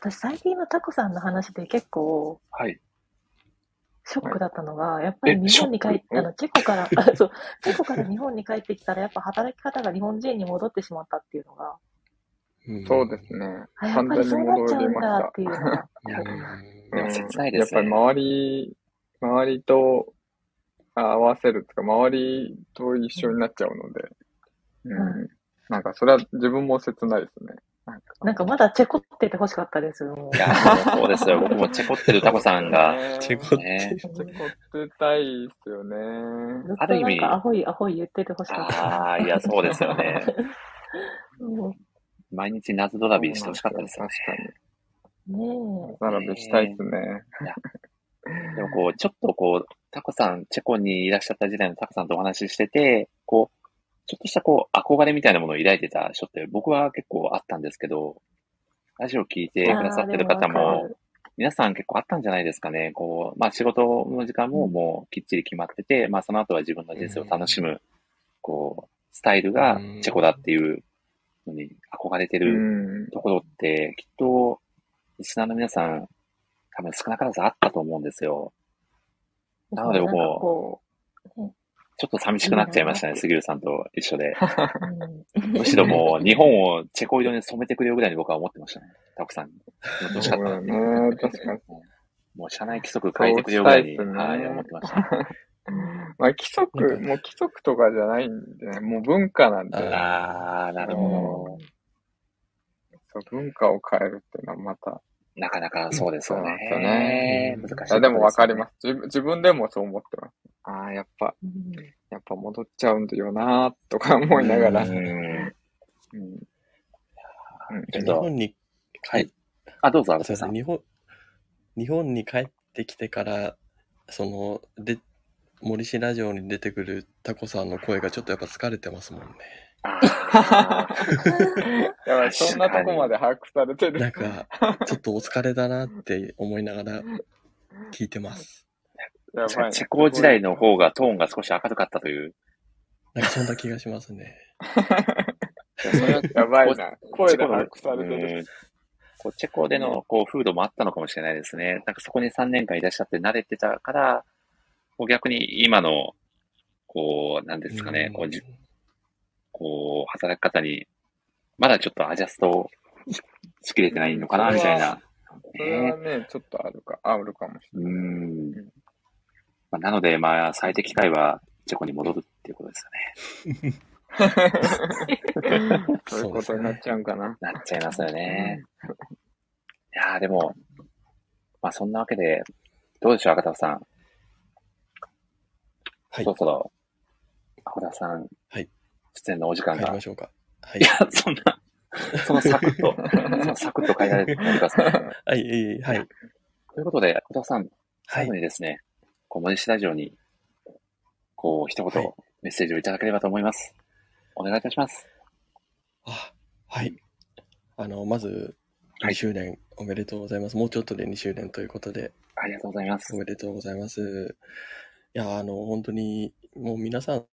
[SPEAKER 7] 私、最近のタコさんの話で結構、
[SPEAKER 1] はい。
[SPEAKER 7] ショックだったのが、やっぱり
[SPEAKER 1] え
[SPEAKER 7] 日本に帰
[SPEAKER 1] ショッ
[SPEAKER 7] っ
[SPEAKER 1] ク
[SPEAKER 7] あの、チェコから、あそう、チェコから日本に帰ってきたら、やっぱ働き方が日本人に戻ってしまったっていうのが、
[SPEAKER 8] うん
[SPEAKER 2] そうですね。
[SPEAKER 7] あやっ
[SPEAKER 2] 完
[SPEAKER 7] ぱり
[SPEAKER 2] 全に
[SPEAKER 7] そうなっち
[SPEAKER 2] 戻
[SPEAKER 7] ゃ
[SPEAKER 2] り
[SPEAKER 7] うん
[SPEAKER 2] まし。
[SPEAKER 7] だったていうのが、
[SPEAKER 8] う
[SPEAKER 7] こうん
[SPEAKER 1] いや
[SPEAKER 2] うん
[SPEAKER 1] 切ないで
[SPEAKER 2] やっ
[SPEAKER 1] す
[SPEAKER 2] ぱ
[SPEAKER 1] ね
[SPEAKER 2] り周り、周りと合わせるとか、周りと一緒になっちゃうので、うん。なんか、それは自分も切ないですね。なんか
[SPEAKER 7] なんかまだチェコってて欲しかったです、もう
[SPEAKER 1] い。や、そうですよ。僕もチェコってるタコさんが、
[SPEAKER 2] ね
[SPEAKER 8] チェコっ
[SPEAKER 1] ね
[SPEAKER 8] て、
[SPEAKER 2] チェコってたいですよね。
[SPEAKER 7] ず
[SPEAKER 1] あ
[SPEAKER 7] っ
[SPEAKER 1] る
[SPEAKER 7] と
[SPEAKER 1] 意
[SPEAKER 7] なん
[SPEAKER 1] 味
[SPEAKER 7] かア、ホイアホイ言ってて欲しかった。
[SPEAKER 1] ああ、いや、そうですよね。
[SPEAKER 7] も
[SPEAKER 1] 毎日謎ド
[SPEAKER 2] そ
[SPEAKER 1] ラ
[SPEAKER 2] う
[SPEAKER 1] ビー
[SPEAKER 2] なん
[SPEAKER 1] してほしかったです
[SPEAKER 2] 確
[SPEAKER 1] よね。
[SPEAKER 7] うね
[SPEAKER 2] かに。なのでしたいですね。
[SPEAKER 1] でもこう、ちょっとこう、タコさん、チェコにいらっしゃった時代のタコさんとお話ししてて、こう、ちょっとしたこう、憧れみたいなものを抱いてた人って僕は結構あったんですけど、ラジオ聞いて
[SPEAKER 7] え。
[SPEAKER 1] くださってる方
[SPEAKER 7] あーでわか
[SPEAKER 1] も
[SPEAKER 7] る
[SPEAKER 1] 皆さん結構あったんじゃないですかね。こう、まあ仕事の時間ももうきっちり決まってて、まあその後は自分の人生を楽しむ、こう、スタイルがチェコだっていうのに憧れてるところって、きっと、リスナーの皆さん、多分少なからずあったと思うんですよ。なので
[SPEAKER 7] なんか
[SPEAKER 1] こ
[SPEAKER 7] う、ね
[SPEAKER 1] ちょっと寂しくなっちゃいましたね、杉浦さんと一緒
[SPEAKER 2] *laughs*
[SPEAKER 1] で。
[SPEAKER 7] うん
[SPEAKER 1] むしろもう日本をチェコ色に染めてくれよぐらいに僕は思ってましたね。たくさん。楽しかったっていう。
[SPEAKER 2] ね、確かに。
[SPEAKER 1] もう社内規則変えてくれよぐらいに、はい、思ってま
[SPEAKER 2] *laughs*
[SPEAKER 1] した。
[SPEAKER 2] まあ、規則、もう規則とかじゃないんでね、もう文化なんで、
[SPEAKER 1] あー、なるほど。
[SPEAKER 2] そう文化を変えるっていうのはまた、
[SPEAKER 1] なかなかそうですよ
[SPEAKER 2] そうなんですよ
[SPEAKER 1] ね
[SPEAKER 2] ね。
[SPEAKER 1] 難しいこと。
[SPEAKER 2] いやでもわかりますす。自分自分でもそう思ってます。ああ、やっぱ、やっぱ戻っちゃうんだよなーとか思いながら。
[SPEAKER 1] うん
[SPEAKER 2] うん
[SPEAKER 1] ちょっ
[SPEAKER 8] 日
[SPEAKER 1] と、
[SPEAKER 8] 本に、
[SPEAKER 1] はい。あ、どうぞ、安
[SPEAKER 8] すいま
[SPEAKER 1] 部さ
[SPEAKER 8] せん、
[SPEAKER 1] ん。
[SPEAKER 8] 日本、日本に帰ってきてから、その、で、森氏ラジオに出てくるタコさんの声がちょっとやっぱ疲れてますもんね。
[SPEAKER 1] あ
[SPEAKER 2] やばい、そんなとこまで把握されて
[SPEAKER 8] なん
[SPEAKER 2] る。
[SPEAKER 8] か、ちょっとお疲れだなって思いながら聞いてます。
[SPEAKER 2] や
[SPEAKER 1] ー
[SPEAKER 2] ばいな。
[SPEAKER 1] チェコ時代の方がトーンが少し明るかったという。
[SPEAKER 8] なんかそんな気がしますね。
[SPEAKER 1] いやそれは
[SPEAKER 2] *laughs* やばいな。声
[SPEAKER 1] チェ
[SPEAKER 2] で
[SPEAKER 1] コ
[SPEAKER 2] 把
[SPEAKER 1] の
[SPEAKER 2] 握されてる。
[SPEAKER 1] うんこうチェコでのこう風土もあったのかもしれないですね。なんかそこに3年間いらっしゃって慣れてたから、こう逆に今の、こう、なんで
[SPEAKER 8] う
[SPEAKER 1] すかね、こうじ
[SPEAKER 8] ん
[SPEAKER 1] こう働き方に、まだちょっとアジャストをしきれてないのかな、
[SPEAKER 2] うん
[SPEAKER 1] み
[SPEAKER 2] それ
[SPEAKER 1] た
[SPEAKER 2] はい
[SPEAKER 1] な。
[SPEAKER 2] それは
[SPEAKER 1] ね
[SPEAKER 2] ね、ちょっとあるか、あるかもし
[SPEAKER 1] う
[SPEAKER 2] れない。
[SPEAKER 1] ん。まあなので、まあ、最適機会はチェコに戻るっていうことですよね。 *laughs*
[SPEAKER 2] そういうことになっちゃうんかな。
[SPEAKER 1] なっちゃいますよね。いやーでも、まあそんなわけで、どうでしょう、赤田さん。
[SPEAKER 8] はい
[SPEAKER 1] そろそろ、赤田さん、
[SPEAKER 8] はい
[SPEAKER 1] 出演のお時間
[SPEAKER 8] 帰り
[SPEAKER 1] が。
[SPEAKER 8] ま
[SPEAKER 1] い
[SPEAKER 8] しょうか。はい。
[SPEAKER 1] や、そんな、そのサク
[SPEAKER 8] *laughs*
[SPEAKER 1] ッと、そのサクッと変えられてください。
[SPEAKER 8] はい、えーはい。
[SPEAKER 1] ということで、赤田さん、
[SPEAKER 8] は
[SPEAKER 1] 最
[SPEAKER 8] い
[SPEAKER 1] 後。にですね、こう、森氏ラジオに、こう、一言、
[SPEAKER 8] はい
[SPEAKER 1] メッセージをいただければと思います。お願いいたします。
[SPEAKER 8] あ、はい。あの、まず、
[SPEAKER 1] はい
[SPEAKER 8] 2周年おめでとうございます。もうちょっとで2周年ということで、
[SPEAKER 1] ありがとうございま
[SPEAKER 8] お
[SPEAKER 1] す。
[SPEAKER 8] めでとうございます。いや、あの、本当に、もう皆さん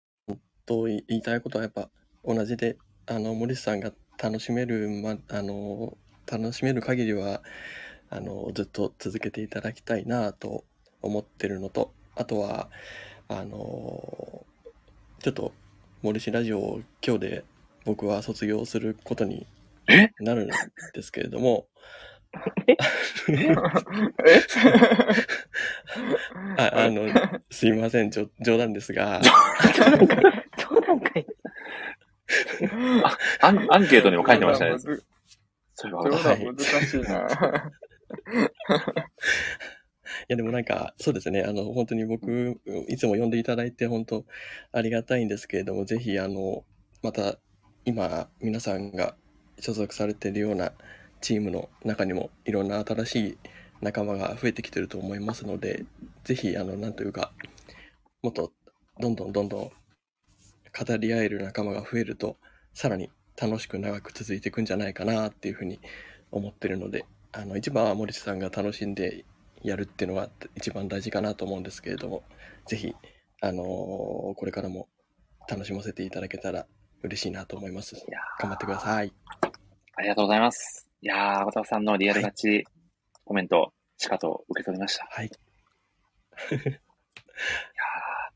[SPEAKER 8] と言いたいことはやっぱ同じで、あの、森さんが楽しめる、ま、あの、楽しめる限りは、あの、ずっと続けていただきたいなと思ってるのと、あとは、あの、ちょっと、森氏ラジオを今日で僕は卒業することに
[SPEAKER 1] え
[SPEAKER 8] なるんですけれども、 *laughs*
[SPEAKER 2] え
[SPEAKER 8] あ
[SPEAKER 2] あ
[SPEAKER 8] あ
[SPEAKER 2] れ
[SPEAKER 8] の、すいません、じょ冗談ですが、
[SPEAKER 7] そうなんか
[SPEAKER 8] *laughs*
[SPEAKER 7] い。そうなんかい。
[SPEAKER 1] アンアンケートにも書いてま
[SPEAKER 2] 冗
[SPEAKER 1] した
[SPEAKER 2] 談
[SPEAKER 1] ね
[SPEAKER 2] *laughs* む。ず、
[SPEAKER 1] そういえば、
[SPEAKER 2] 冗
[SPEAKER 1] 私
[SPEAKER 2] 談難しいな。
[SPEAKER 8] いやでもなんか、そうですね、あの、本当に僕、いつも呼んでいただいて、本当ありがたいんですけれども、ぜひ、あの、また、今、皆さんが所属されているようなチームの中にも、いろんな新しい仲間が増えてきてると思いますので、ぜひ、あの、なんというか、もっと、どんどんどんどん、語り合える仲間が増えると、さらに楽しく長く続いていくんじゃないかなっていうふうに思ってるので、あの、一番は森さんが楽しんでやるっていうのが一番大事かなと思うんですけれども、ぜひ、あのーこれからも楽しませていただけたら嬉しいなと思います。
[SPEAKER 1] いや
[SPEAKER 8] 頑張ってください。
[SPEAKER 1] ありがとうございます。いやー、赤田さんのリアルガチコメント、しかと受け取りました。い
[SPEAKER 8] はい。
[SPEAKER 1] や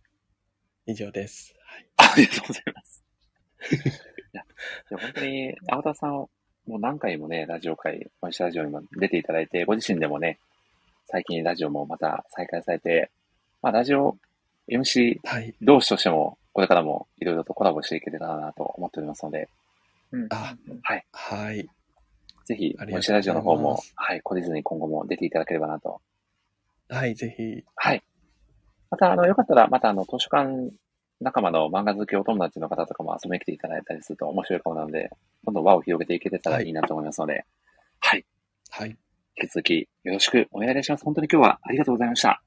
[SPEAKER 8] 以上です。はい。
[SPEAKER 1] ー、ありがとうございます。いや、でも本当に、赤田さんを、もう何回もね、ラジオ会、毎週ラジオにも出ていただいて、ご自身でもね、最近ラジオもまた再開されて、まあ、ラジオ MC
[SPEAKER 8] はい。
[SPEAKER 1] 同士としても、これからもいろいろとコラボしていけたらなと思っておりますので、
[SPEAKER 2] うん
[SPEAKER 8] あ、
[SPEAKER 1] はい。
[SPEAKER 8] はい。
[SPEAKER 1] ぜひ
[SPEAKER 8] あ、りがとうございます
[SPEAKER 1] 森下ラジオの方も、はい、懲りずに今後も出ていただければなと。
[SPEAKER 8] はい、ぜひ。
[SPEAKER 1] はい。また、あの、よかったら、また、あの、図書館仲間の漫画好きお友達の方とかも遊びに来ていただいたりすると面白いかもなので、どんどん輪を広げていけてたら
[SPEAKER 8] はい
[SPEAKER 1] いいなと思いますので、はい。
[SPEAKER 8] はい。
[SPEAKER 1] 引き続きよろしくお願いいたします。本当に今日はありがとうござい
[SPEAKER 8] *laughs*
[SPEAKER 1] ました。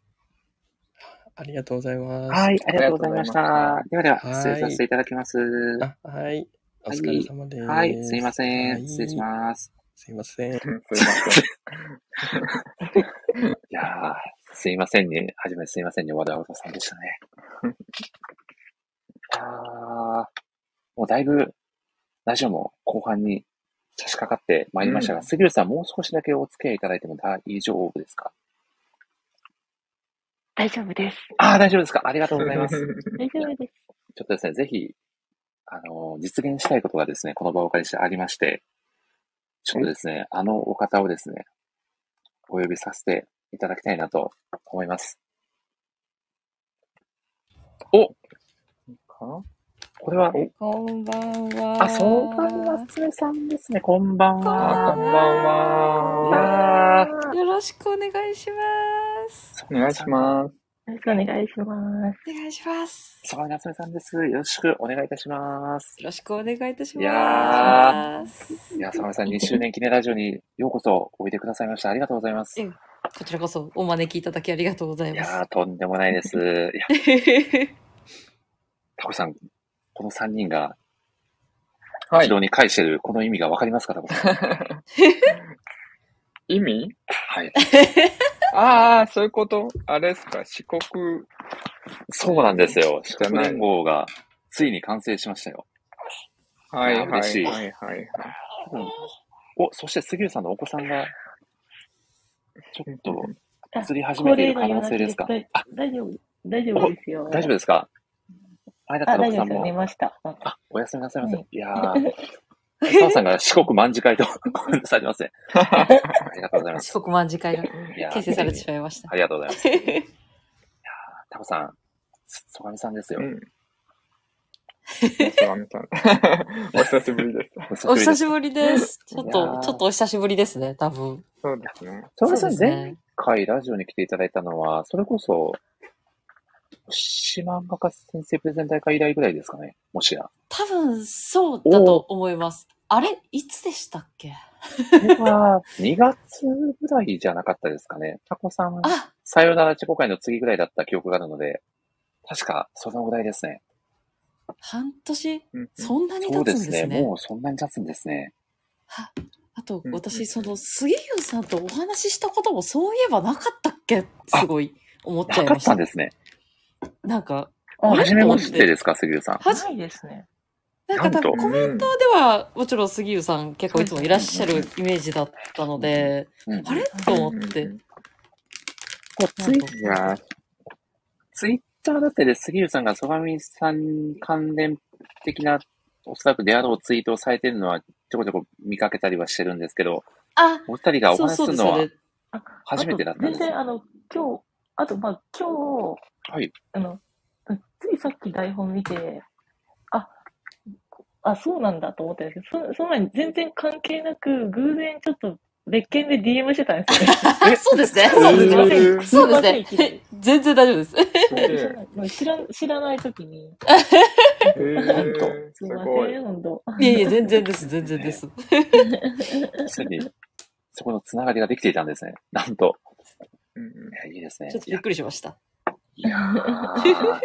[SPEAKER 8] ありがとうございます。
[SPEAKER 1] はい、ありがとうございました。
[SPEAKER 2] あ
[SPEAKER 1] ではでは、失礼
[SPEAKER 8] は
[SPEAKER 1] させて
[SPEAKER 8] い。
[SPEAKER 1] いただきます。は
[SPEAKER 8] あ、はい。お疲れ
[SPEAKER 1] い。
[SPEAKER 8] 様です。
[SPEAKER 1] はい、すいませ
[SPEAKER 8] は
[SPEAKER 1] ん。
[SPEAKER 8] い。
[SPEAKER 1] 失礼します。
[SPEAKER 8] すいません。
[SPEAKER 2] すいません。
[SPEAKER 1] いやー、すいませんに、はじめすいませんに、和田青田さんでしたね。いやー、もうだいぶ、ラジオも後半に差し掛かってまいりましたが、
[SPEAKER 2] うん
[SPEAKER 1] 杉浦さん、もう少しだけお付き合いいただいても大丈夫ですか
[SPEAKER 7] 大丈夫です。
[SPEAKER 1] ああ、大丈夫ですかありがとうござい *laughs* ます。
[SPEAKER 7] 大丈夫です。
[SPEAKER 1] ちょっとですね、ぜひ、あの、実現したいことがですね、この場をお借りしてありまして、ちょっとですね、あのお方をですね、お呼びさせていただきたいなと思います。お
[SPEAKER 2] か
[SPEAKER 1] これは、
[SPEAKER 9] こんばんは。
[SPEAKER 1] あ、そうばんはつめさんですね、こんばん
[SPEAKER 2] あ、こ
[SPEAKER 1] は。
[SPEAKER 2] んばん
[SPEAKER 1] い
[SPEAKER 2] は。
[SPEAKER 1] やー、
[SPEAKER 9] よろしくお願いします。
[SPEAKER 2] お願いします。
[SPEAKER 7] よろしくお願いします。
[SPEAKER 9] お願いします。
[SPEAKER 1] そばなつめさんです。よろしくお願いいたします。
[SPEAKER 9] よろしくお願いいたし
[SPEAKER 1] いや
[SPEAKER 9] ます。
[SPEAKER 1] いや、そばなさん、2周年記念ラジオにようこそおいでくださいました。ありがとうございます。
[SPEAKER 9] え *laughs* こちらこそお招きいただきありがとうござい
[SPEAKER 1] い
[SPEAKER 9] ま
[SPEAKER 1] や
[SPEAKER 9] す
[SPEAKER 1] ー、。とんでもない *laughs* です。いや、タコさん、この3人が
[SPEAKER 2] は
[SPEAKER 1] 軌
[SPEAKER 2] い。
[SPEAKER 1] 道に返してる、この意味がわかりますか、タコさん。
[SPEAKER 2] *laughs* 意味
[SPEAKER 9] *laughs*
[SPEAKER 1] はい。
[SPEAKER 2] ああ、そういうことあれですか四国。
[SPEAKER 1] そうなんですよ。四
[SPEAKER 2] じゃ
[SPEAKER 1] 国
[SPEAKER 2] ない
[SPEAKER 1] 連合がついに完成しましたよ。
[SPEAKER 2] はい
[SPEAKER 1] いや
[SPEAKER 2] はいは
[SPEAKER 1] 嬉し
[SPEAKER 2] い
[SPEAKER 1] い
[SPEAKER 2] はいはい。
[SPEAKER 1] 多分お、そして杉浦さんのお子さんが、ちょっと、移り始めている可能性ですか
[SPEAKER 7] 高齢のような気が大丈夫、大丈夫ですよ。
[SPEAKER 1] 大丈夫ですか前田
[SPEAKER 7] あ、
[SPEAKER 1] か
[SPEAKER 7] 大
[SPEAKER 1] の
[SPEAKER 7] 丈
[SPEAKER 1] さ
[SPEAKER 7] 夫
[SPEAKER 1] ん
[SPEAKER 7] ですよ。寝
[SPEAKER 1] も、
[SPEAKER 7] ました。うん
[SPEAKER 1] あ、おやすみなさいませ。
[SPEAKER 7] はい
[SPEAKER 1] いやー、澤さんが四国卍会と、 *laughs* ごめんなさいま
[SPEAKER 2] *laughs*
[SPEAKER 1] せん。ありがとうございます。
[SPEAKER 9] 四国万次会が
[SPEAKER 1] いやー、
[SPEAKER 9] 形成されて
[SPEAKER 1] つい
[SPEAKER 9] し
[SPEAKER 1] に
[SPEAKER 9] まいました。
[SPEAKER 1] ありがとうございます。タコさん、そそがみさんですよ
[SPEAKER 2] う。
[SPEAKER 1] *laughs*
[SPEAKER 2] ん。おそらみさん。 *laughs* お久しぶりです。
[SPEAKER 1] お久
[SPEAKER 9] お
[SPEAKER 1] しぶり
[SPEAKER 9] 久
[SPEAKER 1] です。*laughs*
[SPEAKER 9] しぶりです。ちょっ
[SPEAKER 1] いや
[SPEAKER 9] と
[SPEAKER 1] ー、
[SPEAKER 9] ちょっとお久しぶりですね、多分。
[SPEAKER 2] そうですね。
[SPEAKER 1] そがみ
[SPEAKER 9] そ
[SPEAKER 1] さ
[SPEAKER 9] うで
[SPEAKER 1] ん、
[SPEAKER 9] す
[SPEAKER 1] 前
[SPEAKER 9] ね。
[SPEAKER 1] 回ラジオに来ていただいたのは、それこそ、星漫画家先生プレゼン大会以来ぐらいですかね。もしや。
[SPEAKER 9] 多分、そうだと思います。あれいつでしたっけ
[SPEAKER 1] これは、2月ぐらいじゃなかったですかね。タコさん、
[SPEAKER 9] あ、
[SPEAKER 1] さよならチェコ会の次ぐらいだった記憶があるので、確か、そのぐらいですね。
[SPEAKER 9] 半年
[SPEAKER 2] うんうん
[SPEAKER 9] そんなに
[SPEAKER 1] そう
[SPEAKER 9] 経
[SPEAKER 1] で
[SPEAKER 9] つん
[SPEAKER 1] す
[SPEAKER 9] で
[SPEAKER 1] ね。
[SPEAKER 9] すね。
[SPEAKER 1] もうそんなに経つんですね。
[SPEAKER 9] はあ
[SPEAKER 2] う
[SPEAKER 9] と、
[SPEAKER 2] んうんう
[SPEAKER 9] 私、
[SPEAKER 2] ん
[SPEAKER 9] その、杉浦さんとお話ししたことも、そういえばなかったっけ
[SPEAKER 1] あ
[SPEAKER 9] すごい、思っちゃ
[SPEAKER 1] ないか
[SPEAKER 9] ま
[SPEAKER 1] っ
[SPEAKER 9] した
[SPEAKER 1] ん
[SPEAKER 9] た。
[SPEAKER 1] ですね。
[SPEAKER 9] なんか、
[SPEAKER 7] あ
[SPEAKER 9] あ
[SPEAKER 1] は
[SPEAKER 9] れ
[SPEAKER 1] じ
[SPEAKER 9] と
[SPEAKER 1] め
[SPEAKER 9] 思
[SPEAKER 1] ま
[SPEAKER 9] っ
[SPEAKER 1] して
[SPEAKER 9] て、
[SPEAKER 1] ですか、杉浦さん。
[SPEAKER 9] はじ、
[SPEAKER 7] ないですね。
[SPEAKER 9] なん
[SPEAKER 1] な
[SPEAKER 9] か
[SPEAKER 1] ん
[SPEAKER 9] 多分
[SPEAKER 1] と。
[SPEAKER 9] コメン
[SPEAKER 2] うん
[SPEAKER 9] トでは、もちろん杉浦さん結構いつもいらっしゃ
[SPEAKER 1] うんうん
[SPEAKER 9] るイメージだったので、
[SPEAKER 1] うんうん
[SPEAKER 9] あれ
[SPEAKER 2] う
[SPEAKER 9] と
[SPEAKER 2] ん
[SPEAKER 9] 思
[SPEAKER 2] うん
[SPEAKER 9] って、
[SPEAKER 2] う
[SPEAKER 1] もう
[SPEAKER 9] なん
[SPEAKER 1] ツイ
[SPEAKER 2] ん。
[SPEAKER 9] か、
[SPEAKER 2] いやー、
[SPEAKER 1] ツイッターだってで、杉浦さんが曽我美さん関連的な、おそらくであろうツイートをされてるのは、ちょこちょこ見かけたりはしてるんですけど、
[SPEAKER 9] あ、
[SPEAKER 1] お二人がお
[SPEAKER 9] そう
[SPEAKER 1] 話し
[SPEAKER 9] そう
[SPEAKER 1] す
[SPEAKER 9] で
[SPEAKER 1] る
[SPEAKER 9] す
[SPEAKER 1] の
[SPEAKER 9] よ
[SPEAKER 1] は
[SPEAKER 9] ね。
[SPEAKER 7] あ、あ
[SPEAKER 1] 初め
[SPEAKER 7] と
[SPEAKER 1] てだっ、たん
[SPEAKER 7] 全
[SPEAKER 1] ですね。
[SPEAKER 7] 然、あの、今日、あと、まあ、今日、
[SPEAKER 1] はい。
[SPEAKER 7] あの、うんついさっき台本見て、あ、あ、そうなんだと思ったんですけど、そその前に全然関係なく、偶然ちょっと別件で DM してたんですよね。
[SPEAKER 1] え
[SPEAKER 9] そうですね、
[SPEAKER 2] え
[SPEAKER 9] そうです
[SPEAKER 7] すいま
[SPEAKER 9] ね。
[SPEAKER 7] せん、
[SPEAKER 2] ー、
[SPEAKER 7] す
[SPEAKER 9] そ
[SPEAKER 7] いう
[SPEAKER 9] で
[SPEAKER 7] ますせん、い
[SPEAKER 9] ね
[SPEAKER 7] きなり。。
[SPEAKER 9] 全然大丈夫です。
[SPEAKER 2] す
[SPEAKER 7] 全然
[SPEAKER 2] げ
[SPEAKER 7] 知ら
[SPEAKER 2] え。
[SPEAKER 7] ない、もう *laughs* 知ら知らないときに、
[SPEAKER 2] え
[SPEAKER 1] なんと、
[SPEAKER 2] ー、
[SPEAKER 7] すい
[SPEAKER 2] す
[SPEAKER 7] ま
[SPEAKER 2] ごい。
[SPEAKER 7] せん、本当。
[SPEAKER 9] いえいえ、全然です、全然です。
[SPEAKER 1] すでに、そこのつながりができていたんですね。なんと。
[SPEAKER 2] うんうん
[SPEAKER 1] いや、いいです
[SPEAKER 9] ちょ
[SPEAKER 1] ね
[SPEAKER 9] っ。と
[SPEAKER 1] い
[SPEAKER 9] び
[SPEAKER 1] や
[SPEAKER 9] っ、くりしま *laughs* した。
[SPEAKER 1] いやー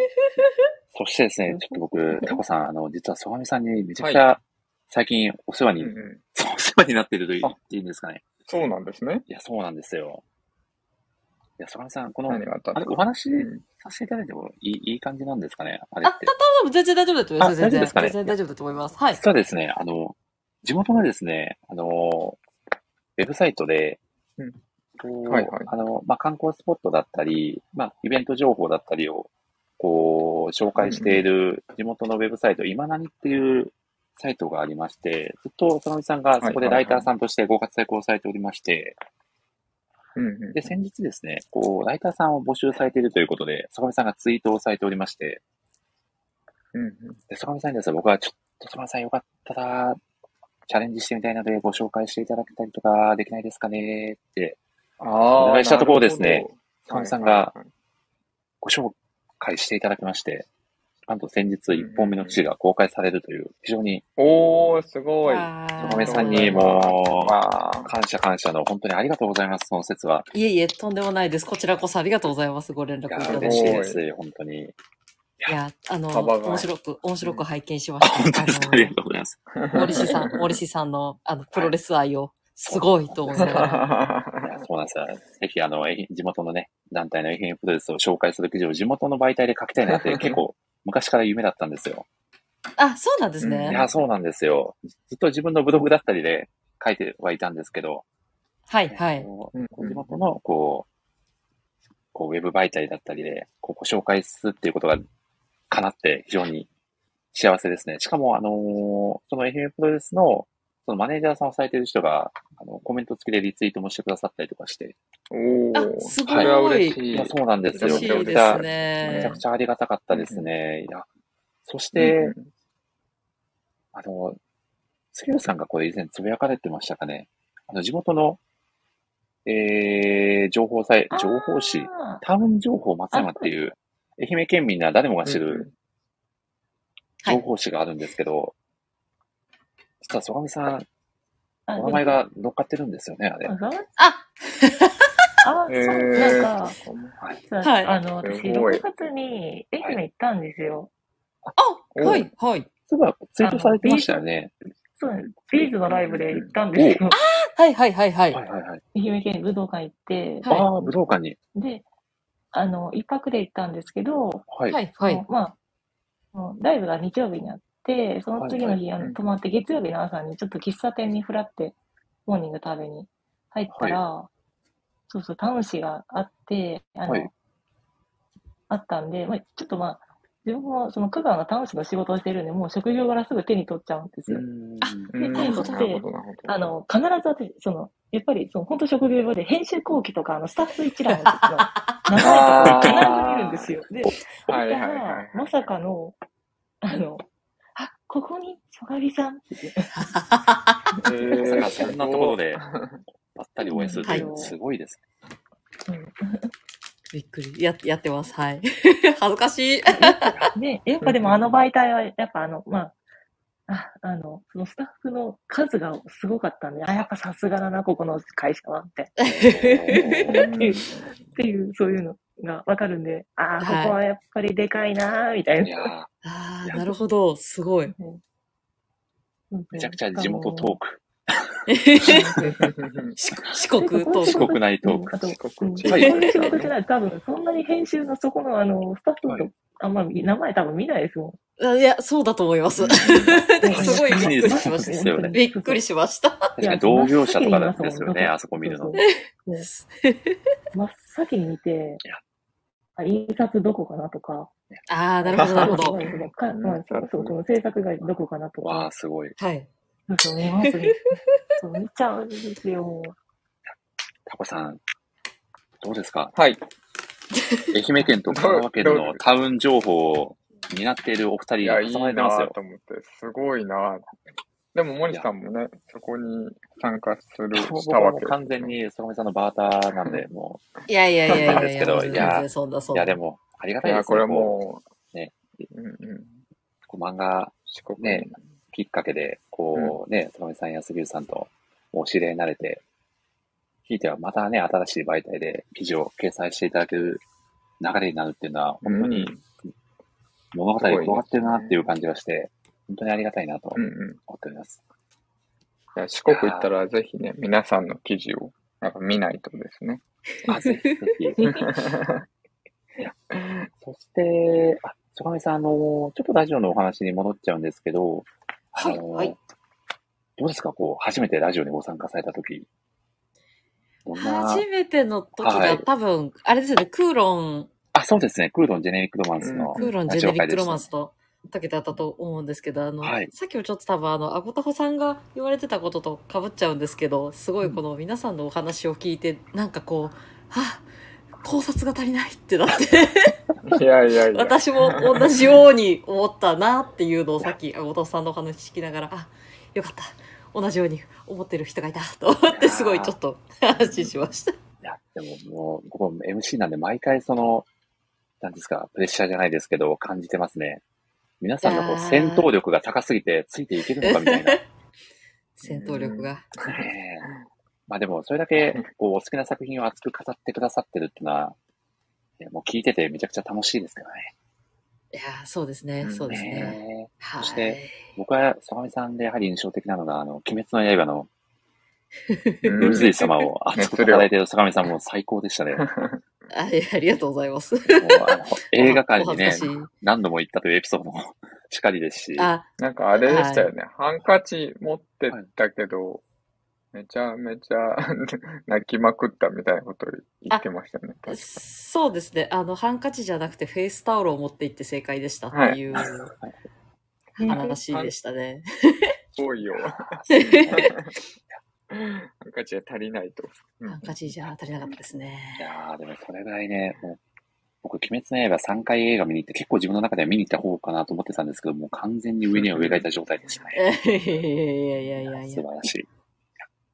[SPEAKER 1] そしてですね、ちょっと僕、タコさん、あの、実は曽我美さんにめちゃくちゃ、最近お世話に、
[SPEAKER 2] うんうん。
[SPEAKER 1] お世話になっていると言っ
[SPEAKER 2] あ
[SPEAKER 1] ていいんですかね。
[SPEAKER 2] そうなんですね。
[SPEAKER 1] いや、そうなんですよ。いや、曽我美さん、この
[SPEAKER 2] 何、があったん
[SPEAKER 1] あれ、
[SPEAKER 2] です
[SPEAKER 1] お
[SPEAKER 2] か
[SPEAKER 1] 話
[SPEAKER 2] うん。
[SPEAKER 1] させていただいてもいいいい感じなんですかね、あれ
[SPEAKER 9] あ、
[SPEAKER 1] ったて。
[SPEAKER 9] 多分全然大丈夫だと思います。
[SPEAKER 1] あ
[SPEAKER 9] 全
[SPEAKER 1] 大丈夫です
[SPEAKER 9] 然。
[SPEAKER 1] かね
[SPEAKER 9] 全然大丈夫だと思います。はい。
[SPEAKER 1] 実はですね、あの、地元のですね、あの、ウェブサイトで、
[SPEAKER 2] うんはい
[SPEAKER 1] こ
[SPEAKER 2] は
[SPEAKER 1] う、
[SPEAKER 2] い。
[SPEAKER 1] あの、まあ、観光スポットだったり、まあ、イベント情報だったりを、こう、紹介している地元のウェブサイト、今何っていうサイトがありまして、ずっと佐野さんが
[SPEAKER 2] は
[SPEAKER 1] そ
[SPEAKER 2] い
[SPEAKER 1] こで
[SPEAKER 2] は
[SPEAKER 1] ラ
[SPEAKER 2] い
[SPEAKER 1] イタ
[SPEAKER 2] は
[SPEAKER 1] ー
[SPEAKER 2] い。
[SPEAKER 1] さんとしてご活躍をされておりまして、
[SPEAKER 2] うんうん
[SPEAKER 1] で、先日ですね、こう、ライターさんを募集されているということで、坂上さんがツイートをされておりまして、
[SPEAKER 2] うんうん。
[SPEAKER 1] で、坂上さんにですね、僕はちょっと坂上さんよかったら、チャレンジしてみたいので、ご紹介していただけたりとか、できないですかねって、お
[SPEAKER 2] あ
[SPEAKER 1] 願
[SPEAKER 2] あ、
[SPEAKER 1] いした
[SPEAKER 2] な
[SPEAKER 1] と
[SPEAKER 2] る
[SPEAKER 1] ころ
[SPEAKER 2] ほ
[SPEAKER 1] で
[SPEAKER 2] ど。
[SPEAKER 1] すね、坂
[SPEAKER 2] は
[SPEAKER 1] 上
[SPEAKER 2] い
[SPEAKER 1] さん
[SPEAKER 2] はい
[SPEAKER 1] が
[SPEAKER 2] はい。
[SPEAKER 1] ご紹介していただきまして、なんと先日
[SPEAKER 2] うんうん
[SPEAKER 1] 1本目の記事が公開されるという、非常に
[SPEAKER 2] おー、すごい。あ
[SPEAKER 1] 坂上
[SPEAKER 2] りがとう
[SPEAKER 9] わ
[SPEAKER 1] さん
[SPEAKER 2] ござ
[SPEAKER 1] に
[SPEAKER 2] います。
[SPEAKER 1] も
[SPEAKER 2] わ
[SPEAKER 1] う、
[SPEAKER 2] あ。
[SPEAKER 1] 感謝感謝の、本当にありがとうございます、その説は。
[SPEAKER 9] ーいえいえ、とんでもないです。こちらこそありがとうございます。ご連
[SPEAKER 1] いや
[SPEAKER 9] 絡い
[SPEAKER 1] ー、
[SPEAKER 9] ただ
[SPEAKER 1] 嬉
[SPEAKER 9] い
[SPEAKER 1] しい
[SPEAKER 9] て。
[SPEAKER 1] で
[SPEAKER 2] ごい
[SPEAKER 1] す、本当に。
[SPEAKER 9] いや、あの、
[SPEAKER 2] 幅が
[SPEAKER 9] 面白く、面白く拝見しま
[SPEAKER 1] あ、
[SPEAKER 9] した。
[SPEAKER 1] 本当
[SPEAKER 9] あ
[SPEAKER 1] ですか、ありが
[SPEAKER 9] の、
[SPEAKER 1] とうございます。
[SPEAKER 9] 森氏さん、森氏さんの、あの、プロレス愛を、すごいと思いながら。
[SPEAKER 2] は
[SPEAKER 1] そうなんですよ。ぜひ、あの、え地元のね、団体の FM プロレスを紹介する記事を地元の媒体で書きたいなって、結構、昔から夢だったんですよ。
[SPEAKER 9] あ、そうなんですね。
[SPEAKER 1] いや、そうなんですよ。ずっと自分のブログだったりで書いてはいたんですけど、
[SPEAKER 9] はい、はい。
[SPEAKER 1] こう地元の、こう、こうウェブ媒体だったりで、こうご紹介するっていうことが、かなって、非常に幸せですね。しかも、あのーその FM プロレスの、そのマネージャーさんをされてる人が、あの、コメント付きでリツイートもしてくださったりとかして。
[SPEAKER 2] お
[SPEAKER 9] ーあすごい
[SPEAKER 1] は
[SPEAKER 9] 嬉しい
[SPEAKER 1] そうなんですよ。
[SPEAKER 9] 嬉しい
[SPEAKER 1] めちゃくちゃ
[SPEAKER 9] ですね
[SPEAKER 1] めちゃくちゃありがたかったですね。いや、そして、あの、杉浦さんがこれ以前つぶやかれてましたかね。あの、地元の、えー、情報祭、情報誌、タウン情報松山っていう、愛媛県民なら誰もが知る情報誌があるんですけど、実は曽上さん、
[SPEAKER 7] あ
[SPEAKER 1] お名前が乗っかってるんですよね、あれ。
[SPEAKER 9] あ
[SPEAKER 7] あ、そう、
[SPEAKER 1] えー
[SPEAKER 7] なんか、実は
[SPEAKER 1] はい
[SPEAKER 7] あの、私、
[SPEAKER 1] すごい
[SPEAKER 7] 6月に愛媛行ったんですよ。
[SPEAKER 1] あはい、
[SPEAKER 9] はい。
[SPEAKER 1] そういえば、ツイートされてましたよね。
[SPEAKER 7] そうです。ビーズのライブで行ったんですよ。
[SPEAKER 9] あはいはいはいはい。
[SPEAKER 1] はいはいはい。
[SPEAKER 7] 愛媛県武道館行って、
[SPEAKER 1] ああ、武道館に。
[SPEAKER 7] で、あの、一泊で行ったんですけど、
[SPEAKER 1] はいはい
[SPEAKER 7] そのまあその、ライブが日曜日にあって、その次の日、
[SPEAKER 1] はいはい
[SPEAKER 7] あの泊まって、月曜日の朝にちょっと喫茶店にふらって、モーニング食べに入ったら、そうそう、タウン誌があって、あの、
[SPEAKER 1] はい
[SPEAKER 7] あったんで、まあ、ちょっとまあ、自分もその香川のタウン誌の仕事をしてるんで、もう職業柄すぐ手に取っちゃうんですよ。
[SPEAKER 1] あ
[SPEAKER 7] で、手に取って、あの、必ず私、その、やっぱり、その、本当職業で編集後期とか、あの、スタッフ一覧の長いところ必ず見るんですよ。
[SPEAKER 2] は
[SPEAKER 7] で、
[SPEAKER 2] い
[SPEAKER 7] 見た
[SPEAKER 2] はいはいは
[SPEAKER 7] ら、まさかの、あの、あ、ここに、そがりさんって言って。
[SPEAKER 1] まさか *laughs* そんなところで、ばったりお会いするって
[SPEAKER 9] はい
[SPEAKER 1] すごいですね。
[SPEAKER 9] びっくり。や、やってます。はい。
[SPEAKER 1] *laughs*
[SPEAKER 9] 恥ずかしい。
[SPEAKER 7] *laughs* ね、やっぱでもあの媒体は、やっぱあの、まあ、ああの、そのスタッフの数がすごかったんで、あ、やっぱさすがだな、ここの会社は、みたいな。
[SPEAKER 9] *laughs*
[SPEAKER 7] っていう、っていうそういうのがわかるんで、ああ、こ
[SPEAKER 9] はい
[SPEAKER 7] こはやっぱりでかいな、みたいな。
[SPEAKER 9] ああ、なるほど。すごい。
[SPEAKER 1] めちゃくちゃ地元トーク。
[SPEAKER 9] *laughs* 四国
[SPEAKER 7] と
[SPEAKER 9] トーク
[SPEAKER 1] 四国内トーク。
[SPEAKER 7] 四国
[SPEAKER 1] は
[SPEAKER 7] はいい、
[SPEAKER 1] は
[SPEAKER 7] こ
[SPEAKER 1] い
[SPEAKER 7] の仕
[SPEAKER 1] は
[SPEAKER 7] 事
[SPEAKER 1] い
[SPEAKER 7] じゃない、多分そんなに編集のそこのあのスタッフの、あんまり名前多分見ないですも
[SPEAKER 9] あいや、そうだと思い *laughs* ます。すごいびっくりしまし
[SPEAKER 1] ですよね
[SPEAKER 9] た。びっくりしました。
[SPEAKER 1] 確かに同業者とかですよね、あそこ見るの。
[SPEAKER 7] ん。もう真っ先に見て、あ印刷どこかなとか。
[SPEAKER 9] ああ、なるほど、なるほど。
[SPEAKER 7] うんか *laughs* まあ、そうそう、この制作がどこかなとか。
[SPEAKER 1] あすごい。
[SPEAKER 9] はい。
[SPEAKER 7] そうそう、見ますね。 *laughs* そう、見ちゃうんですよ。
[SPEAKER 1] タコさん、どうですか
[SPEAKER 2] *laughs* はい。
[SPEAKER 1] 愛媛県と香川県のタウン情報を担っているお二
[SPEAKER 2] い
[SPEAKER 1] 人
[SPEAKER 2] や、
[SPEAKER 1] が
[SPEAKER 2] いい
[SPEAKER 1] 挟まれて
[SPEAKER 2] な
[SPEAKER 1] ます
[SPEAKER 2] ぁ
[SPEAKER 1] よ
[SPEAKER 2] と。思って、すごいなぁ。でも、森さんもね、そこに参加する、し
[SPEAKER 1] 僕
[SPEAKER 2] た
[SPEAKER 1] は
[SPEAKER 2] わ
[SPEAKER 1] もう
[SPEAKER 2] け
[SPEAKER 1] 完全に、そのみさんのバーターなん
[SPEAKER 2] *laughs*
[SPEAKER 1] で、もう、
[SPEAKER 9] いやいやいやいやいや
[SPEAKER 1] なんですけど、い
[SPEAKER 9] 全
[SPEAKER 1] や、
[SPEAKER 9] 然そんなそん
[SPEAKER 1] い
[SPEAKER 9] な
[SPEAKER 1] や、でも、ありがたいですね。
[SPEAKER 2] いやこれは
[SPEAKER 1] もう、ね、
[SPEAKER 2] うんうん。
[SPEAKER 1] こう漫画、ね、きっかけで、こうね、とめさんや杉浦さんとお知り合いになれて、ひいてはまたね、新しい媒体で記事を掲載していただける流れになるっていうのは、本当に物語が広がってるなっていう感じがして、本当にありがたいなと
[SPEAKER 2] うんうん。
[SPEAKER 1] 思っております。
[SPEAKER 2] いや四国行ったら、ぜひね、皆さんの記事を、なんか見ないとですね。
[SPEAKER 1] あ、ぜひぜひ。
[SPEAKER 9] *laughs*
[SPEAKER 1] そして、あ、そがみさん、あの、ちょっとラジオのお話に戻っちゃうんですけど、あの、どうですか、こう、初めてラジオにご参加されたとき、どんな、
[SPEAKER 9] 初めての時
[SPEAKER 1] は
[SPEAKER 9] が
[SPEAKER 1] い
[SPEAKER 9] 多分、あれですよね、クーロン、
[SPEAKER 1] あ、そうですね、クーロンジェネリックロマンスの
[SPEAKER 9] クーロン
[SPEAKER 1] ラ
[SPEAKER 9] ジェ
[SPEAKER 1] ジ
[SPEAKER 9] ネ
[SPEAKER 1] オ
[SPEAKER 9] リッ
[SPEAKER 1] 会
[SPEAKER 9] ク
[SPEAKER 1] で
[SPEAKER 9] ロ
[SPEAKER 1] し
[SPEAKER 9] マ
[SPEAKER 1] た
[SPEAKER 9] ン。スとだけだったと思うんですけど、あの、
[SPEAKER 1] はい
[SPEAKER 9] さっきもちょっと多分あの、アゴタホさんが言われてたことと被っちゃうんですけど、すごいこの皆さんのお話を聞いて、なんかこう、はぁ考察が足りないってなって、
[SPEAKER 2] いやいやいや。
[SPEAKER 9] 私も同
[SPEAKER 2] *laughs*
[SPEAKER 9] じように思ったなっていうのをさっき、アゴタホさんのお話聞きながら、あ、よかった。同じように思ってる人がいたと思って、すごいちょっと安心しました。
[SPEAKER 1] でも、もう、ここ MC なんで、毎回その、なんですか、プレッシャーじゃないですけど、感じてますね。皆さんのこう
[SPEAKER 9] あー
[SPEAKER 1] 戦闘力が高すぎて、ついていけるのかみたいな。
[SPEAKER 9] 戦闘力が。
[SPEAKER 1] ねえまあでも、それだけ、こう、お好きな作品を熱く語ってくださってるっていうのは、ねもう聞いててめちゃくちゃ楽しいですからね。
[SPEAKER 9] いやーそうですね、そうですね。
[SPEAKER 1] ねえ
[SPEAKER 9] は
[SPEAKER 1] そし
[SPEAKER 9] い。
[SPEAKER 1] て、僕は、相模さんでやはり印象的なのが、あの、鬼滅の刃の
[SPEAKER 2] うん
[SPEAKER 1] 宇髄様を熱く語られている坂上さんも最高でした
[SPEAKER 9] *laughs*
[SPEAKER 1] ね。
[SPEAKER 9] あいやありがとうございます。
[SPEAKER 1] 映画館に
[SPEAKER 9] お
[SPEAKER 1] ね
[SPEAKER 9] 恥ずかしい、
[SPEAKER 1] 何度も行ったというエピソードも *laughs* しかりですし、
[SPEAKER 9] あ、
[SPEAKER 2] なんかあれでしたよね。ハンカチ持ってったけど、めちゃめちゃ *laughs* 泣きまくったみたいなこと言ってましたね。
[SPEAKER 9] そうですね。あの、ハンカチじゃなくてフェイスタオルを持って行って正解でしたっていう
[SPEAKER 2] はい
[SPEAKER 9] 話でしたね。
[SPEAKER 2] 多いよ。ハンカチが足りないと。
[SPEAKER 9] ハンカチじゃ足りなかったですね。
[SPEAKER 1] いやーでもそれぐらいね、もう僕、鬼滅の刃3回映画見に行って、結構自分の中では見に行った方かなと思ってたんですけど、もう完全に上には上がいた状態でしたね。
[SPEAKER 9] いやいやいやいやい
[SPEAKER 1] 素
[SPEAKER 9] や。
[SPEAKER 1] 晴らしい。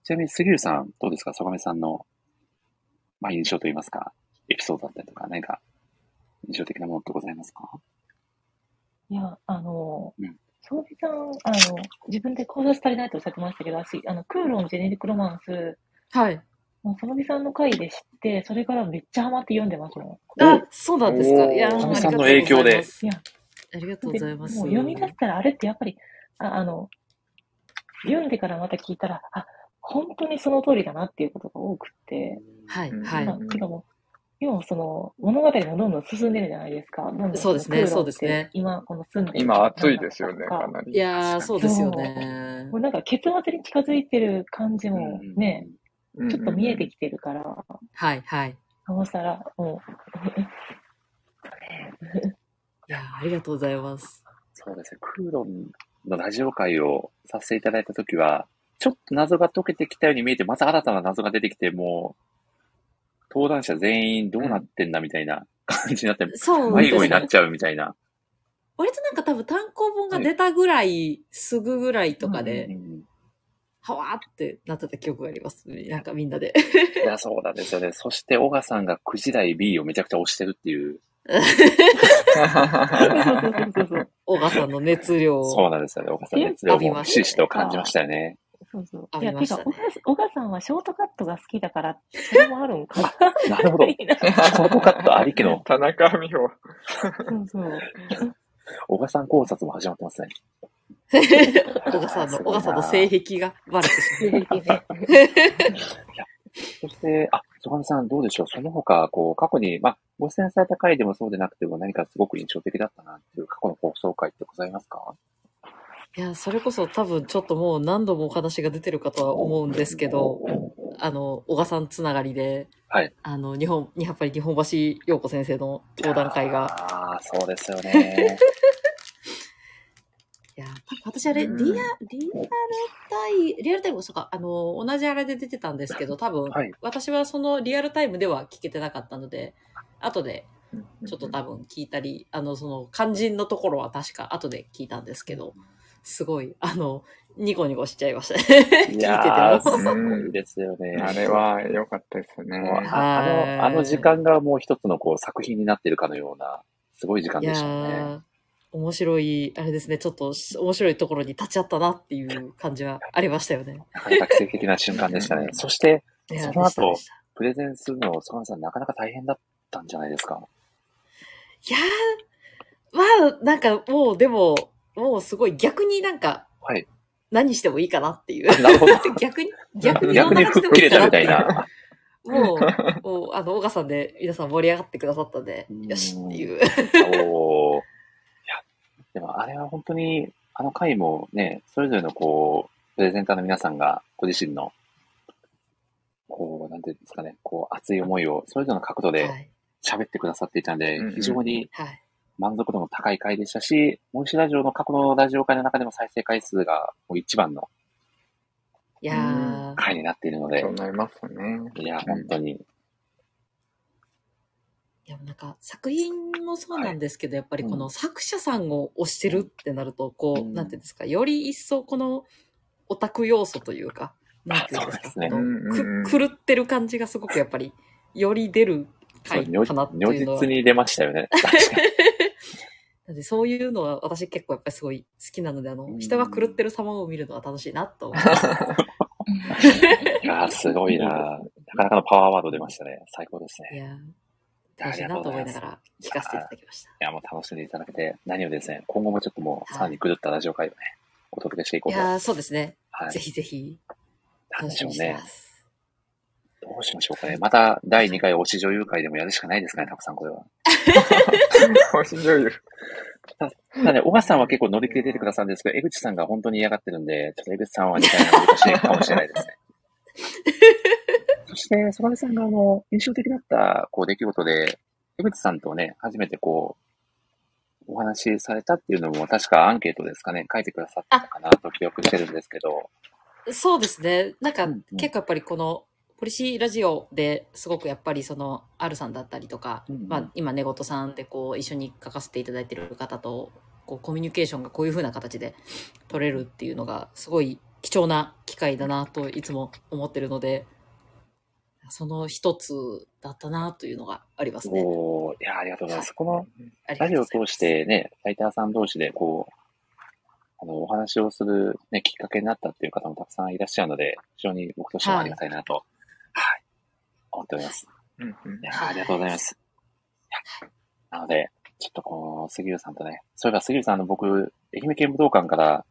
[SPEAKER 1] ちなみに杉浦さん、どうですか坂上さんの、まあ、印象といいますか、エピソードだったりとか、何か印象的なものってございますか
[SPEAKER 7] いや、あの
[SPEAKER 1] うん、
[SPEAKER 7] 総司さん、あの、自分で考察足りないとおっしゃってましたけど、私、あの、クーロンジェネリックロマンス、
[SPEAKER 9] はい。
[SPEAKER 7] もう、そのぎさんの回で知って、それからめっちゃハマって読んでますも
[SPEAKER 9] あ、そうなんですか。いや、あり
[SPEAKER 1] 坂
[SPEAKER 9] が
[SPEAKER 1] 上さん
[SPEAKER 9] とう
[SPEAKER 1] の
[SPEAKER 9] ござ
[SPEAKER 1] 影響
[SPEAKER 9] い
[SPEAKER 1] で
[SPEAKER 9] ます。
[SPEAKER 7] ん。いや、
[SPEAKER 9] ありがとうご
[SPEAKER 7] で
[SPEAKER 9] ざい
[SPEAKER 7] も
[SPEAKER 9] ま
[SPEAKER 7] う
[SPEAKER 9] す。
[SPEAKER 7] 読み出したら、あれってやっぱり、あ、あの、読んでからまた聞いたら、あ、本当にその通りだなっていうことが多くって、
[SPEAKER 9] はい、
[SPEAKER 2] うん
[SPEAKER 9] は
[SPEAKER 7] ま
[SPEAKER 9] い。
[SPEAKER 7] あ、てかもう、今もその、物語がどんどん進んでるじゃないですか。どんどん
[SPEAKER 9] そうですね
[SPEAKER 7] のクーロン
[SPEAKER 9] そう
[SPEAKER 7] っ
[SPEAKER 9] です
[SPEAKER 7] て
[SPEAKER 9] ね
[SPEAKER 7] 今、この住んでる
[SPEAKER 2] 今暑いですよね、
[SPEAKER 7] とか
[SPEAKER 2] かなり。
[SPEAKER 9] いやー、そうですよね
[SPEAKER 7] も。うなんか結末に近づいてる感じもね、ちょっと見えてきてるから、
[SPEAKER 9] はい、はい。
[SPEAKER 7] なおさら、も
[SPEAKER 9] いやー、ありがとうございます。
[SPEAKER 1] そうですね、クーロンのラジオ会をさせていただいたときは、ちょっと謎が解けてきたように見えて、また新たな謎が出てきて、もう、登壇者全員どうなってんだみたいな感じになって、
[SPEAKER 9] そうで
[SPEAKER 1] 迷
[SPEAKER 9] す
[SPEAKER 1] 子にな
[SPEAKER 9] ね
[SPEAKER 1] っ。ちゃうみたいな。
[SPEAKER 9] 割となんか多分単行本が出たぐらい、すぐぐらいとかで、はわーってなってた記憶があります。なんかみんなで。
[SPEAKER 1] いや、そうなんですよね。そして、小賀さんが9時台 B をめちゃくちゃ押してるっていう。
[SPEAKER 9] *laughs* 小川さんの熱量を。
[SPEAKER 1] そうなんですよね。小賀さんの熱量もひしひしと感じましたよね。
[SPEAKER 7] う、そうそう。
[SPEAKER 9] あ
[SPEAKER 7] いや、
[SPEAKER 9] りま
[SPEAKER 7] て
[SPEAKER 9] した
[SPEAKER 7] か
[SPEAKER 9] ね、
[SPEAKER 7] 小川さん小川さんはショートカットが好きだから、それもあるんか
[SPEAKER 1] なるほど。ショートカットありきの
[SPEAKER 2] *laughs* 田中美穂。
[SPEAKER 7] そうそう。
[SPEAKER 1] 小賀さん考察も始まってますね。
[SPEAKER 9] *laughs* 小川さんの、
[SPEAKER 1] す
[SPEAKER 9] 小
[SPEAKER 1] ごいな
[SPEAKER 9] 川さんの性癖がバレてしまう。
[SPEAKER 1] そして、あ、曽上さんどうでしょうその他、こう、過去に、まあ、ご出演された回でもそうでなくても何かすごく印象的だったなっていう過去の放送回ってございますか
[SPEAKER 9] いや、それこそ多分ちょっともう何度もお話が出てるかとは思うんですけど、あの、小川さんつながりで、
[SPEAKER 1] はい。
[SPEAKER 9] あの、日本、やっぱり日本橋陽子先生の登壇会が、
[SPEAKER 1] ああ、そうですよね。
[SPEAKER 9] いや、多分私あれ、リア、リアルタイム、リアルタイム、そうか、あの、同じあれで出てたんですけど、多分、
[SPEAKER 1] はい
[SPEAKER 9] 私はそのリアルタイムでは聞けてなかったので、後で、ちょっと多分聞いたり、あの、その、肝心のところは確か後で聞いたんですけど、すごい、あの、ニコニコしちゃいましたね。聞いて
[SPEAKER 1] い
[SPEAKER 9] ても。
[SPEAKER 1] やー、すごいですよね。
[SPEAKER 2] あれは良かったですね。
[SPEAKER 1] もうああの、あの時間がもう一つのこう作品になってるかのような、すごい時間
[SPEAKER 9] いや
[SPEAKER 1] でしたね。
[SPEAKER 9] ー、面白い、あれですね、ちょっとし面白いところに立ち会ったなっていう感じはありましたよね。
[SPEAKER 1] なかなか奇跡的な瞬間でしたね。そして、
[SPEAKER 9] いや
[SPEAKER 1] そ
[SPEAKER 9] ー
[SPEAKER 1] の
[SPEAKER 9] でしたで
[SPEAKER 1] 後
[SPEAKER 9] し、た。
[SPEAKER 1] プレゼンするのを、坂上さん、なかなか大変だったんじゃないですか。
[SPEAKER 9] いやー、まあ、なんかもう、でも、もうすごい逆になんか、
[SPEAKER 1] はい。
[SPEAKER 9] 何してもいいかなっていう。
[SPEAKER 1] なるほど。
[SPEAKER 9] *laughs* 逆に、逆にどん
[SPEAKER 1] 逆
[SPEAKER 9] な
[SPEAKER 1] に
[SPEAKER 9] 感じ
[SPEAKER 1] 吹
[SPEAKER 9] で
[SPEAKER 1] っ
[SPEAKER 9] もい
[SPEAKER 1] 切
[SPEAKER 9] い
[SPEAKER 1] れ
[SPEAKER 9] か
[SPEAKER 1] た
[SPEAKER 9] なっ
[SPEAKER 1] みた
[SPEAKER 9] てい。
[SPEAKER 1] いうな。
[SPEAKER 9] もう、もう、あの、小川さんで皆さん盛り上がってくださったんで、よしっていう。
[SPEAKER 1] おーいや、でもあれは本当に、あの回もね、それぞれのこう、プレゼンターの皆さんが、ご自身の、こう、なんていうんですかね、こう、熱い思いを、それぞれの角度
[SPEAKER 9] は
[SPEAKER 1] で
[SPEAKER 9] い。
[SPEAKER 1] 喋ってくださっていたんで、
[SPEAKER 2] うんうん
[SPEAKER 1] 非常に
[SPEAKER 9] はい。
[SPEAKER 1] 満足度の高い回でしたし、もう一ラジオの過去のラジオ回の中でも再生回数がもう一番の
[SPEAKER 9] いやー、
[SPEAKER 1] 回になっているので
[SPEAKER 2] そう、なりますね。
[SPEAKER 1] いや、本当に、
[SPEAKER 9] いや、なんか作品もそうなんですけど、やっぱりこの作者さんを推してるってなると、こう、
[SPEAKER 1] うん
[SPEAKER 9] なんていうんですか、より一層このオタク要素というか、なんていうんですか、
[SPEAKER 1] そうですね
[SPEAKER 9] この
[SPEAKER 2] うんうん
[SPEAKER 9] く、狂ってる感じがすごくやっぱり、より出る
[SPEAKER 1] そう、
[SPEAKER 9] 回
[SPEAKER 1] 如
[SPEAKER 9] かなっていうのは。
[SPEAKER 1] 実に出ましたよ
[SPEAKER 9] *laughs*
[SPEAKER 1] ね。確かに。
[SPEAKER 9] なんでそういうのは私結構やっぱりすごい好きなので、あの
[SPEAKER 1] う、ん
[SPEAKER 9] 人が狂ってる様を見るのは楽しいなと思い
[SPEAKER 1] *laughs*
[SPEAKER 9] ます。
[SPEAKER 1] いやー、すごいなー
[SPEAKER 2] い
[SPEAKER 1] なかなかのパワーワード出ましたね。最高です
[SPEAKER 9] い
[SPEAKER 1] ね。
[SPEAKER 9] やー、
[SPEAKER 1] あ
[SPEAKER 9] 楽し
[SPEAKER 1] りが
[SPEAKER 9] い
[SPEAKER 1] と
[SPEAKER 9] な
[SPEAKER 1] う
[SPEAKER 9] と
[SPEAKER 1] ござ
[SPEAKER 9] 思
[SPEAKER 1] い
[SPEAKER 9] い
[SPEAKER 1] ま
[SPEAKER 9] な
[SPEAKER 1] す。
[SPEAKER 9] が
[SPEAKER 1] い
[SPEAKER 9] ら聞かせていただきました。
[SPEAKER 1] や、もう楽しんでいただけて、何よりですね、今後もちょっともう、さらに狂ったラジオ会をね、お届けしていこ
[SPEAKER 9] いう
[SPEAKER 1] と。
[SPEAKER 9] やー、そうですね。
[SPEAKER 1] はい
[SPEAKER 9] ぜ。ひぜひ。
[SPEAKER 1] なんでしょう
[SPEAKER 9] 楽しみにして
[SPEAKER 1] ね
[SPEAKER 9] ま。
[SPEAKER 1] どうしましょうかね。また第2回推し女優会でもやるしかないですかね、たくさんこれ
[SPEAKER 2] *laughs*
[SPEAKER 1] は。
[SPEAKER 2] 推し女優。
[SPEAKER 1] ただね、小川さんは結構乗り切れててくださるんですけど、江口さんが本当に嫌がってるんで、ちょっと江口さんは2回は難しいかもしれないですね。そして、そばさんがあの、印象的だった、こう、出来事で、江口さんとね、初めてこう、お話しされたっていうのも、確かアンケートですかね、書いてくださったかなと記憶してるんですけど、
[SPEAKER 9] そうですね。なんか、結構やっぱりこの、ポリシーラジオですごくやっぱりその、R さんだったりとか、まあ今、寝言さんでこう、一緒に書かせていただいてる方と、こう、コミュニケーションがこういう風な形で取れるっていうのが、すごい貴重な機会だなといつも思ってるので、その一つだったなというのがありますね。
[SPEAKER 1] おーいや、ありがとうございます。この
[SPEAKER 9] あり
[SPEAKER 1] ラ
[SPEAKER 9] がと
[SPEAKER 1] ジ
[SPEAKER 9] う
[SPEAKER 1] オ
[SPEAKER 9] ご
[SPEAKER 1] を通
[SPEAKER 9] ざいます。
[SPEAKER 1] してね、ライターさん同士でこう、あの、お話をする、ね、きっかけになったっていう方もたくさんいらっしゃるので、非常に僕としてもありがたいなと、はい、思っております。
[SPEAKER 2] うんう
[SPEAKER 1] い
[SPEAKER 2] ん
[SPEAKER 1] やーありがとうございます。いやなので、ちょっとこう、杉浦さんとね、そういえば杉浦さん、あの、僕、愛媛県武道館から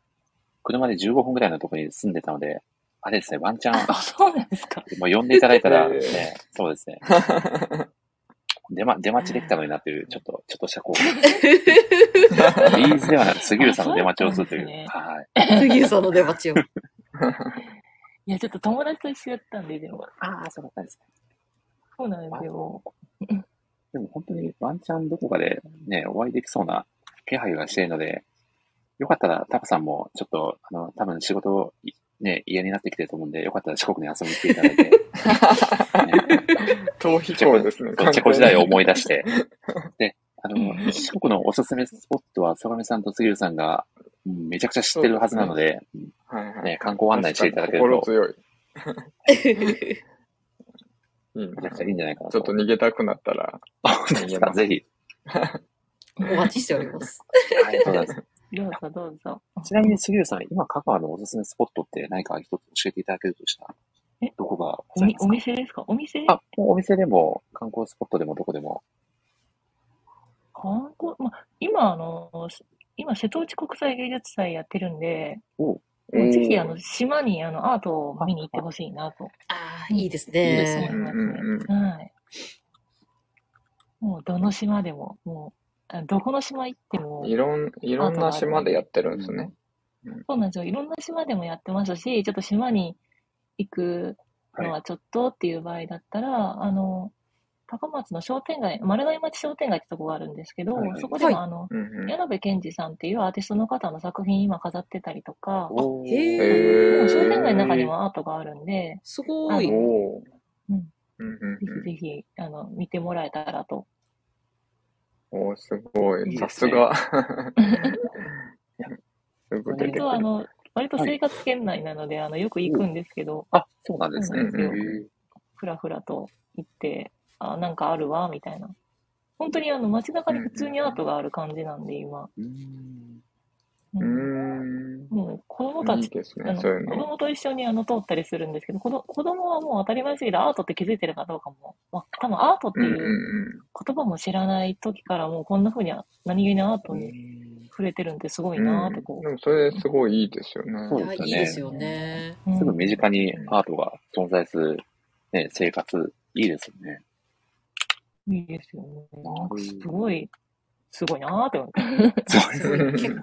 [SPEAKER 1] 車で15分ぐらいのところに住んでたので、あれですね、ワンチャン、
[SPEAKER 7] そうなんですか。
[SPEAKER 1] もう呼んでいただいたら、ね
[SPEAKER 2] へー、
[SPEAKER 1] そうですね。出ま、出待ちできたのになっていう、ちょっと、ちょっとしたこ
[SPEAKER 7] *laughs*
[SPEAKER 1] う、リーズではなく杉浦さんの出待ちをするという。はい。
[SPEAKER 9] 杉浦さんの出待
[SPEAKER 7] *laughs*
[SPEAKER 9] ちを。
[SPEAKER 7] いや、ちょっと友達と一緒やったんで、でも。
[SPEAKER 1] ああ、そうだったんです
[SPEAKER 7] ね。そうなんですよ。
[SPEAKER 1] でも本当にワンチャンどこかでね、お会いできそうな気配がしているので、よかったらタコさんもちょっと、あの、多分仕事、いね、嫌になってきてると思うんで、よかったら四国に遊びに来ていただい
[SPEAKER 2] *laughs*
[SPEAKER 1] て、
[SPEAKER 2] 逃避行ですね。
[SPEAKER 1] チェコ時代を思い出
[SPEAKER 2] *laughs*
[SPEAKER 1] して、で、あの、四国のおすすめスポットは、相模さんと杉浦さんが、うんめちゃくちゃ知ってるはずなので、
[SPEAKER 2] はいはい。
[SPEAKER 1] ね、観光案内していただける
[SPEAKER 2] 心
[SPEAKER 1] と、
[SPEAKER 2] 強い。
[SPEAKER 1] めちゃくちゃいいんじゃないかな
[SPEAKER 2] ちょっと逃げたくなったら。
[SPEAKER 1] ですか *laughs* ぜひ。
[SPEAKER 9] お待ちしております。
[SPEAKER 1] あ
[SPEAKER 9] *laughs*
[SPEAKER 1] りがとうございます。
[SPEAKER 7] どうぞどうぞ。
[SPEAKER 1] ちなみに杉浦さん、今香川のおすすめスポットって何か一つ教えていただけるとしたら、どこがご
[SPEAKER 7] お
[SPEAKER 1] ざい
[SPEAKER 7] み
[SPEAKER 1] ます
[SPEAKER 7] お
[SPEAKER 1] か
[SPEAKER 7] 店ですかお店
[SPEAKER 1] あ、もうお店でも、観光スポットでもどこでも。
[SPEAKER 7] 観光、まあ、今、あの、し今、瀬戸内国際芸術祭やってるんで、
[SPEAKER 1] お
[SPEAKER 7] でもぜひ、
[SPEAKER 2] おー
[SPEAKER 7] あの、島に、あの、アートを見に行ってほしいなと。
[SPEAKER 9] ああ、いいです
[SPEAKER 1] いいですね
[SPEAKER 9] ね
[SPEAKER 2] う。んうんうん。
[SPEAKER 7] はい。もう、どの島でも、もう、あどこの島行っても、
[SPEAKER 2] いろん、いろんな島でやってるんですね。
[SPEAKER 7] そうなんですよ。いろんな島でもやってましたし、ちょっと島に行くのはちょっとっていう場合だったら、あの、高松の商店街、丸の井町商店街ってとこがあるんですけど、
[SPEAKER 1] はいはい
[SPEAKER 7] そこでも、
[SPEAKER 9] はい
[SPEAKER 7] あの、
[SPEAKER 2] うんうん。
[SPEAKER 7] 矢部健二さんっていうアーティストの方の作品今飾ってたりとか、
[SPEAKER 9] あ
[SPEAKER 1] おー
[SPEAKER 9] へ
[SPEAKER 2] え
[SPEAKER 7] もう商
[SPEAKER 2] ー
[SPEAKER 7] 店街の中にもアートがあるんで、
[SPEAKER 9] すご
[SPEAKER 7] あ
[SPEAKER 9] い。
[SPEAKER 7] の
[SPEAKER 2] おー
[SPEAKER 7] うん
[SPEAKER 2] うんうん
[SPEAKER 7] ぜひぜひ、あの、見てもらえたらと。
[SPEAKER 2] うん。おー、すご
[SPEAKER 1] い
[SPEAKER 2] い。
[SPEAKER 1] いで
[SPEAKER 2] さ
[SPEAKER 1] す
[SPEAKER 2] す
[SPEAKER 1] ね
[SPEAKER 7] *laughs*
[SPEAKER 2] が。すぐ出て
[SPEAKER 7] 割
[SPEAKER 2] く
[SPEAKER 7] とあ
[SPEAKER 2] る。
[SPEAKER 7] の、割と
[SPEAKER 1] はい
[SPEAKER 7] 生活圏内なので、あの、よく行くんですけど、
[SPEAKER 1] あ、そうなんです
[SPEAKER 7] そう
[SPEAKER 1] ね。へ
[SPEAKER 7] なんです
[SPEAKER 1] ー
[SPEAKER 7] よふらふらと行って、あ、なんかあるわ、みたいな。本当にあの、街中に普通にアートがある感じなんで、今。
[SPEAKER 1] うーん。
[SPEAKER 2] う
[SPEAKER 7] う
[SPEAKER 2] ーん。
[SPEAKER 7] ん。もう子供た
[SPEAKER 2] いい
[SPEAKER 7] ち、
[SPEAKER 2] です
[SPEAKER 7] あ
[SPEAKER 2] ね、
[SPEAKER 7] の、
[SPEAKER 2] そういう
[SPEAKER 7] 子
[SPEAKER 2] の。
[SPEAKER 7] 供と一緒にあの、通ったりするんですけど、子ど子供はもう当たり前すぎるアートって気づいてるかどうかも、まあ、多分アートっ
[SPEAKER 2] うん
[SPEAKER 7] て
[SPEAKER 2] う
[SPEAKER 7] いうん言葉も知らない時からもうこんな風に何気にアート
[SPEAKER 1] うー
[SPEAKER 7] に
[SPEAKER 1] ん
[SPEAKER 7] 触れてるんですご
[SPEAKER 2] う
[SPEAKER 7] い
[SPEAKER 2] ん。
[SPEAKER 7] なー
[SPEAKER 2] う
[SPEAKER 7] って
[SPEAKER 2] ん。
[SPEAKER 7] こ
[SPEAKER 2] でも、それすごいいいですよ
[SPEAKER 1] そ
[SPEAKER 9] いう
[SPEAKER 2] ね。
[SPEAKER 1] で
[SPEAKER 9] や、
[SPEAKER 1] す
[SPEAKER 9] い
[SPEAKER 1] よね。
[SPEAKER 9] いですよね。
[SPEAKER 7] う。う
[SPEAKER 1] すぐ
[SPEAKER 7] ん。
[SPEAKER 1] 身近にアートが存在する、ね、生活、いいですよね。
[SPEAKER 7] いいですよね。
[SPEAKER 1] な
[SPEAKER 7] なんかす
[SPEAKER 1] る
[SPEAKER 7] ごい、すごいなーって思って。
[SPEAKER 9] すごい、結構、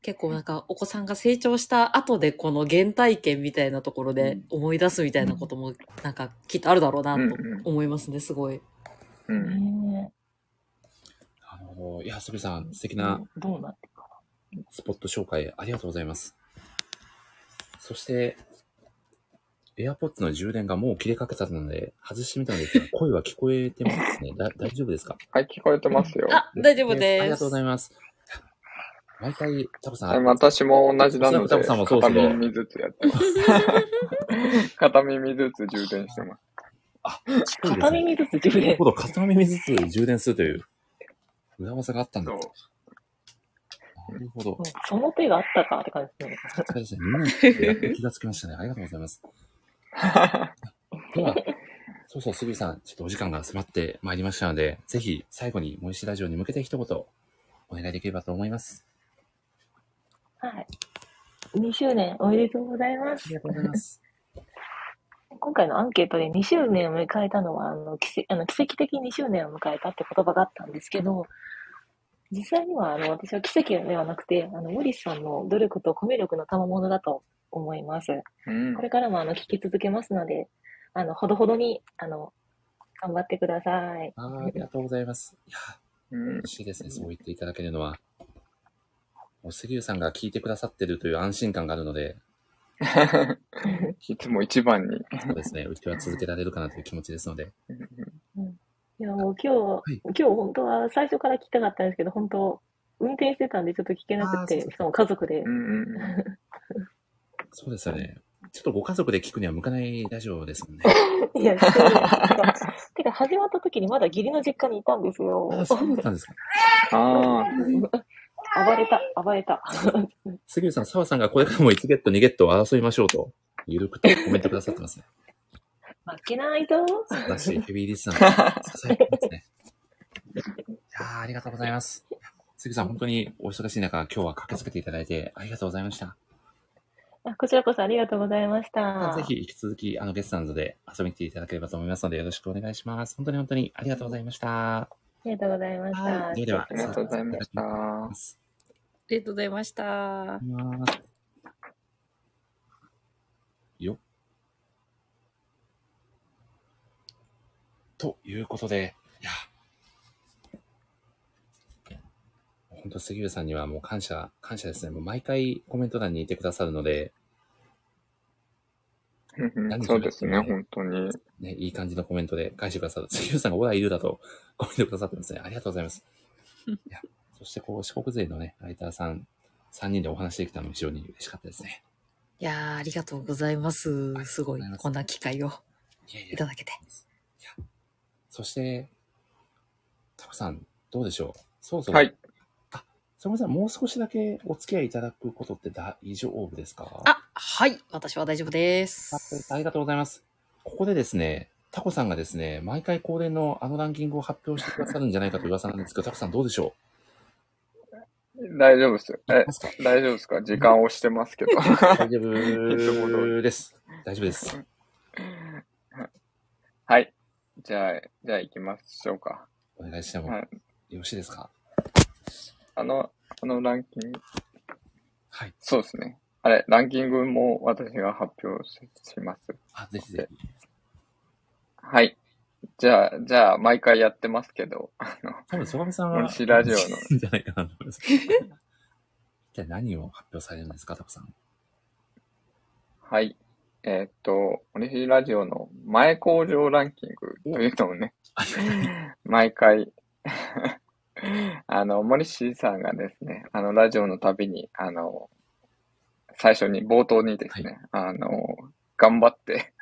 [SPEAKER 9] 結構なんかお子さんが成長した後でこの原体験みたいなところで思い出すみたいなこともなんかきっとあるだろうな
[SPEAKER 2] うん
[SPEAKER 9] と思いますね、すごい。
[SPEAKER 2] うんうん。
[SPEAKER 7] ね
[SPEAKER 10] あのーいや、すみさん、素敵
[SPEAKER 7] え。
[SPEAKER 10] な
[SPEAKER 7] どうどうなっていくか
[SPEAKER 10] スポット紹介ありがとうございます。そして、AirPods の充電がもう切れかけたので、外してみたのですが、声は聞こえてますね。だ大丈夫ですか
[SPEAKER 2] はい、聞こえてますよ。
[SPEAKER 9] あ、大丈夫
[SPEAKER 10] あり
[SPEAKER 9] で
[SPEAKER 10] がとうご
[SPEAKER 9] す。
[SPEAKER 10] ざいます。毎回、タコさん、
[SPEAKER 2] はい、私も同じなの
[SPEAKER 10] おそらくタモさ
[SPEAKER 2] で
[SPEAKER 10] ん、もそろ
[SPEAKER 2] 片
[SPEAKER 10] そろ
[SPEAKER 2] 耳ずつやっ
[SPEAKER 10] *laughs*
[SPEAKER 2] てます。片耳ずつ充電してます。
[SPEAKER 10] あ、近いで
[SPEAKER 7] 片
[SPEAKER 10] すね。
[SPEAKER 7] 耳ずつ充
[SPEAKER 10] なる
[SPEAKER 7] 電
[SPEAKER 10] ほ。ど、片耳ずつ充電するという裏技があったんだ。
[SPEAKER 2] そ
[SPEAKER 10] なるほど
[SPEAKER 7] う。んその手があったかって感じです
[SPEAKER 10] そ
[SPEAKER 7] ね。
[SPEAKER 10] うですね。みんなに聞いてやっと気がつきましたね。ありがとうございます。では、そうそう、すぐさん、ちょっとお時間が迫ってまいりましたので、ぜひ最後に、もいしラジオに向けて一言、お願いできればと思います。
[SPEAKER 7] はい。 2周年おめでとうございます。あり
[SPEAKER 1] がとうございます。
[SPEAKER 7] *laughs* 今回のアンケートで2周年を迎えたのは、あの奇跡あの奇跡的2周年を迎えたって言葉があったんですけど、実際にはあの私は奇跡ではなくて、あのモリスさんの努力とコミュ力の賜物だと思います。
[SPEAKER 2] うん
[SPEAKER 7] これからもあの聞き続けますので、あのほどほどにあの頑張ってください。
[SPEAKER 1] あーありがとうございます。いや
[SPEAKER 2] ー、
[SPEAKER 1] 嬉しいですね、そう言っていただけるのは。もう杉浦さんが聞いてくださってるという安心感があるので、
[SPEAKER 2] *laughs* いつも一番に。
[SPEAKER 1] そうですね、うちは続けられるかなという気持ちですので。
[SPEAKER 7] いや、もう今日、今日本当は最初から聞きたかったんですけど、本当、運転してたんでちょっと聞けなくて、しかも家族で。
[SPEAKER 1] そうですよね。ちょっとご家族で聞くには向かないラジオですもんね。
[SPEAKER 7] *laughs* いや、そうですてか、始まった時にまだ義理の実家にいたんですよ。
[SPEAKER 1] あ、そうだったん
[SPEAKER 7] *laughs*
[SPEAKER 1] ですか。
[SPEAKER 2] あ
[SPEAKER 7] 暴れた、暴れた。
[SPEAKER 1] 杉浦さん、澤さんがこれからも1ゲット、2ゲットを争いましょうと、ゆるくとコメントくださってますね。
[SPEAKER 7] 負けないぞ。
[SPEAKER 1] 素晴らしい、ヘビーリスナ
[SPEAKER 7] *laughs*
[SPEAKER 1] ー。支えてますね。いや *laughs* ーありがとうございます。杉浦さん、本当にお忙しい中、今日は駆けつけていただいてありがとうございました。
[SPEAKER 7] あこちらこそありがとうございました。
[SPEAKER 1] ぜひ、引き続き、あの、ゲストなどで遊びに来ていただければと思いますので、よろしくお願いします。本当に本当にありがとうございました。
[SPEAKER 7] ありがとうございました。
[SPEAKER 1] それでは、
[SPEAKER 2] ありがとうございました。
[SPEAKER 9] りがとうございま
[SPEAKER 1] *laughs*
[SPEAKER 9] した。
[SPEAKER 1] よ。ということで、いや、本当杉浦さんにはもう感謝、感謝ですね。もう毎回コメント欄にいてくださるので、
[SPEAKER 2] うんそうですね、本当に。
[SPEAKER 1] ね、いい感じのコメントで返してくださる。杉浦さんがオラいるだと *laughs* コメントくださってますね。ありがとうございます。いや、そしてこう、四国勢のね、ライターさん、3人でお話できたのも非常に嬉しかったですね。
[SPEAKER 9] いやー、ありがとうございます。すごい、こんな機会をいただけて。
[SPEAKER 1] そして、タコさん、どうでしょうそろそろ。
[SPEAKER 2] はい。
[SPEAKER 1] あ、すみません、もう少しだけお付き合いいただくことって大丈夫ですか
[SPEAKER 9] あ、はい、私は大丈夫です。
[SPEAKER 1] ありがとうございます。ここでですね、タコさんがですね、毎回恒例のあのランキングを発表してくださるんじゃないかという噂なんですけど、タコさんどうでしょ
[SPEAKER 2] 大丈夫ですよ。え、大丈夫ですか時間押してますけど。
[SPEAKER 1] う大丈夫です。大丈夫です。
[SPEAKER 2] *laughs* はい。じゃあ、じゃあ行きましょうか。
[SPEAKER 1] お願いしても、
[SPEAKER 2] はい
[SPEAKER 1] よろしいですか
[SPEAKER 2] あの、あのランキング。
[SPEAKER 1] はい。
[SPEAKER 2] そうですね。あれ、ランキングも私が発表しします。
[SPEAKER 1] あ、ぜひぜひ。
[SPEAKER 2] はい。じゃあ、じゃあ、毎回やってますけど、あの、
[SPEAKER 1] 多分、そがみさんは、
[SPEAKER 2] 森氏ラ *laughs* ジオの。
[SPEAKER 1] いいんじゃないかなと思います。一体何を発表されるんですか、タコさん。
[SPEAKER 2] はい。えーっと、森氏ラジオの前工場ランキングというのをね、毎回、 *laughs* あの、森氏さんがですね、あの、ラジオのたびに、あの、最初に、冒頭にですね、あの、頑張って、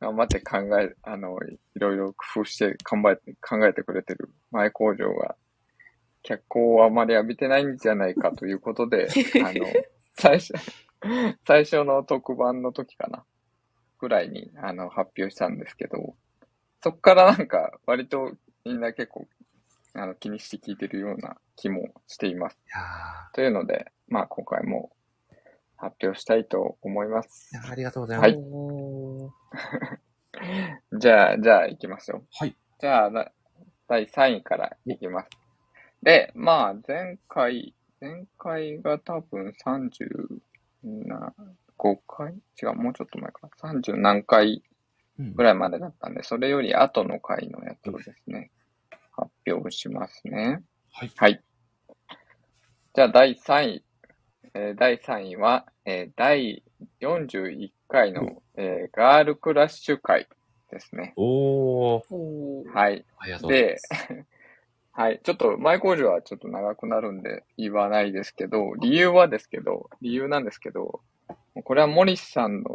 [SPEAKER 2] 頑張って考え、あの、いいろいろ工夫して、頑張って、考えてくれてる前工場が、脚光をあまり浴びてないんじゃないかというこ
[SPEAKER 1] *laughs*
[SPEAKER 2] とで、あの、最初、最初の特番の時かな、ぐらいに、あの、発表したんですけど、そこからなんか、割とみんな結構、あの、気にして聞いてるような気もしています。というので、まあ、今回も発表したいと思います。
[SPEAKER 1] ありがとうござい
[SPEAKER 2] ます。はい。じゃあ、じゃあ、行きましょう。
[SPEAKER 1] はい。
[SPEAKER 2] じゃあ、な第3位からいきます。で、まあ、前回、前回が多分35回違う、もうちょっと前かな。30何回ぐらいまでだったんで、それより後の回のやつをですね、発表しますね。
[SPEAKER 1] はい。
[SPEAKER 2] じゃあ、第3位。えー第3位は、えー第41回の、えーガールクラッシュ会ですね。
[SPEAKER 1] おー。
[SPEAKER 2] はい。
[SPEAKER 1] ありがとうござい
[SPEAKER 2] で、 *laughs* はい。ちょっと、前工場はちょっと長くなるんで言わないですけど、理由はですけど、理由なんですけど、これは森さんの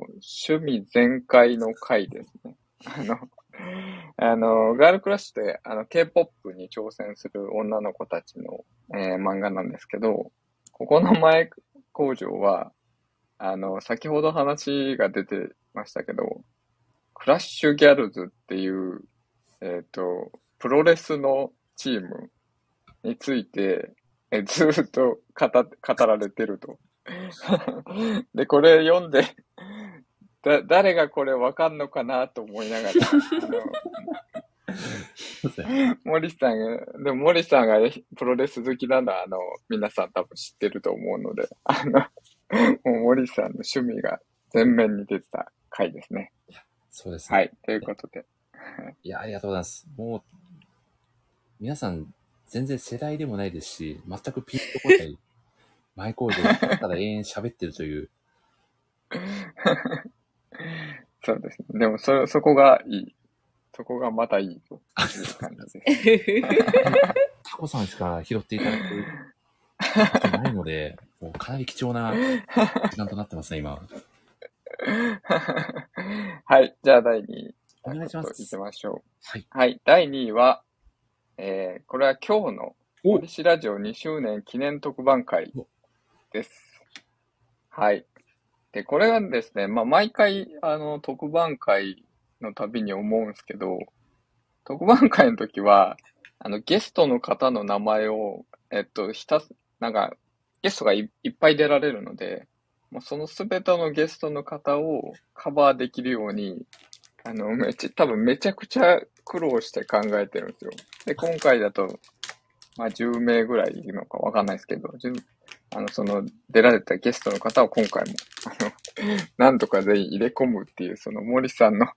[SPEAKER 2] 趣味全開の回ですね。 *laughs* あの、あの、ガールクラッシュって、あの、K-POP に挑戦する女の子たちの、えー漫画なんですけど、ここの前工場は、あの、先ほど話が出てましたけど、クラッシュギャルズっていう、えっ、と、プロレスのチームについて、えずーっと語っ語られてると。 *laughs* で、これ読んで、だ、誰がこれわかんのかなと思いながら、あの、森さんが、でも森さんがプロレス好きなのは、あの、皆さん多分知ってると思うので、あの、もう森さんの趣味が全面に出てた回ですね。
[SPEAKER 1] そうです
[SPEAKER 2] はい、ということで。
[SPEAKER 1] いや、ありがとうございます。もう、皆さん、全然世代でもないですし、全くピンとこ
[SPEAKER 2] *laughs*
[SPEAKER 1] ない、前工場でただ永遠喋ってるという。
[SPEAKER 2] そうですね。でも、そ、そこがいい。そこがまたいいという感じです。
[SPEAKER 1] タコさんしか拾っていただくことないので、もうかなり貴重な時間となってますね、今。
[SPEAKER 2] はい、じゃあ第2位。
[SPEAKER 1] お願いします。
[SPEAKER 2] 行きましょう。
[SPEAKER 1] はい。
[SPEAKER 2] 第2位は、えー、これは今日の、森氏ラジオ2周年記念特番会です。はい。で、これがですね、まあ、毎回、あの、特番会のたびに思うんですけど、特番会の時は、あの、ゲストの方の名前を、えっと、ひたす、なんか、ゲストがいいっぱい出られるので、もうそのすべてのゲストの方をカバーできるように、あの、めっちゃ、多分めちゃくちゃ苦労して考えてるんですよ。で、今回だと、まあ、10名ぐらいいるのかわかんないですけど、10あの、その、出られたゲストの方を今回も、あの、 *laughs* なんとか全員入れ込むっていう、その森さんの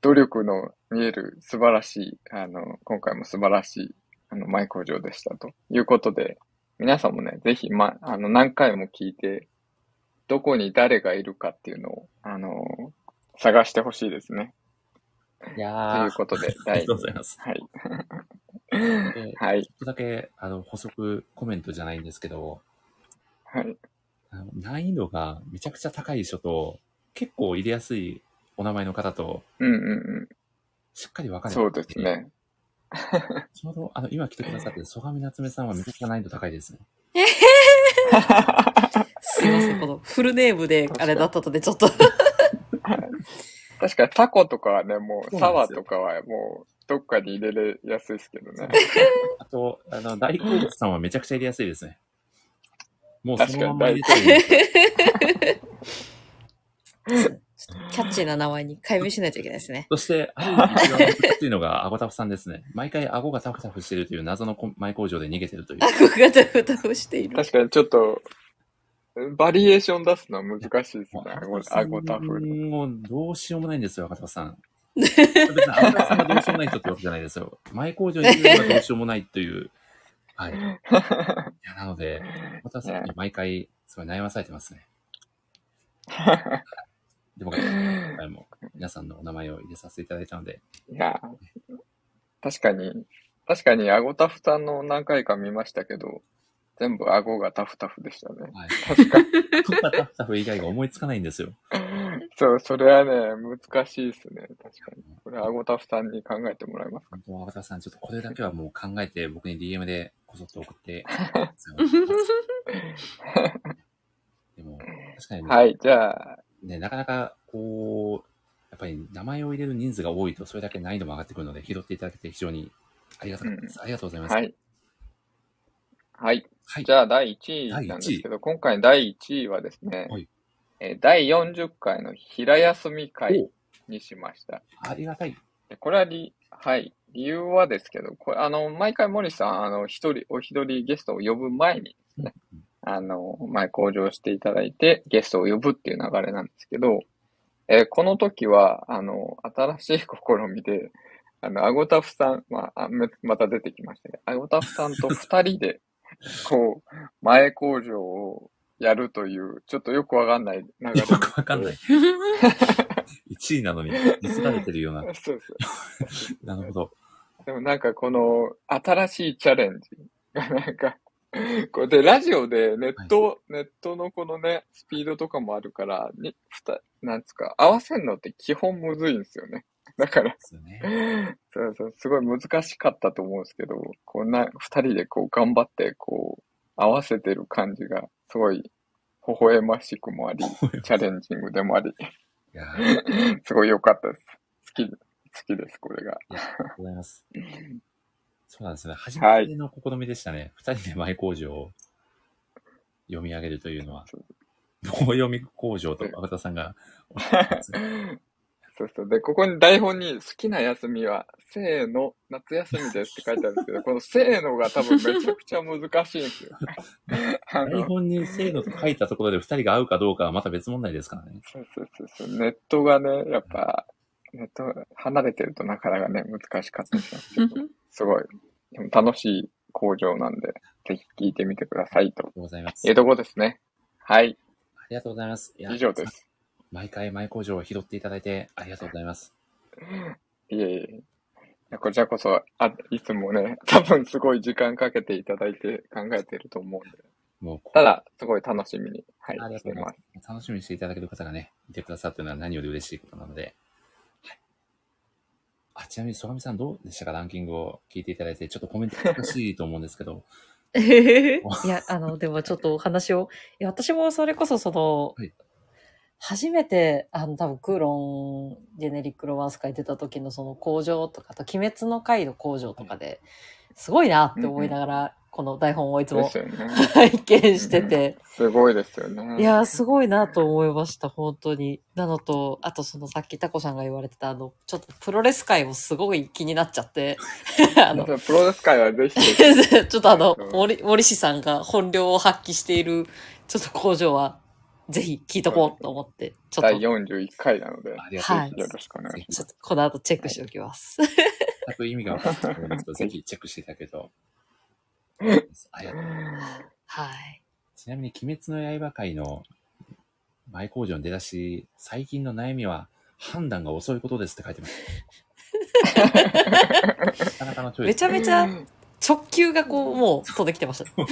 [SPEAKER 2] 努力の見える素晴らしい、あの、今回も素晴らしい、あの、舞工場でしたということで、皆さんもね、ぜひ、ま、あの、何回も聞いて、どこに誰がいるかっていうのを、あの、探してほしいですね。
[SPEAKER 1] いや
[SPEAKER 2] ということで、
[SPEAKER 1] あり
[SPEAKER 2] 第
[SPEAKER 1] がとうございます。
[SPEAKER 2] はい。
[SPEAKER 1] で
[SPEAKER 2] はい。
[SPEAKER 1] ちょっとだけ、あの、補足コメントじゃないんですけど、
[SPEAKER 2] はい。
[SPEAKER 1] あの難易度がめちゃくちゃ高い人と、結構入れやすいお名前の方と、
[SPEAKER 2] うんうんうん。
[SPEAKER 1] しっかり分かれて、
[SPEAKER 2] そうですね。
[SPEAKER 1] ちょうど、あの、今来てくださってる曽我夏目さんはめちゃくちゃ難易度高いですね。
[SPEAKER 9] *laughs* すいません、このフルネームであれだったので、ちょっと。
[SPEAKER 2] 確かにタコとかはね、もう、
[SPEAKER 1] そうな
[SPEAKER 2] サ
[SPEAKER 1] んで
[SPEAKER 2] ワ
[SPEAKER 1] す
[SPEAKER 2] ー
[SPEAKER 1] よ
[SPEAKER 2] とかはもう、どっかに入れれやすいですけどね。
[SPEAKER 1] あと、あの、大好物さんはめちゃくちゃ入れやすいですね。もう
[SPEAKER 2] 確
[SPEAKER 1] そ
[SPEAKER 2] か
[SPEAKER 1] のまん
[SPEAKER 2] に
[SPEAKER 1] ま
[SPEAKER 2] 大
[SPEAKER 1] 入れたい。
[SPEAKER 9] *laughs* キャッチーな名前に改名しないといけないですね。
[SPEAKER 1] そして、ある意味一番難しいのが、顎タフさんですね。毎回顎がタフタフしてるという謎のこ前工場で逃げてるという。
[SPEAKER 9] 顎がタフタフしている。
[SPEAKER 2] 確かにちょっと、バリエーション出すのは難しいですね。
[SPEAKER 1] 顎
[SPEAKER 2] 顎
[SPEAKER 1] タフさん
[SPEAKER 2] 顎タフ。
[SPEAKER 1] をどうしようもないんですよ、顎タフさん。別に顎タフさんがどうしようもない人ってわけじゃないですよ。前工場にいるのがどうしようもないという。はい。いや、なので、またさんに毎回、すごい悩まされてますね。でも、今回も皆さんのお名前を入れさせていただいたので、
[SPEAKER 2] いや、確かに、確かに顎タフさんの何回か見ましたけど、全部顎がタフタフでしたね。
[SPEAKER 1] はい
[SPEAKER 2] 確かに。
[SPEAKER 1] トッパタフタフ以外が思いつかないんですよ。
[SPEAKER 2] *laughs* そう、それはね、難しいですね。確かに。これ、顎タフさんに考えてもらいますか。
[SPEAKER 1] 本当は、渡さん、ちょっとこれだけはもう考えて、僕に DM でこそっと送って。
[SPEAKER 2] *laughs*
[SPEAKER 1] でも、確かにね、
[SPEAKER 2] はい、じゃあ、
[SPEAKER 1] ねなかなか、こう、やっぱり名前を入れる人数が多いと、それだけ難易度も上がってくるので、拾っていただけて非常にありがたかったです。ありがとうございます。
[SPEAKER 2] はい。はい。
[SPEAKER 1] はい
[SPEAKER 2] じゃあ、第1
[SPEAKER 1] 第一位
[SPEAKER 2] 位なんですけど、今回第1位はですね、
[SPEAKER 1] はい
[SPEAKER 2] えー第40回の平休み会にしました。
[SPEAKER 1] ありがたい。
[SPEAKER 2] でこれはり、はい。理由はですけど、これ、あの、毎回森さん、あの、一人、お一人ゲストを呼ぶ前にですね、あの、前向上していただいて、ゲストを呼ぶっていう流れなんですけど、えーこの時は、あの、新しい試みで、あの、アゴタフさん、まあ、あめまた出てきましたね。アゴタフさん
[SPEAKER 1] *laughs*
[SPEAKER 2] と二人で、こう、前工場をやるという、ちょっとよくわかんない流れに。
[SPEAKER 1] よくわか
[SPEAKER 2] *laughs*
[SPEAKER 1] んない。1位なのに、見せられてるような。
[SPEAKER 2] *laughs* そうそう。
[SPEAKER 1] *laughs* なるほど。
[SPEAKER 2] でもなんかこの新しいチャレンジがなんか、これでラジオでネット、ネットのこのね、スピードとかもあるから、に、ふた、なんつうか、合わせるのって基本むずいんですよね。だから、
[SPEAKER 1] ですよね。
[SPEAKER 2] そうそう、すごい難しかったと思うんですけど、こんな二人でこう頑張って、こう、合わせてる感じが、すごい、微笑ましくもあり、チャレンジングでもあ
[SPEAKER 1] い
[SPEAKER 2] り、
[SPEAKER 1] やーありがと
[SPEAKER 2] *laughs* すごい良かったです。好き、好きです、これが。
[SPEAKER 1] うございます。そうなんですね。初
[SPEAKER 2] は
[SPEAKER 1] め
[SPEAKER 2] い
[SPEAKER 1] ての試みでしたね。二人で前工場を。読み上げるというのは、棒読み工場と赤田さんが、
[SPEAKER 2] *laughs* そうそう。で、ここに台本に好きな休みは、せーの、夏休みですって書いてあるんです
[SPEAKER 1] *laughs*
[SPEAKER 2] けど、このせーのが多分めちゃくちゃ難しいんですよ。あの
[SPEAKER 1] 台本に制度と書いたところで二人が合うかどうかはまた別問題ですからね。
[SPEAKER 2] そうそうそうそう。ネットがね、やっぱ、ネット離れてるとなかなかね、難しかったりしますけ
[SPEAKER 1] *laughs*
[SPEAKER 2] ど、すごい。でも楽しい工場なんで、ぜひ聞いてみてくださいと。
[SPEAKER 1] ございます。
[SPEAKER 2] いうとこですね。はい。
[SPEAKER 1] ありがとうございます。いや
[SPEAKER 2] 以上です。
[SPEAKER 1] 毎回、前工場を拾っていただいてありがとうございます。
[SPEAKER 2] いえいえ。いやこちらこそ、あ、いつもね、 *laughs* 多分すごい時間かけていただいて考えてると思うんで。
[SPEAKER 1] もうこ
[SPEAKER 2] ただ、すごい楽しみに、はい、
[SPEAKER 1] ありが
[SPEAKER 2] し
[SPEAKER 1] と
[SPEAKER 2] て
[SPEAKER 1] うござい
[SPEAKER 2] ま。
[SPEAKER 1] ますす。楽しみにしていただける方がね、いてくださってるのは何より嬉しいことなので。はい、あちなみに、ソガミさんどうでしたかランキングを聞いていただいて、ちょっとコメント欲しいと思うんですけど。
[SPEAKER 9] *laughs* いや、あの、
[SPEAKER 1] *laughs*
[SPEAKER 9] でもちょっとお話を、いや、私もそれこそその、初めて、あの、多分クーロン、ジェネリックロマンス会出た時のその工場とか、あと、鬼滅の回の工場とかで、すごいなって思いながら、この台本をいつも
[SPEAKER 2] ですよね
[SPEAKER 9] *laughs* 拝見してて、
[SPEAKER 2] すごいですよね。
[SPEAKER 9] いやー、すごいなと思いました、本当に。なのと、あとそのさっきタコさんが言われてた、あの、ちょっとプロレス界もすごい気になっちゃって、 *laughs* あの、
[SPEAKER 2] プロレス界はぜひ、
[SPEAKER 9] *laughs* ちょっとあの、森、森氏さんが本領を発揮している、ちょっと工場は、ぜひ聞いとこうと思って、ちょっ
[SPEAKER 2] 第
[SPEAKER 9] と、
[SPEAKER 2] 41回なので、
[SPEAKER 1] りが
[SPEAKER 9] とうございます
[SPEAKER 2] よろしくお願いします。
[SPEAKER 9] ちょっとこの後チェックしておきます。
[SPEAKER 1] 全く意味が分かってないと思うんですけど、ぜひチェックしていただけると。ありがとうございます。
[SPEAKER 9] はい。
[SPEAKER 1] ちなみに、鬼滅の刃会の前工場の出だし、最近の悩みは、判断が遅いことですって書い
[SPEAKER 9] *laughs*
[SPEAKER 1] てます。なかなかのチョイス。
[SPEAKER 9] めちゃめちゃ直球がこう、もう飛んできてま *laughs* した。
[SPEAKER 1] ま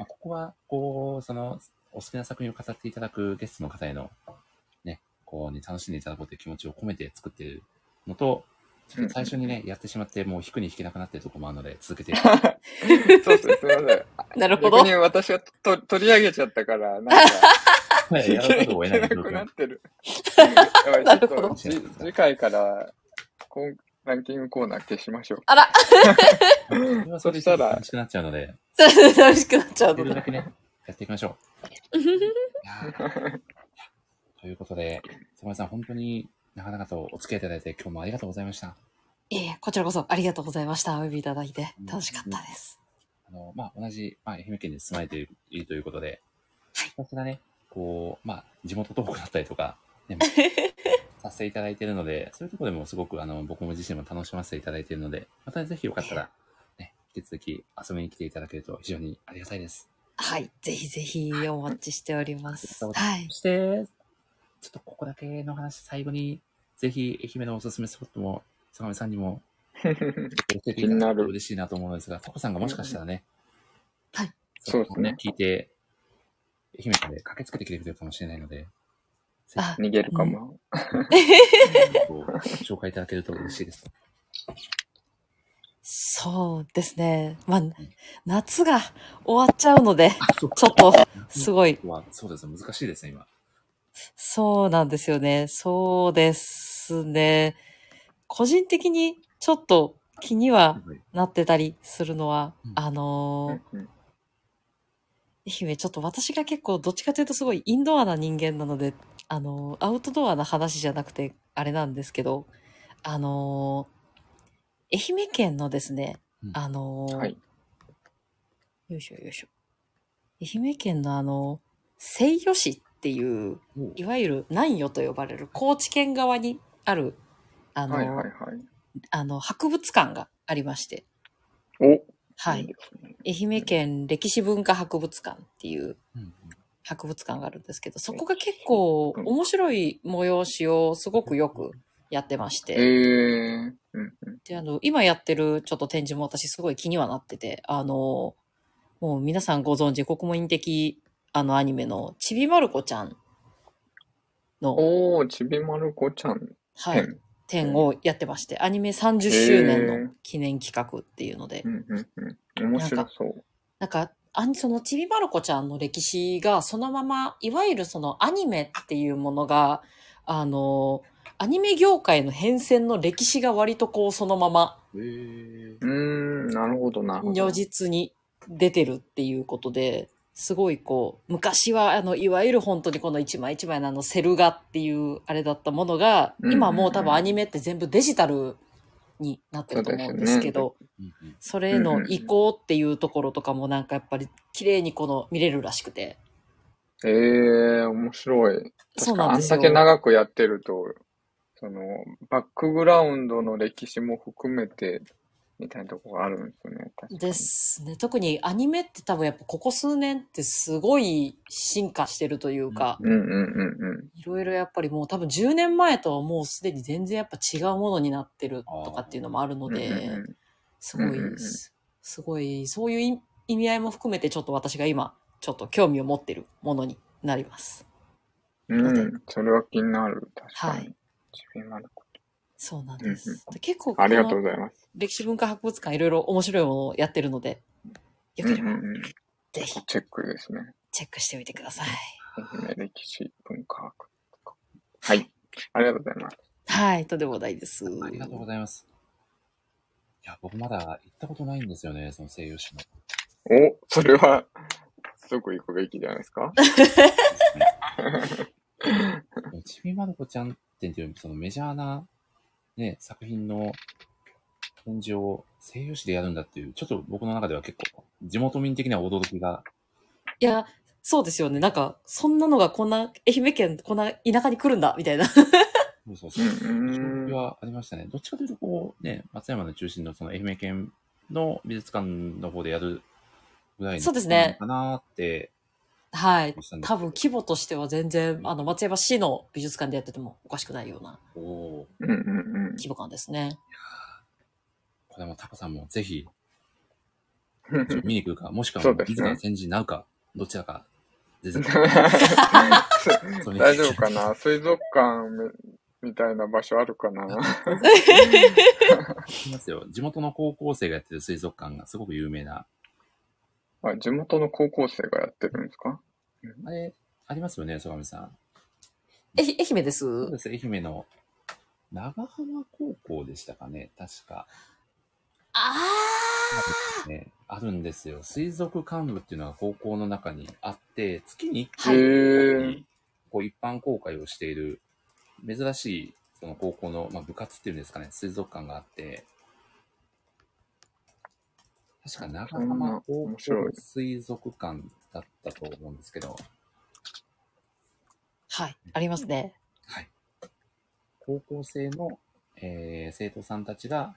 [SPEAKER 1] あ、ここは、こう、その、お好きな作品を語っていただくゲストの方への、ね、こう、ね、楽しんでいただこうという気持ちを込めて作っているのと、ちょっと最初にね、やってしまって、もう引くに引けなくなっているところもあるので、続
[SPEAKER 9] *laughs*
[SPEAKER 1] けていただき
[SPEAKER 2] そうですね、すみません。
[SPEAKER 9] なるほど
[SPEAKER 2] 逆に私がと取り上げちゃったから、なんか、
[SPEAKER 1] まあやらざるを得ない状況
[SPEAKER 2] いけなくなってる。やばいちょっとじ次回から、こんランキングコーナー消しましょう。
[SPEAKER 9] あら
[SPEAKER 1] *laughs* そしたら、楽しくなっちゃうので、
[SPEAKER 9] 寂しくなっちゃう
[SPEAKER 1] でき
[SPEAKER 9] の
[SPEAKER 1] る
[SPEAKER 9] で
[SPEAKER 1] だけね、 *laughs* やっていきましょう。ということで、すみません、本当になかなかとお付き合いいただいて、今日もありがとうございました。
[SPEAKER 9] いえいえ、こちらこそありがとうございました。お呼びいただいて、楽しかったです。
[SPEAKER 1] あの、まあ、同じ、まあ、愛媛県に住まれているということで、ひたすらね、こう、まあ、地元トークだったりとか、
[SPEAKER 9] *laughs*
[SPEAKER 1] ね、まあさせていただいているので、そういうところでもすごく、あの、僕も自身も楽しませていただいているので、またぜひよかったら、ね、引き続き遊びに来ていただけると非常にありがたいです。
[SPEAKER 9] はい。ぜひぜひお待ちしております。はい。
[SPEAKER 1] そして、ちょっとここだけの話、最後に、ぜひ、愛媛のおすすめスポットも、坂上さんに
[SPEAKER 2] *laughs*
[SPEAKER 1] も、教えていただけると嬉しいなと思うのですが、タコさんがもしかしたらね、
[SPEAKER 2] そう
[SPEAKER 1] ですね。聞いて、愛媛からで駆けつけてきてくれるかもしれないので、
[SPEAKER 9] あ
[SPEAKER 2] 逃げるかも。
[SPEAKER 1] *laughs* ご紹介いただけると嬉しいです。
[SPEAKER 9] そうですね。まあ、夏が終わっちゃうので、ちょっと、すごい。
[SPEAKER 1] まあ、そうですね。難しいですね、今。
[SPEAKER 9] そうなんですよね。そうですね。個人的にちょっと気にはなってたりするのは、あのー愛媛、ちょっと私が結構どっちかというとすごいインドアな人間なので、あのーアウトドアな話じゃなくて、あれなんですけど、あのー愛媛県のですね、あのーよいしょよいしょ。愛媛県のあの、西予市っていう、いわゆる南予と呼ばれる高知県側にある、あの、
[SPEAKER 2] はいはいはい。
[SPEAKER 9] あの、博物館がありまして。
[SPEAKER 2] お
[SPEAKER 9] はい。愛媛県歴史文化博物館っていう博物館があるんですけど、そこが結構面白い催しをすごくよくやってまして。
[SPEAKER 2] へえ。うんうん。
[SPEAKER 9] で、あの、今やってるちょっと展示も私すごい気にはなってて、あの、もう皆さんご存知、国務院的あのアニメのちびまる子ちゃん
[SPEAKER 2] おー、ちびまる子ちゃん。
[SPEAKER 9] はい
[SPEAKER 2] 編。
[SPEAKER 9] 展をやってまして、アニメ30周年の記念企画っていうので、
[SPEAKER 2] うんうん。面白そう。
[SPEAKER 9] なんか、あんそのちびまる子ちゃんの歴史がそのまま、いわゆるそのアニメっていうものが、あの、アニメ業界の変遷の歴史が割とこうそのまま
[SPEAKER 2] うーん、なるほどなるほど。
[SPEAKER 9] 如実に出てるっていうことで、すごいこう、昔はあの、いわゆる本当にこの一枚一枚のあのセル画っていうあれだったものが、
[SPEAKER 2] うんうんうん
[SPEAKER 9] 今もう多分アニメって全部デジタルになってると思うんですけど、それへの移行っていうところとかもなんかやっぱり綺麗にこの見れるらしくて。
[SPEAKER 2] ええ面白い。
[SPEAKER 9] そ
[SPEAKER 2] 確
[SPEAKER 9] うな
[SPEAKER 2] か
[SPEAKER 9] ん
[SPEAKER 2] あ
[SPEAKER 9] で
[SPEAKER 2] ん
[SPEAKER 9] すよ
[SPEAKER 2] だけ長くやってると、その、バックグラウンドの歴史も含めて、みたいなとこがあるんですよね。確か
[SPEAKER 9] ですね。特にアニメって多分やっぱここ数年ってすごい進化してるというか、
[SPEAKER 2] うんうんうんうん。
[SPEAKER 9] いろいろやっぱりもう多分10年前とはもうすでに全然やっぱ違うものになってるとかっていうのもあるので、すごい
[SPEAKER 2] うんうんうん、
[SPEAKER 9] すすごい、そういう意意味合いも含めてちょっと私が今、ちょっと興味を持ってるものになります。
[SPEAKER 2] うん、それは気になる。確か
[SPEAKER 9] はい。
[SPEAKER 2] に。今の
[SPEAKER 9] そうな
[SPEAKER 2] うんう
[SPEAKER 9] んで
[SPEAKER 2] ん
[SPEAKER 9] す。で結構
[SPEAKER 2] ありがとうございます。
[SPEAKER 9] 歴史文化博物館いろいろ面白いものをやってるので、よければ
[SPEAKER 2] うんうんうん
[SPEAKER 9] ぜひ
[SPEAKER 2] チェックですね。
[SPEAKER 9] チェックしてみてください。
[SPEAKER 2] 愛媛歴史文化博はい。ありがとうございます。
[SPEAKER 9] はい、とんでもないです。
[SPEAKER 1] ありがとうございます。いや、僕まだ行ったことないんですよね、その西洋市の。
[SPEAKER 2] お、それは、すごく行くべきじゃないですか
[SPEAKER 1] *laughs* ちびまる子ちゃん展っていう、そのメジャーな、ね、作品の展示を西洋市でやるんだっていう、ちょっと僕の中では結構、地元民的には驚きが、
[SPEAKER 9] いや、そうですよね。なんか、そんなのがこんな、愛媛県、こんな田舎に来るんだ、みた
[SPEAKER 1] *laughs*
[SPEAKER 9] いな。
[SPEAKER 1] そうそうそう、驚きはありましたね。どっちかというと、こう、ね、松山の中心のその愛媛県の美術館の方でやるぐらいの
[SPEAKER 9] そうですね
[SPEAKER 1] かなって、
[SPEAKER 9] はい。多分、規模としては全然、あの、松山市の美術館でやっててもおかしくないような
[SPEAKER 1] おー
[SPEAKER 2] うんうんうん。
[SPEAKER 9] 規模感ですね。
[SPEAKER 1] これもタコさんもぜ
[SPEAKER 2] *laughs*
[SPEAKER 1] ひ、見に来るか、もしくは
[SPEAKER 2] そ
[SPEAKER 1] も
[SPEAKER 2] う
[SPEAKER 1] う
[SPEAKER 2] です
[SPEAKER 1] 自ら
[SPEAKER 2] ね
[SPEAKER 1] 展示になうか、どちらか、全然。
[SPEAKER 2] *laughs*
[SPEAKER 1] それに
[SPEAKER 2] 大丈夫かな水族館みみたいな場所あるかな
[SPEAKER 1] いますよ。地元の高校生がやってる水族館がすごく有名な。
[SPEAKER 2] あ地元の高校生がやってるんですか
[SPEAKER 1] あれ、ありますよね、曽上さん。
[SPEAKER 9] えひ、愛媛です。
[SPEAKER 1] そうです、愛媛の長浜高校でしたかね、確か。
[SPEAKER 9] あ
[SPEAKER 1] ね、あるんですよ。水族館部っていうのが高校の中にあって、月に1
[SPEAKER 2] はいへー
[SPEAKER 1] 回、こう一般公開をしている、珍しい、その高校の、まあ、部活っていうんですかね、水族館があって、確か長浜高校水族館だったと思うんですけど、
[SPEAKER 9] はい。ありますね。
[SPEAKER 1] 高校生の、えー生徒さんたちが、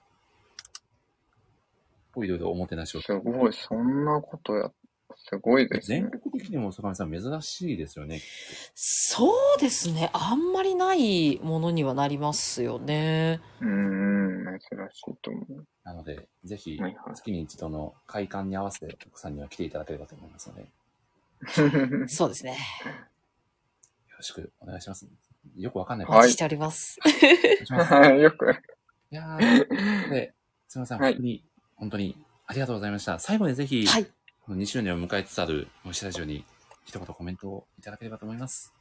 [SPEAKER 1] こういろいろおもてなしをす
[SPEAKER 2] ごい、そんなことや、すごい
[SPEAKER 1] ですね。全国的にも、坂上さん、珍しいですよね。
[SPEAKER 9] そうですね。あんまりないものにはなりますよね。
[SPEAKER 2] うん、珍しいと思う。
[SPEAKER 1] なので、ぜひ、月に一度の開館に合わせて、たくさんには来ていただければと思いますので、よ
[SPEAKER 2] *laughs*
[SPEAKER 9] そうですね。
[SPEAKER 1] ろしくお願いします。よくわかんない
[SPEAKER 9] お待ちしております。
[SPEAKER 2] はい、 *laughs* よく。
[SPEAKER 1] いやーで、すみません、
[SPEAKER 2] はい
[SPEAKER 1] 本当に、本当に、ありがとうございました。最後にぜひ、この2周年を迎えつつある、もしラジオに、一言コメントをいただければと思います。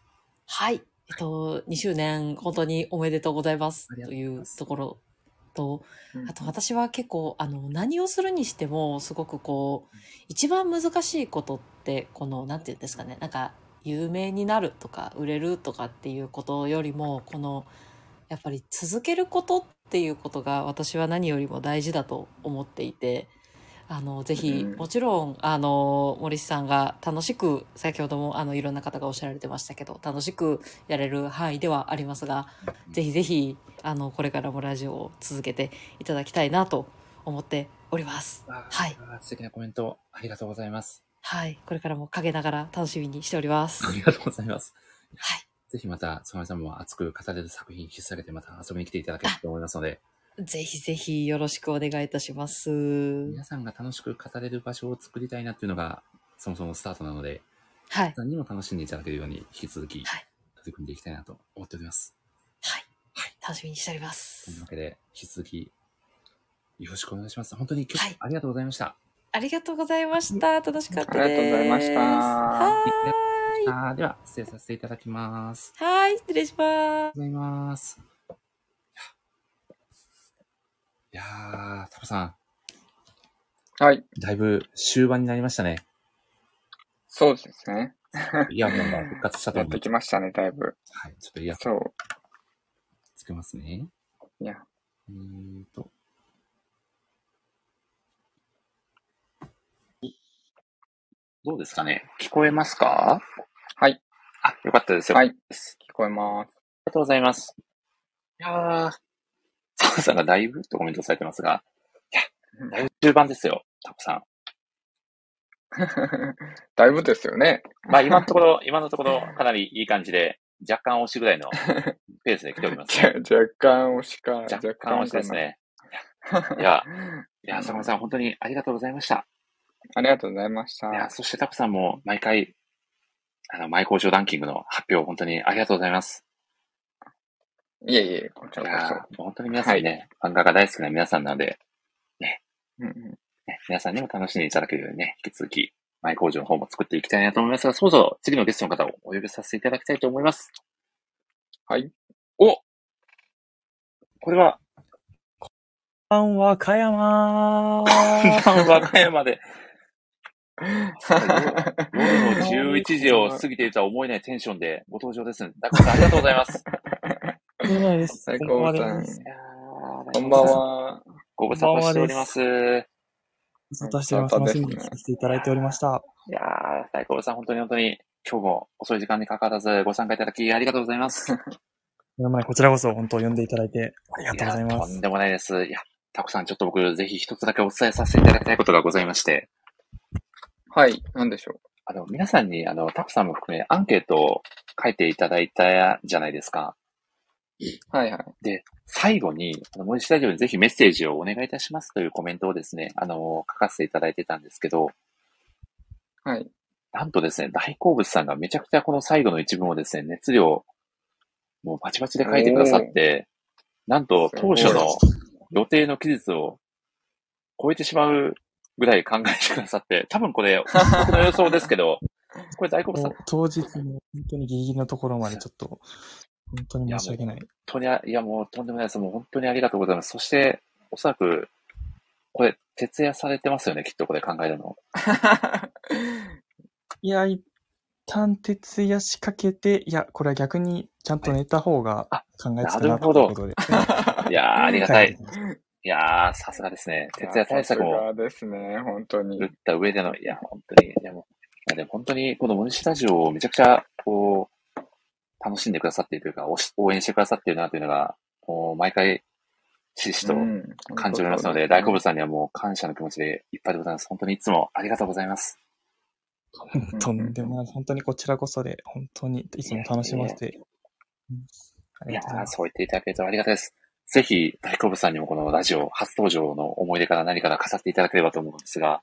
[SPEAKER 9] はい。えっと、2周年、本当におめでとうございます。というところと、あと私は結構、あの、何をするにしても、すごくこう、一番難しいことって、この、なんていうんですかね、なんか、有名になるとか、売れるとかっていうことよりも、この、やっぱり続けることっていうことが私は何よりも大事だと思っていて、あの、ぜひ、
[SPEAKER 4] うん
[SPEAKER 9] もちろん、あの、森さんが楽しく、先ほども、あの、いろんな方がおっしゃられてましたけど、楽しくやれる範囲ではありますが、ぜひぜひ、あの、これからもラジオを続けていただきたいなと思っております。はい。
[SPEAKER 1] あー素敵なコメント、ありがとうございます。
[SPEAKER 9] はい。これからも陰ながら楽しみにしてお
[SPEAKER 1] *laughs*
[SPEAKER 9] ります。
[SPEAKER 1] ありがとうございます。ぜひまた、曽上さんも熱く語れる作品引っ提げて、また遊びに来ていただければと思いますので、
[SPEAKER 9] ぜひぜひよろしくお願いいたします。皆
[SPEAKER 1] さんが楽しく語れる場所を作りたいなっていうのが、そもそもスタートなので、
[SPEAKER 9] はい。
[SPEAKER 1] さんにも楽しんでいただけるように、引き続き、取り組んでいきたいなと思っております。
[SPEAKER 9] 楽しみにしております。
[SPEAKER 1] というわけで、引き続き、よろしくお願いします。本当に今日、ありがとうございました。
[SPEAKER 9] ありがとうございました。楽しかったです。は
[SPEAKER 1] はい。では、失礼させていただきます。
[SPEAKER 9] ーい。はーい。失礼します。
[SPEAKER 1] ございます。いやー、タコさん、
[SPEAKER 2] はい。
[SPEAKER 10] だいぶ終盤になりましたね。
[SPEAKER 2] そうですね。
[SPEAKER 10] いや、なんか復活したと
[SPEAKER 2] やっ
[SPEAKER 10] 思う
[SPEAKER 2] てきましたね、だいぶ。
[SPEAKER 10] はい、ちょっといや、
[SPEAKER 2] そ
[SPEAKER 10] つけますね。
[SPEAKER 2] う。いや、
[SPEAKER 10] うーんと。
[SPEAKER 1] どうですかね聞こえますか
[SPEAKER 2] はい。
[SPEAKER 1] あ、よかったですよ。
[SPEAKER 2] は
[SPEAKER 1] あ
[SPEAKER 2] い。聞こえます。
[SPEAKER 1] りがとうございます。いやー、サムさんがだいぶ *laughs* とコメントされてますが、いや、だいぶ中盤ですよ、タコさ *laughs* ん。
[SPEAKER 2] だいぶですよね。
[SPEAKER 1] まあ今のところ、今のところかなりいい感じで、若干押しぐらいのペースで来ております
[SPEAKER 2] じゃ
[SPEAKER 1] ね。
[SPEAKER 2] 若干押しか、
[SPEAKER 1] 若干押しですね。
[SPEAKER 2] 若干
[SPEAKER 1] い
[SPEAKER 2] かな。 *laughs*
[SPEAKER 1] や、いや、坂本さん本当にありがとうございました。
[SPEAKER 2] ありがとうございました。
[SPEAKER 1] いや、そしてタコさんも毎回、あの、前工場ランキングの発表、本当にありがとうございます。
[SPEAKER 2] いえいえ、こち
[SPEAKER 1] い
[SPEAKER 2] ら
[SPEAKER 1] やー
[SPEAKER 2] こ
[SPEAKER 1] もう本当に皆さんね、漫画が大好きな皆さんなので、
[SPEAKER 2] そ。うんうん
[SPEAKER 1] ね、皆さんにも楽しんでいただけるようにね、引き続き、前工場の方も作っていきたいなと思いますが、そろそろ次のゲストの方をお呼びさせていただきたいと思います。
[SPEAKER 2] はい。
[SPEAKER 1] おこれは、
[SPEAKER 11] こんばんは、かやまー。
[SPEAKER 1] *laughs* 和歌山で、夜の
[SPEAKER 11] 夜の
[SPEAKER 1] 11時を過ぎているとは思えないテンションでご登場です。ダコさん、ありがとうございます。
[SPEAKER 11] とんでもないです。
[SPEAKER 2] 最
[SPEAKER 11] こん
[SPEAKER 2] 高
[SPEAKER 11] ばん
[SPEAKER 2] さ
[SPEAKER 11] は
[SPEAKER 2] ん
[SPEAKER 11] で。す。
[SPEAKER 2] こんばん
[SPEAKER 1] は。
[SPEAKER 2] は。
[SPEAKER 1] ご無沙汰しております。い
[SPEAKER 11] ご無沙汰しております。
[SPEAKER 2] ご無沙汰
[SPEAKER 11] 楽しみ
[SPEAKER 2] ですね
[SPEAKER 11] にさせていただいておりました。
[SPEAKER 1] やー、大久保さん、本当に本当に、今日も遅い時間にかかわらずご参加いただきありがとうございます。 *laughs*
[SPEAKER 11] 目の前、こちらこそ本当呼んでいただいてありが
[SPEAKER 1] い
[SPEAKER 11] とうご
[SPEAKER 1] や
[SPEAKER 11] ざい
[SPEAKER 1] ー、
[SPEAKER 11] ま
[SPEAKER 1] と
[SPEAKER 11] す
[SPEAKER 1] ん。でもないです。いや、タコさん、ちょっと僕、ぜひ一つだけお伝えさせていただきたいことがございまして、
[SPEAKER 2] はい、なんでしょ
[SPEAKER 1] あの、皆さんに、あの、タコさんも含め、アンケートを書いていただいたじゃないですか。
[SPEAKER 2] う。はいはい。
[SPEAKER 1] で、最後に、あの、森下ラジオにぜひメッセージをお願いいたしますというコメントをですね、あの、書かせていただいてたんですけど、
[SPEAKER 2] はい。
[SPEAKER 1] なんとですね、大好物さんがめちゃくちゃこの最後の一文をですね、熱量、もうバチバチで書いてくださって、なんと
[SPEAKER 2] す
[SPEAKER 1] 当
[SPEAKER 2] ごい
[SPEAKER 1] 初の予定の期日を超えてしまうぐらい考えてくださって、多分これ、僕の予想ですけど、これ大好物さん、
[SPEAKER 11] もう
[SPEAKER 1] 本
[SPEAKER 11] 当日も本当にギリギリのところまでちょっと、本当に申し訳ない。
[SPEAKER 1] 当にあ、いやもうとんでもないです。もう本当にありがとうございます。そして、おそらく、これ、徹夜されてますよね、きっとこれ考えるの。
[SPEAKER 11] いや、一旦徹夜しかけて、いや、これは逆にちゃんと寝た方が
[SPEAKER 1] あ
[SPEAKER 11] 考えつ
[SPEAKER 1] な
[SPEAKER 11] くな
[SPEAKER 1] る
[SPEAKER 11] とい
[SPEAKER 1] ほ
[SPEAKER 11] う
[SPEAKER 1] ど
[SPEAKER 11] ことで。
[SPEAKER 1] *laughs* いやー、ありがた
[SPEAKER 11] 書いて
[SPEAKER 1] い
[SPEAKER 11] き。ました
[SPEAKER 1] いやー、さすがですね。徹夜対策も
[SPEAKER 2] さすがですね、本当に
[SPEAKER 1] 打っ。た上での、いや、本当に、いやもう、いやでも本当に、このモニシラジオをめちゃくちゃ、こう、楽しんでくださっているというか、おし応援してくださっているなというのが、もう毎回、しひしと
[SPEAKER 2] うん
[SPEAKER 1] 感じておりますので、大好物さんにはもう感謝の気持ちでいっぱいでございます。本当にいつもありがとうございます。
[SPEAKER 11] *laughs* とんでもない。本当にこちらこそで、本当にいつも楽しませて。うんあ
[SPEAKER 1] い
[SPEAKER 11] り
[SPEAKER 1] や
[SPEAKER 11] がとうござい
[SPEAKER 1] ー、
[SPEAKER 11] ます
[SPEAKER 1] そう。言っていただけるとありがたいです。ぜひ、大好物さんにもこのラジオ初登場の思い出から何から飾っていただければと思うんですが、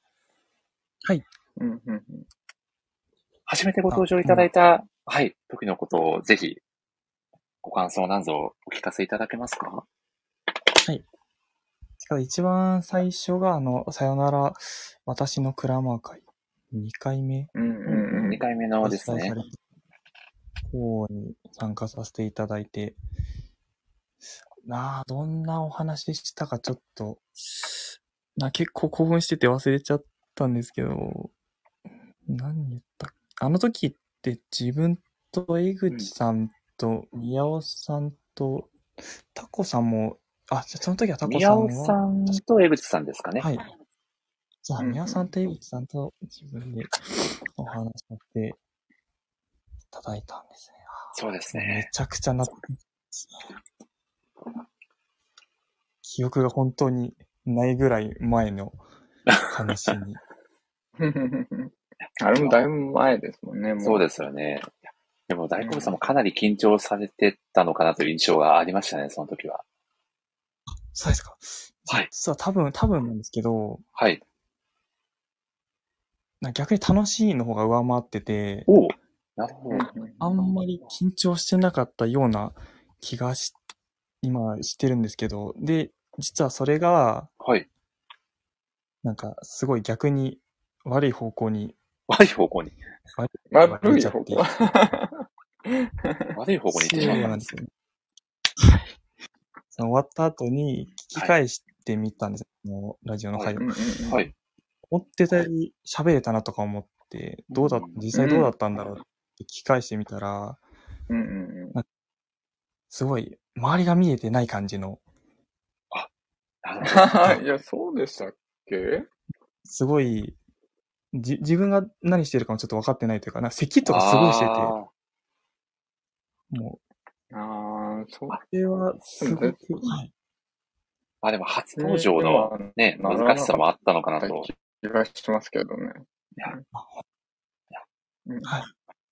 [SPEAKER 2] うんうんうん
[SPEAKER 1] 初めてご登場いただいた、はい、時のことをぜひ、ご感想なんぞお聞かせいただけますか
[SPEAKER 11] しかも一番最初が、あの、さよなら、私のクラマー会、2回目、
[SPEAKER 2] う
[SPEAKER 1] うん
[SPEAKER 2] んうん
[SPEAKER 1] うん、
[SPEAKER 2] うん
[SPEAKER 1] 2回目の
[SPEAKER 11] 開
[SPEAKER 1] です
[SPEAKER 11] 催
[SPEAKER 1] ね
[SPEAKER 11] さ。れた方に参加させていただいて、なあ、どんなお話したかちょっと、なあ、結構興奮してて忘れちゃったんですけど、何言ったっけあの時って自分と江口さんと宮尾さんとタコさんも、あ、じゃあその時はタコさ
[SPEAKER 1] 宮
[SPEAKER 11] ん
[SPEAKER 1] 尾
[SPEAKER 11] は
[SPEAKER 1] さ、んと江口さんですかね。
[SPEAKER 11] はい。じゃあ、
[SPEAKER 2] うんうん
[SPEAKER 11] 宮尾さんと江口さんと自分でお話しさせていただいたんですね。
[SPEAKER 1] そうです
[SPEAKER 11] もうめ
[SPEAKER 1] ね。
[SPEAKER 11] ちゃくちゃな、記憶が本当にないぐらい前の話に。
[SPEAKER 2] うん。あれもだいぶ前ですもんね、
[SPEAKER 1] そう
[SPEAKER 2] もう。
[SPEAKER 1] ですよね。でも大久保さんもかなり緊張されてたのかなという印象がありましたね、その時は。
[SPEAKER 11] そうですか。
[SPEAKER 1] はい
[SPEAKER 11] 実は多分、多分なんですけど、
[SPEAKER 1] はい。
[SPEAKER 11] な逆に楽しいの方が上回ってて、
[SPEAKER 1] おおなるほ
[SPEAKER 2] う
[SPEAKER 1] ど。
[SPEAKER 2] ん
[SPEAKER 1] い
[SPEAKER 2] うん
[SPEAKER 11] あんまり緊張してなかったような気がし、今してるんですけど、で、実はそれが、
[SPEAKER 1] はい。
[SPEAKER 11] なんか、すごい逆に悪い方向に
[SPEAKER 1] 悪い方向に。
[SPEAKER 2] 悪い方
[SPEAKER 11] て
[SPEAKER 2] 向。
[SPEAKER 1] 悪い方向に行ってしま
[SPEAKER 11] そ
[SPEAKER 1] っ
[SPEAKER 11] う
[SPEAKER 1] た
[SPEAKER 11] なんん
[SPEAKER 1] で
[SPEAKER 11] ですす
[SPEAKER 1] ね。
[SPEAKER 11] よね。その終わった後に聞き返してみたんですよ、あのラジオの
[SPEAKER 1] はい
[SPEAKER 11] 回
[SPEAKER 2] う
[SPEAKER 11] を。
[SPEAKER 2] んうんうん
[SPEAKER 1] はい。
[SPEAKER 11] 思ってたより喋れたなとか思って、どうだ、実際どうだったんだろうって聞き返してみたら、
[SPEAKER 2] うんうん
[SPEAKER 11] なんかすごい、周りが見えてない感じの、
[SPEAKER 2] *laughs* いや、そうでしたっけ
[SPEAKER 11] すごい、じ、自分が何してるかもちょっと分かってないというか、なんか咳とかすごいしてて、
[SPEAKER 2] あ
[SPEAKER 11] も
[SPEAKER 2] あー、そう。あ
[SPEAKER 11] れは、すごい。
[SPEAKER 1] まあでも初登場のね、難しさもあったのかなと。
[SPEAKER 2] 気がしますけどね。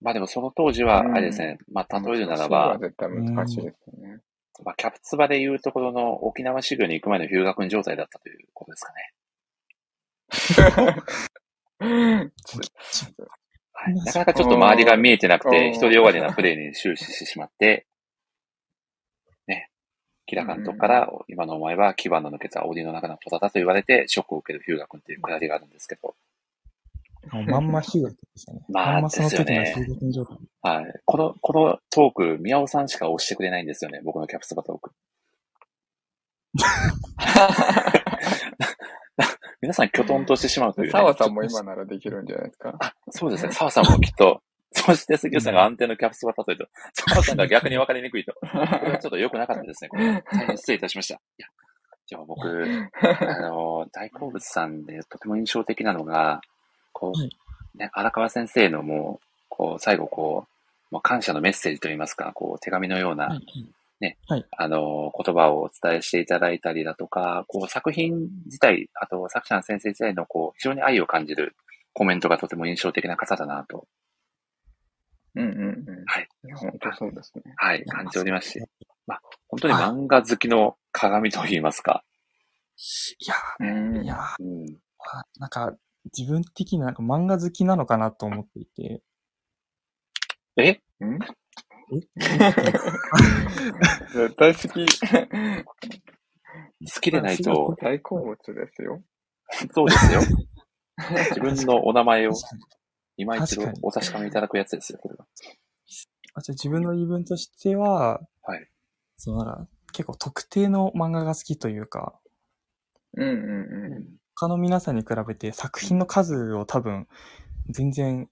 [SPEAKER 1] まあでもその当時は、あれですね、まあ例えるならば、
[SPEAKER 2] 難しいですね。
[SPEAKER 1] まあ、キャプツバで言うところの沖縄修行に行く前のヒューガ君状態だったということですかね。
[SPEAKER 11] はい、
[SPEAKER 1] なかなかちょっと周りが見えてなくて、一人よがりなプレーに終始してしまって、ね、キラ監督から、今のお前は牙の抜けた檻の中の虎だと言われて、ショックを受けるヒューガ君というくだりがあるんですけど、
[SPEAKER 11] もうまんま火が出てましたね。
[SPEAKER 1] まあ
[SPEAKER 11] まんまその時の
[SPEAKER 1] ですよね
[SPEAKER 11] 火力状態。
[SPEAKER 1] はい、この、このトーク、宮尾さんしか押してくれないんですよね、僕のキャプツバトー
[SPEAKER 2] *laughs*
[SPEAKER 1] ク。皆さん、きょとんとしてしまうという、ね。
[SPEAKER 2] 澤さんも今ならできるんじゃないですか。
[SPEAKER 1] そうですね。澤さんもきっと、そして杉内さんが安定のキャプツバ例えと、澤さんが逆に分かりにくいと。これはちょっと良くなかったですね。これ大変失礼いたしました。いや、でも僕、あの、大好物さんでとても印象的なのが、こう、ね、荒川先生のもう、こう、最後こう、もう感謝のメッセージといいますか、こう、手紙のような、ね、あの、言葉をお伝えしていただいたりだとか、こう、作品自体、あと作者の先生自体の、こう、非常に愛を感じるコメントがとても印象的な方だなと、
[SPEAKER 2] うんうんうん。
[SPEAKER 1] はい。
[SPEAKER 2] 本当そうですね。
[SPEAKER 1] はい、感じておりますし、まあ、本当に漫画好きの鏡といいますか。
[SPEAKER 11] いや
[SPEAKER 2] ー、
[SPEAKER 11] いや
[SPEAKER 1] ー、
[SPEAKER 11] あなんか、自分的になんか漫画好きなのかなと思っていて。
[SPEAKER 1] え
[SPEAKER 2] *laughs* ん
[SPEAKER 11] 絶
[SPEAKER 2] 対好き。
[SPEAKER 1] *laughs* 好きでないと、
[SPEAKER 2] 大好物ですよ。
[SPEAKER 1] そうですよ。
[SPEAKER 2] *laughs*
[SPEAKER 1] 自分のお名前を、今一度お確かめいただくやつですよ、これは。
[SPEAKER 11] あじゃあ自分の言い分としては、
[SPEAKER 1] はい。
[SPEAKER 11] そうなら、結構特定の漫画が好きというか、
[SPEAKER 2] うんうんうん。
[SPEAKER 11] 他の皆さんに比べて作品の数を多分、全然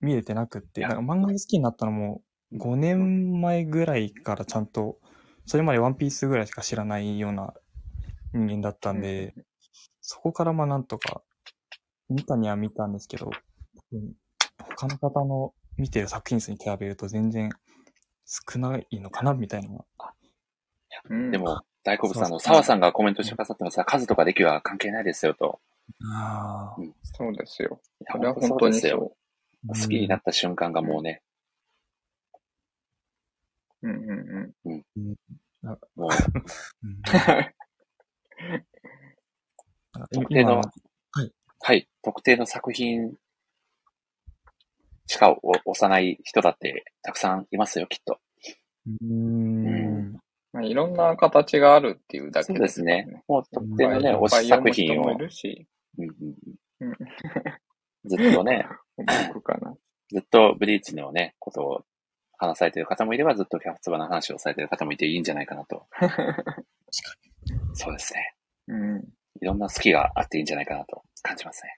[SPEAKER 11] 見れてなくって、なんか漫画が好きになったのも、5年前ぐらいからちゃんと、それまでワンピースぐらいしか知らないような人間だったんで、そこからまあなんとか、見たには見たんですけど、うん他の方の見てる作品数に比べると全然少ないのかなみたいな。
[SPEAKER 1] でも、大好物さんの
[SPEAKER 11] そうそう
[SPEAKER 1] 澤さんがコメントしてくださってますが、数とか歴は関係ないですよと。
[SPEAKER 11] あ
[SPEAKER 1] うん
[SPEAKER 2] そうですよ。
[SPEAKER 1] い
[SPEAKER 2] それ
[SPEAKER 1] や
[SPEAKER 2] は
[SPEAKER 1] 本
[SPEAKER 2] 本
[SPEAKER 1] 当
[SPEAKER 2] 当
[SPEAKER 1] です
[SPEAKER 2] にそ
[SPEAKER 1] よ
[SPEAKER 2] う。。
[SPEAKER 1] 好きになった瞬間がもうね、
[SPEAKER 2] うんうん
[SPEAKER 1] うん。
[SPEAKER 11] うんな
[SPEAKER 1] もう、
[SPEAKER 11] なんか
[SPEAKER 1] *laughs* 特定の、
[SPEAKER 11] 今はい、
[SPEAKER 1] 特定の作品しかお押さない人だってたくさんいますよ、きっと。
[SPEAKER 11] うん。
[SPEAKER 2] まあ、いろんな形があるっていうだけ
[SPEAKER 1] そうですね。もう特定のね、
[SPEAKER 2] いっ
[SPEAKER 1] 推
[SPEAKER 2] ぱい
[SPEAKER 1] し作
[SPEAKER 2] いっぱい読む人
[SPEAKER 1] 品
[SPEAKER 2] も
[SPEAKER 1] を
[SPEAKER 2] い、るし。
[SPEAKER 1] うんうんうん
[SPEAKER 2] うん。
[SPEAKER 1] ずっとね、
[SPEAKER 2] 僕かな。
[SPEAKER 1] ずっとブリーチのね、ことを話されてる方もいれば、ずっとキャプツバの話をされてる方もいていいんじゃないかなと。そうですね。
[SPEAKER 2] うん。
[SPEAKER 1] いろんな好きがあっていいんじゃないかなと感じますね。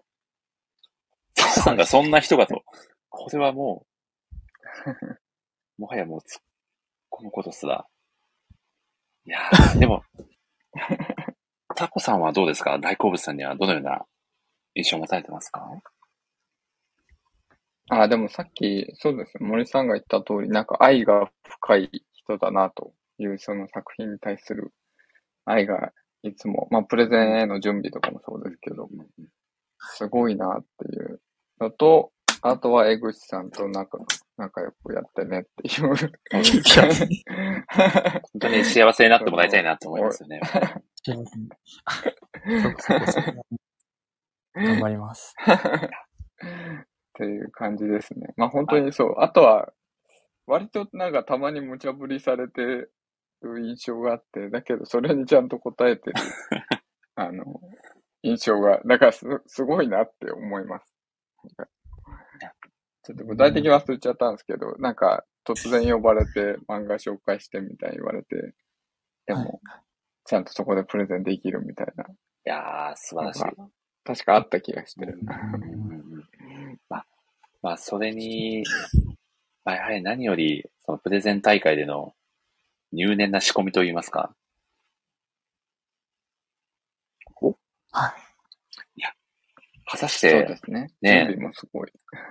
[SPEAKER 1] サさんがそんな人がと、これはもう、もはやもうつ、このことすら。いやー、でも、タコさんはどうですか大好物さんにはどのような印象を持たれてますか
[SPEAKER 2] あ、でもさっき、そうですね。森さんが言った通り、なんか愛が深い人だなという、その作品に対する愛がいつも、まあ、プレゼンへの準備とかもそうですけど、すごいなっていうのと、あとは江口さんと仲仲良くやってねっていう。 *laughs* 本
[SPEAKER 1] 当に幸せになってもらいたいなと思いますよね。
[SPEAKER 11] 幸せに。そこそこ頑張
[SPEAKER 2] *laughs*
[SPEAKER 11] ります。
[SPEAKER 2] っていう感じですね。まあ本当にそう。あとは、割となんかたまに無茶ぶりされてる印象があって、だけどそれにちゃんと答えて
[SPEAKER 11] *laughs*
[SPEAKER 2] る、あの、印象が、だからすすごいなって思います。なんかちょっと具体的に忘れちゃったんですけど、なんか突然呼ばれて漫画紹介してみたいに言われて、でも、ちゃんとそこでプレゼンできるみたいな。い
[SPEAKER 1] やー、素
[SPEAKER 2] 晴らしい。確かあった気がしてる。 *laughs*
[SPEAKER 1] まあ、まあ、それに、まあ、やはり何より、そのプレゼン大会での入念な仕込みといいますか。果たして、
[SPEAKER 2] そうですね。
[SPEAKER 1] ね
[SPEAKER 2] 準備もすごい。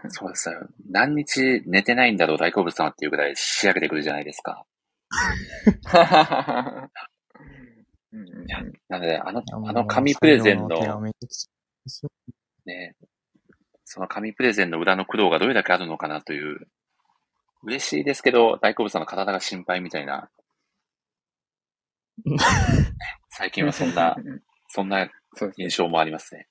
[SPEAKER 1] そうですよ。何日寝てないんだろう、大好物さんっていうぐらい仕上げてくるじゃないですか。いやなので、あの、あの紙プレゼンの、ね、その紙プレゼンの裏の苦労がどれだけあるのかなという、嬉しいですけど、大好物さんの体が心配みたい
[SPEAKER 2] *laughs*
[SPEAKER 1] な、最近はそんな、そんな印象もありますね。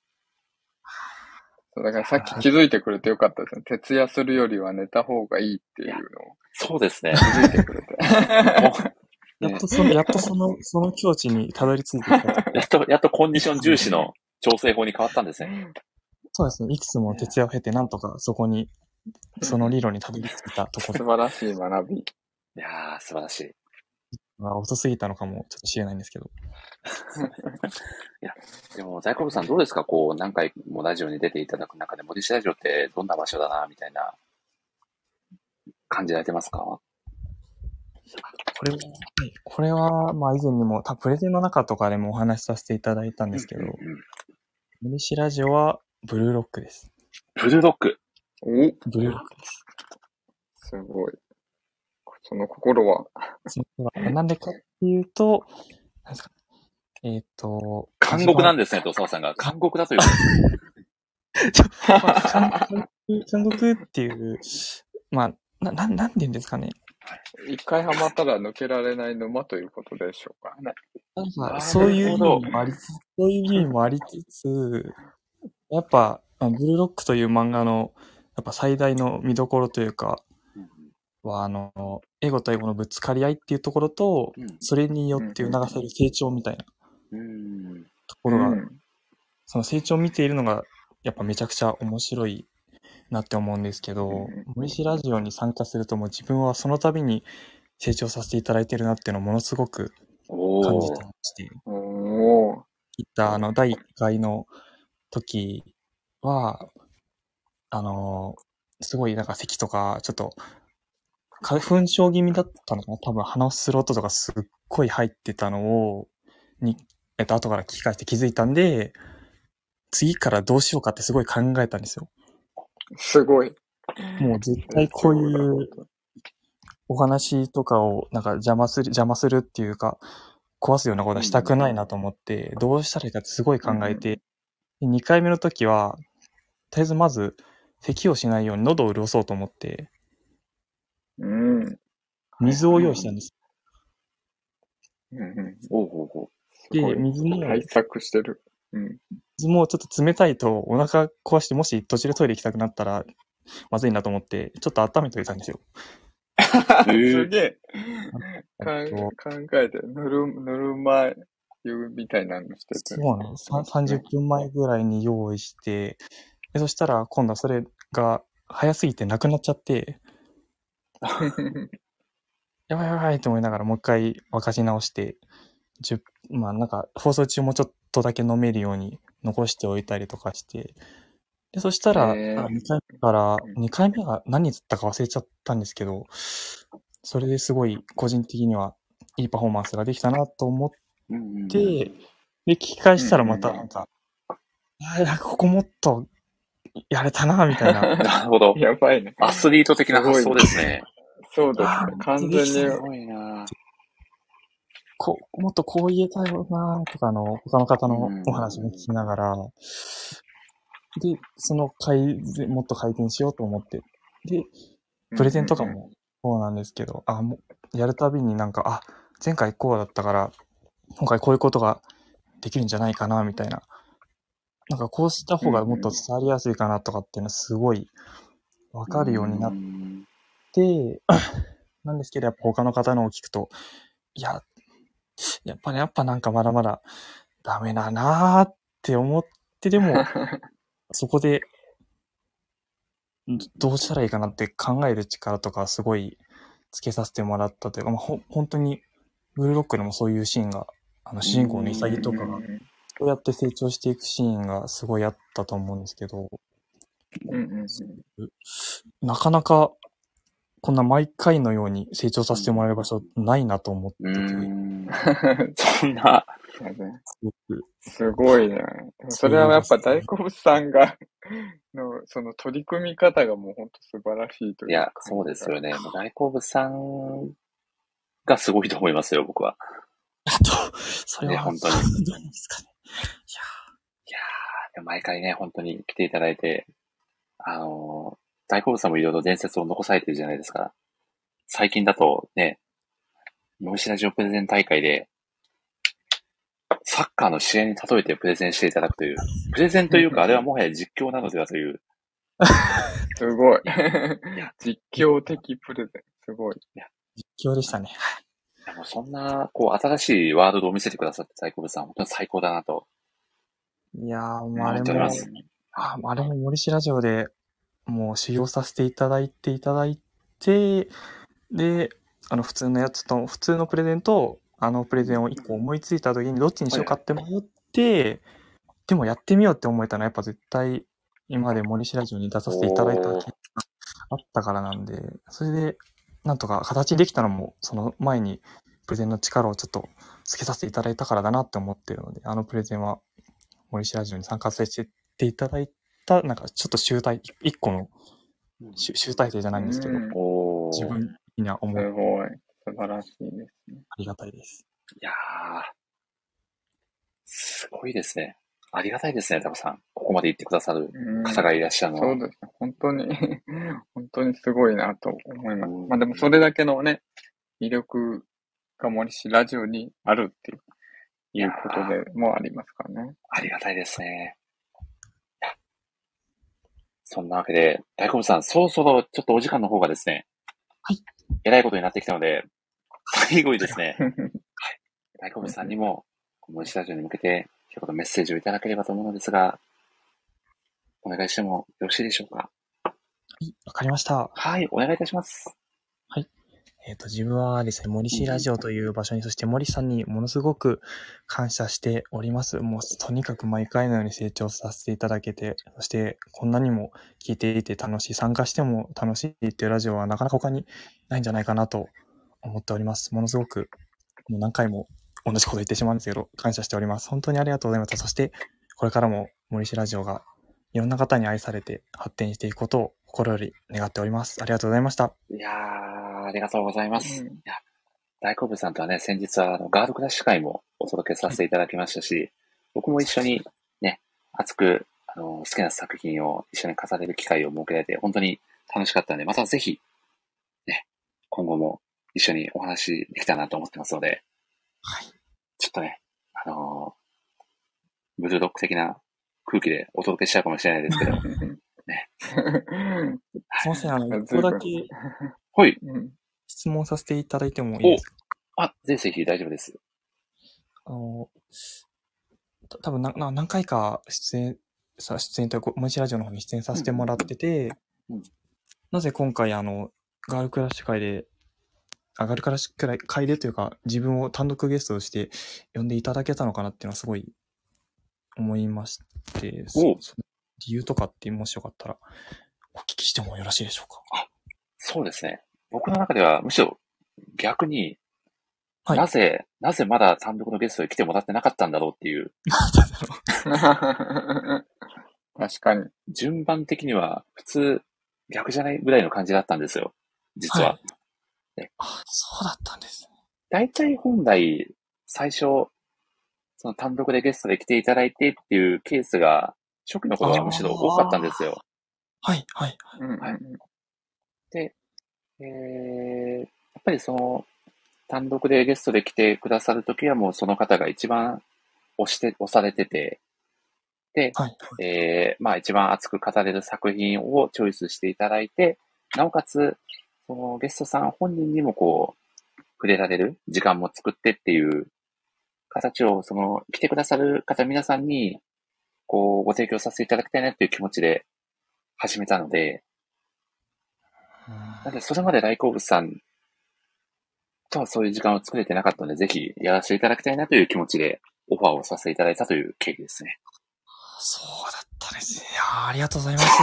[SPEAKER 2] そうだからさっき気づいてくれてよかったですね。徹夜するよりは寝た方がいいっていうのを。
[SPEAKER 1] そうですね。 *laughs*
[SPEAKER 2] 気づいてくれて。
[SPEAKER 11] *laughs* やっとその、やっとその、その境地にたどり着いてきた。
[SPEAKER 1] やっと、やっとコンディション重視の調整法に変わったんですね。
[SPEAKER 11] *laughs* そうですね。いくつも徹夜を経て、なんとかそこに、その理論にたどり着いたとこ
[SPEAKER 2] 素
[SPEAKER 11] ろ
[SPEAKER 2] 晴らしい学び。
[SPEAKER 1] いやー、素晴らしい。
[SPEAKER 11] が遅すぎたのかもちょっと知れないんですけど。
[SPEAKER 1] いや、でも、大好物さんどうですかこう、何回もラジオに出ていただく中で、森市ラジオってどんな場所だな、みたいな、感じられてますか
[SPEAKER 11] これは、はいこれは、まあ以前にも、たプレゼンの中とかでもお話しさせていただいたんですけど、無理しラジオはブルーロックです。
[SPEAKER 1] ブルーロック。
[SPEAKER 2] お
[SPEAKER 11] ブルーロックです。
[SPEAKER 2] すごい。その心は。
[SPEAKER 11] その心はなんでかっていうと、なんですかえっ、と、
[SPEAKER 1] 韓国なん
[SPEAKER 11] で
[SPEAKER 1] ですね、と、澤さんが。韓国だということですね。 *laughs*
[SPEAKER 11] 韓国っていう、まあ、な、ななんて言うんですかね。
[SPEAKER 2] 一回ハマったら抜けられない沼ということでしょうかね。
[SPEAKER 11] な
[SPEAKER 2] な
[SPEAKER 11] ん
[SPEAKER 2] るほど
[SPEAKER 11] か、そういう意味もありつつ、そういう意味もありつつ、やっぱ、あブルーロックという漫画の、やっぱ最大の見どころというか、は、あの、エゴとエゴのぶつかり合いっていうところと、それによって促される成長みたいな
[SPEAKER 1] うん。
[SPEAKER 11] ところが、
[SPEAKER 2] うん
[SPEAKER 11] その成長を見ているのが、やっぱめちゃくちゃ面白いなって思うんですけど、森氏ラジオに参加するともう自分はその度に成長させていただいてるなっていうのをものすごく感じ
[SPEAKER 1] お
[SPEAKER 11] て
[SPEAKER 1] ー
[SPEAKER 11] まして、
[SPEAKER 2] おー
[SPEAKER 11] 行ったあの第1回の時は、あの、すごいなんか咳とか、ちょっと花粉症気味だったのかな多分鼻をする音とかすっごい入ってたのを、に、えっと、後から聞き返して気づいたんで、次からどうしようかってすごい考えたんですよ。
[SPEAKER 2] すごい。
[SPEAKER 11] もう絶対こういうお話とかをなんか邪魔する、邪魔するっていうか、壊すようなことはしたくないなと思って、どうしたらいいかってすごい考えて、2回目の時は、とりあえずまず、咳をしないように喉を潤そうと思って、
[SPEAKER 2] うん。うん
[SPEAKER 11] 水を用意したんです。
[SPEAKER 2] うん
[SPEAKER 1] おうほうほ
[SPEAKER 2] すごい
[SPEAKER 11] で水も
[SPEAKER 2] 対策してる。うん。
[SPEAKER 11] 水もちょっと冷たいとお腹壊して、もし途中でトイレ行きたくなったら、まずいなと思って、ちょっと温めておいたんですよ。
[SPEAKER 1] う。え
[SPEAKER 2] す
[SPEAKER 1] ー、
[SPEAKER 2] げえ。か
[SPEAKER 11] えっと
[SPEAKER 2] ん考えて、ぬる、ぬるま湯みたいなのしてて。 *laughs*
[SPEAKER 11] そうなんです。さん30分前ぐらいに用意して、でそしたら今度はそれが早すぎてなくなっちゃって、やばいやばいと思いながらもう一回沸かし直して、10まあなんか放送中もちょっとだけ飲めるように残しておいたりとかして、で、そしたら、あ
[SPEAKER 2] へー
[SPEAKER 11] 2回目から、2回目が何だったか忘れちゃったんですけど、それですごい個人的にはいいパフォーマンスができたなと思っ
[SPEAKER 1] うんうん
[SPEAKER 11] て、で、聞き返したらまたなんか、あーなんかここもっとやれたな、みたいな。
[SPEAKER 1] *laughs* なるほど。
[SPEAKER 2] やばいね。
[SPEAKER 1] アスリート的な発想ですね。
[SPEAKER 2] そうです
[SPEAKER 11] あ
[SPEAKER 2] ね。
[SPEAKER 11] ー
[SPEAKER 2] 完全に
[SPEAKER 11] でき
[SPEAKER 1] すごいな
[SPEAKER 11] こう、もっとこう言えたよな、とかあの、他の方のお話も聞きながら、で、その改善、もっと改善しようと思って、で、プレゼンとかもそうなんですけど、あ、もう、やるたびになんか、あ、前回こうだったから、今回こういうことができるんじゃないかな、みたいな。なんかこうした方がもっと伝わりやすいかなとかっていうのすごいわかるようになって、なんですけど、やっぱ他の方のを聞くと、いや、やっぱり、やっぱなんかまだまだダメだなーって思って、でも、そこで、どどうしたらいいかなって考える力とかすごいつけさせてもらったというか、まあ、ほ本当に、ブルーロックでもそういうシーンが、あの、主人公の潔とかがそうやって成長していくシーンがすごいあったと思うんですけど、なかなかこんな毎回のように成長させてもらえる場所ないなと思ってて、
[SPEAKER 1] *laughs* そんな、
[SPEAKER 11] すごく
[SPEAKER 2] すごいね。でもそれはやっぱ大好物さんがの、その取り組み方がもう本当素晴らしいという
[SPEAKER 1] いや、そうですよね。大好物さんがすごいと思いますよ、僕は。
[SPEAKER 11] そ
[SPEAKER 1] れは本当に。
[SPEAKER 11] どうですかね。
[SPEAKER 1] いやー毎回ね、本当に来ていただいて、あのー大好物さんもいろいろ伝説を残されてるじゃないですか。最近だとね、ノイシラジオプレゼン大会で、サッカーの試合に例えてプレゼンしていただくという、プレゼンというか、あれはもはや実況なのではと
[SPEAKER 11] *laughs*
[SPEAKER 1] いう、
[SPEAKER 2] すごい。実況的プレゼン。すごい。
[SPEAKER 11] 実況でしたね。
[SPEAKER 1] いやもうそんな、こう、新しいワールドを見せてくださって、大好物さん、本当に最高だなと。
[SPEAKER 11] いやー、もうあ
[SPEAKER 1] あり
[SPEAKER 11] れ
[SPEAKER 1] がとうござい
[SPEAKER 11] も
[SPEAKER 1] ます、
[SPEAKER 11] ああれも森氏ラジオでもう使用させていただいていただいて、で、あの、普通のやつと、普通のプレゼンと、あのプレゼンを一個思いついた時にどっちにしようかって迷って、でもやってみようって思えたのはやっぱ絶対今まで森氏ラジオに出させていただいた結果あったからなんで、それでなんとか形できたのもその前にプレゼンの力をちょっとつけさせていただいたからだなって思ってるので、あのプレゼンは森氏ラジオに参加させていただいた、なんかちょっと集大、一個の集集大成じゃないんですけど、
[SPEAKER 2] うん
[SPEAKER 11] 自分的には思
[SPEAKER 2] す
[SPEAKER 11] う。
[SPEAKER 2] ごい。素晴らしいですね。
[SPEAKER 11] ありがたいです。
[SPEAKER 1] いやー、すごいですね。ありがたいですね、タコさん。ここまで言ってくださる
[SPEAKER 2] うん
[SPEAKER 1] 方がいらっしゃるのは。
[SPEAKER 2] そうですね。本当に、 *laughs* 本当にすごいなと思います。まあでもそれだけのね、魅力が森氏ラジオにあるっていういうことでもありますからね。
[SPEAKER 1] ありがたいですね。そんなわけで、大好物さん、そろそろちょっとお時間の方がですね、はい。えらいことになってきたので、最後にです
[SPEAKER 2] *laughs*
[SPEAKER 1] ね、はい。大好物さんにも、このスタジオに向けて、一言メッセージをいただければと思うのですが、お願いしてもよろしいでしょうか。
[SPEAKER 11] わかりました。
[SPEAKER 1] はい、お願いいたします。
[SPEAKER 11] えっ、と、自分はですね、森氏ラジオという場所に、そして森さんにものすごく感謝しております。もう、とにかく毎回のように成長させていただけて、そして、こんなにも聞いていて楽しい、参加しても楽しいっていうラジオはなかなか他にないんじゃないかなと思っております。ものすごく、もう何回も同じこと言ってしまうんですけど、感謝しております。本当にありがとうございました。そして、これからも森氏ラジオがいろんな方に愛されて発展していくことを心より願っております。ありがとうございました。
[SPEAKER 1] いやー、ありがとうございます。いや大好物さんとはね、先日はあのガールクラッシュ会もお届けさせていただきましたし、僕も一緒にね、熱くあの好きな作品を一緒に飾れる機会を設けられて、本当に楽しかったので、またぜひ、ね、今後も一緒にお話できたらなと思ってますので、はい。ちょっとね、あのーブルーロック的な空気でお届けしちゃうかもしれないですけど、
[SPEAKER 11] すみませ
[SPEAKER 1] *laughs*
[SPEAKER 11] ん、あの、
[SPEAKER 1] はい
[SPEAKER 11] 一個だけ
[SPEAKER 1] 随はい。
[SPEAKER 11] 質問させていただいてもいい
[SPEAKER 1] お
[SPEAKER 11] ですか
[SPEAKER 1] あ、ぜひぜひ大丈夫です。
[SPEAKER 11] あの、た多分なな何回か出演、さ出演というか、もしラジオの方に出演させてもらってて、なぜ今回、あの、ガールクラッシュ会で、あガールクラッシュ会でというか、自分を単独ゲストとして呼んでいただけたのかなっていうのはすごい思いまして、そその理由とかってもしよかったらお聞きしてもよろしいでしょうか
[SPEAKER 1] そうですね。僕の中ではむしろ逆に、なぜ、なぜまだ単独のゲストに来てもらってなかったんだろうって
[SPEAKER 11] *laughs*
[SPEAKER 1] いう。
[SPEAKER 2] 確かに。
[SPEAKER 1] 順番的には普通逆じゃないぐらいの感じだったんですよ。実は。ね
[SPEAKER 11] そうだったんです
[SPEAKER 1] ね。大体本来、最初、その単独でゲストで来ていただいてっていうケースが、初期の頃はむしろ多かったんですよ。
[SPEAKER 11] はい、はい。
[SPEAKER 1] はい。で、えー、やっぱりその、単独でゲストで来てくださるときはもうその方が一番押して、押されてて、で、えーまあ一番熱く語れる作品をチョイスしていただいて、なおかつ、そのゲストさん本人にもこう、触れられる時間も作ってっていう形を、その、来てくださる方皆さんに、こう、ご提供させていただきたいなっていう気持ちで始めたので、なんで、それまで大好物さんとはそういう時間を作れてなかったので、ぜひやらせていただきたいなという気持ちでオファーをさせていただいたという経緯ですね。
[SPEAKER 11] そうだったですね。いやーありがとうございます。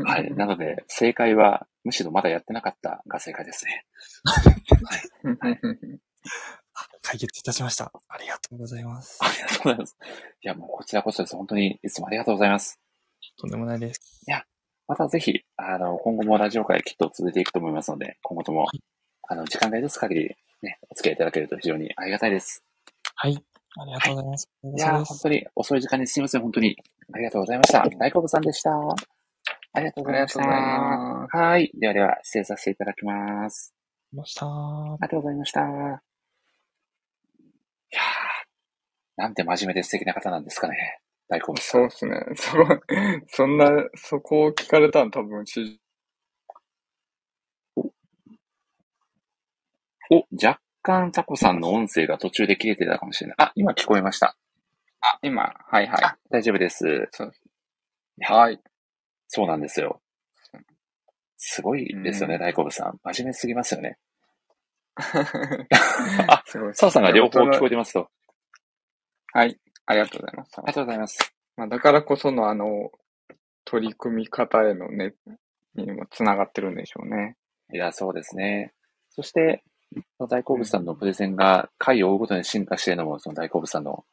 [SPEAKER 11] *laughs*
[SPEAKER 1] はい。なので、正解は、むしろまだやってなかったが正解ですね。 *laughs*
[SPEAKER 11] 解決いたしました。ありがとうございます。
[SPEAKER 1] ありがとうございます。いや、もうこちらこそです。本当にいつもありがとうございます。
[SPEAKER 11] とんでもないです。
[SPEAKER 1] いや、またぜひ、あの、今後もラジオ会きっと続いていくと思いますので、今後とも、あの、時間が許す限り、ね、お付き合いいただけると非常にありがたいです。
[SPEAKER 11] はい。ありがとうございます。
[SPEAKER 1] いやー、本当に遅い時間にすみません。本当に。ありがとうございました。大好物さんでした。ありがとうございました。
[SPEAKER 11] ありがとうございま
[SPEAKER 1] はい。ではでは、失礼させていただきます。
[SPEAKER 11] ました。あ
[SPEAKER 1] りがとうございました。いやー、なんて真面目で素敵な方なんですかね。大好物さん。
[SPEAKER 2] そうっすね。 *laughs* そこ、そんな、そこを聞かれたの多分、し
[SPEAKER 1] お、若干タコさんの音声が途中で切れてたかもしれない。あ、今聞こえました。あ、
[SPEAKER 2] 今、はいはい。
[SPEAKER 1] 大丈夫です。
[SPEAKER 2] そう
[SPEAKER 1] はい。そうなんですよ。すごいですよね、大好物さん。真面目
[SPEAKER 2] *laughs*
[SPEAKER 1] すぎ *laughs* ますよね。あ、
[SPEAKER 2] すごいっすね
[SPEAKER 1] 澤さんが両方聞こえてますと。
[SPEAKER 2] はい。ありがとうございます。あり
[SPEAKER 1] がとうございます。
[SPEAKER 2] まあ、だからこその、あの、取り組み方へのね、にもつながってるんでしょうね。
[SPEAKER 1] いや、そうですね。そして、その大好物さんのプレゼンが回を追うごとに進化しているのも、その大好物さんの、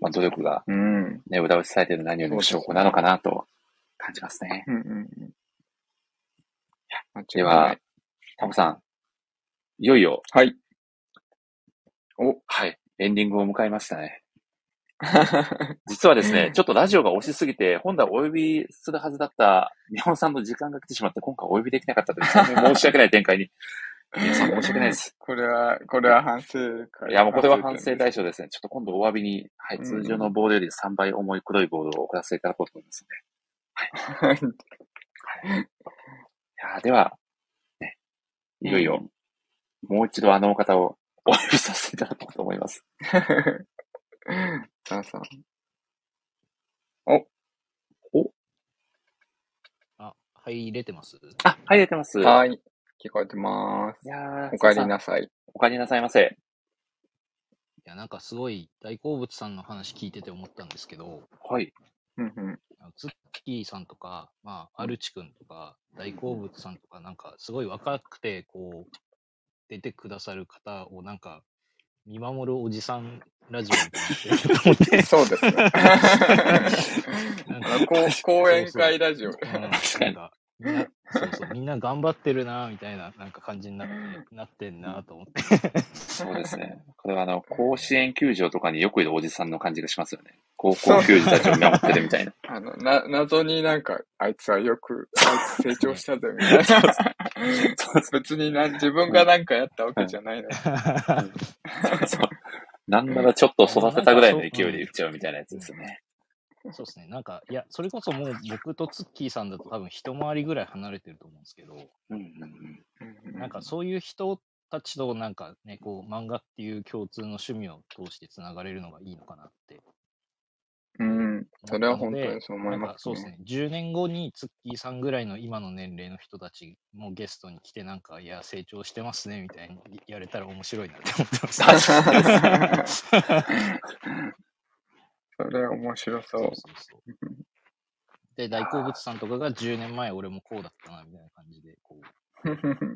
[SPEAKER 1] まあ、努力が、
[SPEAKER 2] うん。
[SPEAKER 1] ね、裏打ちされている何よりの証拠なのかなと感じますね。
[SPEAKER 2] うんうんうん。
[SPEAKER 1] では、タモさん、いよいよ。
[SPEAKER 2] はい。お、
[SPEAKER 1] はい。エンディングを迎えました
[SPEAKER 2] *laughs*
[SPEAKER 1] ね。実はですね、ちょっとラジオが押しすぎて、本来お呼びするはずだった宮本さんの時間が来てしまって、今回お呼びできなかったという、大変申し訳ない展開に。皆さん申し訳ないです。
[SPEAKER 2] これは、これは反省会。
[SPEAKER 1] いや、もうこれは反省対象ですね。ちょっと今度お詫びに、はい、通常のボールより3倍重い黒いボールを送らせていただこうと思いますの
[SPEAKER 2] *laughs*
[SPEAKER 1] で。はい。いやーでは、ね、いよいよ、もう一度あのお方をお呼びさせていただこうと思います。
[SPEAKER 2] さあさん。
[SPEAKER 6] あ、入れてます
[SPEAKER 1] あ、はい、出てます。。
[SPEAKER 2] はいい。聞こえてます。
[SPEAKER 1] いやー
[SPEAKER 2] おかえりなさい。
[SPEAKER 1] お帰りなさいませ。
[SPEAKER 6] いや、なんかすごい大好物さんの話聞いてて思ったんですけど、
[SPEAKER 1] はい。
[SPEAKER 2] うんうん。
[SPEAKER 6] あのツッキーさんとか、まあ、アルチ君とか、大好物さんとか、なんかすごい若くて、こう、出てくださる方をなんか、見守るおじさんラジオみたいになってると思って。
[SPEAKER 1] *laughs*
[SPEAKER 2] そうで
[SPEAKER 6] *laughs*
[SPEAKER 2] すね
[SPEAKER 6] なんか
[SPEAKER 2] こう講演会ラジオ
[SPEAKER 6] そうそううんなんかみんな、そうそう、みんな頑張ってるな、みたいな、なんか感じになって、なってんなと思って。
[SPEAKER 1] そうですね。
[SPEAKER 2] *laughs*
[SPEAKER 1] これはあの、甲子園球場とかによくいるおじさんの感じがしますよ
[SPEAKER 2] *laughs*
[SPEAKER 1] ね。高校球児たちを見守ってるみたいな。
[SPEAKER 2] あの、な、謎になんか、あいつはよく、あいつ成長したぜ、みたいな。別にな、自分がなんかやったわけじゃないのに。
[SPEAKER 1] なんならちょっと育てたぐらいの勢いで言っちゃうみたいなやつですよね。
[SPEAKER 6] そうですね。なんか、いや、それこそもう僕とツッキーさんだと多分一回りぐらい離れてると思うんですけど、
[SPEAKER 1] うんうんうん。
[SPEAKER 6] なんかそういう人たちとなんかね、こう漫画っていう共通の趣味を通してつながれるのがいいのかなって
[SPEAKER 2] うん。それは本当
[SPEAKER 6] なの
[SPEAKER 2] にそう思い
[SPEAKER 6] なん
[SPEAKER 2] ま
[SPEAKER 6] か
[SPEAKER 2] す
[SPEAKER 6] そうですね。10年後にツッキーさんぐらいの今の年齢の人たちもゲストに来てなんか、いや、成長してますねみたいにやれたら面白いなって思ってました。
[SPEAKER 2] それ面白そう。
[SPEAKER 6] そうそうそうで、大好物さんとかが10年前俺もこうだったなみたいな感じで、こう、見てくれてる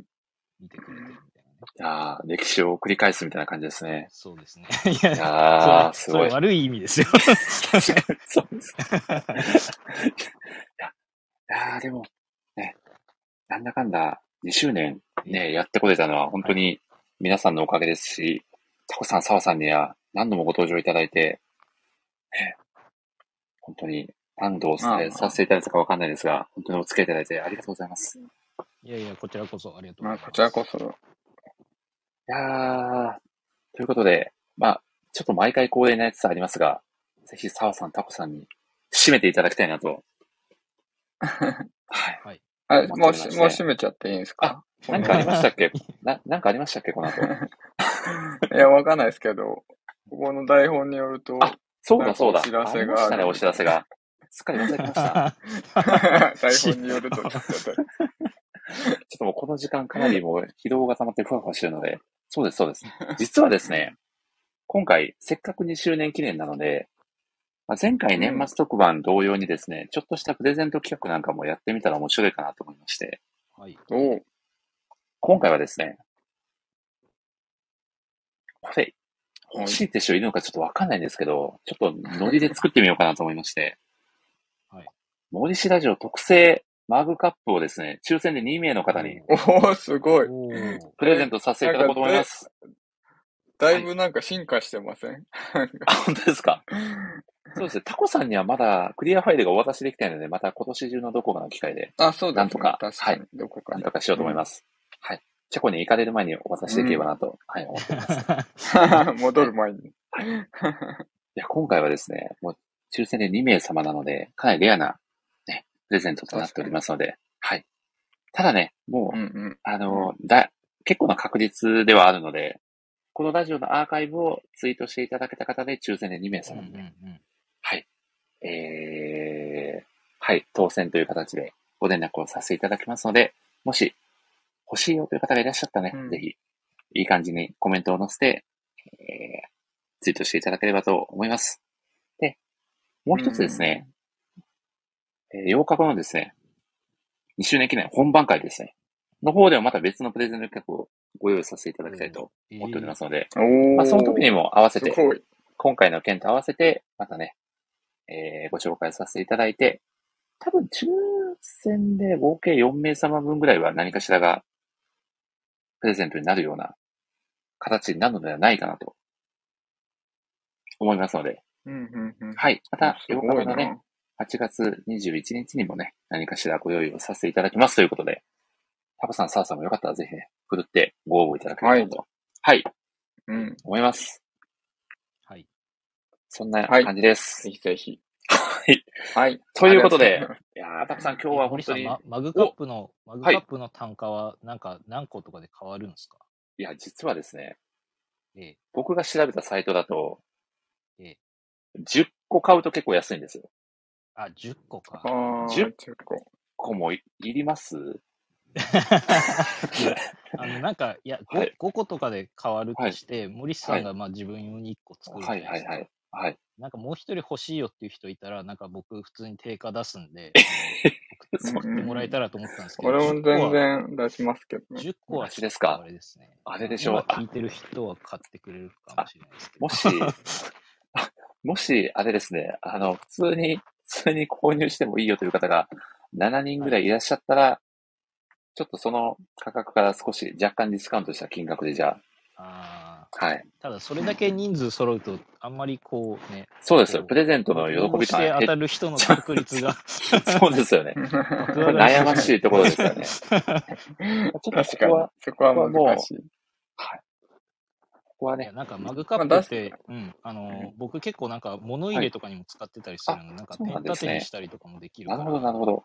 [SPEAKER 6] みたいな。
[SPEAKER 1] いやー歴史を繰り返すみたいな感じですね。
[SPEAKER 6] そうですね。
[SPEAKER 1] いやー、す
[SPEAKER 6] そ
[SPEAKER 1] ご
[SPEAKER 6] れ
[SPEAKER 1] い。
[SPEAKER 6] 悪い意味
[SPEAKER 2] *laughs*
[SPEAKER 6] ですよ。
[SPEAKER 1] そうです。いやー、でも、ね、なんだかんだ2周年ね、やってこれたのは本当に皆さんのおかげですし、タコさん、サワさんには何度もご登場いただいて、ね、本当に何度お伝えさせていただいたかわかんないですが、本当にお付き合いいただいてありがとうございます。い
[SPEAKER 6] いやいや、こちらこそありがとうござ
[SPEAKER 2] まあ、
[SPEAKER 6] います。
[SPEAKER 2] こちらこそ。
[SPEAKER 1] やー、ということで、まあ、ちょっと毎回恒例になりつつありますが、ぜひサワさん、タコさんに締めていただきたいなと。はい。
[SPEAKER 6] はい。
[SPEAKER 2] あ、
[SPEAKER 1] 待って
[SPEAKER 2] もう
[SPEAKER 1] おり
[SPEAKER 2] し
[SPEAKER 1] ま、すね
[SPEAKER 2] もう閉めちゃっていいんですか
[SPEAKER 1] 何かありましたっけな、何かありましたっけこの後。
[SPEAKER 2] *laughs* いや、わかんないですけど、ここの台本によると、
[SPEAKER 1] そうだそうだ。
[SPEAKER 2] お知らせ
[SPEAKER 1] り
[SPEAKER 2] がある
[SPEAKER 1] ましたね、お知らせが。すっかり忘れてました。*laughs*
[SPEAKER 2] *laughs* 台本によると、ちょっと、
[SPEAKER 1] ちょっともうこの時間かなりもう疲労が溜まってふわふわしてるので。そうです、そうです。実はですね、今回、せっかく2周年記念なので、まあ、前回年末特番同様にですね、ちょっとしたプレゼント企画なんかもやってみたら面白いかなと思いまして、
[SPEAKER 6] はい。
[SPEAKER 1] 今回はですね、これ、欲しいって人いるのかちょっとわかんないんですけど、ちょっとノリで作ってみようかなと思いまして、
[SPEAKER 6] はい。
[SPEAKER 1] 森氏ラジオ特製マグカップをですね、抽選で2名の方に
[SPEAKER 2] おお、すごい。
[SPEAKER 1] プレゼントさせていただこうと思います。
[SPEAKER 2] だいぶなんか進化してません
[SPEAKER 1] 本当ですかそうですね、タコさんにはまだクリアファイルがお渡しできてないので、また今年中のどこかの機会で、
[SPEAKER 2] あ、そうですね。
[SPEAKER 1] なんとか、
[SPEAKER 2] 確
[SPEAKER 1] は
[SPEAKER 2] か
[SPEAKER 1] い
[SPEAKER 2] に。、どこか
[SPEAKER 1] なん
[SPEAKER 2] に
[SPEAKER 1] と。かしようと思います。はい。チェコに行かれる前にお渡しできればなと、はい、 *laughs* 思っています。
[SPEAKER 2] *laughs* 戻る前に。
[SPEAKER 1] いや、今回はですね、もう抽選で2名様なので、かなりレアな、ね、プレゼントとなっておりますので、はい。ただね、もう、
[SPEAKER 2] うんうん。
[SPEAKER 1] あの、だ、結構な確率ではあるので、このラジオのアーカイブをツイートしていただけた方で、抽選で2名様に、はい。えー、はい、当選という形でご連絡をさせていただきますので、もし欲しいよという方がいらっしゃったらね、
[SPEAKER 2] うん
[SPEAKER 1] ぜひ、いい感じにコメントを載せて、えー、ツイートしていただければと思います。で、もう一つですね、えー8日後のですね、2周年記念本番会ですね、の方でもまた別のプレゼント企画をご用意させていただきたいと思っておりますので、
[SPEAKER 2] おお。
[SPEAKER 1] まあ、その時にも合わせ
[SPEAKER 2] す
[SPEAKER 1] て、
[SPEAKER 2] ごい。
[SPEAKER 1] 今回の件と合わせて、またね、えーご紹介させていただいて、多分抽選で合計4名様分ぐらいは何かしらがプレゼントになるような形になるのではないかなと思いますので、
[SPEAKER 2] うんうんうん。
[SPEAKER 1] はい。また
[SPEAKER 2] す
[SPEAKER 1] 8日
[SPEAKER 2] ご
[SPEAKER 1] 後
[SPEAKER 2] いな
[SPEAKER 1] のね、8月21日にもね、何かしらご用意をさせていただきますということで、タコさん、サーさんもよかったらぜひね、振るってご応募いただければなと、はい、
[SPEAKER 2] うん。
[SPEAKER 1] 思います。
[SPEAKER 6] はい。
[SPEAKER 1] そんな
[SPEAKER 2] はい
[SPEAKER 1] 感じです
[SPEAKER 2] ぜ。ひぜひ。
[SPEAKER 1] はい。
[SPEAKER 2] はい。
[SPEAKER 1] ということ
[SPEAKER 2] あり
[SPEAKER 1] で
[SPEAKER 2] が、
[SPEAKER 1] いやー、たくさん今日は本当に、
[SPEAKER 6] え森さんママグカップの、マグカ
[SPEAKER 1] はい
[SPEAKER 6] ップの単価は、なんか、何個とかで変わるんですか
[SPEAKER 1] いや、実はですね、
[SPEAKER 6] え
[SPEAKER 1] 僕が調べたサイトだと、
[SPEAKER 6] ええ
[SPEAKER 1] 10個買うと結構安いんですよ。
[SPEAKER 6] あ、10個か。
[SPEAKER 2] ああ、
[SPEAKER 1] 10
[SPEAKER 2] 10個。
[SPEAKER 1] こもいいります
[SPEAKER 6] いや、あの、なんか、いや、5,
[SPEAKER 1] *laughs* はい
[SPEAKER 6] 5個とかで変わるとして、森さ
[SPEAKER 1] はい
[SPEAKER 6] んがまあ自分用に1個作るじゃ
[SPEAKER 1] は
[SPEAKER 6] ない
[SPEAKER 1] い
[SPEAKER 6] ですか。
[SPEAKER 1] はいはい。はい。
[SPEAKER 6] なんかもう一人欲しいよっていう人いたら、なんか僕普通に定価出すん
[SPEAKER 1] *laughs*
[SPEAKER 6] で、
[SPEAKER 1] そ
[SPEAKER 6] 送ってもらえたらと思ったんですけど、
[SPEAKER 2] 俺も
[SPEAKER 6] 10個
[SPEAKER 2] 全
[SPEAKER 6] は、
[SPEAKER 2] 然出しますけどね。
[SPEAKER 6] 10個は
[SPEAKER 1] マジ
[SPEAKER 6] ちょ
[SPEAKER 1] で
[SPEAKER 6] っ
[SPEAKER 1] すか
[SPEAKER 6] とあれですね。
[SPEAKER 1] あれでしょう
[SPEAKER 6] 今
[SPEAKER 1] あ
[SPEAKER 6] 聞いてる人は買ってくれるかもしれないですけど。
[SPEAKER 1] もし、あもし、あれですね、あの、普通に、普通に購入してもいいよという方が7人ぐらいいらっしゃったら、ちょっとその価格から少し若干ディスカウントした金額でじゃ
[SPEAKER 6] あ
[SPEAKER 1] あ、はい。
[SPEAKER 6] ーただそれだけ人数揃うと、あんまりこう
[SPEAKER 1] *laughs*
[SPEAKER 6] ね、
[SPEAKER 1] そうですよ。
[SPEAKER 6] こう
[SPEAKER 1] プレゼントの喜
[SPEAKER 6] 応募
[SPEAKER 1] び
[SPEAKER 6] し
[SPEAKER 1] 感
[SPEAKER 6] て
[SPEAKER 1] 減っ
[SPEAKER 6] 当たる人の確率が
[SPEAKER 1] *laughs* そうですよね。
[SPEAKER 6] 爆
[SPEAKER 1] こ
[SPEAKER 6] 上
[SPEAKER 1] れ
[SPEAKER 6] がり
[SPEAKER 1] 悩まし
[SPEAKER 6] し
[SPEAKER 1] いところです *laughs* よね。ちょっとこ
[SPEAKER 2] 確
[SPEAKER 1] こ
[SPEAKER 2] かに
[SPEAKER 1] は、。
[SPEAKER 2] そこ
[SPEAKER 1] こ
[SPEAKER 2] は
[SPEAKER 1] こはもう
[SPEAKER 2] 難しい。
[SPEAKER 1] はい。ここはい
[SPEAKER 6] や
[SPEAKER 1] ね、
[SPEAKER 6] なんかマグカッ
[SPEAKER 2] ま
[SPEAKER 6] プ
[SPEAKER 2] あ
[SPEAKER 6] って、うん、あの、僕結構なんか物入れとかにも使ってたりするの、なんか
[SPEAKER 1] そう
[SPEAKER 6] ペ
[SPEAKER 1] なん
[SPEAKER 6] ン
[SPEAKER 1] で
[SPEAKER 6] 立
[SPEAKER 1] す
[SPEAKER 6] てに
[SPEAKER 1] ね
[SPEAKER 6] し。たりとかもできる
[SPEAKER 1] な
[SPEAKER 6] から、
[SPEAKER 1] るほど、なるほど。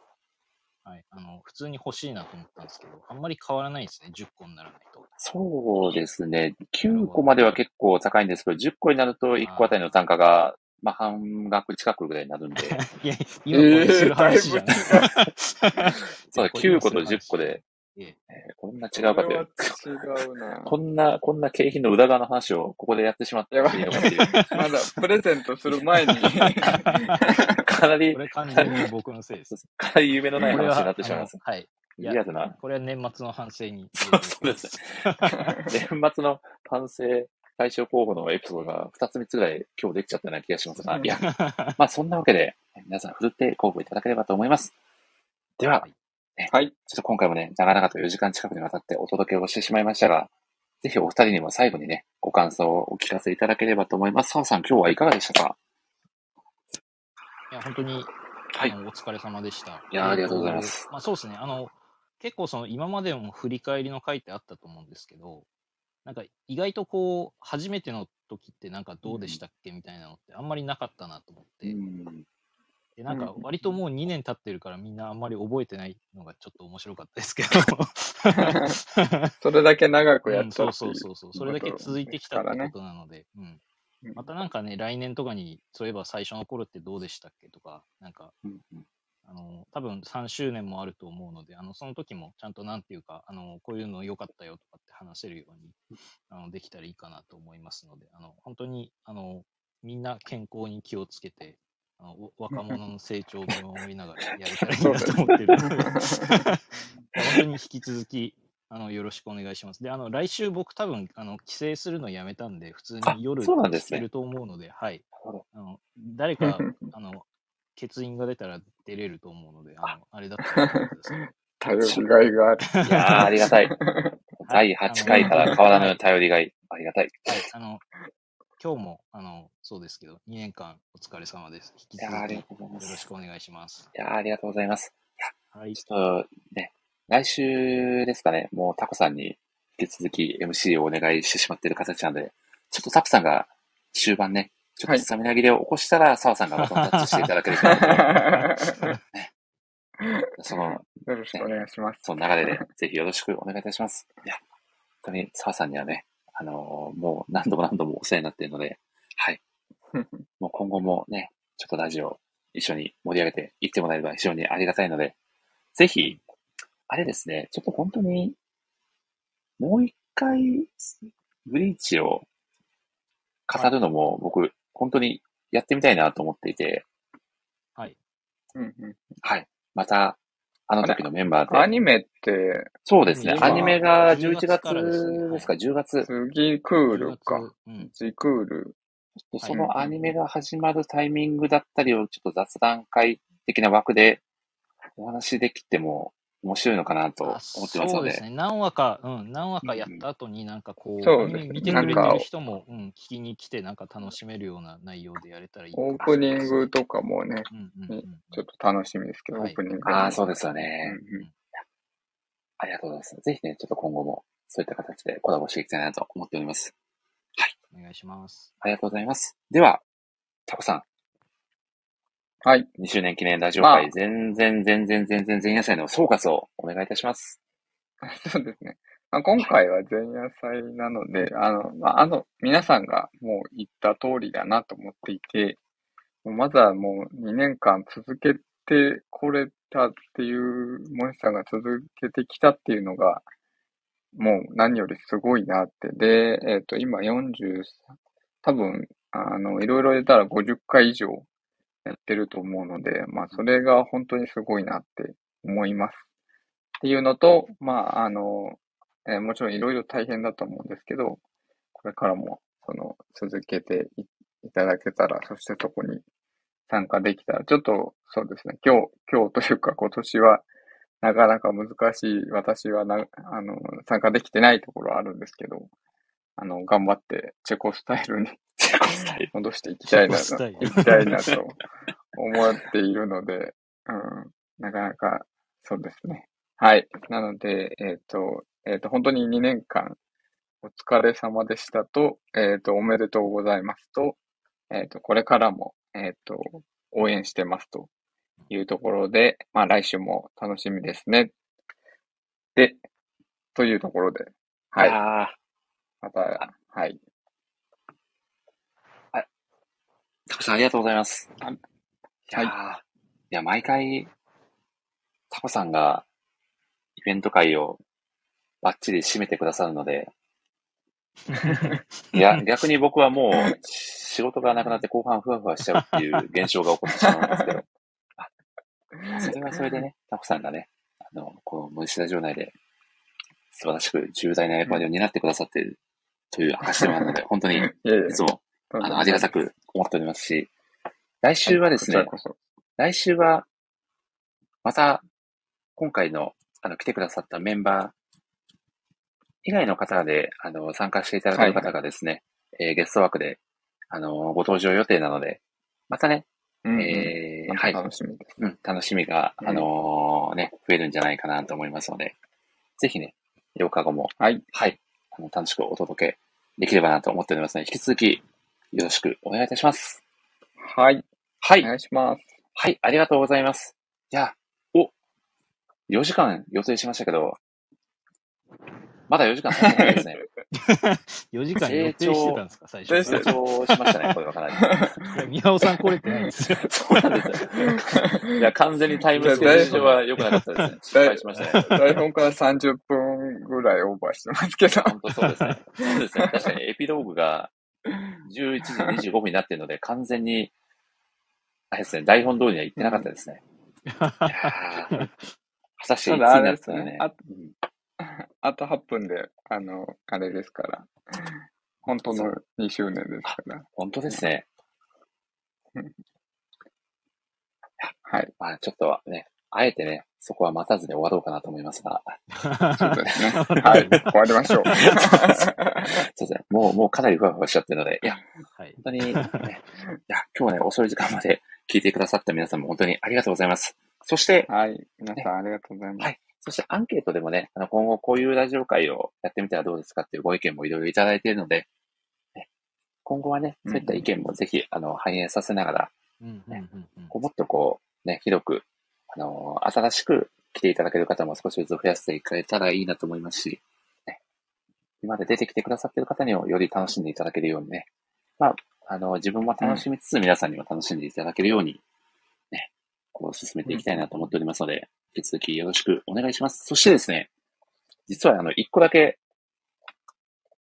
[SPEAKER 6] はい、あの、普通に欲しいなと思ったんですけど、あんまり変わらないですね、10個にならないと。
[SPEAKER 1] そうですね。
[SPEAKER 6] なる
[SPEAKER 1] 9
[SPEAKER 6] ほ
[SPEAKER 1] 個
[SPEAKER 6] ど
[SPEAKER 1] までは結構高いんですけど、10個になると1個あたりの単価が、まあ、半額近くぐらいになるんで、
[SPEAKER 6] *laughs* いや、今これする話じゃない。
[SPEAKER 2] えーだい
[SPEAKER 1] そ
[SPEAKER 6] *laughs* い
[SPEAKER 1] う
[SPEAKER 6] や
[SPEAKER 1] だ、
[SPEAKER 6] これ今
[SPEAKER 1] 9個
[SPEAKER 6] す
[SPEAKER 1] と
[SPEAKER 6] る
[SPEAKER 1] 10
[SPEAKER 6] 話
[SPEAKER 1] 個
[SPEAKER 6] じゃない
[SPEAKER 1] で、
[SPEAKER 6] ええ
[SPEAKER 1] えーこんな違
[SPEAKER 2] そう
[SPEAKER 1] かとい
[SPEAKER 2] れは
[SPEAKER 1] う。
[SPEAKER 2] 違うな。
[SPEAKER 1] こんな、こんな景品の裏側の話をここでやってしまって
[SPEAKER 2] *laughs* やば
[SPEAKER 1] いい
[SPEAKER 2] い
[SPEAKER 1] のかっていう。。
[SPEAKER 2] まだプレゼントする前に。
[SPEAKER 1] かなり
[SPEAKER 6] こ、れ完全に僕のせいです。
[SPEAKER 1] *laughs* かなり夢のない
[SPEAKER 6] これ
[SPEAKER 1] 話に
[SPEAKER 6] は、
[SPEAKER 1] なってし
[SPEAKER 6] あ
[SPEAKER 1] まいま
[SPEAKER 6] の
[SPEAKER 1] す。、
[SPEAKER 6] はい。いや
[SPEAKER 1] リアルな。
[SPEAKER 6] これは年末の反省に入
[SPEAKER 1] そ
[SPEAKER 6] れ
[SPEAKER 1] う
[SPEAKER 6] て
[SPEAKER 1] そ
[SPEAKER 6] お
[SPEAKER 1] う
[SPEAKER 6] き
[SPEAKER 1] で
[SPEAKER 6] ます
[SPEAKER 1] ね
[SPEAKER 2] *laughs*
[SPEAKER 6] す。
[SPEAKER 1] 年末の反省対象候補のエピソードが2つ3つぐらい今日できちゃったような気がしますが、いや、まあそんなわけで、皆さん振るってご応募いただければと思います。では、
[SPEAKER 2] はい。
[SPEAKER 1] ちょっと今回もね、長々と4時間近くにわたってお届けをしてしまいましたが、ぜひお二人にも最後にね、ご感想をお聞かせいただければと思います。澤さん、今日はいかがでしたか
[SPEAKER 6] いや、本当に、
[SPEAKER 1] は
[SPEAKER 6] あ
[SPEAKER 1] い
[SPEAKER 6] の、お疲れ様でした。
[SPEAKER 1] いやー
[SPEAKER 6] えー
[SPEAKER 1] ありがとうございます。
[SPEAKER 6] まあ、そうですね。あの、結構その、今までも振り返りの回ってあったと思うんですけど、なんか、意外とこう、初めての時ってなんかどうでしたっけみたいなのってあんまりなかったなと思っ
[SPEAKER 1] う
[SPEAKER 6] て、
[SPEAKER 1] ん。
[SPEAKER 6] で、なんか、割ともう2年経ってるからみんなあんまり覚えてないのがちょっと面白かったですけど、
[SPEAKER 2] *laughs* それだけ長くや
[SPEAKER 6] う
[SPEAKER 2] っ
[SPEAKER 6] ん、
[SPEAKER 2] た
[SPEAKER 6] そ
[SPEAKER 2] っ
[SPEAKER 6] う
[SPEAKER 2] て
[SPEAKER 6] そ
[SPEAKER 2] いうう
[SPEAKER 6] そうそう、それ
[SPEAKER 2] こ
[SPEAKER 6] だ
[SPEAKER 2] と
[SPEAKER 6] け続い
[SPEAKER 2] で
[SPEAKER 6] てき
[SPEAKER 2] す
[SPEAKER 6] た
[SPEAKER 2] か
[SPEAKER 6] っ
[SPEAKER 2] ら
[SPEAKER 6] てこと
[SPEAKER 2] ね。
[SPEAKER 6] なので、うん。
[SPEAKER 2] うん
[SPEAKER 6] またなんかね、来年とかに、そういえば最初の頃ってどうでしたっけとか、なんか、
[SPEAKER 1] うんうん
[SPEAKER 6] ああの、多分3周年もあると思うので、あの、その時もちゃんとなんていうか、あの、こういうの良かったよとかって話せるように、あの、できたらいいかなと思いますので、あの、本当に、あの、みんな健康に気をつけて、あのお若者の成長を見守りながらやれたらいいなと思ってる
[SPEAKER 1] *laughs*
[SPEAKER 6] ので、
[SPEAKER 11] そうですね
[SPEAKER 6] 本当に引き続き、あの、よろしくお願いします。で、あの、来週僕多分、あの、帰省するのやめたんで、普通に夜
[SPEAKER 1] そうなんですね
[SPEAKER 6] 聞けると思うので、はい。あの、誰
[SPEAKER 1] *laughs*
[SPEAKER 6] か、あの、欠員が出たら出れると思うので、あの、あれだったらご覧くださ
[SPEAKER 2] *laughs*
[SPEAKER 6] い。
[SPEAKER 2] 頼りがいがある。
[SPEAKER 1] いやー、ありが
[SPEAKER 6] *laughs*
[SPEAKER 1] たい。第8回から変わらぬ頼りがい。ありがたい。
[SPEAKER 6] はい、あの、今日も、あの、そうですけど、2年間お疲れ様です。引き
[SPEAKER 1] いやーあ
[SPEAKER 6] 続き、
[SPEAKER 1] り
[SPEAKER 6] よ
[SPEAKER 1] がとうございます
[SPEAKER 6] ろしくお願いします。
[SPEAKER 1] いやーありがとうございます。
[SPEAKER 6] はい。
[SPEAKER 1] ちょっとね、来週ですかね、もうタコさんに引き続き MC をお願いしてしまっている形なんで、ちょっとタコさんが終盤ね、ちょっとスタミナ切れを起こしたら、澤さんがバトンタッチしていただけると。
[SPEAKER 2] *laughs*
[SPEAKER 1] ねその、
[SPEAKER 2] よろしくお願いします。
[SPEAKER 1] その流れで、ぜひよろしくお願いいたします。いや、本当に澤さんにはね、あのーもう何度も何度もお世話になっているので、
[SPEAKER 2] *laughs*
[SPEAKER 1] はい。もう今後もね、ちょっとラジオ一緒に盛り上げていってもらえれば非常にありがたいので、ぜひ、 *laughs* あれですね、ちょっと本当に、もう一回、ブリーチを語るのも僕、本当にやってみたいなと思っていて、
[SPEAKER 6] はい。
[SPEAKER 2] うんうん
[SPEAKER 1] はい。また、あの時のメンバーで。
[SPEAKER 2] アニメって、
[SPEAKER 1] そうですね。
[SPEAKER 2] 今
[SPEAKER 1] アニメが
[SPEAKER 6] 10
[SPEAKER 1] 11月
[SPEAKER 6] からですね
[SPEAKER 1] ですか、10月。
[SPEAKER 2] 次クールか。
[SPEAKER 6] うん。
[SPEAKER 2] 次クール。
[SPEAKER 1] そのアニメが始まるタイミングだったりをちょっと雑談会的な枠でお話できても面白いのかなと思ってます
[SPEAKER 6] そ
[SPEAKER 1] の
[SPEAKER 6] うで。
[SPEAKER 1] です
[SPEAKER 6] ね。何話か、うん、何話かやった後になんかこう、
[SPEAKER 2] そう
[SPEAKER 6] ア
[SPEAKER 2] で
[SPEAKER 6] ニ
[SPEAKER 2] すね
[SPEAKER 6] メ見てくれて
[SPEAKER 2] なん
[SPEAKER 6] る
[SPEAKER 2] か
[SPEAKER 6] 人も、うん、聞きに来て、なんか楽しめるような内容でやれたらいいか
[SPEAKER 2] オー
[SPEAKER 6] も
[SPEAKER 2] プ
[SPEAKER 6] しれ
[SPEAKER 2] ニ
[SPEAKER 6] ないで
[SPEAKER 2] ン
[SPEAKER 6] すね。
[SPEAKER 2] グとかもね、
[SPEAKER 6] うんうん
[SPEAKER 2] ちょっと楽しみですけど、
[SPEAKER 6] はい
[SPEAKER 2] オープニングも。
[SPEAKER 1] ああ、そうですよね。
[SPEAKER 2] うんうん
[SPEAKER 1] ありがとうございます。ぜひね、ちょっと今後もそういった形でコラボしていきたいなと思っております。
[SPEAKER 6] お願いします。
[SPEAKER 1] ありがとうございます。では、タコさん。
[SPEAKER 2] はい。
[SPEAKER 1] 2周年記念ラジオ
[SPEAKER 2] ま
[SPEAKER 1] 会、
[SPEAKER 2] あ
[SPEAKER 1] 全然全然全然前夜祭の総括をお願いいたします。
[SPEAKER 2] *laughs* そうですね。まあ、今回は前夜祭なので、あの、まあ、あの、皆さんがもう言った通りだなと思っていて、もうまずはもう2年間続けてこれたっていう、森さんが続けてきたっていうのが、もう何よりすごいなって。で、えっ、と、今43、多分、あの、いろいろ出たら50回以上やってると思うので、まあ、それが本当にすごいなって思います。っていうのと、まあ、あの、えーもちろんいろいろ大変だと思うんですけど、これからも、その、続けていいただけたら、そしてそこに参加できたら、ちょっと、そうですね、今日、今日というか今年は、なかなか難しい、私はな、あの、参加できてないところはあるんですけど、あの、頑張って、チェコスタイルに戻していきたいな、
[SPEAKER 6] チェコスタイル
[SPEAKER 2] いきたいなと思っているので、うん、なかなか、そうですね。はい。なので、えっ、と、えっ、と、本当に2年間、お疲れ様でしたと、えっ、と、おめでとうございますと、えっ、と、これからも、えっ、と、応援してますというところで、まあ、来週も楽しみですね。で、というところで、はい。また、はい。
[SPEAKER 1] タコさんありがとうございます。
[SPEAKER 2] はい
[SPEAKER 1] やー、い、や、毎回、タコさんがイベント会をバッチリ締めてくださるの
[SPEAKER 2] *laughs*
[SPEAKER 1] で、いや、逆に僕はもう仕事がなくなって後半ふわふわしちゃうっていう現象が起こってしまうんですけ
[SPEAKER 2] *laughs*
[SPEAKER 1] ど、あそれはそれでね、タコさんがね、あの、この森下城内で素晴らしく重大な役割を担ってくださっているという証でもあるので、本当にい
[SPEAKER 2] やいや
[SPEAKER 1] つも
[SPEAKER 2] とんでも
[SPEAKER 1] あの
[SPEAKER 2] な
[SPEAKER 1] あ
[SPEAKER 2] い
[SPEAKER 1] り
[SPEAKER 2] です
[SPEAKER 1] がたく思っておりますし、来週はですね、
[SPEAKER 2] はいこちらこ
[SPEAKER 1] 来週は、また、今回の、あの、来てくださったメンバー以外の方で、あの、参加していただける方がですね、えーゲスト枠で、あの、ご登場予定なので、またね、
[SPEAKER 2] うんうん
[SPEAKER 1] えー
[SPEAKER 2] また
[SPEAKER 1] はい。
[SPEAKER 2] 楽しみです。
[SPEAKER 1] うん、楽しみが、あのーね、増えるんじゃないかなと思いますので、ぜひね、8日後も、
[SPEAKER 2] はい。
[SPEAKER 1] はい。あの、楽しくお届けできればなと思っておりますので、引き続き、よろしくお願いいたします。
[SPEAKER 2] はい。
[SPEAKER 1] はい。お
[SPEAKER 2] 願いします。
[SPEAKER 1] はい、ありがとうございます。いや、お、4時間予定しましたけど、まだ4時間経ってないですね。
[SPEAKER 6] *laughs* 4時間予定してたんですか、最初。
[SPEAKER 1] 成長しましたね、これはかなり。
[SPEAKER 6] いや宮尾さん来れてないんですよ。
[SPEAKER 1] そうなんです *laughs* よ。いや、完全にタイムスケジュール上は良くなかったですね。失敗しましたね。
[SPEAKER 2] 台本から30分ぐらいオーバーしてますけど。
[SPEAKER 1] 本当そうですね。そうですね。確かにエピローグが11時25分になってるので、完全に、あれですね、台本通りには行ってなかったですね。いやー果たしていつに
[SPEAKER 2] ただあ
[SPEAKER 1] な
[SPEAKER 2] れ
[SPEAKER 1] る
[SPEAKER 2] で
[SPEAKER 1] か
[SPEAKER 2] すね
[SPEAKER 1] ね。
[SPEAKER 2] あと、あと8分で、あの、あれですから。本当の2周年ですから。
[SPEAKER 1] 本当ですね。
[SPEAKER 2] はい。
[SPEAKER 1] まあ、ちょっとはね、あえてね、そこは待たずに終わろうかなと思いますが。
[SPEAKER 2] そうですね。
[SPEAKER 1] *laughs*
[SPEAKER 2] はい。終わりましょう。
[SPEAKER 1] そうですね。もう、もうかなりふわふわしちゃってるので、いや、
[SPEAKER 6] はい
[SPEAKER 1] 本当に、ね、いや、今日はね、遅い時間まで聞いてくださった皆さんも本当にありがとうございます。そして、
[SPEAKER 2] はい。皆さんありがとうございます。
[SPEAKER 1] はい。そしてアンケートでもね、あの今後こういうラジオ会をやってみたらどうですかっていうご意見もいろいろいただいているので、ね今後はね、そういった意見もぜひ、あの、反映させながら、
[SPEAKER 6] うんうんうんうん
[SPEAKER 1] こうもっとこう、ね、広く、あのー新しく来ていただける方も少しずつ増やしていけたらいいなと思いますし、ね今まで出てきてくださっている方にもより楽しんでいただけるようにね、まあ、あのー自分も楽しみつつ皆さんにも楽しんでいただけるように、ね、こう進めていきたいなと思っておりますので、引き続きよろしくお願いします。そしてですね、実はあの、一個だけ、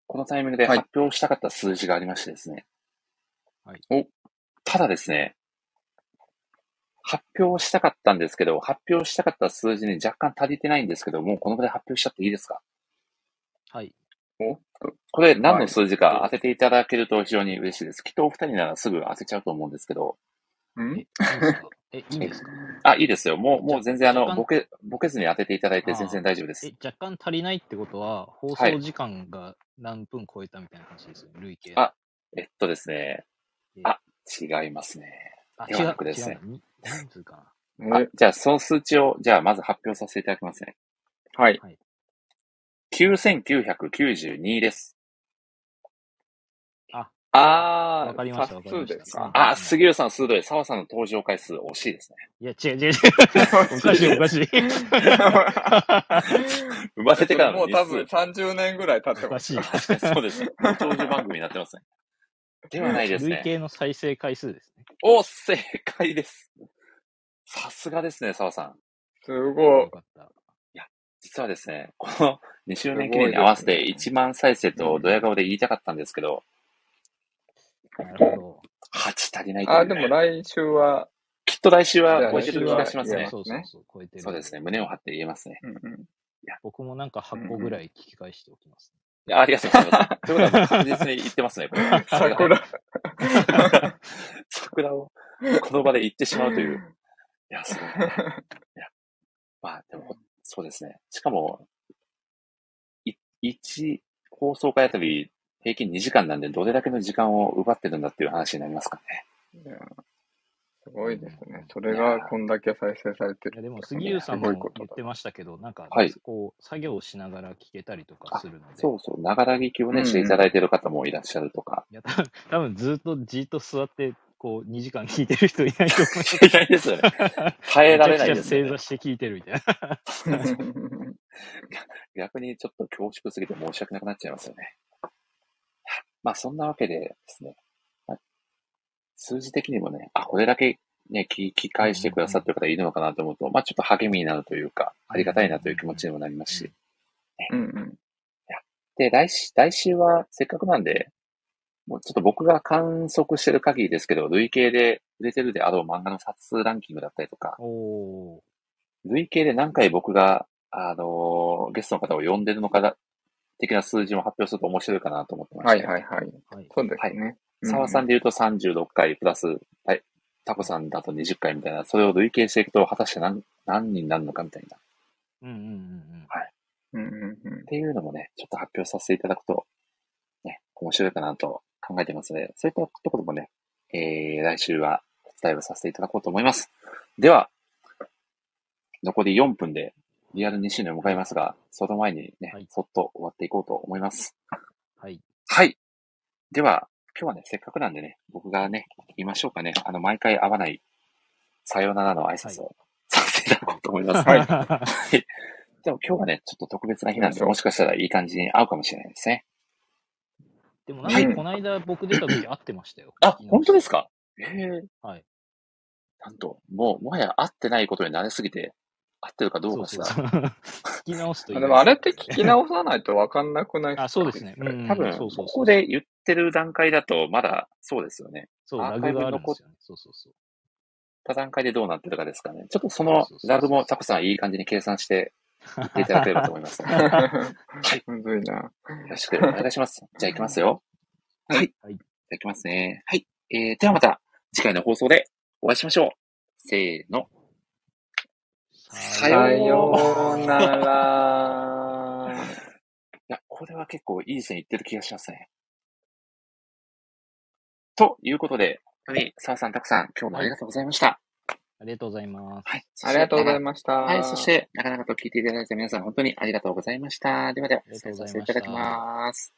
[SPEAKER 1] このタイミングで発表したかった数字がありましてですね、
[SPEAKER 6] はい
[SPEAKER 2] お
[SPEAKER 1] ただですね、発表したかったんですけど、発表したかった数字に若干足りてないんですけど、もうこのぐらい発表しちゃっていいですか
[SPEAKER 6] はい。
[SPEAKER 2] おっと
[SPEAKER 1] これ何の数字か当てていただけると非常に嬉しいです。きっとお二人ならすぐ当てちゃうと思うんですけど。
[SPEAKER 2] ん
[SPEAKER 6] え、いいですかえ、いいですか
[SPEAKER 1] あ、いいですよ。もう、もう全然あ
[SPEAKER 6] 若
[SPEAKER 1] の、
[SPEAKER 6] 干
[SPEAKER 1] ボケ、ボケずに当てていただいて
[SPEAKER 6] あー
[SPEAKER 1] 全然大丈夫です
[SPEAKER 6] え。、若干足りないってことは、放
[SPEAKER 1] は
[SPEAKER 6] 送
[SPEAKER 1] い
[SPEAKER 6] 時間が何分超えたみたいな話ですよね、累計。
[SPEAKER 1] あえっとですね。
[SPEAKER 6] え
[SPEAKER 1] あ、違いますね。
[SPEAKER 6] あ、
[SPEAKER 1] で
[SPEAKER 6] 違
[SPEAKER 1] はな
[SPEAKER 6] う、
[SPEAKER 1] くです
[SPEAKER 6] 違
[SPEAKER 1] ね
[SPEAKER 6] うな。に人数か
[SPEAKER 1] あ
[SPEAKER 2] え、
[SPEAKER 1] じゃあその数値を、じゃあまず発表させていただきますね。
[SPEAKER 2] はい。
[SPEAKER 1] 9992です。
[SPEAKER 6] な。あ、
[SPEAKER 2] あ
[SPEAKER 6] わかりました、わかりました。
[SPEAKER 2] ですか
[SPEAKER 1] あ、杉浦さん鋭い。澤さんの登場回数惜しいですね。
[SPEAKER 6] いや、違う *laughs* 違う違う。おかしい、
[SPEAKER 2] *laughs*
[SPEAKER 6] おかしい。 *laughs*
[SPEAKER 1] 生まれてからの
[SPEAKER 2] もう
[SPEAKER 1] 日
[SPEAKER 2] 多
[SPEAKER 1] 数
[SPEAKER 2] 分30年ぐらい経って
[SPEAKER 6] おか
[SPEAKER 2] ます。
[SPEAKER 6] しい。
[SPEAKER 1] 確かに *laughs* そうですね。長寿番組になってます
[SPEAKER 2] *laughs*
[SPEAKER 1] ね。 *laughs* ではないです
[SPEAKER 6] 累
[SPEAKER 1] ね。
[SPEAKER 6] 計の再生回数ですね。
[SPEAKER 1] お、正解です。さすがですね、澤さん。
[SPEAKER 2] すごい
[SPEAKER 6] よ。かった。
[SPEAKER 1] 実はですね、この2周年記念に合わせて1万再生とドヤ顔で言いたかったんですけど、
[SPEAKER 6] なるほど。
[SPEAKER 1] 8足りないとい
[SPEAKER 2] あ、
[SPEAKER 1] う、
[SPEAKER 2] で
[SPEAKER 1] ね。
[SPEAKER 2] も来週は、
[SPEAKER 1] きっと来週
[SPEAKER 2] じゃ
[SPEAKER 1] は
[SPEAKER 2] あ
[SPEAKER 1] 超えてる気がします
[SPEAKER 2] 来週
[SPEAKER 6] そ
[SPEAKER 1] ね。
[SPEAKER 2] は
[SPEAKER 6] うそうそう、超えてる。
[SPEAKER 1] そうですね、胸を張って言えますね。
[SPEAKER 2] うんうん
[SPEAKER 6] 僕もなんか8個ぐらい聞き返しておきます。
[SPEAKER 1] いやありがとうご
[SPEAKER 6] *laughs*
[SPEAKER 1] ざい *laughs* ます。ということは確実に言ってますね、 *laughs* これは。
[SPEAKER 2] 桜。
[SPEAKER 1] 桜をこの場で言ってしまうという。いや、すごいな。いや、まあでも、そうですね。しかも、い一放送回あたり平均2時間なんで、どれだけの時間を奪ってるんだっていう話になりますかね。
[SPEAKER 2] いやすごいですね。それがこんだけ再生されて
[SPEAKER 6] い
[SPEAKER 2] る
[SPEAKER 6] やでも
[SPEAKER 2] ってこと
[SPEAKER 6] 杉浦さん
[SPEAKER 2] すごいこ
[SPEAKER 6] も
[SPEAKER 2] と
[SPEAKER 6] 言っ
[SPEAKER 2] だ
[SPEAKER 6] てましたけど、なんか、
[SPEAKER 1] はい
[SPEAKER 6] こう、作業しながら聞けたりとか
[SPEAKER 1] あ
[SPEAKER 6] するので、
[SPEAKER 1] そうそう、長ら聞きをね、
[SPEAKER 2] うん
[SPEAKER 1] していただいてる方もいらっしゃるとか。
[SPEAKER 6] いや、多分多分ずっとじっと座って、こう、2時間聞いてる人いないと思
[SPEAKER 1] いないですよね。耐えられ
[SPEAKER 6] めち
[SPEAKER 1] な
[SPEAKER 6] ゃ
[SPEAKER 1] い
[SPEAKER 6] くち
[SPEAKER 1] で
[SPEAKER 6] ゃ
[SPEAKER 1] す
[SPEAKER 6] 正
[SPEAKER 1] よね
[SPEAKER 6] 座。して聞いてるみたいな。
[SPEAKER 1] 逆にちょっと恐縮すぎて申し訳なくなっちゃいますよね。まあそんなわけでですね、まあ数字的にもね、あ、これだけね、聞き返してくださってる方いるのかなと思うと、まあちょっと励みになるというか、ありがたいなという気持ちにもなりますし。
[SPEAKER 2] うんうん。
[SPEAKER 1] で、来週、来週はせっかくなんで、もうちょっと僕が観測してる限りですけど、累計で売れてるであろう漫画の冊数ランキングだったりとか、
[SPEAKER 6] おー。
[SPEAKER 1] 累計で何回僕が、あのーゲストの方を呼んでるのかだ、的な数字も発表すると面白いかなと思ってまして。
[SPEAKER 2] はいはいはい。
[SPEAKER 6] はい。
[SPEAKER 2] そうですね。
[SPEAKER 1] 沢さん
[SPEAKER 2] で。
[SPEAKER 1] で言うと36回プラス、はい、タコさんだと20回みたいな、それを累計していくと、果たして何何人になるのかみたいな。っ
[SPEAKER 6] うんうんうんうん。
[SPEAKER 2] うんうんうん。
[SPEAKER 1] ていうのもね、ちょっと発表させていただくと、ね、面白いかなと考えてますので、そういったところもね、えー、来週はお伝えをさせていただこうと思います。では、残り4分で、リアル2周年を迎えますが、その前にね、
[SPEAKER 6] はい
[SPEAKER 1] そっと終わっていこうと思います。
[SPEAKER 6] はい。
[SPEAKER 1] はい。では、今日はね、せっかくなんでね、僕がね、言いましょうかね。あの、毎回会わない、さようならの挨拶をさせていただこうと思います。
[SPEAKER 2] はい
[SPEAKER 1] でも今日はね、ちょっと特別な日なんで、もしかしたらいい感じに合うかもしれないですね。
[SPEAKER 6] でもなんか *laughs* この間僕出た時合ってましたよ。
[SPEAKER 1] あ、本当ですかええ
[SPEAKER 6] はい。
[SPEAKER 1] なんと、もう、もはや会ってないことに慣れすぎて、会ってるかどうかすら。
[SPEAKER 6] 聞き直すと
[SPEAKER 2] あでもあれって聞き直さないと分かんなくないですか
[SPEAKER 6] あ、そうですね。うん
[SPEAKER 1] 多分、
[SPEAKER 6] そうそうそう
[SPEAKER 1] ここで言ってる段階だと、まだそうですよね。
[SPEAKER 6] そう、
[SPEAKER 1] ア
[SPEAKER 6] ラ
[SPEAKER 1] ーカイ
[SPEAKER 6] グ
[SPEAKER 1] ブ
[SPEAKER 6] が
[SPEAKER 1] に
[SPEAKER 6] あるんで
[SPEAKER 1] 残っ
[SPEAKER 6] すよね。そうそうそう。
[SPEAKER 1] た段階でどうなってるかですかね。ちょっとそのラグもタコさんいい感じに計算して言っていただければと思い
[SPEAKER 2] *laughs*
[SPEAKER 1] ますので。
[SPEAKER 6] *laughs*
[SPEAKER 1] はい。
[SPEAKER 2] むずいな。よ
[SPEAKER 1] ろしくお願いし
[SPEAKER 2] *laughs*
[SPEAKER 1] ます。じゃあ行きますよ。はい。
[SPEAKER 6] はい。い
[SPEAKER 1] ただきますね。はい。えー、ではまた次回の放送でお会いしましょう。せーの。さ
[SPEAKER 2] さような
[SPEAKER 1] ら。 *laughs* いや、これは結構いい線いってる気がしますね。ということで、本当に澤さん、たくさん、今日もありがとうございました。
[SPEAKER 6] ありがとうございます。
[SPEAKER 1] はい。
[SPEAKER 2] ありがとうございました
[SPEAKER 1] はい、そして、なかなかと聞いていただいた皆さん、本当にありがとうございました。ではでは、失礼させていただきます。